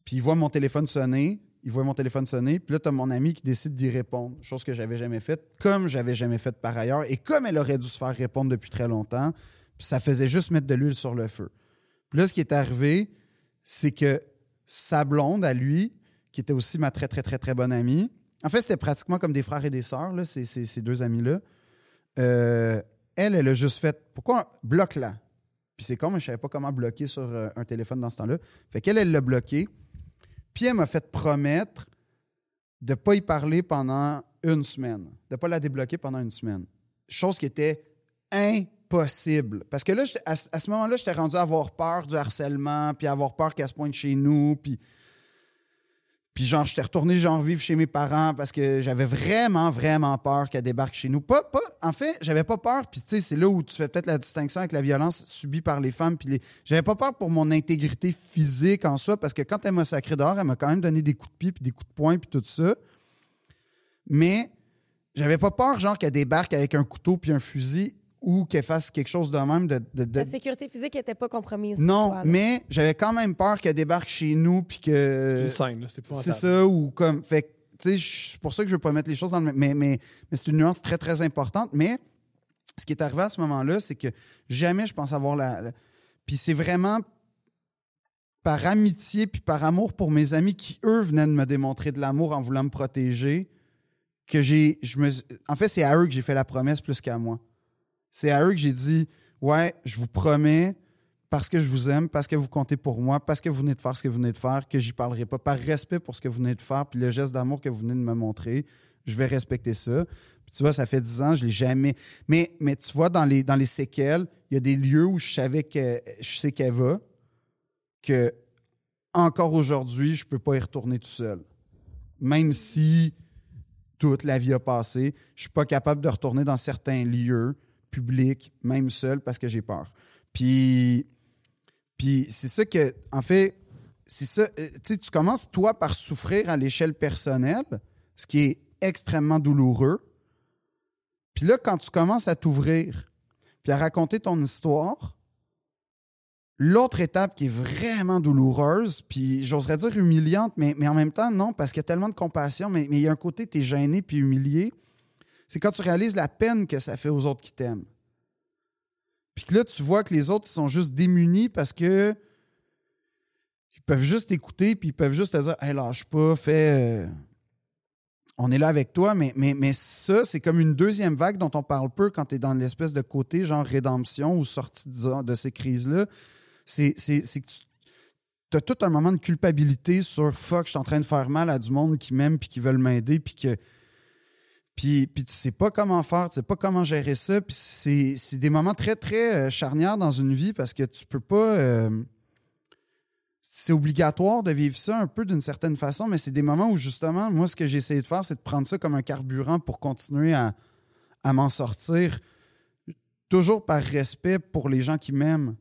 puis ils voient mon téléphone sonner. Ils voient mon téléphone sonner, puis là, t'as mon ami qui décide d'y répondre, chose que j'avais jamais faite, comme j'avais jamais faite par ailleurs, et comme elle aurait dû se faire répondre depuis très longtemps, puis ça faisait juste mettre de l'huile sur le feu. Puis là, ce qui est arrivé, c'est que sa blonde à lui, qui était aussi ma très, très, très, très bonne amie, en fait, c'était pratiquement comme des frères et des sœurs, là, ces, ces- ces deux amis-là. Euh, elle, elle a juste fait pourquoi on- bloque-la? Puis c'est con, mais je savais pas comment bloquer sur euh, un téléphone dans ce temps-là. Fait qu'elle, elle l'a bloqué. Puis elle m'a fait promettre de pas y parler pendant une semaine, de pas la débloquer pendant une semaine. Chose qui était impossible. Parce que là, j'étais- à, ce- à ce moment-là, j'étais rendu à avoir peur du harcèlement, puis avoir peur qu'elle se pointe chez nous, puis... Puis genre, j'étais retourné genre vivre chez mes parents parce que j'avais vraiment, vraiment peur qu'elle débarque chez nous. Pas, pas, en fait, j'avais pas peur. Puis tu sais, c'est là où tu fais peut-être la distinction avec la violence subie par les femmes. Puis les... j'avais pas peur pour mon intégrité physique en soi parce que quand elle m'a sacré dehors, elle m'a quand même donné des coups de pied, puis des coups de poing, puis tout ça. Mais j'avais pas peur genre qu'elle débarque avec un couteau puis un fusil ou qu'elle fasse quelque chose de même de, de- de-
La sécurité physique n'était pas compromise. pour
Non,
toi, là.
mais j'avais quand même peur qu'elle débarque chez nous puis
C'est
que
une scène, là. C'est épouvantable.
Euh, c'est ça, ou comme. Fait que, tu sais, je- c'est pour ça que je veux pas mettre les choses dans le même. Mais, mais, mais c'est une nuance très, très importante. Mais ce qui est arrivé à ce moment-là, c'est que jamais je pense avoir la. la- Puis c'est vraiment par amitié puis par amour pour mes amis qui, eux, venaient de me démontrer de l'amour en voulant me protéger, que j'ai. je me En fait, c'est à eux que j'ai fait la promesse plus qu'à moi. C'est à eux que j'ai dit Ouais, je vous promets parce que je vous aime, parce que vous comptez pour moi, parce que vous venez de faire ce que vous venez de faire, que j'y parlerai pas. Par respect pour ce que vous venez de faire, puis le geste d'amour que vous venez de me montrer, je vais respecter ça. Puis tu vois, ça fait 10 ans, je l'ai jamais. Mais, mais tu vois, dans les, dans les séquelles, il y a des lieux où je savais que je sais qu'elle va, que encore aujourd'hui, je peux pas y retourner tout seul. Même si toute la vie a passé, je suis pas capable de retourner dans certains lieux publics, même seul, parce que j'ai peur. Puis puis c'est ça que, en fait, c'est ça. euh, Tu sais, tu commences, toi, par souffrir à l'échelle personnelle, ce qui est extrêmement douloureux. Puis là, quand tu commences à t'ouvrir, puis à raconter ton histoire, L'autre étape qui est vraiment douloureuse, puis j'oserais dire humiliante, mais, mais en même temps, non, parce qu'il y a tellement de compassion, mais mais il y a un côté, tu es gêné puis humilié, c'est quand tu réalises la peine que ça fait aux autres qui t'aiment. Puis que là, tu vois que les autres, ils sont juste démunis parce que ils peuvent juste t'écouter, puis ils peuvent juste te dire Hey, lâche pas, fais. euh, on est là avec toi, mais, mais, mais ça, c'est comme une deuxième vague dont on parle peu quand tu es dans l'espèce de côté, genre rédemption ou sortie disons, de ces crises-là. C'est c'est- c'est que tu as tout un moment de culpabilité sur fuck, je suis en train de faire mal à du monde qui m'aime puis qui veulent m'aider, puis que. Puis, puis tu sais pas comment faire, tu sais pas comment gérer ça. Puis c'est c'est des moments très, très euh, charnières dans une vie parce que tu peux pas. euh, c'est obligatoire de vivre ça un peu d'une certaine façon, mais c'est des moments où justement, moi, ce que j'ai essayé de faire, c'est de prendre ça comme un carburant pour continuer à, à m'en sortir, toujours par respect pour les gens qui m'aiment.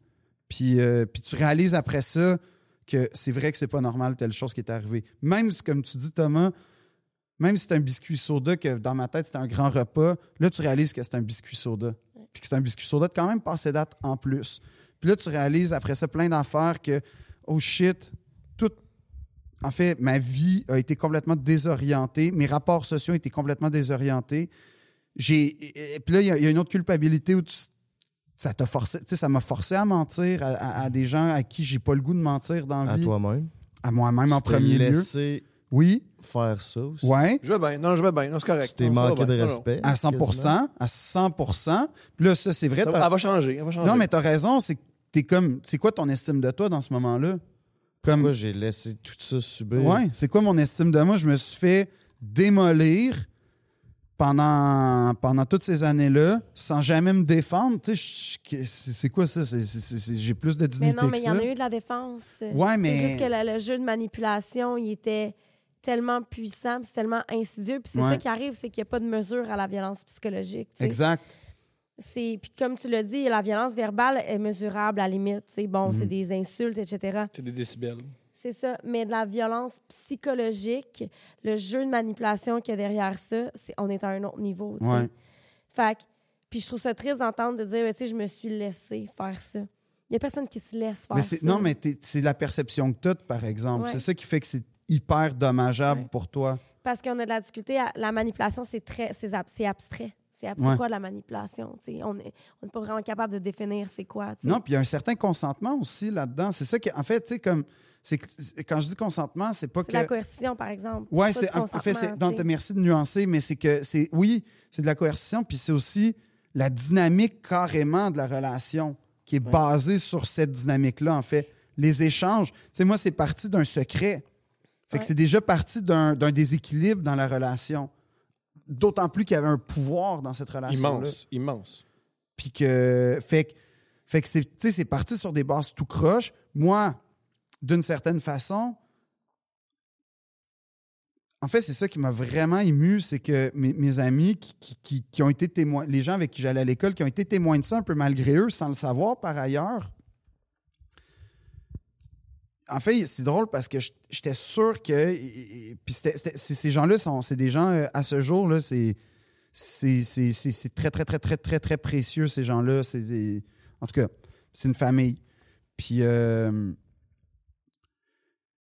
Puis, euh, puis tu réalises après ça que c'est vrai que c'est pas normal telle chose qui est arrivée. Même si, comme tu dis, Thomas, même si c'est un biscuit soda, que dans ma tête, c'était un grand repas, là, tu réalises que c'est un biscuit soda. Puis que c'est un biscuit soda de quand même passé date en plus. Puis là, tu réalises après ça plein d'affaires que, oh shit, tout. En fait, ma vie a été complètement désorientée. Mes rapports sociaux ont été complètement désorientés. J'ai. et- et- Puis là, il y a- il y, a une autre culpabilité où tu- Ça t'a forcé, tu sais, ça m'a forcé à mentir à, à- à des gens à qui j'ai pas le goût de mentir dans la
À
vie.
toi-même.
À moi-même en
Tu t'es
premier lieu.
laissé
Oui.
faire ça aussi.
Ouais.
Je vais bien. Non, je vais bien. Non, c'est correct.
Tu t'es
Non, ça va
manqué de
bien. Non, non.
respect.
À 100
quasiment.
à 100 Puis là, ça, c'est vrai.
Ça va-
t'as-
elle va changer. Elle va changer.
non, mais t'as raison. C'est que t'es comme. C'est quoi ton estime de toi dans ce moment-là? Comme.
Moi, j'ai laissé tout ça subir.
Ouais. C'est quoi mon estime de moi? Je me suis fait démolir pendant, pendant toutes ces années-là sans jamais me défendre. Tu sais, je- je- c'est c'est quoi ça? C'est- c'est- c'est- c'est- J'ai plus de
Mais
dignité
non, mais
que
il y en
ça.
a eu de la défense.
Ouais, mais-
C'est juste que le, le jeu de manipulation, il était tellement puissant, puis c'est tellement insidieux. Puis c'est
Ouais.
ça qui arrive, c'est qu'il n'y a pas de mesure à la violence psychologique. tu sais.
Exact.
C'est- Puis comme tu l'as dit, la violence verbale est mesurable à la limite. tu sais. Bon,
Mhm.
c'est des insultes, etc.
C'est des décibels.
C'est ça. Mais de la violence psychologique, le jeu de manipulation qu'il y a derrière ça, c'est- on est à un autre niveau. tu sais.
Ouais.
Fait que- puis je trouve ça triste d'entendre de dire, Ben, tu sais, je me suis laissé faire ça. Il n'y a personne qui se laisse faire
Mais
ça.
c'est- non, mais t'es- c'est la perception que t'as, par exemple.
Ouais.
C'est ça qui fait que c'est hyper dommageable
Ouais.
pour toi.
Parce qu'on a de la difficulté. à- La manipulation, c'est très, c'est ab- c'est abstrait. C'est ab- c'est
Ouais.
quoi de la manipulation? tu sais? On n'est on est pas vraiment capable de définir c'est quoi. tu sais.
Non, puis il y a un certain consentement aussi là-dedans. C'est ça qui, en fait, tu sais, comme, c'est que- c'est- quand je dis consentement, c'est pas
C'est
que.
de la coercition, par exemple.
Ouais,
pas
c'est
du
en en fait, c'est.
consentement,
non,
tu sais.
merci de nuancer, mais c'est que c'est oui, c'est de la coercition, puis c'est aussi la dynamique carrément de la relation qui est basée sur cette dynamique-là, en fait. Les échanges. Tu sais, moi, c'est parti d'un secret. Fait que
Ouais.
c'est déjà parti d'un d'un déséquilibre dans la relation. D'autant plus qu'il y avait un pouvoir dans cette relation-là.
Immense. Immense.
Puis que. Fait que, fait que c'est, tu sais, c'est parti sur des bases tout croche. Moi, d'une certaine façon, en fait, c'est ça qui m'a vraiment ému, c'est que mes, mes amis qui, qui- qui- qui ont été témoins, les gens avec qui j'allais à l'école, qui ont été témoins de ça un peu malgré eux, sans le savoir par ailleurs. En fait, c'est drôle parce que j- j'étais sûr que. et- et- Puis c'était- c'était- ces ces gens-là, sont, c'est des gens euh, à ce jour-là, c'est c'est c'est- c'est- c'est très, très, très, très, très, très précieux, ces gens-là. C'est- c'est- En tout cas, c'est une famille. Puis, euh,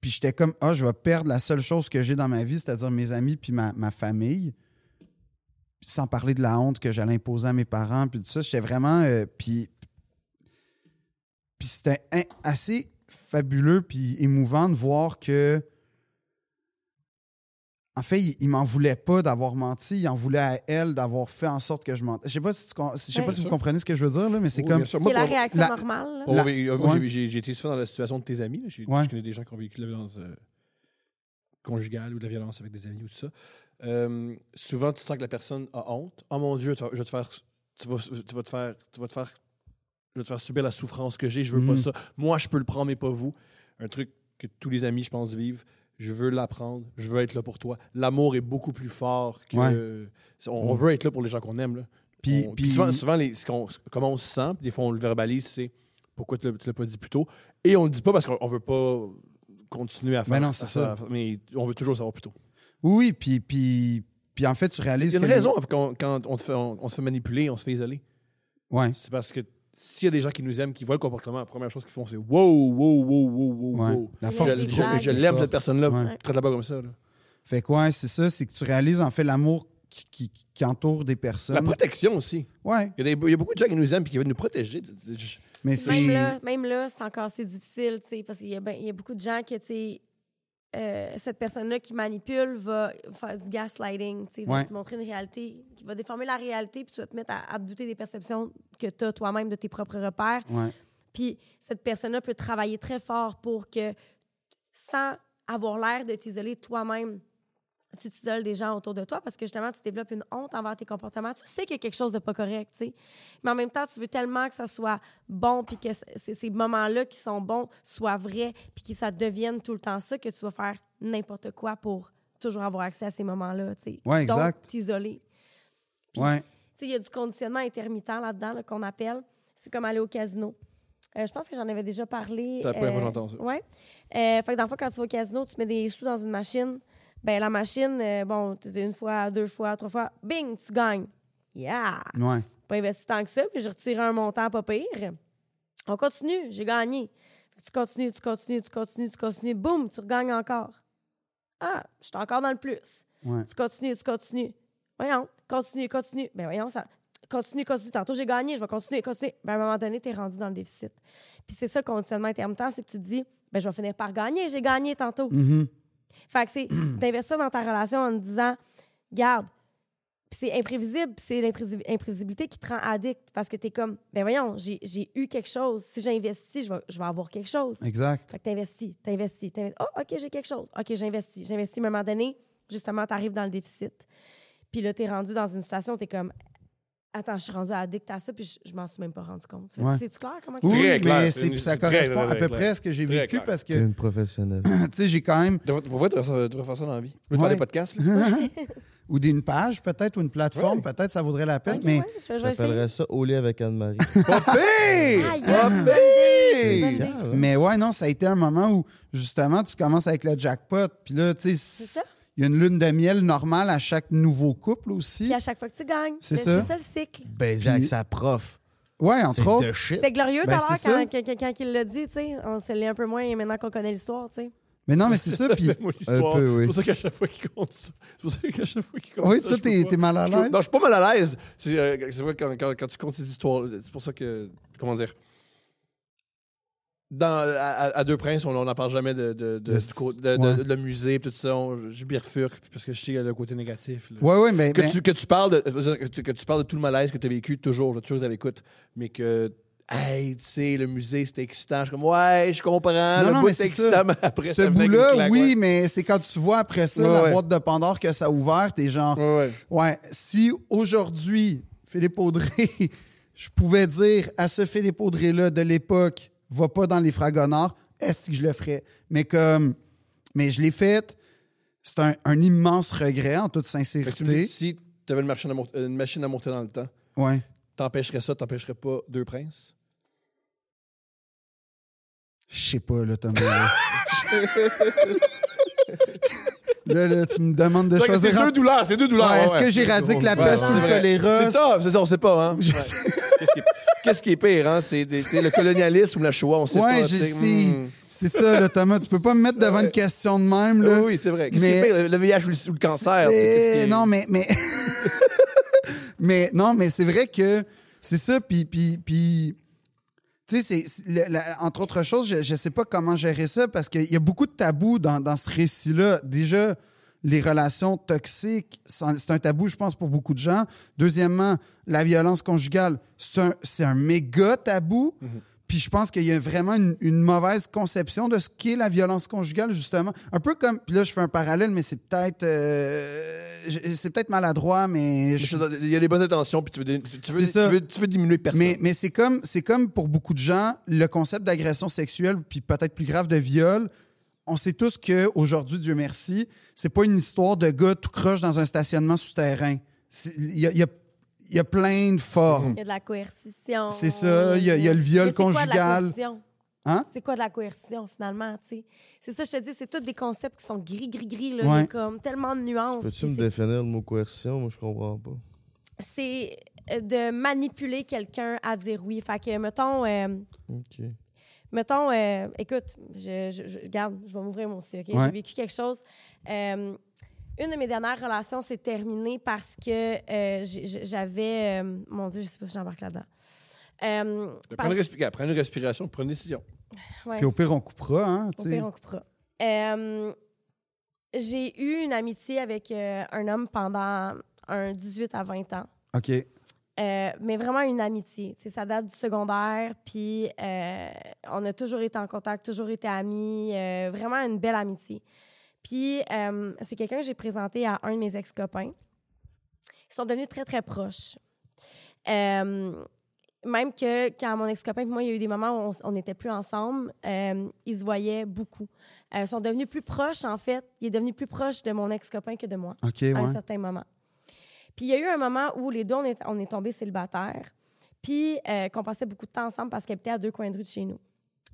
puis j'étais comme, ah, je vais perdre la seule chose que j'ai dans ma vie, c'est-à-dire mes amis puis ma, ma famille. Puis sans parler de la honte que j'allais imposer à mes parents, puis tout ça. J'étais vraiment. euh, puis puis c'était in- assez fabuleux puis émouvant de voir que en fait, il, il m'en voulait pas d'avoir menti, il en voulait à elle d'avoir fait en sorte que je mente. Je sais pas si tu com- je sais
Ouais.
pas si vous comprenez ce que je veux dire là, mais c'est
Oui,
comme
bien sûr.
Qui
Moi,
est la
pour-
réaction
la-
normale. là.
Pour
La-
vi- euh, moi,
Ouais.
j'ai- j'ai j'ai été souvent dans la situation de tes amis. là. J'ai-
Ouais.
Je connais des gens qui ont vécu de la violence euh, conjugale ou de la violence avec des amis ou tout ça. Euh, souvent, tu sens que la personne a honte. Oh mon Dieu, tu vas, je vais te faire. Tu vas, tu vas te faire. Tu vas te faire. Je vais te faire subir la souffrance que j'ai. Je veux
Mm.
pas ça. Moi, je peux le prendre, mais pas vous. Un truc que tous les amis, je pense, vivent. Je veux l'apprendre. Je veux être là pour toi. L'amour est beaucoup plus fort que. On,
Mhm.
on veut être là pour les gens qu'on aime. là.
Puis-
On-
puis-
puis souvent, souvent, les- ce qu'on- comment on se sent, puis des fois on le verbalise, c'est pourquoi tu ne l'as pas dit plus tôt. Et on le dit pas parce qu'on on veut pas continuer à faire
Ben non, c'est
à
ça.
faire- Mais on veut toujours savoir plus tôt.
Oui, oui, puis, puis, puis en fait, tu
Il
réalises
y a une
que-
raison quand, quand on, se fait, on, on se fait manipuler, on se fait isoler.
Ouais.
C'est parce que s'il y a des gens qui nous aiment, qui voient le comportement, la première chose qu'ils font, c'est wow, wow, wow, wow, wow,
Ouais.
wow.
La
Je-
force
Je,
du
je-
groupe.
vague.
je l'aime,
Ça.
cette personne-là.
Ouais.
Traite-la pas comme ça. là.
Fait quoi, c'est ça, c'est que tu réalises en fait l'amour qui, qui- qui entoure des
La
personnes.
protection aussi.
Ouais,
Il y, a des- il y a beaucoup de gens qui nous aiment et qui veulent nous protéger. Je-
mais
Puis Même
c'est.
là, même là, c'est encore c'est difficile, tu sais, parce qu'il y, a ben- il y a beaucoup de gens que, tu sais, euh, cette personne-là qui manipule va faire du gaslighting, tu sais,
Ouais.
va te montrer une réalité, qui va déformer la réalité, puis tu vas te mettre à, à douter des perceptions que tu as toi-même de tes propres repères.
Ouais.
Puis cette personne-là peut travailler très fort pour que, sans avoir l'air de t'isoler toi-même, tu t'isoles des gens autour de toi parce que justement, tu développes une honte envers tes comportements. Tu sais qu'il y a quelque chose de pas correct, tu sais. Mais en même temps, tu veux tellement que ça soit bon puis que c- c- ces moments-là qui sont bons soient vrais puis que ça devienne tout le temps ça que tu vas faire n'importe quoi pour toujours avoir accès à ces moments-là, tu sais.
Ouais,
Donc,
exact.
t'isoler.
Ouais.
Tu sais, il y a du conditionnement intermittent là-dedans là, qu'on appelle. C'est comme aller au casino. Euh, je pense que j'en avais déjà parlé.
C'est la première fois que j'entends ça.
Oui. Euh, fait que dans le fond, quand tu vas au casino, tu mets des sous dans une machine. Ben la machine, euh, bon, tu- une fois, deux fois, trois fois, bing, tu gagnes. Yeah!
Ouais.
Pas investi tant que ça, puis j'ai retiré un montant pas pire. On continue, j'ai gagné. Fait que Tu continues, tu continues, tu continues, tu continues, boum, tu regagnes encore. Ah, je suis encore dans le plus.
Ouais.
Tu continues, tu continues. Voyons, continue, continue. Ben voyons, ça. Continue, continue. Tantôt, j'ai gagné, je vais continuer, continuer. Ben, à un moment donné, tu es rendu dans le déficit. Puis c'est ça le conditionnement intermittent, c'est que tu te dis, ben, je vais finir par gagner, j'ai gagné tantôt. Fait que c'est d'investir dans ta relation en te disant, garde, puis c'est imprévisible, puis c'est l'imprési- imprévisibilité qui te rend addict parce que tu es comme, ben voyons, j'ai j'ai eu quelque chose. Si j'investis, je vais, je vais avoir quelque chose.
Exact.
Fait que t'investis, t'investis, t'investis. Oh, OK, j'ai quelque chose. OK, j'investis, j'investis. À un moment donné, justement, t'arrives dans le déficit. Puis là, t'es rendu dans une situation où t'es comme, attends, je suis rendu addict à ça, puis je, je m'en suis même pas rendu compte. Ça fait-
Ouais.
C'est-tu clair comment...
Oui, mais
clair.
c'est- puis ça
C'est très,
correspond
très,
à peu
très
près
clair.
à ce que j'ai
Très
vécu
clair.
parce
T'es
que,
une professionnelle.
tu sais, j'ai quand même.
Pour vrai, tu devrais faire- tu devrais faire ça dans la vie. Tu veux
Ouais.
faire des podcasts? là?
Ou d'une page, peut-être, ou une plateforme, peut-être, ça vaudrait la peine.
Ok,
mais
ouais, je vais- je vais essayer.
J'appellerais ça au lit avec Anne-Marie.
Ah, yes, bonne
ben
idée, bonne idée.
grave.
Mais ouais, non, ça a été un moment où, justement, tu commences avec le jackpot. Puis là, tu sais,
ça.
il y a une lune de miel normale à chaque nouveau couple aussi.
Puis à chaque fois que tu gagnes,
C'est
ben,
ça.
c'est ça le cycle.
Baiser avec sa prof.
Ouais,
C'est
entre
de
autres.
shit.
C'était glorieux tout
Ben,
à l'heure
c'est ça.
quand, quand, quand- quand il l'a dit, tu sais. On se l'est un peu moins maintenant qu'on connaît l'histoire, tu sais.
Mais non, mais c'est ça. Puis
Ah, Moi, l'histoire.
Un peu, oui.
C'est pour ça qu'à chaque fois qu'il compte ça. C'est pour ça qu'à chaque fois qu'il compte
Oui,
ça.
toi,
je peux
t'es-
pas-
t'es mal à
je peux-
l'aise.
Non, je suis pas mal à l'aise. C'est euh, c'est vrai, quand, quand, quand tu comptes ces histoires, c'est pour ça que. Comment dire? Dans, à, à- à Deux Princes, on n'en parle jamais de, de, de,
De-
du côté- de- de-
ouais.
de- le musée, tout ça. On- je bifurque parce que je sais le côté négatif. là.
Ouais, ben ouais, mais.
Que,
mais-
tu, que, tu parles de, que, tu, que tu parles de tout le malaise que tu as vécu, toujours, là, toujours à l'écoute, mais que, hey, tu sais, le musée, c'était excitant. Je suis comme, ouais, je comprends,
Non,
le
non,
bout,
mais
c'était
c'est
excitant,
ça.
mais après,
Ce
ça venait avec une
bout-là,
claque,
oui,
ouais.
mais c'est quand tu vois après ça
Ouais,
la
ouais.
boîte de Pandore que ça a ouvert, t'es genre,
Ouais, ouais.
ouais, si aujourd'hui, Philippe Audrey, je pouvais dire à ce Philippe Audrey-là de l'époque, va pas dans les Fragonards, est-ce que je le ferais? Mais comme, mais je l'ai fait, c'est un, un immense regret en toute
Fait que tu me
sincérité.
dis, si tu avais une machine, à monter, une machine à monter dans le temps,
Ouais.
t'empêcherais ça, t'empêcherais pas deux princes?
Je sais pas, là, Thomas. là. Là, là, tu me demandes de
C'est vrai que
choisir.
c'est
en-
deux douleurs, c'est deux douleurs.
Ouais,
ouais,
est-ce
ouais.
que j'éradique la
Ouais,
peste
ouais,
ou le
c'est vrai.
choléra?
C'est ça, c'est ça, on sait pas, hein?
Je
Ouais.
sais-
Qu'est-ce qui est- Qu'est-ce qui est pire, hein? C'est des- c'est le colonialisme ou la Shoah, on sait pas.
Ouais,
tu
j'ai-
sais,
c'est
hmm.
c'est ça, là, Thomas. Tu peux pas me mettre devant une question de même. Là.
Oui, oui, c'est vrai. Qu'est-ce
Mais-
qui est pire, le- le VIH ou le, ou le cancer? tu sais,
Eh,
qu'est-ce qui est-
Non, mais. Mais, mais non, mais c'est vrai que c'est ça. Puis. puis, puis tu sais, c'est- c'est- le- la- entre autres choses, je ne sais pas comment gérer ça parce qu'il y a beaucoup de tabous dans, dans ce récit-là. Déjà, les relations toxiques, c'en- c'est un tabou, je pense, pour beaucoup de gens. Deuxièmement, la violence conjugale, c'est un, c'est un méga tabou. Puis je pense qu'il y a vraiment une, une mauvaise conception de ce qu'est la violence conjugale, justement. Un peu comme, puis là, je fais un parallèle, mais c'est peut-être euh, je- c'est peut-être maladroit, mais je
Je suis dans- Il y a des bonnes intentions, puis tu veux, tu- tu veux-
C'est
tu
ça.
veux- tu veux diminuer personne.
Mais, mais c'est comme, c'est comme pour beaucoup de gens, le concept d'agression sexuelle, puis peut-être plus grave de viol, on sait tous qu'aujourd'hui, Dieu merci, c'est pas une histoire de gars tout croche dans un stationnement souterrain. C'est- Il y a, il y a- il y a plein de formes.
Il y a de la coercition.
C'est ça, il y a- il y a le viol
Mais c'est quoi de la
conjugal.
coercition?
Hein?
C'est quoi de la coercition, finalement, tu sais? C'est ça, je te dis, c'est tous des concepts qui sont gris-gris-gris, là. Il y
Ouais.
a comme tellement de nuances.
Peux-tu
Puis
me
c'est-
définir le mot coercion? Moi, je comprends pas.
C'est euh, de manipuler quelqu'un à dire oui. Fait que, mettons, euh,
OK.
mettons, euh, écoute, je, je, je- regarde, je vais m'ouvrir mon aussi, OK?
Ouais.
J'ai vécu quelque chose. Euh, une de mes dernières relations s'est terminée parce que euh, j'ai- j'ai- j'avais... euh, mon Dieu, je sais pas si j'embarque là-dedans. Euh, par-
Prenez, une respi- prenez une respiration, prenez une décision.
ouais.
Puis au pire, on coupera, hein,
Au
tu sais.
pire, on coupera. Euh, j'ai eu une amitié avec euh, un homme pendant un 18 à 20 ans.
OK.
Euh, mais vraiment une amitié. Tu sais, ça date du secondaire, puis euh, on a toujours été en contact, toujours été amis, euh, vraiment une belle amitié. Puis euh, c'est quelqu'un que j'ai présenté à un de mes ex-copains. Ils sont devenus très, très proches. Euh, même que quand mon ex-copain et moi, il y a eu des moments où on s- on n'était plus ensemble, euh, ils se voyaient beaucoup. Euh, ils sont devenus plus proches, en fait. Il est devenu plus proche de mon ex-copain que de moi
OK, ouais.
à un certain moment. Puis il y a eu un moment où les deux, on est, on est tombés célibataires, puis euh, qu'on passait beaucoup de temps ensemble parce qu'il habitait à deux coins de rue de chez nous.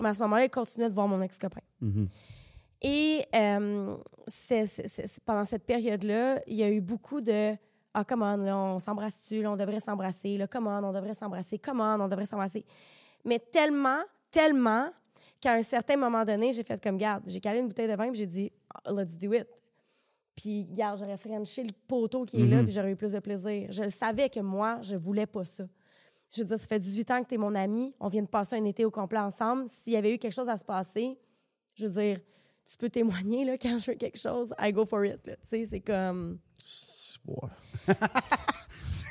Mais à ce moment-là, il continuait de voir mon ex-copain.
Mhm.
Et euh, c'est- c'est- c'est- c'est- pendant cette période-là, il y a eu beaucoup de Ah, come on, là, on s'embrasse-tu, là, on devrait s'embrasser, là, come on, on devrait s'embrasser, come on, on devrait s'embrasser. Mais tellement, tellement qu'à un certain moment donné, j'ai fait comme garde. J'ai calé une bouteille de vin puis j'ai dit ah, Let's do it. Puis, garde, j'aurais frenché le poteau qui est
Mhm.
là, puis j'aurais eu plus de plaisir. Je le savais que moi, je voulais pas ça. Je veux dire, ça fait 18 ans que tu es mon ami, on vient de passer un été au complet ensemble. S'il y avait eu quelque chose à se passer, je veux dire, tu peux témoigner là, quand je veux quelque chose, I go for it. là. Tu sais, c'est comme.
C'est ouais,
C'est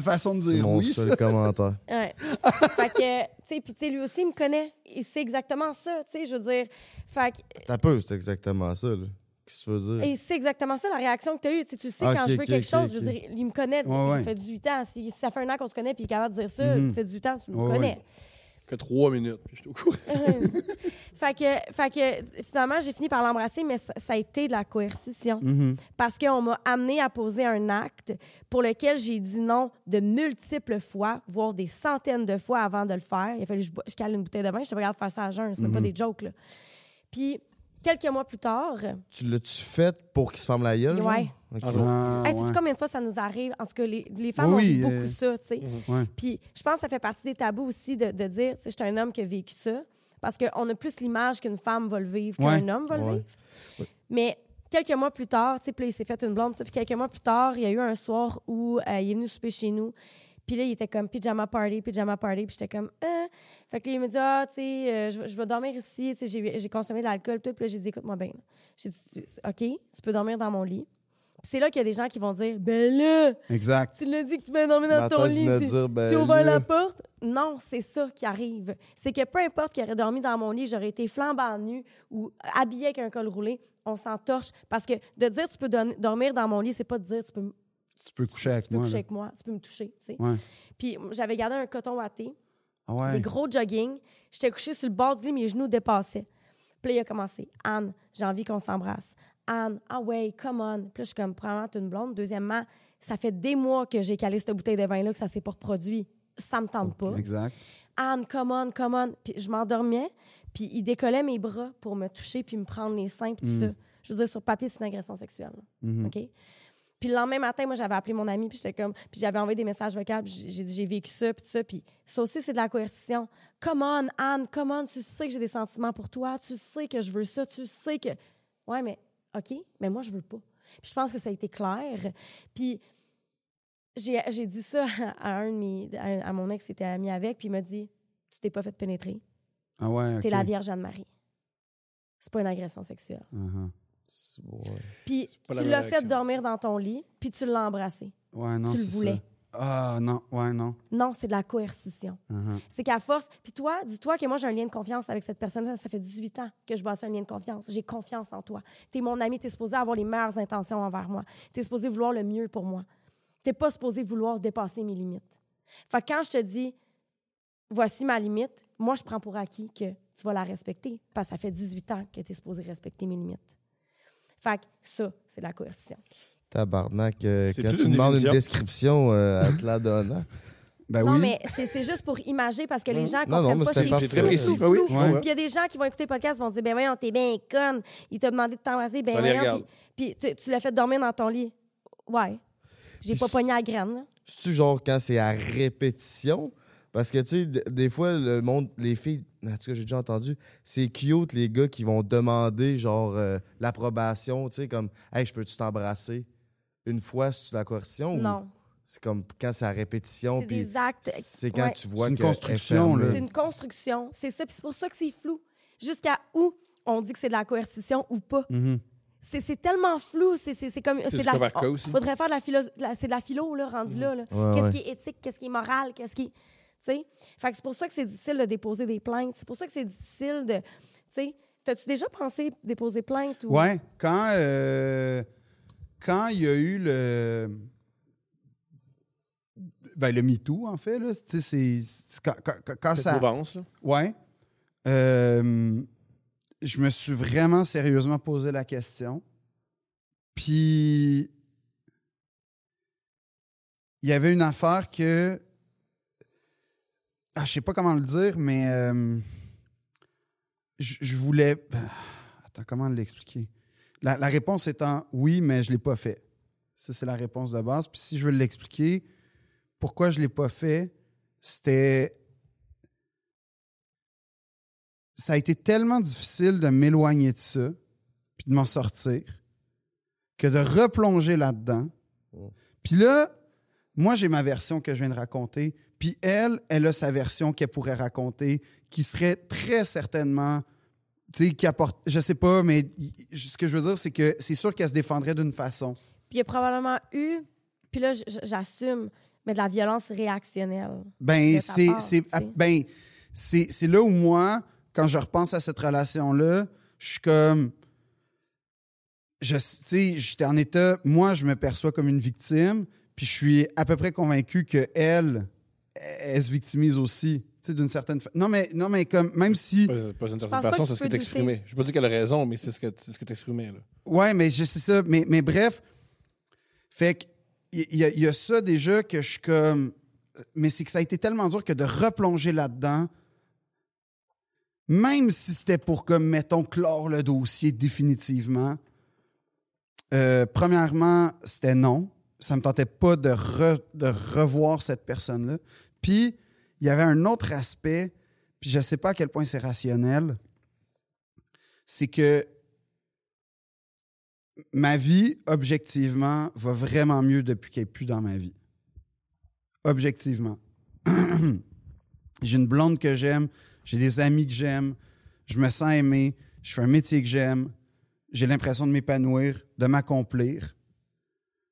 Fait que-
façon de
c'est
dire
mon
oui,
seul
ça.
commentaire.
Ouais. fait que, tu sais, puis tu sais, lui aussi, il me connaît. Il sait exactement ça, tu sais, je veux dire. Fait que,
T'as peur, c'est exactement ça, là. Qu'est-ce que tu veux
Et
dire?
c'est exactement ça la réaction que tu as eue. Tu sais, tu sais,
Mm. Ah,
quand
ok,
je veux
ok,
quelque
ok,
chose, je veux
ok.
dire, il me connaît,
Ouais, ouais.
il fait 18 ans. Si, si ça fait un an qu'on se connaît puis il est capable de dire ça,
Mm-hmm.
Mhm.
ça fait 18 ans, tu me
Ouais,
connais.
Fait trois minutes, puis je suis au courant.
fait, que, fait que finalement, j'ai fini par l'embrasser, mais ça, ça a été de la coercition.
Mm-hmm.
Parce qu'on m'a amené à poser un acte pour lequel j'ai dit non de multiples fois, voire des centaines de fois avant de le faire. Il a fallu que je, bo- je cale une bouteille de vin, je te regarde faire ça à jeun, c'est même
Mm-hmm.
pas des jokes. Là. Puis, quelques mois plus tard,
Tu l'as-tu fait pour qu'il se ferme la gueule? genre?
Ouais.
Ok.
Ah,
Ah,
Hey, sais-tu
ouais.
combien de fois ça nous arrive? En tout cas, les, les femmes
Oui,
ont
euh,
beaucoup ça, tu sais.
Ouais.
Puis je pense que ça fait partie des tabous aussi de, de dire, tu sais, je suis un homme qui a vécu ça. Parce qu'on a plus l'image qu'une femme va le vivre qu'un
Ouais.
homme va le
Ouais.
vivre. Mais quelques mois plus tard, tu sais, puis là, il s'est fait une blonde, tout ça. Puis quelques mois plus tard, il y a eu un soir où euh, il est venu souper chez nous. Puis là, il était comme pyjama party, pyjama party. Puis j'étais comme, Hein? Fait que là, il me dit, ah, tu sais, euh, je, vais- je vais dormir ici. Tu sais, j'ai- j'ai consommé de l'alcool, tout. Puis là, j'ai dit, écoute-moi bien. J'ai dit, Tu- OK, tu peux dormir dans mon lit. Puis c'est là qu'il y a des gens qui vont dire, ben là,
Exact.
tu l'as dit que tu m'as dormi dans
Ma
ton
tante
lit.
venait de
t'es-
dire, ben
tu as ouvert
là.
la porte? Non, c'est ça qui arrive. C'est que peu importe qui aurait dormi dans mon lit, j'aurais été flambant nue ou habillée avec un col roulé, on s'en torche. Parce que de dire tu peux don- dormir dans mon lit, c'est pas de dire tu peux, me- tu
Tu peux coucher avec
peux
moi.
coucher
là.
avec moi, tu peux me toucher. tu sais.
Ouais.
Puis j'avais gardé un coton watté,
Ah ouais.
des gros jogging. J'étais couchée sur le bord du lit, mes genoux dépassaient. Puis là, il a commencé. Anne, j'ai envie qu'on s'embrasse. Anne, ah ouais, come on. Puis là, je suis comme, premièrement, t'es une blonde. Deuxièmement, ça fait des mois que j'ai calé cette bouteille de vin-là, que ça s'est pas reproduit. Ça me tente pas.
Exact.
Anne, come on, come on. Puis je m'endormais, puis il décollait mes bras pour me toucher puis me prendre les seins, puis tout ça. Je veux dire, sur papier, c'est une agression sexuelle. là. OK? Puis le lendemain matin, moi, j'avais appelé mon ami, puis j'étais comme... Puis j'avais envoyé des messages vocaux, puis j'ai j'ai dit, j'ai vécu ça, puis tout ça. Puis ça aussi, c'est de la coercition. Come on, Anne, come on, tu sais que j'ai des sentiments pour toi, tu sais que je veux ça, tu sais que... Ouais, mais OK, mais moi, je veux pas. Puis je pense que ça a été clair. Puis j'ai j'ai dit ça à un de mes... À, un- à mon ex qui était ami avec, puis il m'a dit, tu t'es pas fait pénétrer.
Ah ouais.
T'es
ok.
la Vierge Anne-Marie. C'est pas une agression sexuelle.
Uh-huh.
C'est- ouais.
Puis
pas la
tu
même
l'as fait
réaction.
dormir dans ton lit, puis tu l'as embrassé.
Ouais, non,
Tu le
c'est ça.
voulais.
Ah non, ouais, non.
Non, c'est de la coercition.
Uh-huh.
C'est qu'à force. Puis toi, dis-toi que moi, j'ai un lien de confiance avec cette personne-là. Ça fait 18 ans que je bâtis un lien de confiance. J'ai confiance en toi. T'es mon ami, t'es supposé avoir les meilleures intentions envers moi. T'es supposé vouloir le mieux pour moi. T'es pas supposé vouloir dépasser mes limites. Fait que quand je te dis, voici ma limite, moi, je prends pour acquis que tu vas la respecter. Parce que ça fait 18 ans que t'es supposé respecter mes limites. Fait que ça, c'est de la coercition.
Tabarnak, euh,
C'est
quand
plus
tu
une
demandes une
définition.
description, euh, elle te la donne. hein?
Ben
non,
oui.
mais c'est c'est juste pour imager parce que les gens
Hmm. Non,
comprennent
non, mais
pas.
c'est
c'est
parfait.
flou,
C'est très
flou,
précis. Ah oui,
flou.
je comprends.
Puis il y a des gens qui vont écouter le podcast vont dire Ben voyons, t'es bien conne. Il t'a demandé de t'embrasser. Ben
Ça les
voyons.
regarde.
Puis, puis tu tu l'as fait dormir dans ton lit. Ouais. J'ai
Puis
pas
c'est-
pogné à la graine. là.
C'est-tu genre quand c'est à répétition? Parce que, tu sais, d- des fois, le monde, les filles, en tout cas, j'ai déjà entendu, c'est cute les gars qui vont demander, genre, euh, l'approbation, tu sais, comme, hey, je peux-tu t'embrasser une fois si tu la coercition? ou
Non.
C'est comme quand c'est à répétition,
C'est
Oh. puis
des actes.
c'est quand
ouais.
tu vois
C'est une
qu'elle est
construction,
fermée.
là.
C'est une construction. C'est ça. Puis c'est pour ça que c'est flou. Jusqu'à où on dit que c'est de la coercition ou pas.
Mhm.
C'est c'est tellement flou. C'est c'est- c'est comme.
du
de la-
cas par cas aussi.
faudrait faire de la philo. de la- C'est de la philo, là, rendu là. là.
Ouais,
qu'est-ce
ouais.
qui est éthique? Qu'est-ce qui est moral? Qu'est-ce qui. Tu sais? Fait que c'est pour ça que c'est difficile de déposer des plaintes. C'est pour ça que c'est difficile de. Tu sais? T'as-tu déjà pensé déposer plainte ou.
Ouais, quand euh, quand il y a eu le ben, le MeToo, en fait, là, tu sais, c'est c'est quand, quand- quand- quand
Cette
ça.
mouvance, là.
Ouais. Euh, je me suis vraiment sérieusement posé la question. Puis, il y avait une affaire que. Ah, je sais pas comment le dire, mais. euh, je je voulais. ah, Attends, comment l'expliquer? La, la réponse étant oui, mais je l'ai pas fait. Ça, c'est la réponse de base. Puis, si je veux l'expliquer, pourquoi je l'ai pas fait, c'était ça a été tellement difficile de m'éloigner de ça, puis de m'en sortir, que de replonger là-dedans. Puis là, moi, j'ai ma version que je viens de raconter, puis elle, elle a sa version qu'elle pourrait raconter, qui serait très certainement, tu sais, qui apporte, je sais pas, mais y- y- ce que je veux dire, c'est que c'est sûr qu'elle se défendrait d'une façon.
Puis il y a probablement eu. Puis là, j- j- j'assume. Mais de la violence réactionnelle.
Ben,
de ta
c'est,
part,
c'est,
tu sais.
ben, c'est, c'est là où moi, quand je repense à cette relation-là, je suis comme. Je, tu sais, j'étais en état. Moi, je me perçois comme une victime, puis je suis à peu près convaincu que elle, elle se victimise aussi, tu sais, d'une certaine façon. Non, mais, non, mais comme, même si.
Pas, pas une
pense
certaine
pas
façon,
que
c'est
tu
ce que
peux
t'exprimais. Je peux pas dire qu'elle a raison, mais c'est ce que c'est ce que t'exprimais, là.
Ouais, mais je sais ça. Mais, mais bref, fait que il y, a- il y a ça déjà que je suis comme. Mais c'est que ça a été tellement dur que de replonger là-dedans, même si c'était pour comme, mettons, clore le dossier définitivement. euh, premièrement, c'était non. Ça me tentait pas de, re- de revoir cette personne-là. Puis, il y avait un autre aspect, puis je sais pas à quel point c'est rationnel, c'est que ma vie, objectivement, va vraiment mieux depuis qu'elle n'est plus dans ma vie. Objectivement. j'ai une blonde que j'aime, j'ai des amis que j'aime, je me sens aimé, je fais un métier que j'aime, j'ai l'impression de m'épanouir, de m'accomplir.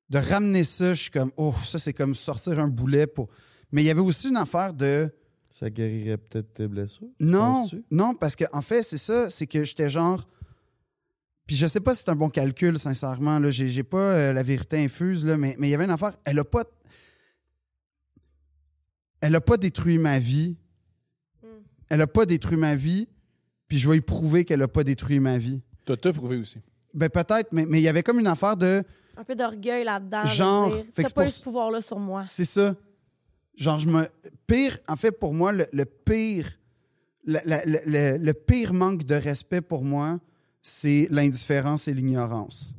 De ramener ça, je suis comme, oh, ça, c'est comme sortir un boulet pour. Mais il y avait aussi une affaire de.
Ça guérirait peut-être tes blessures?
Non,
penses-tu?
non, parce que en fait, c'est ça, c'est que j'étais genre. Puis je sais pas si c'est un bon calcul, sincèrement. Là, j'ai, j'ai pas euh, la vérité infuse, là, mais mais il y avait une affaire. Elle a pas. Elle a pas détruit ma vie. Elle a pas détruit ma vie. Puis je vais y prouver qu'elle a pas détruit ma vie.
T'as tout prouvé aussi.
Ben peut-être, mais mais il y avait comme une affaire de.
Un peu d'orgueil là-dedans. de
Genre,
dire,
fait
T'as
que c'est
pas
pour
eu
ça-
ce pouvoir-là sur moi.
C'est ça. Genre, je me. Pire, en fait, pour moi, le, le pire. la- la- la- la- le pire manque de respect pour moi, c'est l'indifférence et l'ignorance.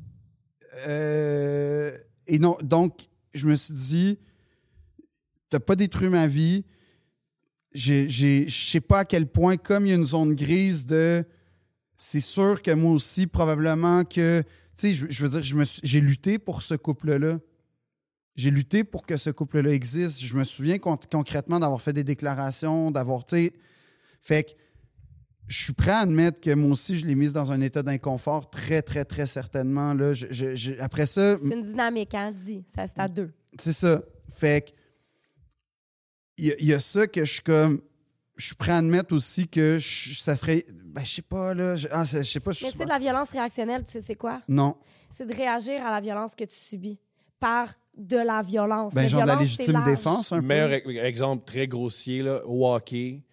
Euh, et non, donc, je me suis dit, t'as pas détruit ma vie. J'ai- j'ai- Je sais pas à quel point, comme il y a une zone grise de. C'est sûr que moi aussi, probablement que. Tu sais, je, je veux dire, je me suis- j'ai lutté pour ce couple-là. J'ai lutté pour que ce couple-là existe. Je me souviens con- concrètement d'avoir fait des déclarations, d'avoir, tu sais. Fait que je suis prêt à admettre que moi aussi, je l'ai mise dans un état d'inconfort très, très, très certainement. Là. Je- je- je- après ça,
C'est une dynamique, hein, dit. Ça, c'est à
Mm.
deux.
c'est ça. Fait que, il y a- il y, a ça que je suis comme. Je suis prêt à admettre aussi que je- ça serait. Ben, je sais pas, là. Je, ah, c'est- je sais pas. Je
Mais
suis
tu sais, de la violence réactionnelle, tu sais, c'est quoi?
Non.
C'est de réagir à la violence que tu subis par de la violence.
Ben,
Mais
genre de la
violence, c'est
légitime
large.
défense, un peu.
Meilleur e- exemple très grossier, là, au hockey,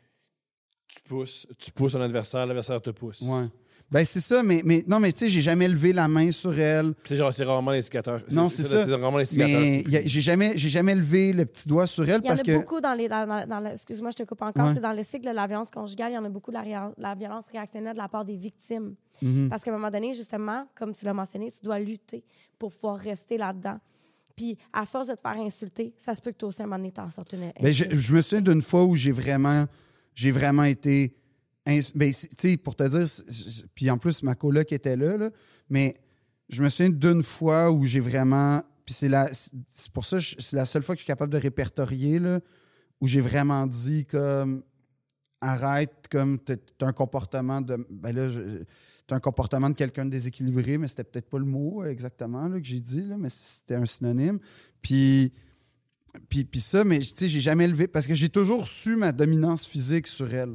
tu pousses, tu pousses un adversaire, l'adversaire te pousse.
Ouais. Ben, c'est ça, mais, mais non, mais tu sais, j'ai jamais levé la main sur elle.
Puis C'est genre, c'est rarement l'instigateur.
Non, c'est ça.
C'est rarement l'instigateur.
Mais il y a- j'ai jamais, j'ai jamais levé le petit doigt sur elle
Il y en
parce
a
que.
beaucoup dans les. dans- dans- dans la- Excuse-moi, je te coupe encore.
Ouais.
C'est dans le cycle de la violence conjugale, il y en a beaucoup de la, réa- la violence réactionnelle de la part des victimes.
Mm-hmm.
Parce qu'à un moment donné, justement, comme tu l'as mentionné, tu dois lutter pour pouvoir rester là-dedans. Puis à force de te faire insulter, ça se peut que toi aussi, à un moment donné, t'en sortes une
Ben, je,
insulte.
je me souviens d'une fois où j'ai vraiment, j'ai vraiment été. ins- ben, c'est- tu sais, pour te dire, c'est- c'est- puis en plus, ma coloc était là, là, mais je me souviens d'une fois où j'ai vraiment. Puis c'est la- c'est pour ça que je- c'est la seule fois que je suis capable de répertorier, là, où j'ai vraiment dit comme arrête, comme t'as t'as un comportement de. Ben là, je- t'as un comportement de quelqu'un de déséquilibré, mais c'était peut-être pas le mot euh, exactement là, que j'ai dit, là, mais c'était un synonyme. Puis. Puis, puis ça, mais tu sais, j'ai jamais levé parce que j'ai toujours su ma dominance physique sur elle.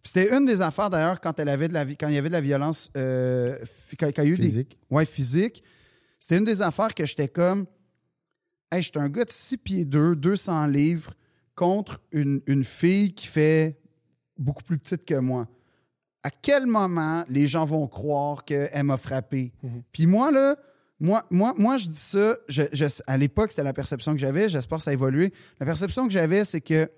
Puis c'était une des affaires d'ailleurs quand elle avait de la vi- quand il y avait de la violence euh, fi- quand, quand il y a eu des-
Physique.
ouais, physique. C'était une des affaires que j'étais comme Hey, j'étais un gars de 6 pieds 2, 200 livres contre une, une fille qui fait beaucoup plus petite que moi. À quel moment les gens vont croire qu'elle m'a frappé? Puis moi, là, moi, moi, moi, je dis ça, je- je- à l'époque, c'était la perception que j'avais, j'espère que ça a évolué. La perception que j'avais, c'est que,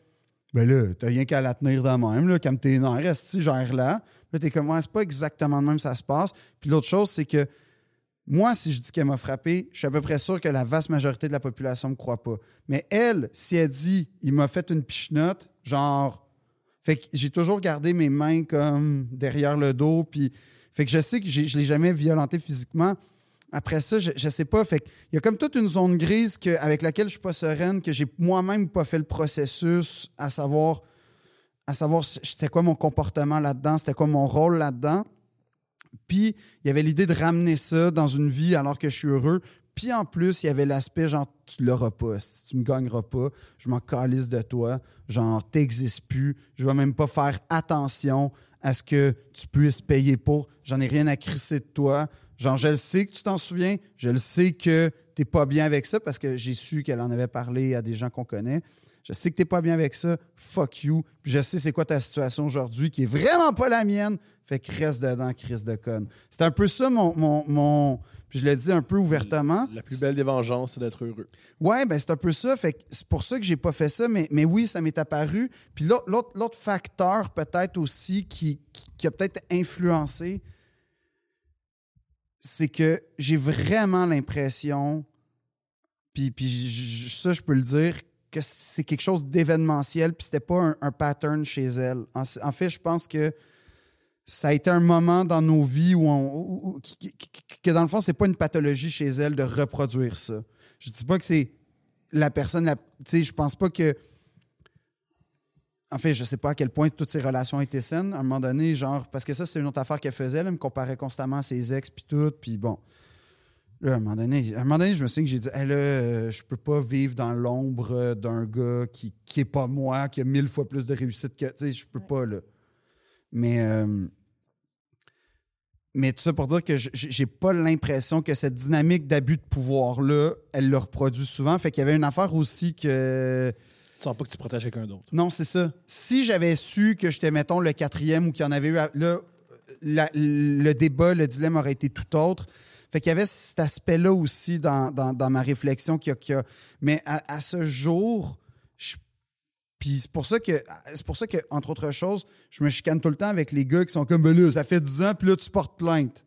ben là, t'as rien qu'à la tenir de même, là, comme t'es une reste gère là. Là, t'es comme, Ouais, c'est pas exactement de même que ça se passe. Puis l'autre chose, c'est que, moi, si je dis qu'elle m'a frappé, je suis à peu près sûr que la vaste majorité de la population ne me croit pas. Mais elle, si elle dit il m'a fait une pichenote, genre. Fait que j'ai toujours gardé mes mains comme derrière le dos. Puis. Fait que je sais que j'ai- je ne l'ai jamais violenté physiquement. Après ça, je, je sais pas. Fait que il y a comme toute une zone grise que, avec laquelle je suis pas sereine, que j'ai moi-même pas fait le processus à savoir à savoir c'était quoi mon comportement là-dedans, c'était quoi mon rôle là-dedans. Puis il y avait l'idée de ramener ça dans une vie alors que je suis heureux. Puis en plus, il y avait l'aspect genre tu l'auras pas, si tu me gagneras pas, je m'en calisse de toi, genre t'existes plus, je vais même pas faire attention à ce que tu puisses payer pour, j'en ai rien à crisser de toi. Genre je le sais que tu t'en souviens, je le sais que t'es pas bien avec ça parce que j'ai su qu'elle en avait parlé à des gens qu'on connaît. Je sais que t'es pas bien avec ça, fuck you. Puis je sais c'est quoi ta situation aujourd'hui qui est vraiment pas la mienne. Fait que reste dedans, Chris de conne. C'est un peu ça mon, mon, mon- Puis je le dis un peu ouvertement.
La plus belle des vengeances, c'est d'être heureux.
Ouais, ben c'est un peu ça. Fait que c'est pour ça que j'ai pas fait ça, mais, mais oui, ça m'est apparu. Puis l'autre- l'autre l'autre facteur peut-être aussi qui, qui, qui a peut-être influencé, c'est que j'ai vraiment l'impression, puis, puis j- j- ça je peux le dire, que c'est quelque chose d'événementiel, puis c'était pas un, un pattern chez elle. En, en fait, je pense que ça a été un moment dans nos vies où on. où- où- qui- qui- qui- que dans le fond, c'est pas une pathologie chez elle de reproduire ça. Je dis pas que c'est la personne. la- Tu sais, je pense pas que. En fait, je sais pas à quel point toutes ces relations étaient saines. À un moment donné, genre, parce que ça, c'est une autre affaire qu'elle faisait. Elle me comparait constamment à ses ex, puis tout, puis bon. Là, à un moment donné, à un moment donné, je me souviens que j'ai dit, Hey, là, euh, je peux pas vivre dans l'ombre euh, d'un gars qui, qui est pas moi, qui a mille fois plus de réussite que. Tu sais, je peux pas, là. Mais. euh, mais tout ça pour dire que j- j- j'ai pas l'impression que cette dynamique d'abus de pouvoir-là, elle le reproduit souvent. Fait qu'il y avait une affaire aussi que.
Tu sens pas que tu protèges quelqu'un d'autre.
Non, c'est ça. Si j'avais su que j'étais, mettons, le quatrième ou qu'il y en avait eu. à- Là, la- le débat, le dilemme aurait été tout autre. Fait qu'il y avait cet aspect-là aussi dans, dans- dans ma réflexion. qu'il y a- qu'il y a. Mais à, à ce jour, je- puis c'est pour ça que, c'est pour ça que, entre autres choses, je me chicane tout le temps avec les gars qui sont comme, Ben là, ça fait 10 ans, puis là, tu portes plainte.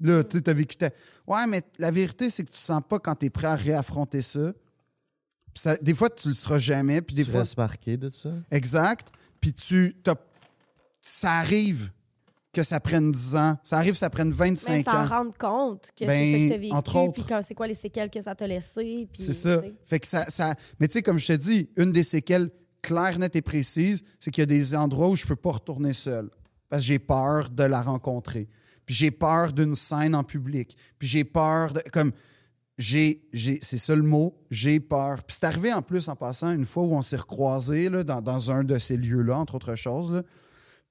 Là, tu sais, t'as vécu ta... Ouais, mais la vérité, c'est que tu sens pas quand t'es prêt à réaffronter ça. Puis ça- des fois, tu le seras jamais. Puis des
tu
fois,
restes marqué de ça?
Exact. Puis tu. t'as- Ça arrive que ça prenne 10 ans. Ça arrive que ça prenne
Même
25
t'en
ans.
rendre compte que
Ben,
c'est ça que t'as vécu,
entre
puis
autres.
quand- c'est quoi les séquelles que ça t'a laissé. puis,
C'est ça.
tu sais.
Fait que ça, ça... Mais tu sais, comme je te dis, une des séquelles claires, nettes et précises, c'est qu'il y a des endroits où je peux pas retourner seul. Parce que j'ai peur de la rencontrer. Puis j'ai peur d'une scène en public. Puis j'ai peur de. Comme. J'ai, j'ai, c'est ça le mot, j'ai peur. Puis c'est arrivé en plus en passant une fois où on s'est recroisés là, dans, dans un de ces lieux-là, entre autres choses. là.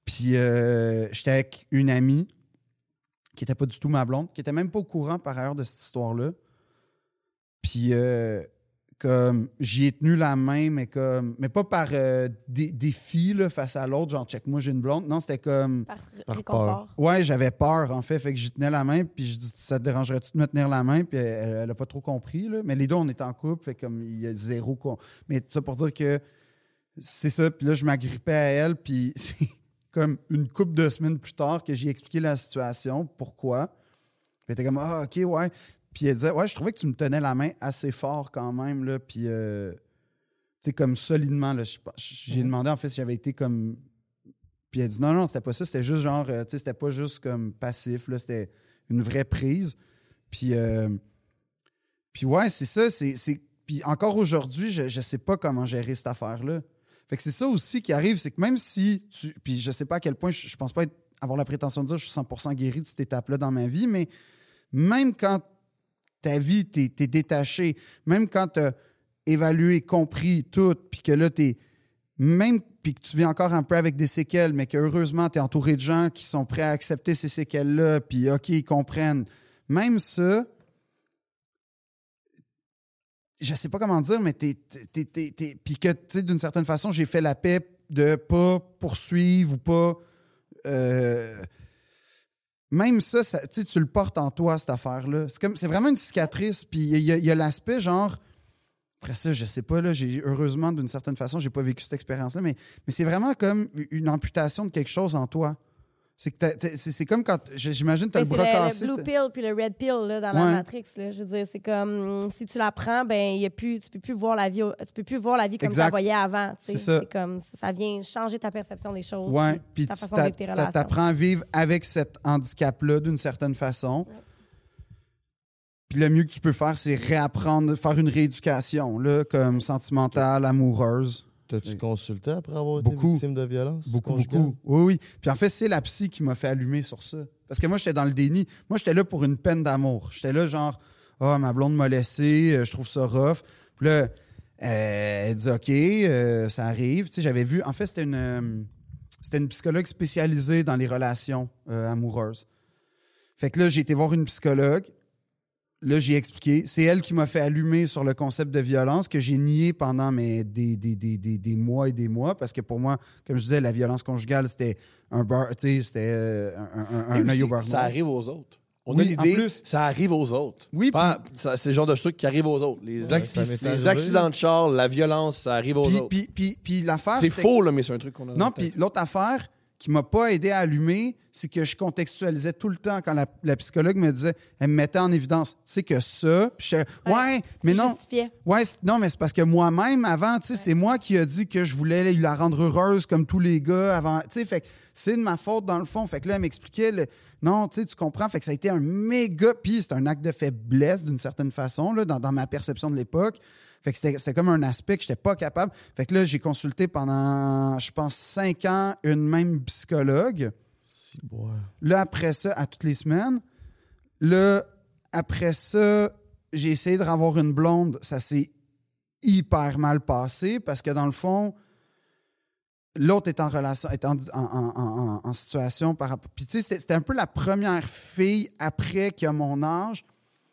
Puis euh, j'étais avec une amie qui n'était pas du tout ma blonde, qui était même pas au courant par ailleurs de cette histoire-là. Puis euh, comme j'y ai tenu la main, mais comme mais pas par euh, dé- défi là, face à l'autre, genre check moi j'ai une blonde. Non, c'était comme
Par,
Par
réconfort.
Ouais, j'avais peur, en fait. Fait que j'y tenais la main, puis je dis Ça te dérangerait-tu de me tenir la main Puis elle, elle a pas trop compris, là. Mais les deux, on est en couple, fait comme il y a zéro. con- Mais ça pour dire que c'est ça. Puis là, je m'agrippais à elle, puis c'est comme une couple de semaines plus tard que j'ai expliqué la situation, pourquoi. Puis elle était comme Ah, OK, ouais. Puis elle disait, ouais, je trouvais que tu me tenais la main assez fort quand même, là. Puis, euh, tu sais, comme solidement, là. je- J'ai demandé, en fait, si j'avais été comme. Puis elle dit, non, non, c'était pas ça. C'était juste genre, euh, tu sais, c'était pas juste comme passif, là. C'était une vraie prise. Puis, euh, puis ouais, c'est ça. C'est, c'est- Puis encore aujourd'hui, je, je sais pas comment gérer cette affaire-là. Fait que c'est ça aussi qui arrive, c'est que même si tu. Puis je sais pas à quel point, je, je pense pas être- avoir la prétention de dire je suis 100% guéri de cette étape-là dans ma vie, mais même quand ta vie, t'es es détaché, même quand t'as évalué, compris tout, puis que là, t'es. Même puis que tu vis encore un peu avec des séquelles, mais que heureusement, tu es entouré de gens qui sont prêts à accepter ces séquelles-là, puis OK, ils comprennent. Même ça, je sais pas comment dire, mais t'es. t'es- t'es- t'es- t'es- Puis que, tu sais, d'une certaine façon, j'ai fait la paix de pas poursuivre ou pas. euh, Même ça, ça- tu sais, tu le portes en toi, cette affaire-là. C'est comme- c'est vraiment une cicatrice. Puis il y a, il y a l'aspect genre. Après ça, je sais pas, là, j'ai heureusement, d'une certaine façon, j'ai pas vécu cette expérience-là, mais, mais c'est vraiment comme une amputation de quelque chose en toi. C'est que t'as- t'as- c'est c'est comme quand. J'imagine, t'as
Mais
le
Ben, c'est
bras cassé.
le, blue
t'as-
pill puis le red pill là, dans la
Ouais.
Matrix. Là, je veux dire, c'est comme mm, si tu la prends, ben y a plus, tu peux plus voir la vie, au- tu peux plus voir la vie comme tu
Exact.
la voyais avant. tu sais.
C'est ça.
comme ça vient changer ta perception des choses,
Ouais,
puis
puis
ta
tu
façon de
t'a-
vivre tes
t'a-
relations.
t'apprends à vivre avec cet handicap-là d'une certaine façon. Puis le mieux que tu peux faire, c'est réapprendre, faire une rééducation, là, comme sentimentale, amoureuse.
T'as-tu consulté après avoir été
Beaucoup.
victime de violence
Beaucoup,
conjugale?
beaucoup. Oui, oui. Puis en fait, c'est la psy qui m'a fait allumer sur ça. Parce que moi, j'étais dans le déni. Moi, j'étais là pour une peine d'amour. J'étais là, genre, ah, ma blonde m'a laissé, euh, je trouve ça rough. Puis là, euh, elle dit, OK, euh, ça arrive. Tu sais, j'avais vu. En fait, c'était une, euh, c'était une psychologue spécialisée dans les relations euh, amoureuses. Fait que là, j'ai été voir une psychologue. Là, j'ai expliqué. C'est elle qui m'a fait allumer sur le concept de violence que j'ai nié pendant mes, des, des, des, des, des mois et des mois parce que pour moi, comme je disais, la violence conjugale, c'était un beurre, tu sais, c'était euh, un, un, un œil au beurre
ça
noir.
arrive aux autres. On a
Oui, en
l'idée,
plus.
ça arrive aux autres.
Oui,
Pas- ça- c'est le genre de truc qui arrive aux autres. Les,
Ça, ça
acc-
m'est
les
arrivé.
accidents de char, la violence, ça arrive aux
Puis,
autres.
puis, puis, puis l'affaire,
c'est
c'était-
faux, là, mais c'est un truc qu'on a. dans
Non,
notre tête.
puis l'autre affaire qui m'a pas aidé à allumer, c'est que je contextualisais tout le temps quand la, la psychologue me disait, elle me mettait en évidence, tu sais que ça, puis j'étais, ouais, mais
Tu
non.
justifiais.
Ouais, c'est- non, mais c'est parce que moi-même, avant, tu sais, c'est moi qui a dit que je voulais la rendre heureuse comme tous les gars avant. Tu sais, fait que c'est de ma faute dans le fond. Fait que là, elle m'expliquait, le- non, tu sais, tu comprends. Fait que ça a été un méga. Puis c'est un acte de faiblesse d'une certaine façon, là, dans, dans ma perception de l'époque. Fait que c'était c'était comme un aspect que j'étais pas capable. Fait que là, j'ai consulté pendant, je pense, cinq ans une même psychologue.
Si, boire.
Là, après ça, à toutes les semaines. Là, après ça, j'ai essayé de revoir une blonde. Ça s'est hyper mal passé parce que dans le fond, l'autre est en relation, est en, en- en- en- en situation par rapport. Puis tu sais, c'était- c'était un peu la première fille après qui a mon âge.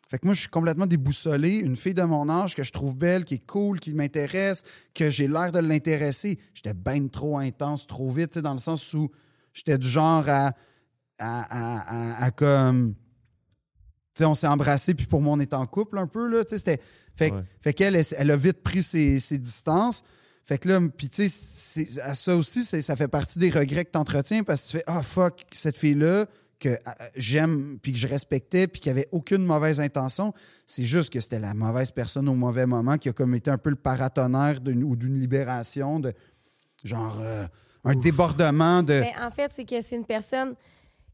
Fait que moi, je suis complètement déboussolé. Une fille de mon âge que je trouve belle, qui est cool, qui m'intéresse, que j'ai l'air de l'intéresser. J'étais ben trop intense, trop vite, tu sais, dans le sens où j'étais du genre à, à, à- à- à comme. Tu sais, on s'est embrassé, puis pour moi, on est en couple un peu, là. Tu sais, c'était. Fait, que-
Ouais.
fait qu'elle, elle, elle a vite pris ses, ses distances. Fait que là, puis tu sais, c'est- à ça aussi, c'est- ça fait partie des regrets que t'entretiens parce que tu fais Ah, fuck, cette fille-là, que euh, j'aime, puis que je respectais, puis qui avait aucune mauvaise intention. C'est juste que c'était la mauvaise personne au mauvais moment qui a comme été un peu le paratonnerre d'une- ou d'une libération, de genre euh, un débordement de.
Ben, en fait, c'est que c'est une personne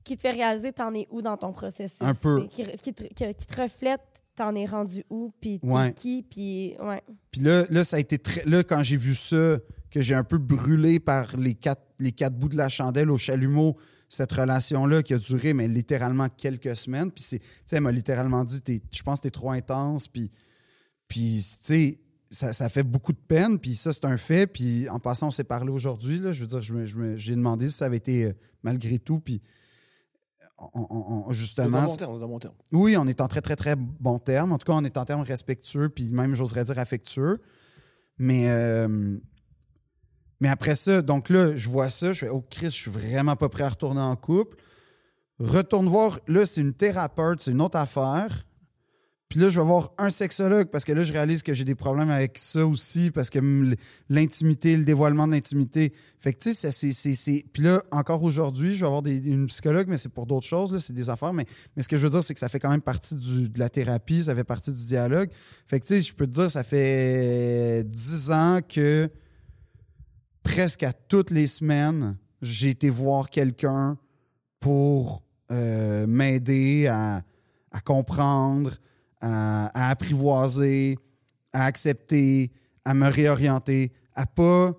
qui te fait réaliser t'en es où dans ton processus.
Un peu.
C'est- Qui, re- qui te, que- qui te reflète t'en es rendu où, puis t'es
Ouais.
qui, puis... Ouais.
Puis là, là, ça a été très. Là, quand j'ai vu ça, que j'ai un peu brûlé par les quatre, les quatre bouts de la chandelle au chalumeau, cette relation-là qui a duré, mais littéralement quelques semaines. Puis c'est. Tu sais, elle m'a littéralement dit T'es- Je pense que t'es trop intense. Puis, puis tu sais, ça, ça fait beaucoup de peine. Puis ça, c'est un fait. Puis en passant, on s'est parlé aujourd'hui. là. Je veux dire, je me- je me- j'ai demandé si ça avait été euh, malgré tout. Puis. on- on- on-
On est
justement,
dans mon terme, on est dans mon terme.
oui, on est en très, très, très bon terme. En tout cas, on est en termes respectueux, puis même, j'oserais dire, affectueux. Mais, euh, mais après ça, donc là, je vois ça, je fais Oh, Chris, je suis vraiment pas prêt à retourner en couple. Retourne voir, là, c'est une thérapeute, c'est une autre affaire. Puis là, je vais voir un sexologue parce que là, je réalise que j'ai des problèmes avec ça aussi parce que mm, l'intimité, le dévoilement de l'intimité. Fait que, tu sais, ça, c'est- c'est. c'est- Puis là, encore aujourd'hui, je vais avoir des- une psychologue, mais c'est pour d'autres choses, là, c'est des affaires. Mais, mais ce que je veux dire, c'est que ça fait quand même partie du- de la thérapie, ça fait partie du dialogue. Fait que, tu sais, je peux te dire, ça fait dix ans que presque à toutes les semaines, j'ai été voir quelqu'un pour euh, m'aider à, à comprendre, à, à apprivoiser, à accepter, à me réorienter, à pas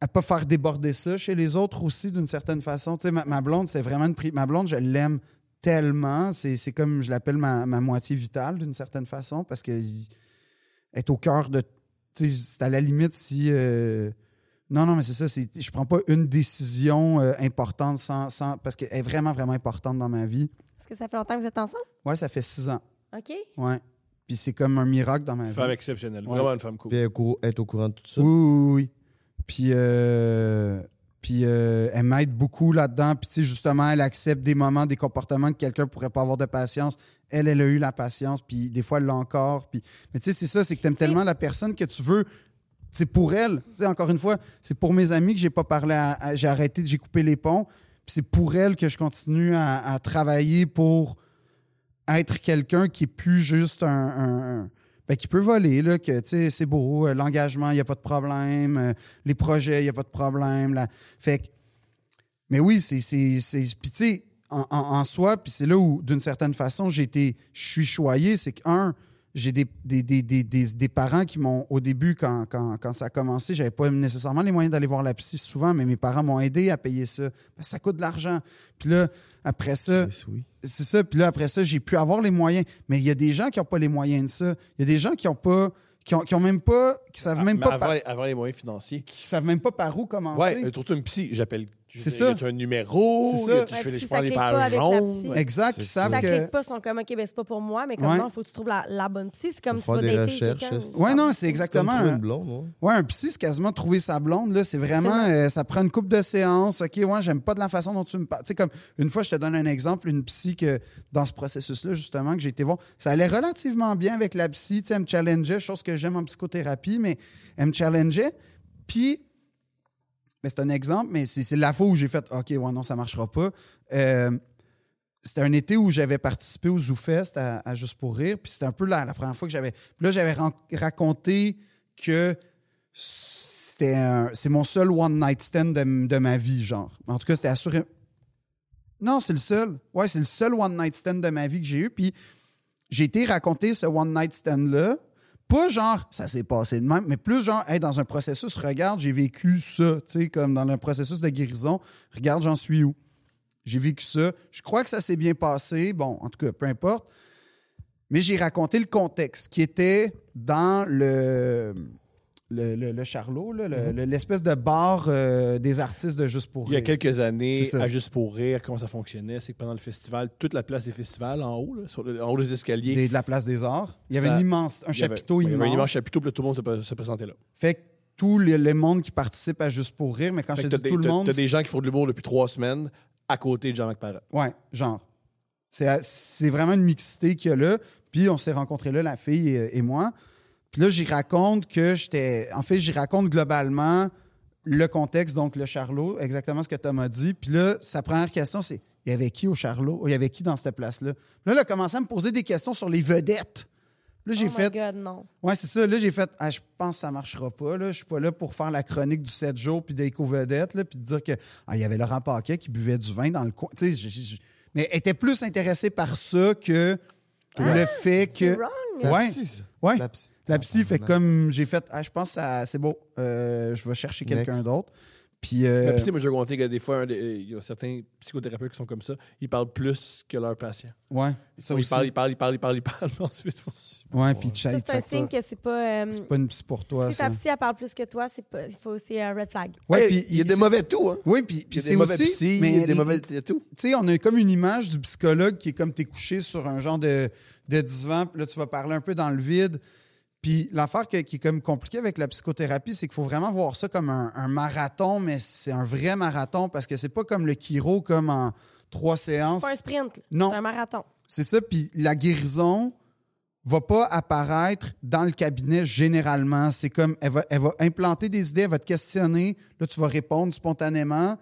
à pas faire déborder ça chez les autres aussi d'une certaine façon. Tu sais, ma, ma blonde, c'est vraiment une pri- ma blonde, je l'aime tellement, c'est c'est comme je l'appelle ma, ma moitié vitale d'une certaine façon parce que il- elle est au cœur de tu sais, c'est à la limite si euh, non, non, mais c'est ça. c'est- Je prends pas une décision euh, importante sans, sans- parce qu'elle est vraiment, vraiment importante dans ma vie.
Est-ce que ça fait longtemps que vous êtes ensemble?
Ouais, ça fait six ans.
OK.
Ouais. Puis c'est comme un miracle dans ma vie.
Femme exceptionnelle.
Ouais.
Vraiment une femme cool.
Puis être au, être au courant de tout ça.
Oui, oui, oui. Puis, euh, puis euh, elle m'aide beaucoup là-dedans. Puis, tu sais, justement, elle accepte des moments, des comportements que quelqu'un pourrait pas avoir de patience. Elle, elle a eu la patience, puis des fois, elle l'a encore. Puis... Mais tu sais, c'est ça, c'est que tu aimes tellement la personne que tu veux. C'est pour elle. Tu sais, encore une fois, c'est pour mes amis que j'ai pas parlé. à- à- j'ai arrêté, j'ai coupé les ponts. Puis c'est pour elle que je continue à, à travailler pour être quelqu'un qui est plus juste un. un- un- ben, qui peut voler, là, que tu sais, c'est beau, euh, l'engagement, il n'y a pas de problème, euh, les projets, il n'y a pas de problème. Là. Fait que. Mais oui, c'est. c'est- c'est- Puis tu sais, en, en- en soi, puis c'est là où, d'une certaine façon, j'ai été. Je suis choyé, c'est que, un, j'ai des, des, des, des, des- des parents qui m'ont, au début, quand, quand, quand ça a commencé, j'avais pas nécessairement les moyens d'aller voir la psy souvent, mais mes parents m'ont aidé à payer ça. Ben, ça coûte de l'argent. Puis là, après ça,
Oui.
c'est ça. Puis là, après ça, j'ai pu avoir les moyens. Mais il y a des gens qui n'ont pas les moyens de ça. Il y a des gens qui n'ont pas. Qui ont, qui ont même pas. Qui savent même
Ah, Mais
pas.
avant,
par-
avant les moyens financiers.
qui savent même pas par où commencer.
Ouais, euh, trouve-toi une psy, j'appelle. Je
C'est
veux dire,
ça.
Y a-tu un numéro?
C'est ça.
Y a-tu-
Ouais,
Je fais les-
si
je
ça
prends les
clique pas
pages
avec la psy.
jaunes.
exact.
C'est
Qui
ça.
savent
Ça
que.
clique pas, ils sont comme, OK, ben c'est pas pour moi, mais comme
Ouais.
non, il faut que tu trouves la, la bonne psy. C'est comme
Faut faire
tu vas
des
dater
recherches,
quelqu'un.
c'est-
Ouais, non, c'est exactement.
C'est comme trouver
un-
une blonde, ouais.
Ouais, un psy, c'est quasiment trouver sa blonde. Là, c'est vraiment, euh, ça prend une coupe de séance. Ok, ouais, j'aime pas de la façon dont tu me parles. Tu sais, comme une fois, je te donne un exemple, une psy que dans ce processus-là, justement, que j'ai été voir, ça allait relativement bien avec la psy. Tu sais, elle me challengeait, chose que j'aime en psychothérapie, mais elle me challengeait. Puis, mais c'est un exemple, mais c'est c'est la fois où j'ai fait, ok, ouais, non, ça marchera pas. Euh, c'était un été où j'avais participé au ZooFest à, à Juste pour rire, puis c'était un peu la, la première fois que j'avais. puis Là, j'avais ran- raconté que c'était un- c'est mon seul one night stand de, de ma vie, genre. En tout cas, c'était assuré. Non, c'est le seul. Ouais, c'est le seul one night stand de ma vie que j'ai eu, puis j'ai été raconter ce one night stand là. Pas genre, ça s'est passé de même, mais plus genre, hey, dans un processus, regarde, j'ai vécu ça, tu sais, comme dans un processus de guérison, regarde, j'en suis où. J'ai vécu ça. Je crois que ça s'est bien passé. Bon, en tout cas, peu importe. Mais j'ai raconté le contexte qui était dans le, le, le- le Charlot, là, le- le- l'espèce de bar euh, des artistes de Juste pour
Mhm. Il y a
rire.
quelques années,
C'est ça.
à Juste pour rire, comment ça fonctionnait, c'est que pendant le festival, toute la place des festivals en haut, là, sur le- en haut des escaliers,
Des- de la place des arts. Il y avait
Ça-
une immense, un
il y avait-
chapiteau
il y avait
immense.
Un immense chapiteau, puis là, tout le monde se, pr- se présentait là.
Fait que tout le, le monde qui participe à Juste pour rire, mais quand
Fait
je te
que
dis
t'as des,
tout le
t'as-
monde,
t'as des gens qui font de l'humour depuis trois semaines à côté de Jean-Marc Parent.
Ouais, genre. C'est, c'est vraiment une mixité qu'il y a là. Puis on s'est rencontrés là, la fille et, et moi. Puis là, j'y raconte que j'étais. En fait, j'y raconte globalement le contexte, donc le Charlot, exactement ce que Tom a dit. Puis là, sa première question, c'est il y avait qui au Charlot Il y avait qui dans cette place-là Puis là, elle a commencé à me poser des questions sur les vedettes. Puis Là, j'ai
Oh my
fait.
God, non.
Ouais, c'est ça. Là, j'ai fait, ah, je pense que ça marchera pas. Là. Je suis pas là pour faire la chronique du 7 jours puis des vedettes là, puis de dire que ah, il y avait Laurent Paquet qui buvait du vin dans le coin. Tu sais, je- je- je- mais elle était plus intéressée par ça que le fait
C'est
que.
wrong.
La
Ouais.
psy, ça.
Ouais.
La psy.
La psy fait
Tabarnak.
comme j'ai fait, ah, je pense que ça- c'est beau. Euh, je vais chercher quelqu'un
Next.
d'autre. Puis. euh,
Mais puis, tu sais, moi, j'ai compté que des fois, un des- il y a certains psychothérapeutes qui sont comme ça, ils parlent plus que leurs patients.
ouais. Ça
ils,
aussi.
parlent, ils parlent, ils parlent, ils parlent, ils parlent, puis ensuite.
Ouais, puis tu
Ça,
sais,
c'est un
fait ça.
signe que c'est pas. euh,
C'est pas une psy pour toi.
si ta
Ça.
psy, elle parle plus que toi, c'est pas- il faut- c'est un red flag.
Ouais,
Hey,
puis
il y a des
c'est-
mauvais tout, hein?
Oui, puis,
Il y
puis
a
c'est
des mauvais
aussi.
psy, il y
mais
a des mauvais il y a tout.
tu sais, on a comme une image du psychologue qui est comme t'es couché sur un genre de, de divan, puis là, tu vas parler un peu dans le vide. Puis l'affaire que- qui est comme compliquée avec la psychothérapie, c'est qu'il faut vraiment voir ça comme un, un marathon, mais c'est un vrai marathon parce que c'est pas comme le chiro, comme en trois
C'est
séances.
pas un sprint. là.
Non.
C'est un marathon.
C'est ça, puis la guérison va pas apparaître dans le cabinet généralement. C'est comme, elle va, elle va implanter des idées, elle va te questionner, là, tu vas répondre spontanément.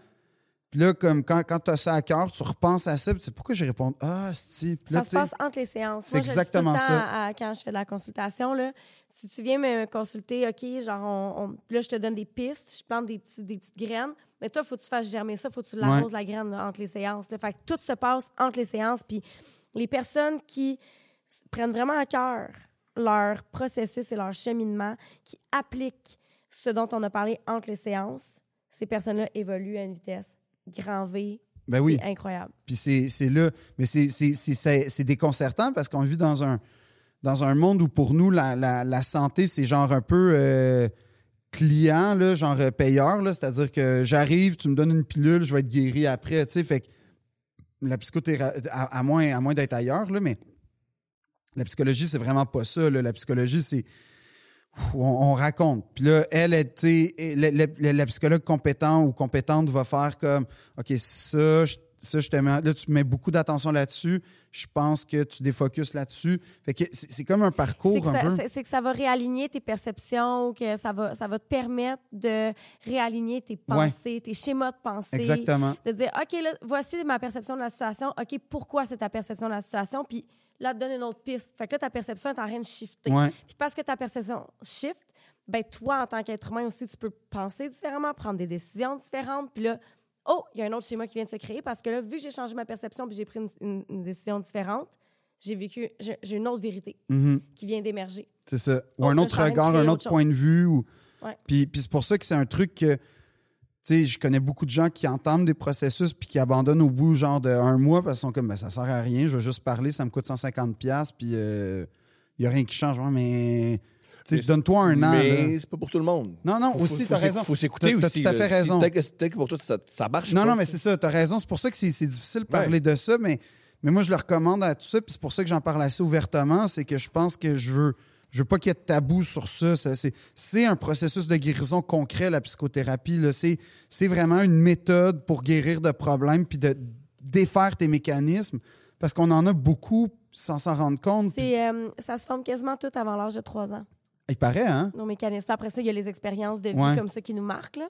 Puis là, comme quand, quand tu as ça à cœur, tu repenses à ça, puis tu sais, pourquoi je réponds Ah, c'est
Ça se passe entre les séances.
c'est
Moi, je le dis tout le
exactement
temps
ça.
à- à- quand je fais de la consultation, là, si tu viens me consulter, OK, genre, on- on- là, je te donne des pistes, je plante des, petits- des petites graines, mais toi, il faut que tu fasses germer ça, il faut que tu l'arroses, la graine, là, entre les séances. là. Fait que tout se passe entre les séances. Puis les personnes qui s- prennent vraiment à cœur leur processus et leur cheminement, qui appliquent ce dont on a parlé entre les séances, ces personnes-là évoluent à une vitesse grand V.
Ben oui.
C'est incroyable.
Puis c'est c'est là. Mais c'est- c'est- c'est c'est- c'est déconcertant parce qu'on vit dans un, dans un monde où pour nous, la, la- la santé, c'est genre un peu euh, client, là, genre euh, payeur. là. C'est-à-dire que j'arrive, tu me donnes une pilule, je vais être guéri après. tu sais. Fait que la psychothérapie, à, à moins, à moins d'être ailleurs, là, mais la psychologie, c'est vraiment pas ça. là. La psychologie, c'est. Ouf, On, on raconte. Puis là, elle, elle, tu sais, elle- la, la- la psychologue compétent ou compétente va faire comme OK, ça, je, ça, je te mets- là, tu mets beaucoup d'attention là-dessus. Je pense que tu défocuses là-dessus. Fait que c'est c'est comme un
C'est
parcours
que,
un
ça,
peu.
c'est- c'est que ça va réaligner tes perceptions, que ça va, ça va te permettre de réaligner tes pensées, tes schémas de pensée.
Exactement.
De dire, OK, là, voici ma perception de la situation. OK, pourquoi c'est ta perception de la situation? Puis là, te donne une autre piste. Fait que là, ta perception est en train de shifter.
Ouais.
Puis parce que ta perception shift, ben toi, en tant qu'être humain aussi, tu peux penser différemment, prendre des décisions différentes. Puis là, oh, il y a un autre schéma qui vient de se créer parce que là, vu que j'ai changé ma perception puis j'ai pris une, une- une décision différente, j'ai vécu, j'ai j'ai une autre vérité
Mhm.
qui vient d'émerger.
C'est ça. Ou
Oh,
un
là,
autre
je suis en train de
regard,
créer
un
autre
autre
chose.
point de vue. Ou...
Ouais.
Puis, puis c'est pour ça que c'est un truc que, tu sais, je connais beaucoup de gens qui entament des processus puis qui abandonnent au bout, genre, d'un mois parce qu'ils sont comme, ben, ça sert à rien, je vais juste parler, ça me coûte 150$, piastres, puis euh, il n'y a rien qui change. Ouais, mais, tu
Mais
sais,
c'est-
donne-toi un an. là.
Mais c'est pas pour tout le monde.
Non, non,
Faut-
aussi,
faut-
t'as
faut s'éc-
raison.
Faut s'écouter
T'as- t'as
aussi.
tout à
là.
fait
Si
raison.
Peut-être que, peut-être que pour toi, ça, ça marche.
Non,
pas.
non, mais c'est ça, t'as raison. C'est pour ça que c'est c'est difficile de parler de ça, mais, mais moi, je le recommande à tout ça, puis c'est pour ça que j'en parle assez ouvertement, c'est que je pense que je veux. Je veux pas qu'il y ait de tabou sur ça. ça c'est- c'est un processus de guérison concret, la psychothérapie. là. C'est c'est vraiment une méthode pour guérir de problèmes puis de défaire tes mécanismes parce qu'on en a beaucoup sans s'en rendre compte. puis-
C'est, euh, ça se forme quasiment tout avant l'âge de 3 ans,
Il paraît, hein?
nos mécanismes. Après ça, il y a les expériences de vie
Ouais.
comme ça qui nous marquent, là.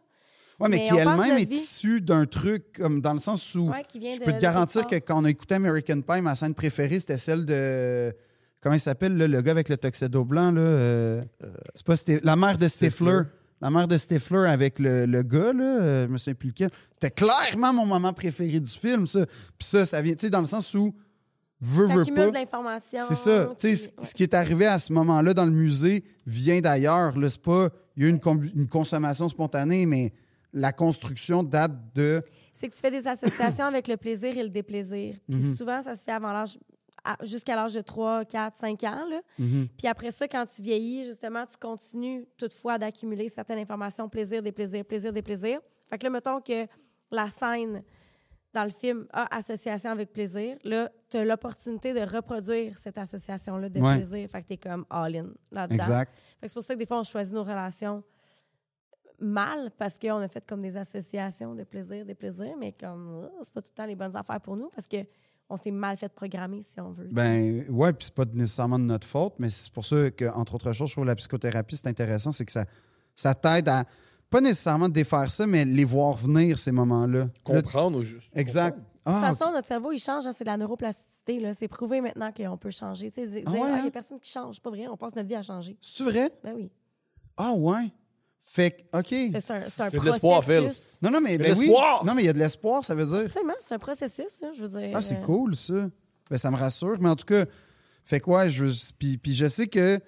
Oui, mais,
Mais
qui
on passe
elle-même
notre
est
vie-
issue d'un truc, comme dans le sens où
Ouais, qui vient
je
de-
peux te
de
garantir que
quelque
quand on a écouté American Pie, ma scène préférée, c'était celle de. Comment il s'appelle, là, le gars avec le tuxedo blanc? Là, euh, c'est pas Stif- La mère de Stifler.
Stifler.
La mère de Stifler avec le, le gars, là, euh, je me souviens plus lequel. C'était clairement mon moment préféré du film, ça. Puis ça, ça vient, tu sais, dans le sens où. Veux, veux
T'accumules
pas.
de l'information.
C'est ça. Tu sais,
puis-
ce-
ouais.
ce qui est arrivé à ce moment-là dans le musée vient d'ailleurs. là. C'est pas. Il y a eu une, com- une consommation spontanée, mais la construction date de.
C'est que tu fais des associations avec le plaisir et le déplaisir. Puis souvent, ça se fait avant l'âge à- jusqu'à l'âge de 3, 4, 5 ans. là. Puis après ça, quand tu vieillis, justement, tu continues toutefois d'accumuler certaines informations, plaisir, déplaisir, plaisir, déplaisir. Fait que là, mettons que la scène dans le film a association avec plaisir, là, tu as l'opportunité de reproduire cette association-là de
Ouais.
plaisir. Fait que tu es comme all-in là-dedans. Fait que c'est pour ça que des fois, on choisit nos relations mal parce qu'on a fait comme des associations de plaisir, des plaisirs, mais comme euh, c'est pas tout le temps les bonnes affaires pour nous parce que on s'est mal fait programmer, si on veut.
Ben, ouais, puis c'est pas nécessairement de notre faute, mais c'est pour ça que, entre autres choses, je trouve la psychothérapie, c'est intéressant, c'est que ça, ça t'aide à. Pas nécessairement défaire ça, mais les voir venir, ces moments-là.
Comprendre au juste.
Là, exact.
de
Ah,
toute façon, notre cerveau, il change, hein, c'est de la neuroplasticité. là. C'est prouvé maintenant qu'on peut changer. Tu sais, dire,
Ah
ah,
ouais,
il y
hein?
a personne qui change. C'est pas vrai, on passe notre vie à changer.
c'est vrai?
Ben oui.
Ah, ouais. Fait que, OK.
C'est un, c'est un
C'est de l'espoir, Phil.
processus.
Non, non, mais.
de
ben oui.
l'espoir!
Non, mais il y a de l'espoir, ça veut dire.
Absolument, c'est un processus, hein, je veux dire.
Ah, c'est
euh,
cool, ça. Ben, ça me rassure. Mais en tout cas, fait quoi? je, veux- puis, puis je sais que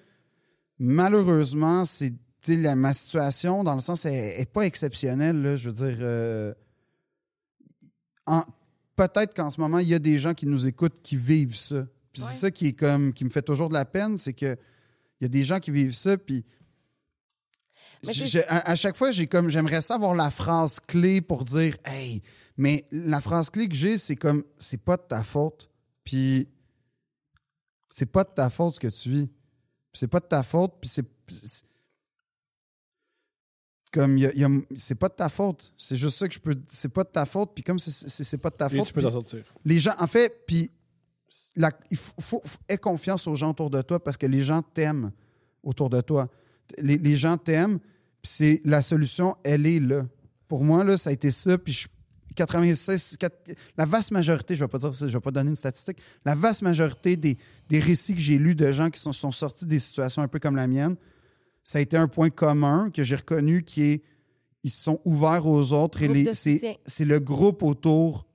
malheureusement, c'est tu sais, la, ma situation, dans le sens, elle n'est pas exceptionnelle. là. je veux dire, euh, en- peut-être qu'en ce moment, il y a des gens qui nous écoutent qui vivent ça. Puis
Ouais.
c'est ça qui, est comme, qui me fait toujours de la peine, c'est que il y a des gens qui vivent ça, puis
Mais
j'ai-
c'est-
j'ai- à, à chaque fois, j'ai comme j'aimerais savoir la phrase clé pour dire hey, mais la phrase clé que j'ai, c'est comme c'est pas de ta faute, puis c'est pas de ta faute ce que tu vis, Puis c'est pas de ta faute, puis c'est c'est- comme il y a- il y a- c'est pas de ta faute, c'est juste ça que je peux, c'est pas de ta faute, puis comme c'est- c'est c'est pas de ta
Et
faute,
tu peux
puis-
t'en sortir.
les gens, en fait, puis la- il faut, faut- faut- aie confiance aux gens autour de toi parce que les gens t'aiment autour de toi. Les, les gens t'aiment, puis c'est la solution, elle est là. Pour moi, là, ça a été ça, puis je 96, quatre- la vaste majorité, je ne vais pas dire, ça, je vais pas donner une statistique, la vaste majorité des, des récits que j'ai lus de gens qui sont, sont sortis des situations un peu comme la mienne, ça a été un point commun que j'ai reconnu qui est ils se sont ouverts aux autres et
Groupe
les-
de soutien.
c'est c'est le groupe autour.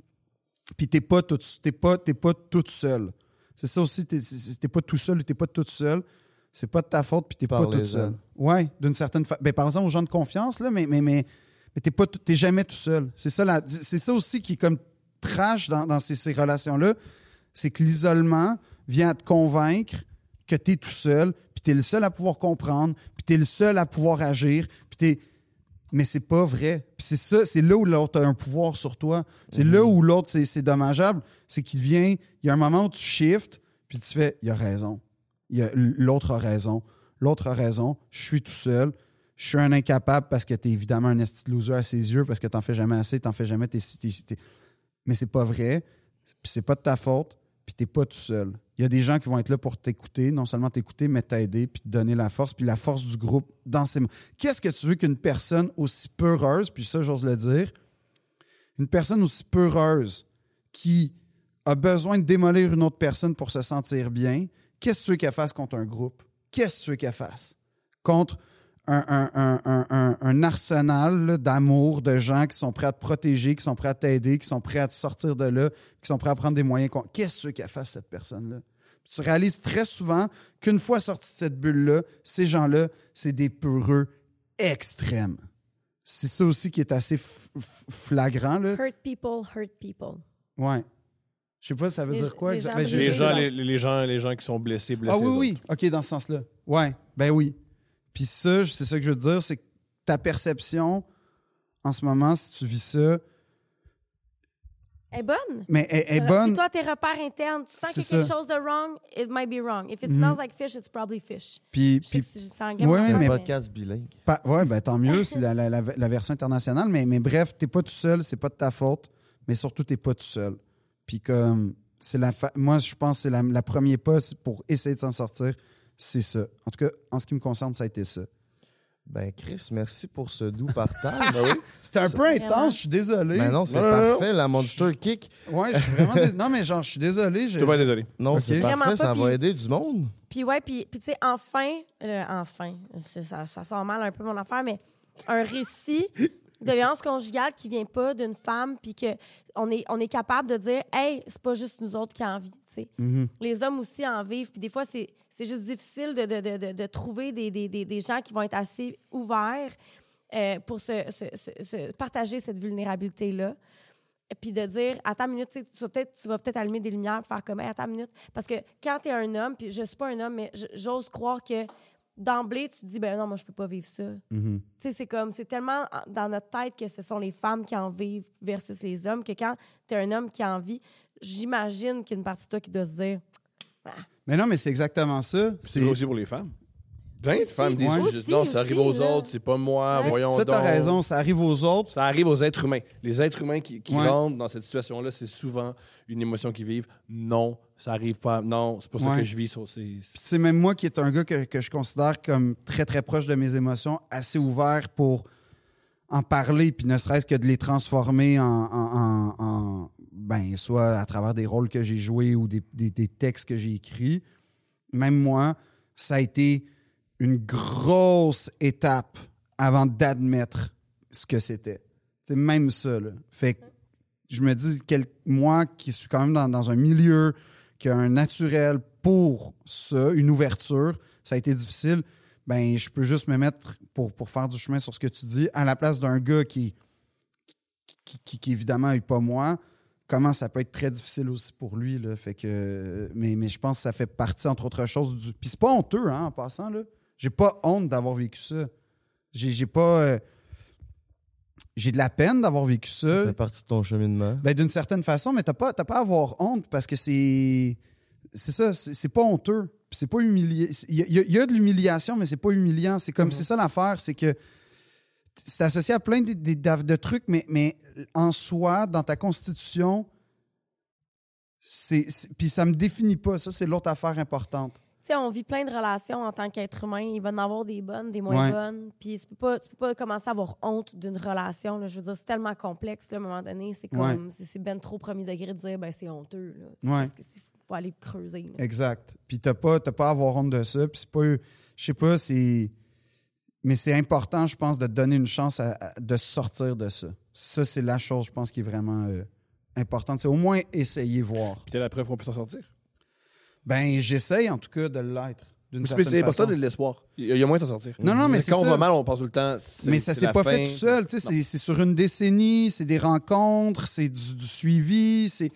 Puis t'es pas tout, t'es pas t'es pas toute seule. C'est ça aussi, t'es c'est- t'es pas tout seul ou t'es pas toute seule. C'est pas de ta faute puis t'es pas
Parlez-en.
toute seule. Ouais, d'une certaine façon. Ben parlons aux gens de confiance là, mais mais mais, mais t'es pas tout- t'es jamais tout seul. C'est ça la- c'est ça aussi qui est comme trash dans, dans ces, ces relations là, c'est que l'isolement vient à te convaincre que t'es tout seul, puis t'es le seul à pouvoir comprendre, puis t'es le seul à pouvoir agir, puis t'es mais c'est pas vrai. Puis c'est ça, c'est là où l'autre a un pouvoir sur toi. C'est là où l'autre, c'est, c'est dommageable. C'est qu'il vient, il y a un moment où tu shifts, puis tu fais, il a raison. Il a- l'autre a raison. L'autre a raison. Je suis tout seul. Je suis un incapable parce que t'es évidemment un esti de loser à ses yeux, parce que t'en fais jamais assez, t'en fais jamais. T'es, t'es- t'es- Mais c'est pas vrai. Puis c'est pas de ta faute. Puis t'es pas tout seul. Il y a des gens qui vont être là pour t'écouter, non seulement t'écouter, mais t'aider, puis te donner la force, puis la force du groupe dans ses mains. Qu'est-ce que tu veux qu'une personne aussi peureuse, puis ça, j'ose le dire, une personne aussi peureuse qui a besoin de démolir une autre personne pour se sentir bien, qu'est-ce que tu veux qu'elle fasse contre un groupe? Qu'est-ce que tu veux qu'elle fasse? Contre un, un- un- un- un- un arsenal là, d'amour, de gens qui sont prêts à te protéger, qui sont prêts à t'aider, qui sont prêts à te sortir de là, qui sont prêts à prendre des moyens. contre- Qu'est-ce que tu veux qu'elle fasse, cette personne-là? Puis Tu réalises très souvent qu'une fois sorti de cette bulle-là, ces gens-là, c'est des peureux extrêmes. C'est ça aussi qui est assez f- f- flagrant. Là.
Hurt people, hurt people.
Ouais. Je sais pas, ça veut
Les-
dire quoi?
les
exa-
gens
ben,
de-
j'ai-
Les
Les gens,
gens-
les, les gens, les gens qui sont blessés, blessés.
Ah oui, oui. OK, dans ce sens-là. Ouais, ben oui. Puis ça, je- c'est ça que je veux te dire, c'est que ta perception en ce moment, si tu vis ça,
Elle est bonne.
mais elle, elle est
Re-
bonne.
Fais-toi Euh, tes repères internes. Tu sens qu'il y a
C'est
quelque
ça.
chose de wrong, it might be wrong. If it smells like fish, it's probably fish.
Puis,
Je sais
puis
que c'est c'est en gamme
Ouais,
d'affaires,
Un
mais-
podcast bilingue.
Pa- ouais, ben tant mieux, c'est la, la- la- la version internationale. Mais, mais bref, t'es pas tout seul, c'est pas de ta faute, mais surtout t'es pas tout seul. Puis comme c'est la fa- moi je pense que c'est la, la premier pas c'est pour essayer de s'en sortir, c'est ça. En tout cas, en ce qui me concerne, ça a été ça.
Ben, Chris, merci pour ce doux partage.
C'était un peu intense, je suis désolé.
Ben non, c'est
Non, non, non.
parfait, la Monster Kick.
Ouais, je suis vraiment dés- Non, mais genre, je suis désolé. j'ai-
Je suis
ben-
pas désolé.
Non, c'est
Vraiment
parfait,
pas,
ça va
puis-
aider du monde.
Puis ouais, puis, puis tu sais, enfin, euh, enfin, c'est- ça, ça sort mal un peu mon affaire, mais un récit de violence conjugale qui vient pas d'une femme, puis que on est, on est capable de dire, hey, c'est pas juste nous autres qui en vivent, tu sais. Les hommes aussi en vivent, puis des fois, c'est c'est juste difficile de, de, de, de, de trouver des, des, des, des gens qui vont être assez ouverts euh, pour se, se- se- se partager cette vulnérabilité-là puis de dire attends une minute tu sais, tu vas peut-être tu vas peut-être allumer des lumières faire comme Hey, attends une minute parce que quand tu es un homme puis je suis pas un homme mais j- j'ose croire que d'emblée tu te dis ben non moi je peux pas vivre ça tu sais c'est comme c'est tellement en- dans notre tête que ce sont les femmes qui en vivent versus les hommes que quand tu es un homme qui en vit j'imagine qu'il y a une partie de toi qui doit se dire
Mais non, mais c'est exactement ça.
C'est vrai aussi pour les femmes. Plein de
Aussi,
femmes disent
ouais.
juste, non,
Aussi,
ça arrive
aussi,
aux
là.
autres, c'est pas moi,
Ouais.
voyons
Ça, t'as
donc.
raison, ça arrive aux autres.
Ça arrive aux êtres humains. Les êtres humains qui, qui
Ouais.
rentrent dans cette situation-là, c'est souvent une émotion qu'ils vivent. Non, ça arrive pas. Non, c'est pour ça
Ouais.
que je vis. ça, c'est-
Puis tu sais, même moi qui est un gars que, que je considère comme très, très proche de mes émotions, assez ouvert pour en parler, puis ne serait-ce que de les transformer en, en- en- en- ben, soit à travers des rôles que j'ai joués ou des, des- des textes que j'ai écrits. Même moi, ça a été une grosse étape avant d'admettre ce que c'était. C'est même ça, là. Fait que je me dis, quel- moi qui suis quand même dans, dans un milieu qui a un naturel pour ça, une ouverture, ça a été difficile, ben je peux juste me mettre pour, pour faire du chemin sur ce que tu dis, à la place d'un gars qui, qui, qui- qui, évidemment n'est pas moi, comment ça peut être très difficile aussi pour lui. Là, fait que, mais, mais je pense que ça fait partie, entre autres choses, du. Puis c'est pas honteux, hein, en passant. là. J'ai pas honte d'avoir vécu ça. J'ai j'ai pas. euh, j'ai de la peine d'avoir vécu
Ça
ça.
fait partie de ton cheminement.
Ben, d'une certaine façon, mais t'as pas, t'as pas à avoir honte parce que c'est. C'est ça, c'est c'est pas honteux. Puis C'est pas humilié. c'est- Il y, a- il y a- il y a de l'humiliation, mais c'est pas humiliant. C'est comme. C'est ça l'affaire, c'est que. C'est associé à plein de, de- de- de trucs, mais, mais en soi, dans ta constitution, C'est, c'est- puis ça me définit pas. Ça, c'est l'autre affaire importante.
Tu sais, on vit plein de relations en tant qu'être humain. Il va en avoir des bonnes, des moins
Ouais.
bonnes. Puis tu peux, pas, tu peux pas commencer à avoir honte d'une relation. là. Je veux dire, c'est tellement complexe. Là, à un moment donné, c'est comme c'est- c'est ben trop premier degré de dire ben c'est honteux. Là. C'est
Ouais.
Parce que c'est- faut aller creuser. là.
Exact. Puis t'as pas, t'as pas à avoir honte de ça. Puis c'est pas, je sais pas, c'est, mais c'est important, je pense, de te donner une chance à- à- de sortir de ça. Ça, c'est la chose, je pense, qui est vraiment euh, importante. C'est au moins essayer voir.
Puis t'as la preuve qu'on peut s'en sortir.
Ben, j'essaye en tout cas de l'être. D'une
C'est c'est
certaine
pas ça
façon.
de l'espoir. Il y a- il y a moins de s'en sortir.
Non, non, mais c'est
Quand on
ça.
va mal, on passe tout le temps. c'est-
Mais ça
c'est
s'est
la
pas
fin.
fait tout seul. tu sais, C'est c'est sur une décennie, c'est des rencontres, c'est du, du suivi, c'est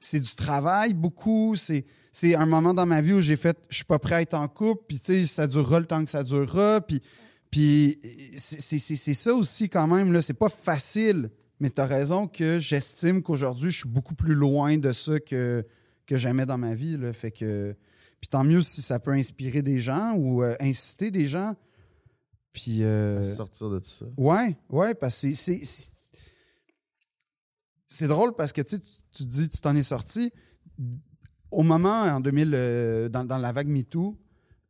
c'est du travail beaucoup. C'est c'est un moment dans ma vie où j'ai fait, je suis pas prêt à être en couple, puis tu sais, ça durera le temps que ça durera. Puis, puis c'est- c'est c'est- c'est ça aussi quand même, là. C'est pas facile, mais tu as raison que j'estime qu'aujourd'hui, je suis beaucoup plus loin de ça que, que jamais dans ma vie. Là. Fait que, puis tant mieux si ça peut inspirer des gens ou euh, inciter des gens. Puis, euh,
Sortir de tout ça.
Ouais, ouais, parce que c'est- c'est. c'est- C'est drôle parce que tu, sais, tu- tu dis, tu t'en es sorti. Au moment, en 2000, euh, dans, dans la vague MeToo,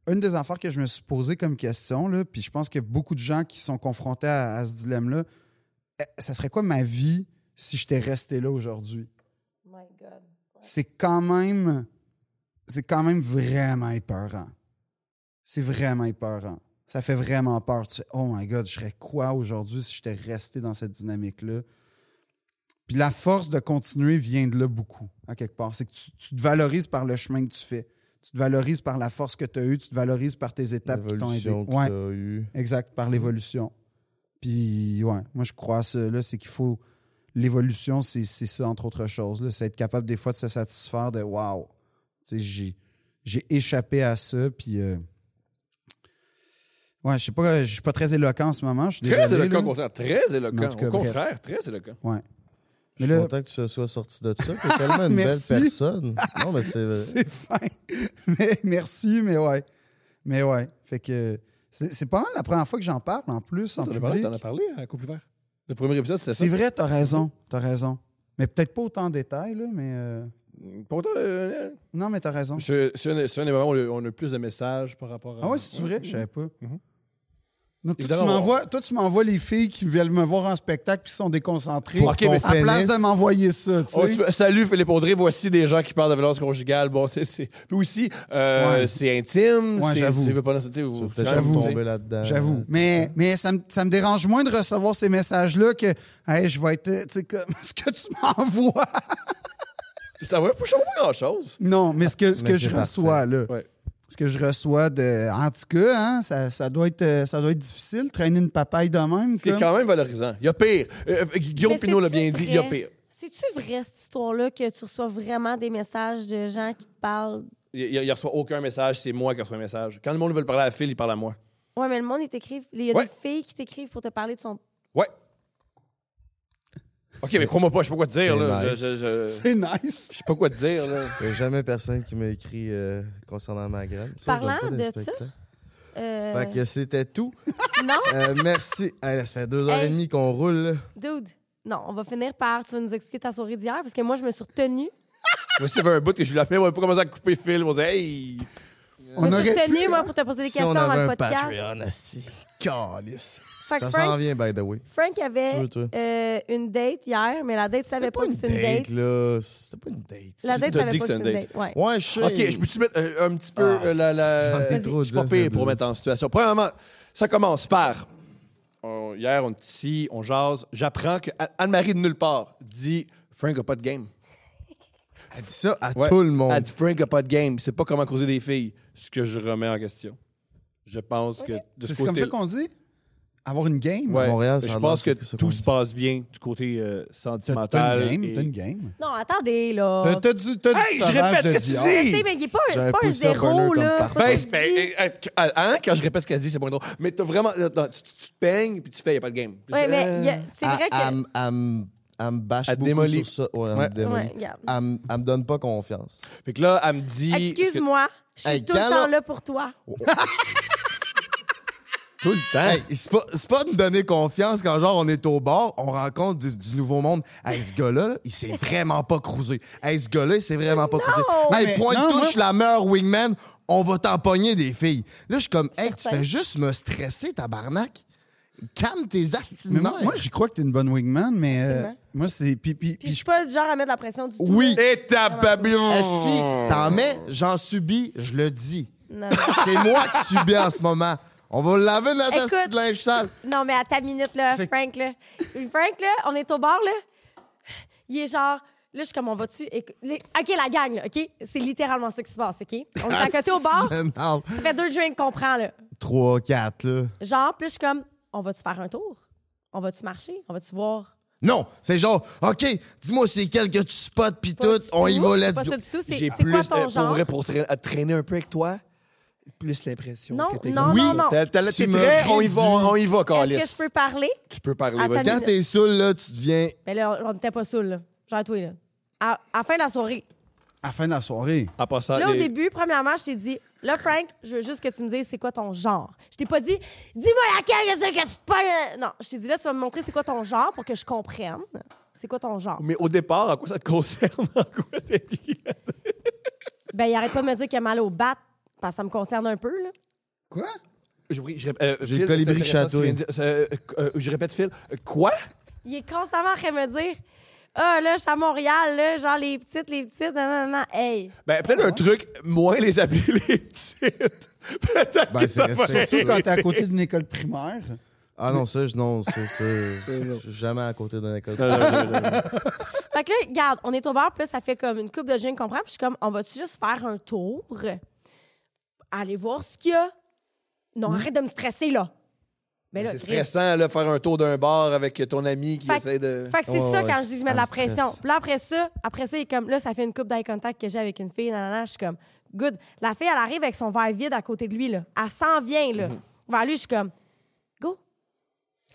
une des affaires que je me suis posée comme question, là, puis je pense que beaucoup de gens qui sont confrontés à, à ce dilemme-là, eh, ça serait quoi ma vie si j'étais resté là aujourd'hui?
My God.
c'est quand même c'est quand même vraiment épeurant. C'est vraiment épeurant. Ça fait vraiment peur. Tu fais, oh my God, je serais quoi aujourd'hui si j'étais resté dans cette dynamique-là? Puis la force de continuer vient de là beaucoup, à quelque part. C'est que tu, tu te valorises par le chemin que tu fais. Tu te valorises par la force que tu as eue. Tu te valorises par tes étapes qui t'ont aidé.
L'évolution que
Ouais.
t'as eue.
Exact, par l'évolution. Puis, ouais, moi, je crois à ça, là, c'est qu'il faut. L'évolution, c'est c'est ça, entre autres choses. là. C'est être capable, des fois, de se satisfaire de Waouh, tu sais, j'ai- j'ai échappé à ça. Puis, euh, ouais, je sais pas, je suis pas très éloquent en ce moment. Je suis
Très
désolé,
éloquent, au
là.
contraire. Très
Mais en
éloquent.
tout cas,
Au
bref.
contraire, très éloquent.
Ouais.
Je
Mais
suis
là,
content que tu sois sorti de ça. T'es tellement une belle
Merci.
personne. Non, mais c'est vrai.
c'est fin. Mais merci, mais ouais. Mais ouais. Fait que c'est c'est pas mal la première fois que j'en parle, en plus, en
T'en as parlé,
public.
t'en as parlé à Couple Vert. Le premier épisode, c'était ça.
C'est vrai, t'as raison. T'as raison. Mais peut-être pas autant en détail, là, mais. euh,
Pourtant, euh,
Non, mais t'as raison.
je- c'est un c'est un des moments où on a- on a le plus de messages par rapport à.
Ah ouais, c'est vrai? Je savais pas.
Mhm.
Non, toi, tu
Évidemment,
m'envoies, toi, tu m'envoies les filles qui veulent me voir en spectacle puis sont déconcentrées.
Pour
Ok,
ton
mais à place
pénis.
de m'envoyer ça, tu sais.
Oh, tu vois, salut Philippe Audrey, voici des gens qui parlent de violence conjugale. Bon, c'est. c'est- Puis aussi, euh,
Ouais.
c'est intime.
Ouais,
c'est-
j'avoue.
Tu veux pas tu sais,
Tu
vous-
vas peut-être
quand même,
jamais
J'avoue.
tu sais.
tomber là-dedans.
Euh, J'avoue. Mais, mais ça, me, ça me dérange moins de recevoir ces messages-là que hey, je vais être. euh, Tu sais, comme ce que tu m'envoies.
Je t'envoie je t'envoie pas grand-chose.
Non, mais ce que, ce
Mais
que
c'est
je
parfait.
reçois, là.
Ouais.
Ce que je reçois de. En tout cas, hein, ça, ça doit être, euh, ça doit être difficile, traîner une papaye de même.
Ce qui est
comme.
quand même valorisant. Il y a pire. Euh, euh, Guillaume
Mais
Pinot l'a
c'est-tu
bien dit, il y a
vrai?
pire.
C'est-tu vrai, cette histoire-là, que tu reçois vraiment des messages de gens qui te parlent?
Il, il- il reçoit aucun message, c'est moi qui reçois un message. Quand le monde veut parler à Phil, il parle à moi.
Ouais, mais le monde, il t'écrivent. Il y a
Ouais.
des filles qui t'écrivent pour te parler de son.
Ouais. OK, mais crois-moi pas, je sais pas quoi te dire.
C'est
Là. Je,
nice.
je- je- je
C'est nice.
sais pas quoi te dire. Là.
Il n'y a jamais personne qui m'a écrit euh, concernant ma graine. Tu vois, je donne
Parlant
pas
de ça,
d'inspecteur.
Euh,
Fait que c'était tout.
Non,
Euh, merci. Hey, là, ça fait deux heures
Hey.
et demie qu'on roule. là.
dude. Non, on va finir par. Tu vas nous expliquer ta soirée d'hier, parce que moi, je me suis retenue.
Moi, s'il y avait un bout que je lui appelais, on avait pas commencé à couper Phil. On disait, hey!
Je
On
me suis
aurait
retenue, moi, pour te poser des
hein, Si
questions
on
dans
avait
le
un
podcast.
Patreon, assis. Calice.
Fait que
Ça
Frank,
s'en vient, by the way.
Frank avait
Sûr, toi.
euh, une date hier, mais la date savait
C'était
pas que c'était une date.
là. C'était pas une date.
La date
t'as
savait
dit
pas que
que
c'était une date. Ouais.
Ouais, je sais.
OK, je peux-tu mettre euh, un petit peu
Ah,
euh, la. la...
j'en ai trop
je suis pas
dit,
pire
ça,
pour
de-
mettre en situation. Premièrement, ça commence par. on- hier, on est ici, on jase. J'apprends que Anne- Anne-Marie de nulle part dit Frank a pas de game.
Elle dit ça à
Ouais.
tout le
Elle
monde.
dit Frank a pas de game. C'est pas comment causer des filles. Ce que je remets en question. Je pense que. de ce
C'est comme
côté-
ça qu'on dit? Avoir une game?
Ouais.
Montréal, ça
je
a
pense que
l'air, c'est ça qu'on
tout se
dit.
passe bien du côté euh,
T'as-
sentimental.
T'as une game?
et-
T'as une game?
Non, attendez, là.
T'as t'as du,
Ah,
t'as du
Hey, je
sauvage
répète
de
ce que tu
Dior.
dis!
Tu sais, mais il est pas,
J'avais
c'est pas un
poussé un burner
zéro,
comme
là.
par
C'est pas
Ben,
ça que
c'est- ben,
je dis.
eh, eh, hein, quand je répète ce qu'elle dit, c'est moins drôle. Mais t'as vraiment. euh, non, tu, tu te peignes puis tu fais, hein? il n'y a pas de game.
Ouais, mais il y a- c'est
Elle-
vrai
Elle
que.
me- elle me- elle me bâche
Elle te
beaucoup
démolit.
sur ça. Ouais, elle
Ouais.
me démolit.
Ouais, regarde.
Elle me- elle me donne pas confiance.
Fait que là, elle me dit.
Excuse-moi, je suis
ah, Hey,
tout le
quand
temps
on-
là pour toi.
Tout le temps.
Hey, c'est pas, c'est pas de me donner confiance quand, genre, on est au bar, on rencontre du, du nouveau monde. Hey, ce gars-là, là, il s'est vraiment pas cruisé. Hey, ce gars-là, il s'est vraiment pas cruisé. Hey,
Mais
point
non,
de touche,
moi-
je suis la meilleure wingman, on va t'empoigner des filles. Là, je suis comme, hey, tu
Certain.
fais juste me stresser, tabarnak. Calme tes
Mais
astineurs.
moi, moi, j'y crois que t'es une bonne wingman, mais euh,
Absolument.
moi, c'est. Puis, puis,
Puis je
puis
suis pas le genre à mettre la pression du tout.
Oui.
Et
Ah.
ta babylon.
Asti, t'en mets, j'en subis, je le dis.
Non, non.
C'est moi qui subis en ce moment. On va laver notre
Écoute.
asti de linge sale.
Non, mais à ta minute, là, Frank, là. Frank, là, on est au bar, là. Il est genre. Là, je suis comme, on va-tu. éc- les- OK, la gang, là, OK? C'est littéralement ça qui se passe, OK? On est
Ah,
à côté au bar.
Asti, non.
Ça fait deux drinks qu'on prend, là.
Trois, quatre, là.
Genre, puis là, je suis comme, on va-tu faire un tour? On va-tu marcher? On va-tu voir?
Non, c'est genre, OK, dis-moi c'est quel que tu spots pis tout,
du
on y
tout.
va, let's
Pas
go.
ça du tout. C'est
J'ai
c'est quoi
plus, euh,
ton
pour
genre?
vrai, pour traîner, à traîner un peu avec toi, plus l'impression
Non,
que t'es
non,
Oui,
non, non.
T'as- t'as-
Tu
T'es
me
très, on y
réduis.
va, on y va, Carlis.
Est-ce que je peux parler?
Tu peux parler,
Attends,
vas-y.
mais-
Quand t'es saoul, là, tu deviens...
Mais là, on n'était pas saoul, là. Genre, toi, là. À, à la fin de la soirée.
à la fin de la soirée.
En passant,
Là, au
les-
début, premièrement, je t'ai dit, là, Frank, je veux juste que tu me dises c'est quoi ton genre. Je t'ai pas dit, dis-moi laquelle que tu que tu te pognes. Non, je t'ai dit, là, tu vas me montrer c'est quoi ton genre pour que je comprenne. C'est quoi ton genre?
mais au départ, en quoi ça te concerne? En quoi t'es
Ben, il arrête pas de me dire qu'il a mal au bat, parce que ça me concerne un peu, là.
Quoi?
Je- oui, je rép- euh, Phil,
le colibri
c'est
qui
intéressant ce que
chatouille.
tu viens de dire. C'est, euh, euh, je répète, Phil. Euh, Quoi?
Il est constamment en train de me dire, ah, là, je suis à Montréal, là, genre les petites, les petites, nan, nan, nan. Hey!
Ben, peut-être
Ah
un truc, moins les appeler les petites. Peut-être
Ben,
que
c'est
ça
resté
va
ça.
Surtout quand t'es à côté d'une école primaire.
Ah non, ça, je- non, c'est ça. Je suis jamais à côté d'un école.
Ah,
Fait que là, regarde, on est au bar, puis là, ça fait comme une coupe de gin qu'on prend, puis je suis comme, on va-tu juste faire un tour? Aller voir ce qu'il y a?
Hmm?
Non, arrête de me stresser, là. Mais là,
C'est
Chris.
stressant, là, faire un tour d'un bar avec ton ami qui
Fait que-
essaie de...
Fait que c'est
euh. Ouais,
ça
ouais,
quand je dis que je mets de
ça
la
me stresse.
pression. Puis là, après ça, après ça, il est comme, là, ça fait une coupe d'eye contact que j'ai avec une fille, nanana, je suis comme, good. La fille, elle arrive avec son verre vide à côté de lui, là. Elle s'en vient, là. Vers lui, je suis comme, go.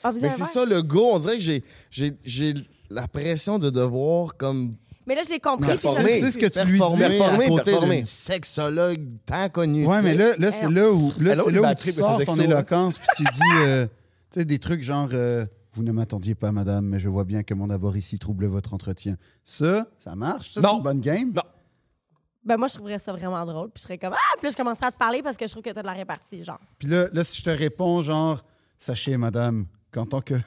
Ah, vous
Mm-hmm.
avez
Mais
un
c'est
verre?
ça, le go, on dirait que j'ai- j'ai j'ai la pression de devoir, comme,
Mais là, je l'ai compris. puis ça me
Performer.
tue.
Tu sais ce que tu lui dis.
performer
performer,
à côté
performer.
d'une sexologue tant connue.
Ouais,
tu
mais
sais.
là, là c'est là où, là,
Elle a
c'est
eu
là où
batterie,
tu
mais
sors
faisait que
ton
ça. hein.
éloquence puis tu dis euh, tu sais, des trucs genre euh, Vous ne m'attendiez pas, madame, mais je vois bien que mon abord ici trouble votre entretien. Ça, ça marche? Ça, c'est
Non.
une bonne game?
Non.
Ben, moi, je trouverais ça vraiment drôle. Puis je serais comme, ah, puis là, je commencerais à te parler parce que je trouve que t'as de la répartie, genre.
Puis là, là, si je te réponds genre Sachez, madame, qu'en tant que.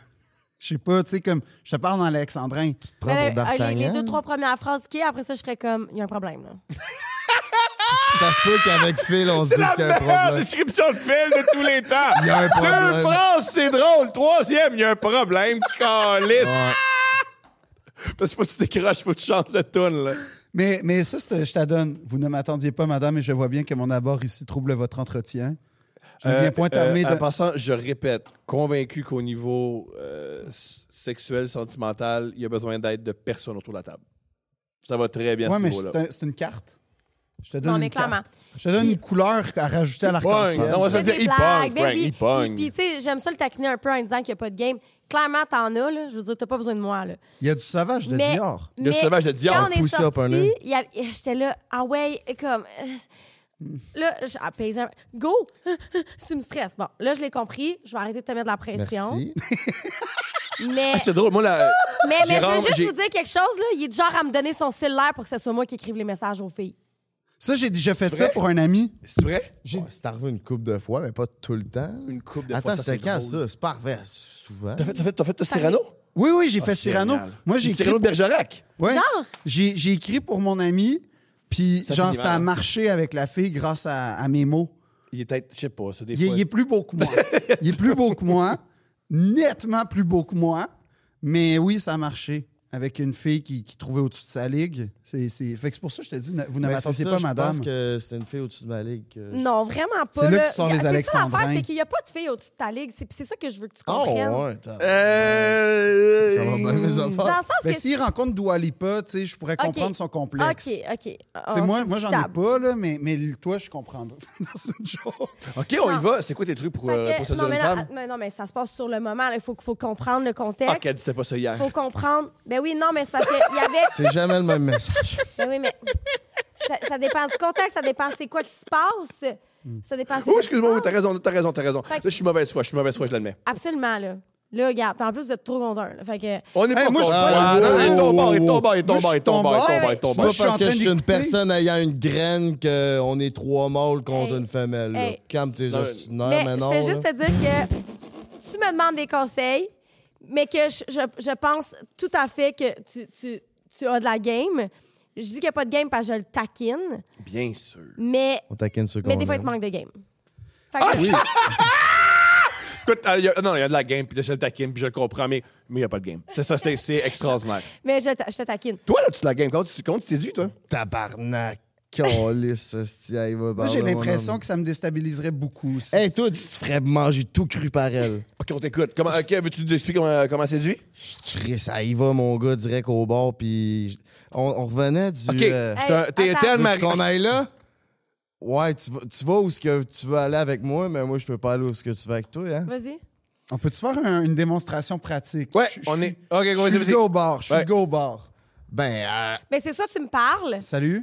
Je sais pas, tu sais, comme je te parle dans l'alexandrin.
Prends
Mais
pour
là, les, les
D'Artagnan.
deux, trois premières phrases qui, après ça, je ferais comme, il y a un problème, là.
Ça se peut qu'avec Phil, on se dise qu'il y a un problème.
description de Phil de tous les temps.
Il y a un
Deux
problème.
phrases, c'est drôle. Troisième, il y a un problème. Calice.
Ouais.
Parce que faut que tu décroches, faut que tu chantes le tune, là.
Mais, mais ça, c'est- je t'adonne. Vous ne m'attendiez pas, madame, et je vois bien que mon abord ici trouble votre entretien. Je ne viens point
Euh,
armé
euh, En
de.
passant, je répète, convaincu qu'au niveau euh, s- sexuel, sentimental, il y a besoin d'aide de personne autour de la table. Ça va très bien à
Ouais,
ce
mais
niveau-là.
c'est un- c'est une carte. Je te donne
Hmm.
Non,
une
mais clairement.
carte. Je te donne
Puis-
une couleur à rajouter à
Ouais, non,
l'arc-en-ciel.
ça-
Fais
dire,
des
il
blagues,
pogne,
ben
Frank,
oui.
il pogne.
Puis, puis, tu sais, j'aime ça le taquiner un peu en disant qu'il n'y a pas de game. Clairement, t'en as, là. Je veux dire, t'as pas besoin de moi, là.
Il y a du savage de
Mais-
Dior.
Le sauvage de Dior,
quand on est
poussé up un
sorti,
peu.
j'étais là, ah ouais, comme. euh,
Hmm.
Là, je ah, paysan, go! tu me stresses. Bon, là, je l'ai compris. Je vais arrêter de te mettre de la pression.
Merci.
Mais,
C'est drôle, moi, la...
mais, mais je
Ah, Jérôme,
veux juste
j'ai-
vous dire quelque chose, là. Il est du genre à me donner son cellulaire pour que ce soit moi qui écrive les messages aux filles.
Ça, j'ai déjà fait ça
vrai?
pour un ami.
C'est vrai?
Ouais, c'est arrivé une couple de fois, mais pas tout le temps.
Une couple de
Attends,
fois, ça,
c'était
c'est
quand
drôle.
ça? C'est parfait, souvent.
T'as fait, t'as fait, t'as fait toi, Cyrano?
Oui, oui, j'ai fait Cyrano.
Ah, Génial.
Moi, j'ai écrit.
Cyrano de Bergerac.
Ouais.
Genre?
J'ai j'ai écrit pour mon ami, puis
Ça
genre,
finit
ça a
mal.
marché avec la fille grâce à, à mes mots.
Il est peut-être, je sais pas, ça, des
Il, est-
fois.
il est plus beau que moi. il est plus beau que moi. Nettement plus beau que moi. Mais oui, ça a marché. Avec une fille qui, qui trouvait au-dessus de sa ligue. C'est c'est- fait que c'est pour ça que je te dis, ne- vous ne
Ben,
m'attendiez
c'est ça,
pas,
je
madame.
pense que c'est une fille au-dessus de ma ligue. que-
Non, vraiment pas.
C'est là
là
que tu
Il
sors
y a-
les
c'est ça l'affaire,
alexandrins. Ah,
c'est qu'il n'y a pas de filles au-dessus de ta ligue. C'est puis c'est ça que je veux que tu
Oh,
comprennes.
ouais. Ça
Euh...
va bien, mes
Ah,
Dans le
affaires.
sens
Mais
que.
Ben, s'il rencontre Dua Lipa, tu sais, je pourrais
Ok.
comprendre son complexe.
OK, Oh, OK.
Tu sais, moi, moi j'en ai pas, là, mais, mais toi, je comprends. C'est une joke.
Bah,
OK, on y va. C'est quoi tes trucs pour,
Fait
euh,
que-
pour séduire
non, mais
une
là,
femme?
mais non, mais ça se passe sur le moment. Il faut, faut comprendre le contexte.
Ah, qu'elle disait pas ça hier.
faut comprendre. Ben oui, non, mais c'est parce qu'il y avait.
C'est jamais le même message.
Ben oui, mais. Ça, ça dépend du contexte, ça dépend c'est quoi qui se passe.
Hmm.
Ça dépend.
Oh, excuse-moi, oui, t'as
t'arrêtes.
raison, t'as raison, t'as raison.
Fait
Là,
que-
je suis mauvaise foi, je suis mauvaise foi, je l'admets.
Absolument, là. Là, regarde. Puis en plus, vous êtes trop gondeur. là. Fait que.
On est
Hey,
pas
moi, je suis
contre.
pas-
Ah, non,
Wow,
hey,
wow,
ton bord,
wow,
hey, ton
wow.
bord, hey, ton
Moi,
bord,
je
hey,
suis
ton
ton
bord, hey,
bord.
ton bord, hey, ton
C'est
bord.
pas
je suis
parce
en
que
train
je suis une
d'écouter.
personne ayant une graine qu'on est trois mâles contre
Hey.
une femelle. là.
Hey.
Calme tes
Non,
ostinaires,
mais
Ah, mais non.
je fais juste
là.
te dire que tu me demandes des conseils, mais que je, je- je pense tout à fait que tu, tu- tu as de la game. Je dis qu'il n'y a pas de game parce que je le taquine,
Bien sûr.
mais,
On Ah, taquine ceux qu'on
mais des fois, il
aime.
te manque de game. Fait que-
Écoute, euh, y a- non, il y a de la game, puis je le taquine, puis je le comprends, mais il n'y a pas de game. C'est ça, c'est c'est extraordinaire.
Mais je, ta- je te taquine.
Toi, là, tu te la game. Comment tu comment tu séduis, toi?
Tabarnak. Calisse, hostie, elle va
Moi,
parler,
j'ai
mon
l'impression
homme.
que ça me déstabiliserait beaucoup. si-
Hey, toi, tu te ferais manger tout cru par elle.
OK, on t'écoute. Comment, OK, veux-tu nous expliquer comment, comment séduit?
Chris, ça y va, mon gars, direct au bord, puis on, on revenait du...
OK,
euh,
je te- t'es
attends.
tellement...
Veux-tu qu'on aille là? Ouais, tu vas, tu vas où ce que tu veux aller avec moi, mais moi, je peux pas aller où ce que tu vas avec toi, hein?
Vas-y.
On peut-tu faire un- une démonstration pratique?
Ouais,
Je- je
on
suis-
est... OK, vas-y,
Je suis
vas-y.
le gars au bar. Je suis
Ouais.
le gars au bar.
Ben, euh,
Mais c'est soit tu me parles,
Salut.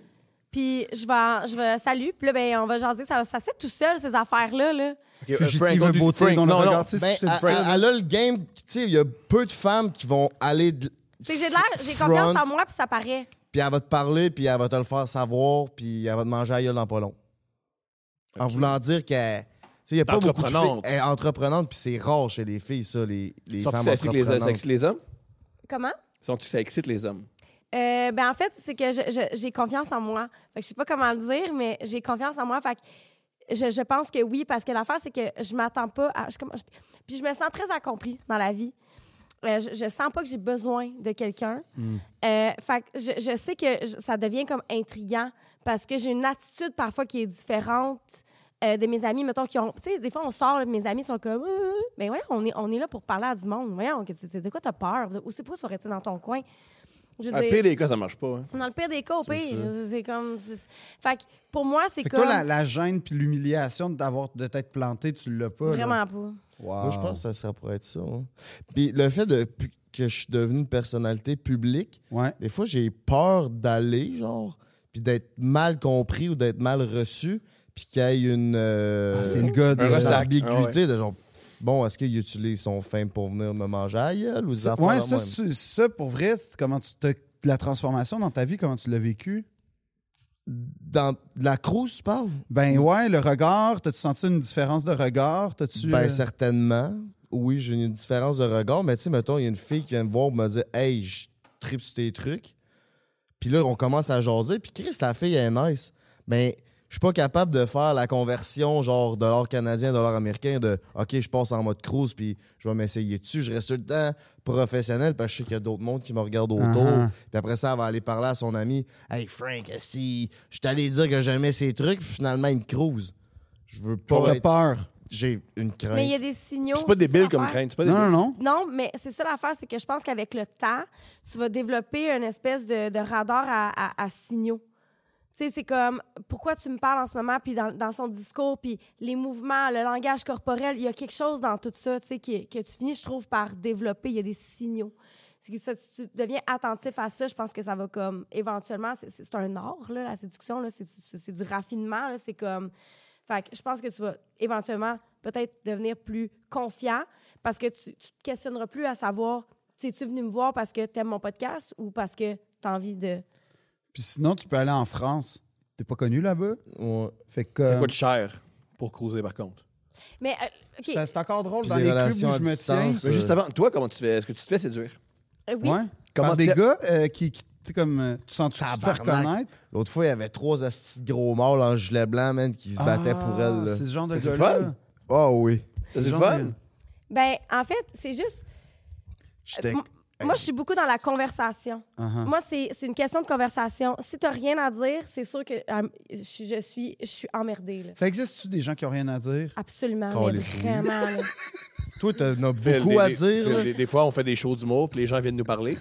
puis je vais, je vais salut, puis là, ben, on va jaser. Ça, ça se fait tout seul, ces affaires-là. Là.
Ok, euh, Frank,
Fugitive
on dit-
beauté
Frank,
dans le
non, non.
regard. Tu sais,
ben,
si je te
elle,
dis ça,
elle- elle a le game. Tu sais, il y a peu de femmes qui vont aller. de-
C'est que j'ai de l'air, j'ai
front,
confiance en moi, puis ça paraît.
Puis elle va te parler, puis elle va te le faire savoir, puis elle va te manger ailleurs dans pas long. En voulant dire qu'elle. Tu sais, il y a pas beaucoup de filles.
Entreprenante.
Elle est entreprenante, puis c'est rare chez les filles, ça, les, les
Sont-tu
femmes
sexy que les,
entreprenantes.
ça excite les hommes?
Comment?
Sont-tu ça excite les hommes?
Euh, ben en fait, c'est que je- je- j'ai confiance en moi. Fait que je sais pas comment le dire, mais j'ai confiance en moi. Fait que je, je pense que oui, parce que l'affaire, c'est que je m'attends pas à. je- comment- je- puis je me sens très accomplie dans la vie. Euh, je, je sens pas que j'ai besoin de quelqu'un.
Hmm.
Euh, fait que je, je sais que je- ça devient comme intriguant parce que j'ai une attitude parfois qui est différente euh, de mes amis, mettons, qui ont. Tu sais, des fois, on sort, là, mes amis sont comme. Euh, Mais ouais, Ben, on est, on est là pour parler à du monde. Voyons, que tu- tu- de quoi t'as peur? Ou c'est pourquoi tu aurais été dans ton coin? Je veux
À
dire-
pire des cas, ça marche pas. hein.
dans le pire des cas, au pire. C'est- C'est comme. c'est- Fait que pour moi, c'est
Fait que
comme.
toi, la, la gêne puis l'humiliation d'avoir de t'être planté, tu l'as pas. là.
Vraiment pas.
Moi, je pense que ça, ça pourrait être ça. hein. Puis le fait de, que je suis devenu une personnalité publique,
Ouais.
Des fois, j'ai peur d'aller, genre, puis d'être mal compris ou d'être mal reçu, puis qu'il y ait une, euh,
Ah, c'est le gars
une
des
ressac.
Ah
ambiguïté de genre, bon, est-ce qu'il utilise son fame pour venir me manger à la gueule ou des affaires
Ouais,
de
ça,
même?
c'est- ça, pour vrai, c'est comment tu te la transformation dans ta vie, comment tu l'as vécu?
Dans de la crouse, tu parles?
Ben ouais, le regard, t'as-tu senti une différence de regard? T'as-tu.
Ben,
euh,
certainement. Oui, j'ai une différence de regard, mais tu sais, mettons, il y a une fille qui vient me voir pour me dire, hey, je tripe sur tes trucs. Puis là, on commence à jaser, puis Chris, la fille, elle est nice. Mais je suis pas capable de faire la conversion, genre, dollar canadien, dollar américain, de OK, je passe en mode cruise, puis je vais m'essayer dessus. Je reste tout le temps professionnel, parce que je sais qu'il y a d'autres mondes qui me regardent autour.
Uh-huh.
Puis après ça, elle va aller parler à son ami, Hey, Frank, si je t'allais dire que j'aimais ces trucs, puis finalement, il me cruise. Je veux pas.
t'as
être-
peur.
J'ai une crainte.
Mais il y a des signaux.
C'est pas
ça
débile comme
l'affaire.
crainte. c'est pas
Non,
débile.
non,
Non,
non.
mais c'est ça l'affaire, c'est que je pense qu'avec le temps, tu vas développer une espèce de, de radar à, à- à signaux. Tu sais, c'est comme pourquoi tu me parles en ce moment, puis dans, dans son discours, puis les mouvements, le langage corporel, il y a quelque chose dans tout ça, tu sais, qui- que tu finis, je trouve, par développer. Il y a des signaux. C'est que ça, tu deviens attentif à ça, je pense que ça va comme éventuellement, c'est- c'est c'est un art, là, la séduction, là, c'est- c'est c'est du raffinement, là, c'est comme. Fait que je pense que tu vas éventuellement peut-être devenir plus confiant parce que tu, tu te questionneras plus à savoir si tu venu me voir parce que t'aimes mon podcast ou parce que t'as envie de.
Puis sinon, tu peux aller en France. T'es pas connu là-bas?
Ouais.
Fait
Ça
que. euh,
coûte cher pour cruiser, par contre.
Mais euh, ok,
ça- C'est encore drôle
Puis
dans
les
les clubs
relations
où
à
je me tiens.
distance.
Mais juste avant, toi, comment tu fais? Est-ce que tu te fais séduire?
euh, oui.
Ouais.
Comment
Par des
t'es-
gars euh, qui, qui- tu sais, comme, euh, tu sens-tu que tu te fais
Tabarnak.
reconnaître?
L'autre fois, il y avait trois astis de gros mâles en gilet blanc, man, qui se battaient pour
Ah,
elle. là.
C'est ce genre de
C'est le
gars-là.
fun.
Ah oui.
C'est
C'est
du
genre
fun?
de-
Ben, en fait, c'est juste.
J'étais-
m- Moi, je suis beaucoup dans la conversation.
Uh-huh.
Moi, c'est c'est une question de conversation. Si t'as rien à dire, c'est sûr que euh, je, suis- je suis je suis emmerdée. là.
Ça existe-tu des gens qui ont rien à dire?
Absolument, mais
Calisse, oui.
vraiment. là.
Toi, t'en as
Phil,
beaucoup
des-
à
des-
dire.
Phil,
là.
Des, des fois, on fait des shows d'humour, puis les gens viennent nous parler.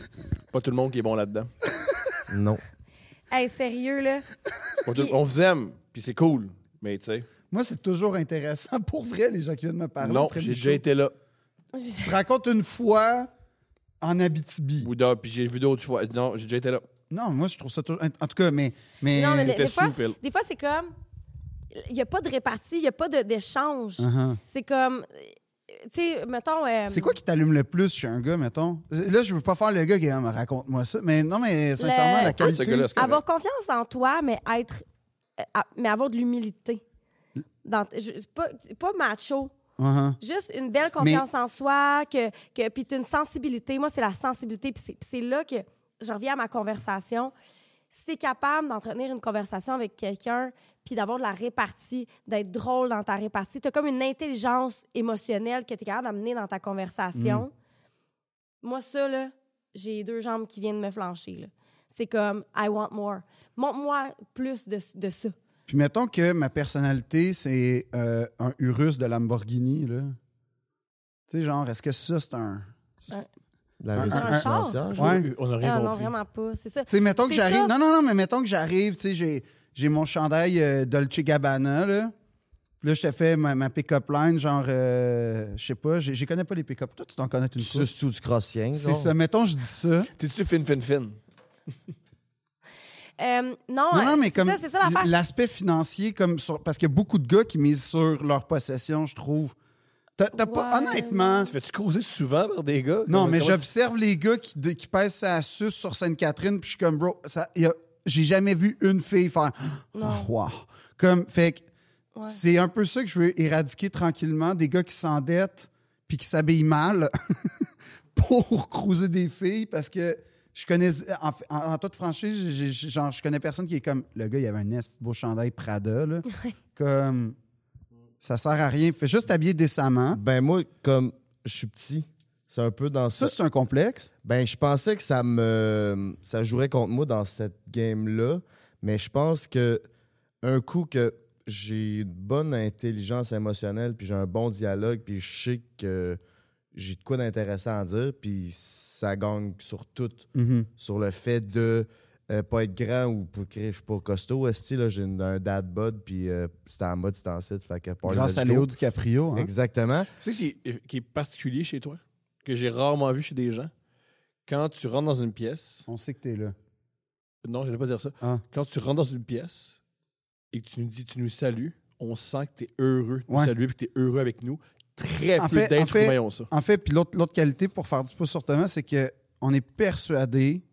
Pas tout le monde qui est bon là-dedans.
Non.
hey, sérieux, là.
Pas tout- On vous aime, puis c'est cool. Mais tu sais,
Moi, c'est toujours intéressant pour vrai, les gens qui viennent me parler.
non,
après
j'ai
mes
déjà
shows.
été là.
Tu racontes une fois en Abitibi.
Bouddha, puis j'ai vu d'autres fois. Non, j'ai déjà été là.
Non, moi, je trouve ça toujours. En tout cas, mais. mais...
Non, mais des,
T'étais
des fois,
sous, Phil.
des fois, c'est comme. il n'y a pas de répartie, il n'y a pas de- d'échange.
Uh-huh.
C'est comme, euh, tu sais, mettons. euh,
C'est quoi qui t'allume le plus chez un gars, mettons? Là, je veux pas faire le gars qui ah, mais raconte-moi ça. Mais non, mais sincèrement,
Le-
la qualité.
Ce gars-là, c'est correct.
Avoir confiance en toi, mais être. euh, à- mais avoir de l'humilité. Dans, t- je- c'est pas, c'est pas macho.
Uh-huh.
Juste une belle confiance en soi, que, que, puis t'as une sensibilité. Moi, c'est la sensibilité. Puis c'est- puis c'est là que je reviens à ma conversation. Si t'es capable d'entretenir une conversation avec quelqu'un, puis d'avoir de la répartie, d'être drôle dans ta répartie, t'as comme une intelligence émotionnelle que t'es capable d'amener dans ta conversation.
Mm.
Moi, ça, là, j'ai les deux jambes qui viennent me flancher. là. C'est comme « I want more ». Montre-moi plus de, de ça.
Puis mettons que ma personnalité, c'est euh, un Urus de Lamborghini, là. Tu sais, genre, est-ce que ça, c'est un.
La
Un-
réussite
un-
financière.
Ouais.
On aurait
Ah, non,
compris.
vraiment pas. C'est ça.
Tu sais, mettons que
C'est
j'arrive.
ça.
Non, non, non, mais mettons que j'arrive, tu sais, j'ai, j'ai mon chandail euh, Dolce Gabbana, là. Puis Là, je te fais ma, ma pick-up line, genre, euh, je sais pas, j'ai- je connais pas les pick-up. Toi, tu t'en connais une
Tu
couple.
suces tout du crossien.
C'est ça, mettons, je dis ça.
T'es-tu fin, fin, fin?
Euh, non,
Non, non, mais
c'est
comme
ça, c'est ça l'affaire.
l'aspect financier, comme sur, parce qu'il y a beaucoup de gars qui misent sur leur possession, je trouve. T'as, t'as pas,
Ouais.
honnêtement,
Tu fais-tu causer souvent par des gars?
non,
Comment-
mais
comment
j'observe les gars qui, de- qui pèsent sa suce sur Sainte-Catherine, puis je suis comme, bro, ça, y a- j'ai jamais vu une fille faire Ah, wow. Comme, fait que
Ouais.
c'est un peu ça que je veux éradiquer tranquillement, des gars qui s'endettent, puis qui s'habillent mal pour cruiser des filles, parce que. Je connais, en, en, en toute franchise, j'ai- j'ai- genre, je connais personne qui est comme, le gars, il avait un est beau chandail Prada, là. comme, ça sert à rien. Fais juste habiller décemment.
Ben moi, comme je suis petit, c'est un peu dans ça.
Ça, c'est un complexe.
Ben je pensais que ça me ça jouerait contre moi dans cette game là, mais je pense que un coup que j'ai une bonne intelligence émotionnelle, puis j'ai un bon dialogue, puis je sais que j'ai de quoi d'intéressant à dire, puis ça gagne sur tout, sur le fait de euh, pas être grand ou pour créer, je suis pas costaud. Esti, là, j'ai une- un dad bod, puis euh, c'était en mode, c'était en site, fait que party
Grâce
let's
à
go.
Léo DiCaprio. Hein?
Exactement.
Tu sais, ce qui est- qui est particulier chez toi, que j'ai rarement vu chez des gens, quand tu rentres dans une pièce,
On sait que t'es là.
non, je n'allais pas dire ça,
Ah.
quand tu rentres dans une pièce et que tu nous dis, tu nous salues, on sent que tu es heureux de nous
Ouais.
saluer et que tu es heureux avec nous. Très
En
peu
fait- en
d'êtres
fait-
humains ont ça.
En fait, puis l'autre l'autre qualité pour faire du pouce sur Thomas, c'est que on est persuadé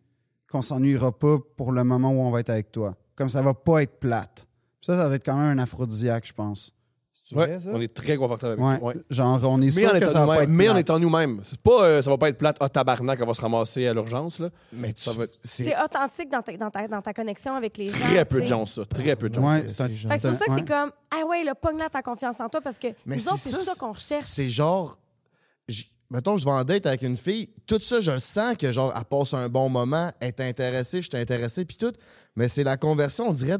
qu'on s'ennuiera pas pour le moment où on va être avec toi. Comme ça va pas être plate. Ça, ça va être quand même un aphrodisiaque, je pense. C'est
Ouais, on est très confortable
Ouais.
avec ouais.
Genre, on est
Mais,
sûr
en
que ça
étant
va pas être
nous-mêmes, mais en
plate.
étant nous-mêmes. C'est pas, euh, ça va pas être plate, ah tabarnak, on va se ramasser à l'urgence. là.
Mais
Ça va être-
T'es authentique dans ta, dans, ta, dans ta connexion avec les gens.
Très peu de
t'sais.
gens, ont ça. Très peu de gens.
Ouais, c'est un-
Fait que
Fait que c'est pour ça que
ouais.
c'est comme, ah ouais, le pogne là ta confiance en toi parce que
Mais
nous
c'est
autres, c'est
ça,
ça
c'est-
qu'on cherche.
c'est genre. j- Mettons, je vais en date avec une fille, tout ça, je le sens que, genre, elle passe un bon moment, elle est intéressée, je suis intéressé, puis tout. Mais c'est la conversion, on dirait,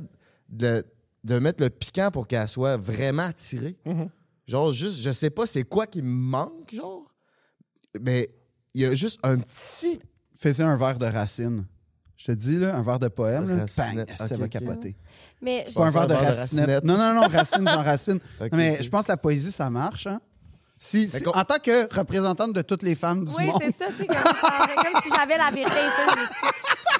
de, de mettre le piquant pour qu'elle soit vraiment attirée.
Mm-hmm.
Genre, juste, je sais pas c'est quoi qui me manque, genre, mais il y a juste un petit.
Faisais un verre de racine. Je te dis, là, un verre de poème, là, bang,
Racinette.
ça
Ok,
va
ok.
capoter.
Mais je-
Pas un
pensais à
verre de, racinette. Non, non, non, racine dans racine.
Ok,
mais
ok.
je pense que la poésie, ça marche. hein. Si, si-
qu'on-
en tant que représentante de toutes les femmes du
oui,
monde,
c'est ça, tu sais, comme, comme si j'avais la vérité. tu sais.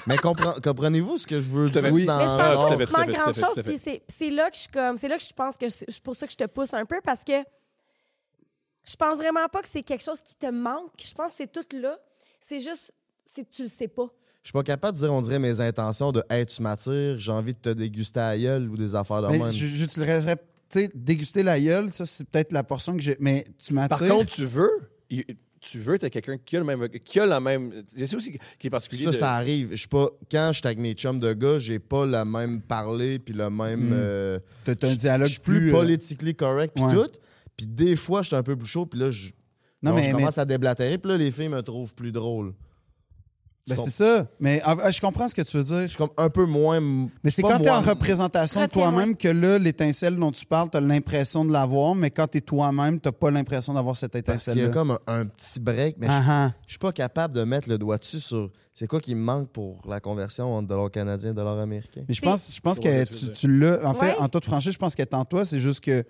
Mais compren- comprenez-vous ce que je veux
Tout à
dire
fait.
dans
Mais je
Ah,
genre-
pense pas
tout à fait,
qu'il
tout à fait,
manque
tout à
grand
fait, tout à
chose.
fait.
Puis c'est- c'est là que je suis comme, c'est là que je pense que c'est c'est pour ça que je te pousse un peu parce que je pense vraiment pas que c'est quelque chose qui te manque. Je pense que c'est tout là. C'est juste, c'est tu le sais pas.
Je suis pas capable de dire, on dirait, mes intentions de Hey, tu m'attires, j'ai envie de te déguster à la gueule ou des affaires de
Mais
même.
je- j'utiliserais, tu sais, déguster la gueule, ça, c'est peut-être la portion que j'ai. Mais tu m'attires.
Par contre, tu veux, il- tu veux, t'as quelqu'un qui a le même. Qui a la même. C'est ça aussi qui est particulier.
Ça,
de-
ça arrive. Je suis pas. Quand je suis avec mes chums de gars, j'ai pas le même parler puis le même. euh,
Hmm. t'as t'as un
je-
dialogue
Je suis plus
euh,
politically correct puis
ouais.
tout. Puis des fois, je suis un peu plus chaud puis là, je.
Non,
Non,
mais-
je
mais-
commence à déblatérer puis là, les filles me trouvent plus drôle.
ben,
tu
c'est ça. Mais ah, ah, je comprends ce que tu veux dire.
Je suis comme un peu moins.
Mais c'est
pas
quand t'es en
moi-
représentation de
Retiens-moi.
toi-même que là, l'étincelle dont tu parles, t'as l'impression de l'avoir, mais quand t'es toi-même, t'as pas l'impression d'avoir cette
Parce qu'il y
étincelle-là.
a comme un, un petit break, mais je-
Ah, ah.
je suis pas capable de mettre le doigt dessus sur c'est quoi qui me manque pour la conversion entre dollar canadien et dollar américain.
Mais je pense, je pense
Je vois
que
ce que tu
tu,
veux
tu l'as. En fait,
Ouais.
en toute franchise, je pense qu'elle est en toi. C'est juste que.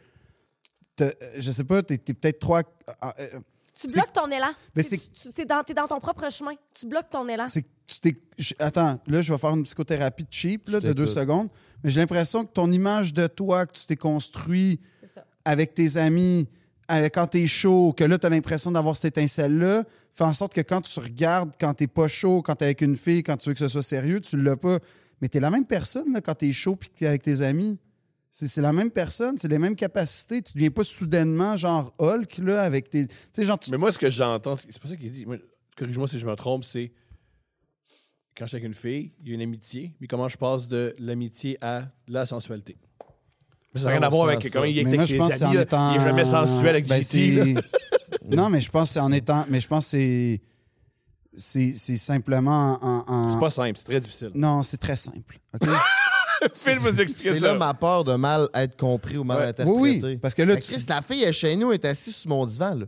t'as- euh, Je sais pas, t'es t'es peut-être trop. ac- ah, euh,
Tu
C'est-
bloques ton élan.
Mais
C'est-
c'est-
tu- tu- C'est dans, t'es dans ton propre chemin. Tu bloques ton élan.
C'est que tu t'es. j- Attends, là, je vais faire une psychothérapie cheap là, de deux
t'écoute.
secondes, mais j'ai l'impression que ton image de toi que tu t'es construit
C'est ça.
avec tes amis, avec, quand t'es chaud, que là, t'as l'impression d'avoir cette étincelle-là, fait en sorte que quand tu regardes, quand t'es pas chaud, quand t'es avec une fille, quand tu veux que ce soit sérieux, tu l'as pas. Mais t'es la même personne là, quand t'es chaud puis que t'es avec tes amis. C'est c'est la même personne, c'est les mêmes capacités. Tu deviens pas soudainement genre Hulk là, avec tes. Tu sais, genre, tu-
Mais moi, ce que j'entends, c'est c'est pas ça qu'il dit. Moi, Corrige-moi si je me trompe, c'est quand je suis avec une fille, il y a une amitié, mais comment je passe de l'amitié à la sensualité? Mais ça n'a
Ah,
rien à voir
ça,
avec
ça.
comment il est
Mais
avec
moi,
ses
je pense que c'est en
amis, là.
étant.
Il est jamais sensuel avec
Ben,
JT, là.
c'est- non, mais je pense que c'est en étant. Mais je pense que c'est. C'est c'est simplement en. en-
C'est pas simple, c'est très difficile.
Non, c'est très simple. OK?
Phil va nous expliquer
C'est
ça.
là ma peur de mal être compris ou mal
Ouais.
interprété.
oui, oui. Parce que là,
Mais
tu,
Chris, la fille est chez nous, elle est assise sur mon divan. Là.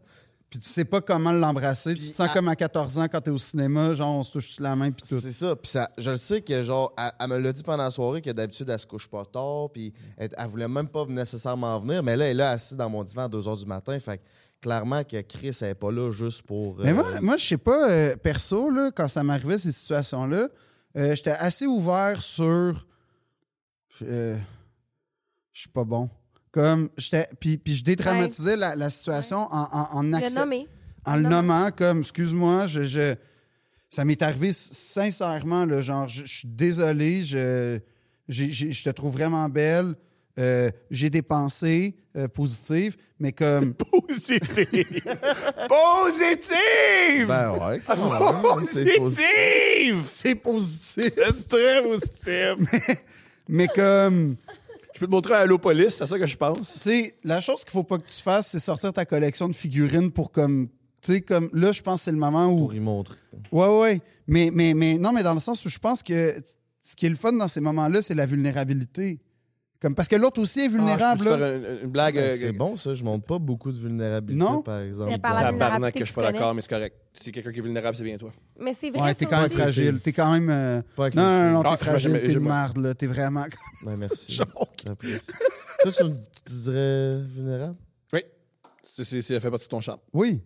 puis tu sais pas comment l'embrasser. Tu te sens
à-
comme à 14 ans quand t'es au cinéma, genre on se touche sur la main puis tout.
C'est ça. Puis ça, je le sais que, genre, elle, elle me l'a dit pendant la soirée que d'habitude, elle se couche pas tard. Puis elle, elle voulait même pas nécessairement venir. Mais là, elle est là, assise dans mon divan à 2 h du matin. Fait que clairement que Chris, elle est pas là juste pour.
Mais
euh,
moi, moi je sais pas, euh, perso, là, quand ça m'arrivait, ces situations-là, euh, j'étais assez ouvert sur. euh, je suis pas bon. Comme, j'étais. Puis, puis je dédramatisais la, la situation en, en, en
Le
accep-
nommer.
en le
Non.
nommant comme excuse-moi, je, je- ça m'est arrivé s- sincèrement là, genre je, je suis désolé, je j'ai- j'ai- je te trouve vraiment belle. euh, j'ai des pensées euh, positives, mais comme
Positive! Positive!
Ben ouais.
Ah,
quand même, c'est possible.
Positive!
c'est positif,
C'est très positif!
mais comme
Je peux te montrer à Allopolis, c'est à ça que je pense.
tu sais, la chose qu'il faut pas que tu fasses, c'est sortir ta collection de figurines pour comme tu sais comme là, je pense que c'est le moment où
Pour y montrer.
Ouais, ouais. Mais, mais, mais non, mais dans le sens où je pense que ce qui est le fun dans ces moments-là, c'est la vulnérabilité. Comme, parce que l'autre aussi est vulnérable.
Ah, je peux
là.
te faire une, une blague.
Ben,
euh,
c'est bon, ça. Je montre pas beaucoup de vulnérabilité,
Non.
par exemple. Ben,
C'est par la
Tabarnak,
vulnérabilité
que je suis
que
pas
tu
d'accord, mais c'est correct. Si quelqu'un qui est vulnérable, c'est bien toi.
Mais c'est vrai.
ouais, t'es
ça
quand même
aussi.
fragile. T'es quand même. euh,
Pas avec
Non, non,
les
non,
filles. Ah,
t'es
je m'aime-
fragile, t'es une
j'aime-
marde, là. T'es vraiment.
Ouais, ben, merci.
Choc.
J'apprécie. Toi, tu, tu dirais vulnérable?
Oui. C'est, c'est- ça fait partie de ton champ.
Oui.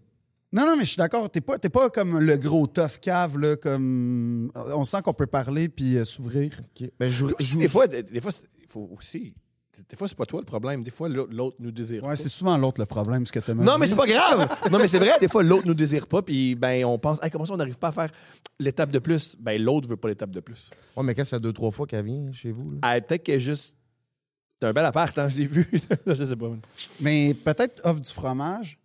Non, non, mais je suis d'accord. T'es pas, t'es pas comme le gros tough cave, là. Comme. On sent qu'on peut parler puis euh, s'ouvrir.
OK. Ben, je, je-
Des fois, des, des fois, c'est- il faut aussi. Des fois, c'est pas toi le problème. Des fois, l'autre l'autre nous désire.
Ouais,
pas.
c'est souvent l'autre le problème, ce que t'as
Non, mais c'est pas grave. non, mais c'est vrai, des fois, l'autre nous désire pas, puis ben, on pense, Hey, comment ça, on n'arrive pas à faire l'étape de plus? Ben, l'autre veut pas l'étape de plus.
Ouais, mais qu'est-ce que ça fait deux, trois fois qu'elle vient chez vous? là?
Ah, peut-être qu'elle est juste. C'est un bel appart, hein, je l'ai vu. je sais pas.
Mais peut-être offre du fromage.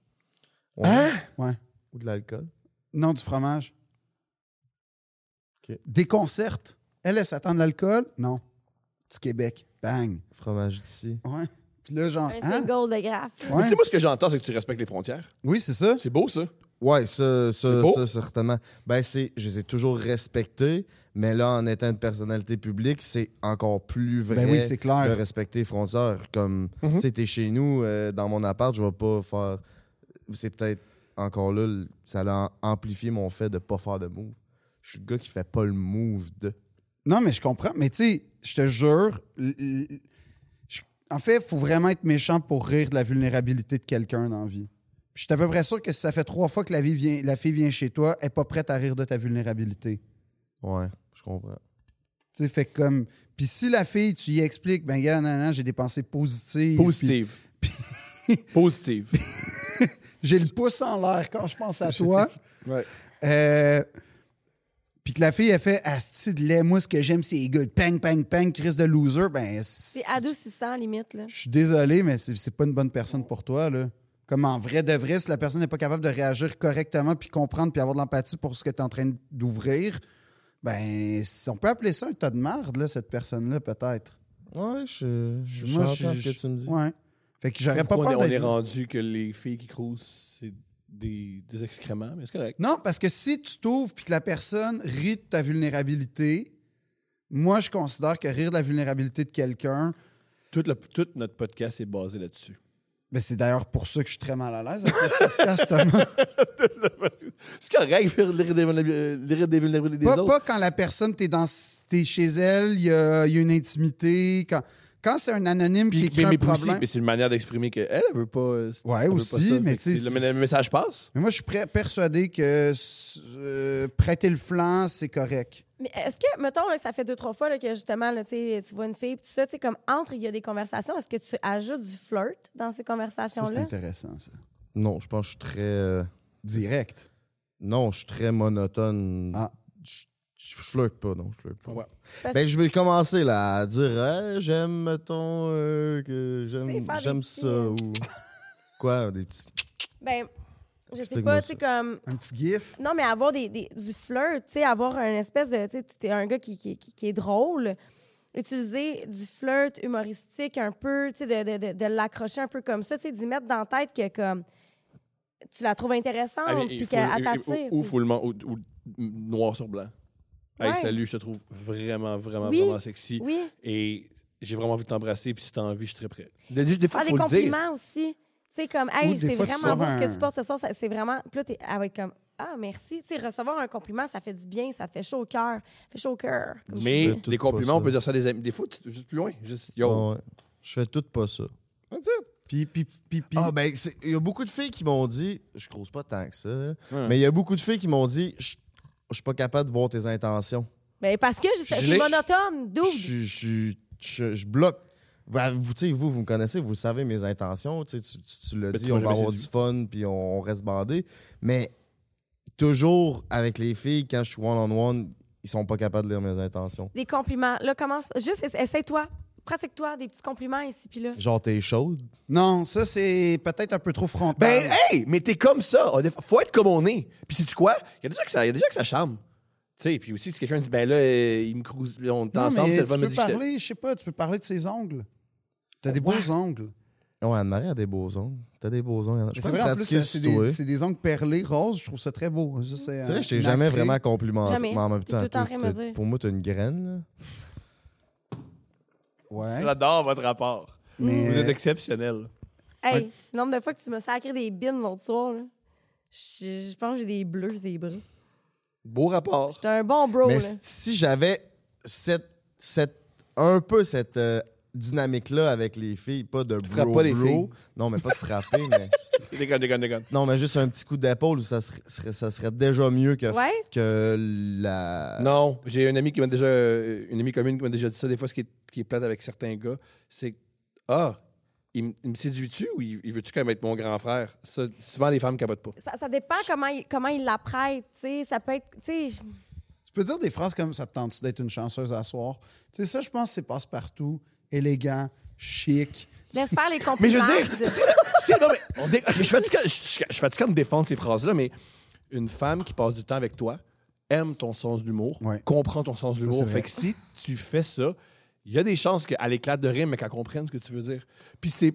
Ouais.
Ouais.
Ou de l'alcool?
Non, du fromage.
OK.
Déconcerte. Elle, elle s'attend de l'alcool? Non. Petit Québec. Bang.
Fromage d'ici.
Ouais. Puis là, genre.
Un
hein?
single de graphe.
Ouais.
Tu sais, moi, ce que j'entends, c'est que tu respectes les frontières.
Oui, c'est ça.
C'est beau, ça.
Ouais, ça, ça,
C'est beau.
ça, certainement. Ben, c'est, je les ai toujours respectés, mais là, en étant une personnalité publique, c'est encore plus vrai
Ben oui, c'est clair. Mhm.
de respecter les frontières. Comme, tu sais, t'es chez nous, euh, dans mon appart, je vais pas faire. C'est peut-être encore là, le- ça a amplifié mon fait de pas faire de move. Je suis le gars qui fait pas le move de.
Non, mais je comprends. Mais tu sais, je te jure. l- l- je- En fait, il faut vraiment être méchant pour rire de la vulnérabilité de quelqu'un dans la vie. Puis je suis à peu près sûr que si ça fait trois fois que la, vie vient, la fille vient chez toi, elle n'est pas prête à rire de ta vulnérabilité.
Ouais, je comprends.
Tu sais, fait que comme. Puis si la fille, tu y expliques, ben, gars, non, non, j'ai des pensées positives. puis-
Positive. Positive.
J'ai le pouce en l'air quand je pense à toi. Euh, puis que la fille, elle fait Ah, Asti de lait, moi, ce que j'aime, c'est les gars de Pang, pang, pang, Chris de loser. Ben, c'est-
C'est adoucissant, limite. Là.
je suis désolé, mais c'est c'est pas une bonne personne pour toi, là. Comme en vrai de vrai, si la personne n'est pas capable de réagir correctement, puis comprendre, puis avoir de l'empathie pour ce que tu es en train d'ouvrir, ben, on peut appeler ça un tas de marde, là, cette personne-là, peut-être.
Ouais, je, je,
Moi,
je
je-
entends ce que tu me dis.
Ouais. Fait que j'aurais pas
Pourquoi
peur
on est, on est
d'être-
rendu que les filles qui crousent, c'est des, des excréments, mais c'est correct.
Non, parce que si tu t'ouvres puis que la personne rit de ta vulnérabilité, moi, je considère que rire de la vulnérabilité de quelqu'un,
Tout, le- tout notre podcast est basé là-dessus.
ben, c'est d'ailleurs pour ça que je suis très mal à l'aise avec le podcast, Thomas.
C'est correct, lire des vulnérabilités des
pas,
autres.
pas quand la personne, t'es, dans, t'es chez elle, il y a, il y a une intimité. Quand... Quand c'est un anonyme qui
Puis,
écrit
mais,
un
mais aussi,
problème.
mais c'est une manière d'exprimer qu'elle, elle veut pas. euh,
Ouais,
elle veut
aussi,
pas ça.
mais
Fait que
tu sais,
c'est- Le, le message passe.
Mais moi, je suis prêt- persuadé que euh, prêter le flanc, c'est correct.
Mais est-ce que, mettons, là, ça fait deux, trois fois là, que justement, là, tu sais, tu vois une fille, puis tout ça, tu sais, comme entre, il y a des conversations, est-ce que tu ajoutes du flirt dans ces
Ça, c'est
conversations-là?
intéressant, ça.
Non, je pense que je suis très. euh,
Direct.
Non, je suis très monotone.
Ah.
Je, je flirte pas, non, je flirte pas.
Ouais.
Parce-
Ben, je vais commencer là, à dire Hey, j'aime, mettons, euh, que
Tu sais,
j'aime,
faire des
j'aime
petits,
ça.
euh,
Ou... Quoi, des petits.
Ben, je sais
Explique-moi
pas, tu sais, comme.
Un petit gif.
Non, mais avoir des, des- du flirt, tu sais, avoir un espèce de. Tu sais, t'es un gars qui, qui, qui- qui est drôle. Utiliser du flirt humoristique un peu, tu sais, de, de, de, de l'accrocher un peu comme ça, tu sais, d'y mettre dans la tête que, comme. Tu la trouves
Ah, mais
intéressante,
il
puis
faut-
qu'elle
il-
t'attire.
Ou, ou faut le man- ou- ou noir sur blanc. Hey,
Ouais.
salut, je te trouve vraiment, vraiment,
Oui.
vraiment sexy.
Oui.
Et j'ai vraiment envie de t'embrasser, puis si t'as envie, je suis très prêt.
Des
Ah, des compliments aussi. Tu sais, comme,
Ou
hey,
des
c'est
fois, tu
vraiment beau
sors
ce que
un-
tu portes ce soir. ça- C'est vraiment. Puis là, t'es- elle va être comme, ah, merci. Tu sais, recevoir un compliment, ça fait du bien, ça fait chaud au cœur. Ça fait chaud au cœur. comme je
Mais
fais tout
les
pas ça.
compliments, on peut dire ça à des amis. Des fois, tu- juste plus loin. Juste, yo,
Ouais, ouais. Je fais tout pas ça.
that's it.
Puis, puis, puis, puis.
Ah, ben, c'est- il y a beaucoup de filles qui m'ont dit, je croise pas tant que ça, là,
Ouais.
mais il y a beaucoup de filles qui m'ont dit, je je suis pas capable de voir tes intentions.
Ben, parce que je, je
Je
suis
l'ai-
monotone,
Je,
double.
suis- je, suis- je- je bloque. Ben, vous, tu sais, vous, vous me connaissez, vous savez mes intentions. Tu, sais, tu, tu- tu
Ben,
l'as
Mais
dit,
tu
on
m'as
va
jamais
avoir du
séduit.
fun, puis on, on reste bandé. Mais toujours avec les filles, quand je suis one-on-one, ils sont pas capables de lire mes intentions.
Des compliments. Là, commence. Juste, essa- essaie-toi. Pratique-toi des petits compliments ici, puis là.
Genre, t'es chaude.
Non, ça, c'est peut-être un peu trop frontal.
Ben, hey, mais t'es comme ça. On est- Faut être comme on est. Puis, sais-tu quoi? Il y a déjà que ça, il y a déjà que ça charme. Tu sais, puis aussi, si quelqu'un dit, ben là, euh, il me crouse, on est
Non,
ensemble,
mais
ça
tu
va me
peux
dire. que je t'aime.
parler, je sais pas, tu peux parler de ses ongles. T'as des beaux ongles.
Ouais, Anne-Marie a des beaux ongles. T'as des beaux ongles.
Mais
Je
C'est
peux me
vrai, en plus,
pratiquer
c'est
si tu veux.
des, c'est des ongles perlés, roses, je trouve ça très beau. Ça, C'est
C'est
euh,
vrai, je t'ai jamais
nacré.
vraiment complimenté.
Jamais.
Mais en même
T'es tout
temps,
le temps
toi,
en train de me
t'as-
dire.
pour moi, t'as une graine.
Ouais.
J'adore votre rapport. Vous
Euh,
êtes exceptionnel.
Hey, le nombre de fois que tu m'as sacré des bines l'autre soir, là. Je, je pense que j'ai des bleus, des bras.
Beau rapport.
T'es un bon bro,
mais
là.
si- si j'avais cette, cette, un peu cette euh, dynamique-là avec les filles, pas de
frappes
bro,
pas les
bro.
filles.
Non, mais pas frapper, mais...
Déconne, déconne, déconne.
Non, mais juste un petit coup d'épaule, ça serait, serait- ça serait déjà mieux que, f-
Ouais?
que la...
Euh, Non, j'ai une amie qui m'a déjà, euh, une amie commune qui m'a déjà dit ça des fois, ce qui est, qui est plate avec certains gars, c'est ah, il, me- il me séduit-tu ou il, il veut-tu quand même être mon grand frère? Ça, souvent les femmes capotent pas.
Ça, ça dépend comment il, comment il l'apprête, tu sais. Ça peut être. Tu sais,
Tu peux dire des phrases comme ça te tente d'être une chanceuse à soir. Tu sais, ça, je pense que c'est passe-partout, élégant, chic.
laisse faire les compliments.
Mais je veux dire,
de-
si- si- non, mais on dé- ok, je suis fatigué- je- je- je suis fatigué de défendre ces phrases-là, mais une femme qui passe du temps avec toi aime ton sens de l'humour,
Ouais.
comprend ton sens de
c'est
l'humour.
vrai.
Fait que si tu fais ça, il y a des chances qu'elle éclate de rire, mais qu'elle comprenne ce que tu veux dire. Puis c'est.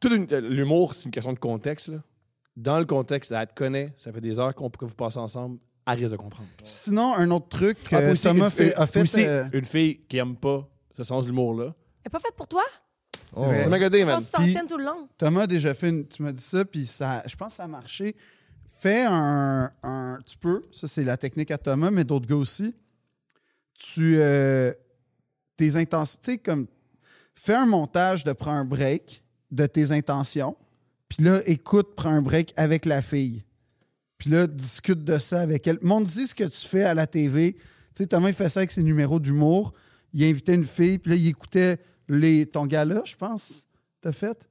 Tout l'humour, c'est une question de contexte. là. Dans le contexte, elle te connaît, ça fait des heures qu'on- que vous passez ensemble, elle risque de comprendre.
Sinon, un autre truc que
Ah, puis aussi,
Thomas
une-
fait, a
euh,
fait.
aussi,
euh,
Une fille qui aime pas ce sens de l'humour-là.
Elle est pas faite pour toi?
Oh,
vrai.
C'est ma godée,
Faut
man.
que tu t'enchaînes tout le long.
Thomas a déjà fait une. Tu m'as dit ça, puis ça, je pense que ça a marché. Fais un. un- tu peux, ça c'est la technique à Thomas, mais d'autres gars aussi. Tu. euh, tes intensités, comme. Fais un montage de prends un break de tes intentions, puis là, écoute, prends un break avec la fille. Puis là, discute de ça avec elle. Montre-y ce que tu fais à la TV. Tu sais, Thomas, il fait ça avec ses numéros d'humour. Il invitait une fille, puis là, il écoutait les, ton gala, je pense, t'as fait.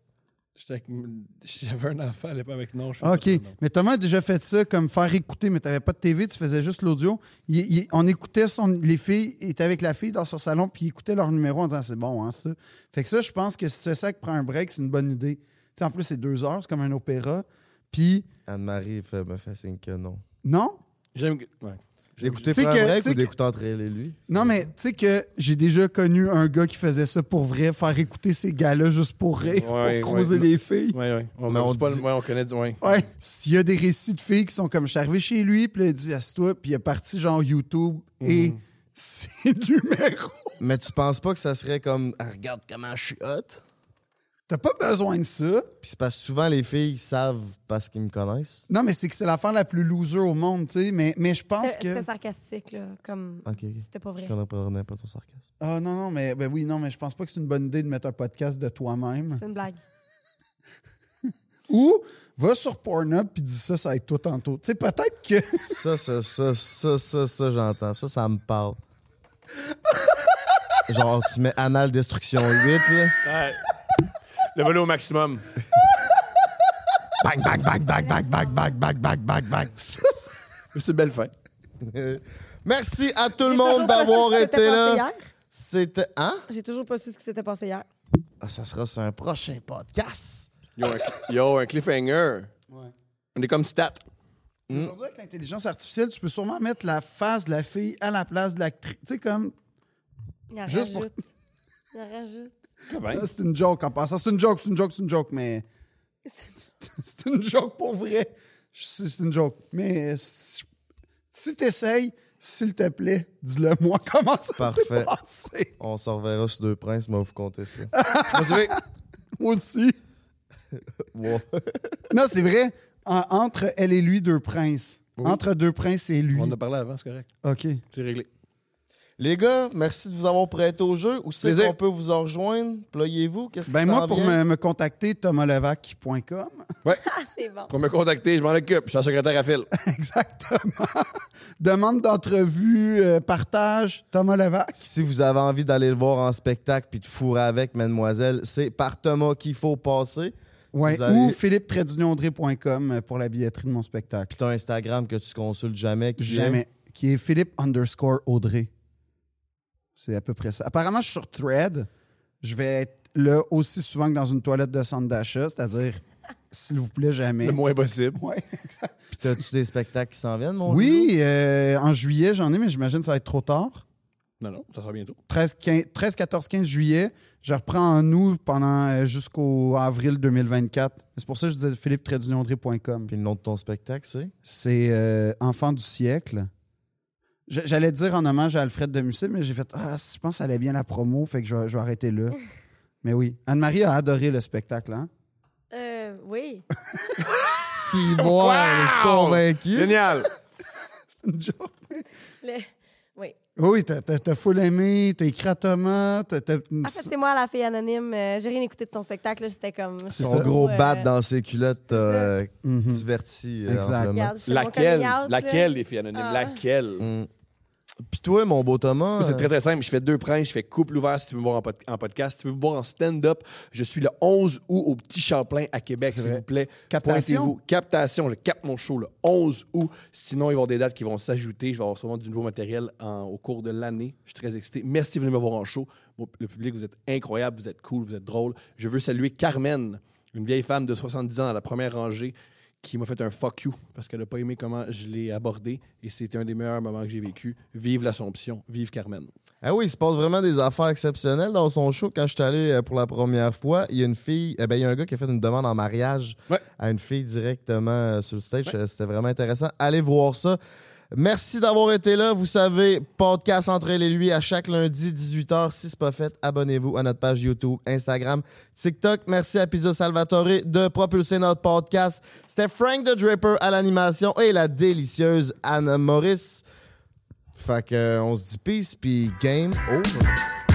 J'étais avec- J'avais un enfant à l'époque avec non. je fais
Ah, OK.
pas ça, non.
Mais Thomas a déjà fait ça, comme faire écouter, mais tu n'avais pas de TV, tu faisais juste l'audio. Il- il- on écoutait son, les filles, il était avec la fille dans son salon, puis il écoutait leur numéro en disant c'est bon, hein, ça. Fait que ça, je pense que si tu fais ça qui prend un break, c'est une bonne idée. Tu sais, en plus, c'est deux heures, c'est comme un opéra. Puis,
Anne-Marie fait- me fait signe que non.
non?
J'aime. que- Ouais.
Tu
D'écouter
sais
Prends
que-
un break
tu sais
ou
que-
d'écouter entre elle et lui?
Non, mais tu sais que j'ai déjà connu un gars qui faisait ça pour vrai, faire écouter ces gars-là juste pour rire,
Ouais,
pour croiser
ouais.
les filles.
Ouais, ouais. On,
Mais on
c'est pas le-
dit-
ouais, on connaît du. Ouais.
Ouais. S'il y a des récits de filles qui sont comme je suis arrivé chez lui, puis là, il dit Assieds-toi, puis il est parti genre YouTube et c'est du numéro.
Mais tu penses pas que ça serait comme, Ah, regarde comment je suis hot?
T'as pas besoin de ça.
Puis c'est parce que souvent, les filles savent parce qu'ils me connaissent.
Non, mais c'est que c'est l'affaire la plus loser au monde, tu sais. Mais, mais je pense
C'était
que.
c'était sarcastique, là. Comme.
OK. ok.
C'était pas vrai.
Je comprenais pas ton sarcasme.
Ah non, non, mais ben oui, non, mais je pense pas que c'est une bonne idée de mettre un podcast de toi-même.
C'est une blague.
Ou va sur Pornhub puis dis ça, ça va être toi tantôt. Tu sais, peut-être que.
Ça, ça, ça, ça, ça, ça, j'entends. Ça, ça me parle. Genre, tu mets anal destruction 8, là.
Ouais. Le volume au maximum.
Bang, bang, bang, bang, bang, bang, bang, bang, bang, bang, bang.
C'est une belle fin.
Euh, Merci à tout le
J'ai
monde
toujours pas su
d'avoir
ce qui s'était
été
passé
là.
hier.
C'était. Hein?
J'ai toujours pas su ce qui s'était passé hier.
Ah, ça sera sur un prochain podcast.
Yo, un, yo, un cliffhanger. On est comme stat.
Aujourd'hui, avec l'intelligence artificielle, tu peux sûrement mettre la face de la fille à la place de l'actrice. Tu sais, comme.
Il en
Juste pour-
rajoute. Il en rajoute.
Là, Euh, C'est une joke en passant. C'est une joke, c'est une joke, c'est une joke, mais. C'est une joke pour vrai. Je sais, C'est une joke. Mais euh, si si t'essayes, s'il te plaît, dis-le moi comment ça s'est
Parfait.
passé.
On s'en reverra sur deux princes, mais on va vous compter ça.
On dirait-
Moi aussi.
Wow.
Non, c'est vrai. En- entre elle et lui, deux princes.
Oui.
Entre deux princes et lui.
On en a parlé avant, c'est correct.
OK.
C'est réglé.
Les gars, merci de vous avoir prêté au jeu. Où c'est
Plaisir.
qu'on peut vous en rejoindre? Ployez-vous? Qu'est-ce qui
Ben
s'en
moi, pour
vient?
me, me contacter, thomaslevac.com.
Ah, c'est bon.
Pour me contacter, je m'en occupe. Je suis un secrétaire à fil.
Exactement. Demande d'entrevue, euh, partage, Thomas Levac.
Si vous avez envie d'aller le voir en spectacle puis de fourrer avec, mademoiselle, c'est par Thomas qu'il faut passer. Si
Ouais.
vous avez-
Ou philippe-audrey.com pour la billetterie de mon spectacle.
Puis t'as un Instagram que tu consultes jamais. qui est-
Jamais. Qui est Philippe underscore Audrey. C'est à peu près ça. Apparemment, je suis sur Thread. Je vais être là aussi souvent que dans une toilette de centre d'achat, c'est-à-dire, s'il vous plaît, jamais.
Le moins possible.
Ouais, exact.
Puis t'as-tu des spectacles qui s'en viennent, mon
Oui, euh, en juillet, j'en ai, mais j'imagine que ça va être trop tard.
Non, non, ça sera bientôt.
13, 15 13, 14, 15 juillet. Je reprends en août pendant euh, jusqu'au avril 2024. C'est pour ça que je disais philippe-audrey.com.
Puis le nom de ton spectacle, c'est?
C'est euh, Enfant du siècle. Je- J'allais dire en hommage à Alfred de Musset, mais j'ai fait Ah, je pense que ça allait bien la promo, fait que je vais, je vais arrêter là. mais oui. Anne-Marie a adoré le spectacle, hein?
Euh, oui.
Si moi, elle est
Wow!
convaincue.
Génial!
C'est une joke.
Le- Oui.
Oui, t'as- t'as t'as full aimé, t'as écrit à Thomas, t'as. t'as-
En fait, c'est moi, la fille anonyme. Euh, J'ai rien écouté de ton spectacle. là. J'étais comme.
C'est
Son
ça.
gros
Ouais.
bat dans ses culottes t'a, euh,
Mhm.
diverti. euh,
Exact.
amplement.
Regarde, je fais mon
Laquelle?
coming out, là.
Laquelle, les filles anonymes?
Ah.
Laquelle?
Mm. Puis toi, mon beau Thomas,
Moi, C'est très, très simple. Je fais deux princes. Je fais couple ouvert si tu veux me voir en, pod- en podcast. Si tu veux me voir en stand-up, je suis le 11 août au Petit Champlain à Québec, s'il
vrai.
vous plaît.
Captation.
Pointez-vous. Captation. Je capte mon show le 11 août. Sinon, il va y avoir des dates qui vont s'ajouter. Je vais avoir sûrement du nouveau matériel en- au cours de l'année. Je suis très excité. Merci de venir me voir en show. Mon- Le public, vous êtes incroyable. Vous êtes cool. Vous êtes drôle. Je veux saluer Carmen, une vieille femme de 70 ans dans la première rangée qui m'a fait un fuck you parce qu'elle n'a pas aimé comment je l'ai abordé et c'était un des meilleurs moments que j'ai vécu. Vive l'Assomption, vive Carmen.
Ah oui, il se passe vraiment des affaires exceptionnelles dans son show. Quand je suis allé euh, pour la première fois, il y a une fille, eh ben, il y a un gars qui a fait une demande en mariage
Ouais.
à une fille directement euh, sur le stage. Euh, C'était vraiment intéressant. Allez voir ça. Merci d'avoir été là. Vous savez, podcast entre elle et lui à chaque lundi 18h. Si c'est pas fait, abonnez-vous à notre page YouTube, Instagram, TikTok. Merci à Pizza Salvatore de propulser notre podcast. C'était Frank the Draper à l'animation et la délicieuse Anna Maurice. Fait que, euh, on se dit peace puis game over.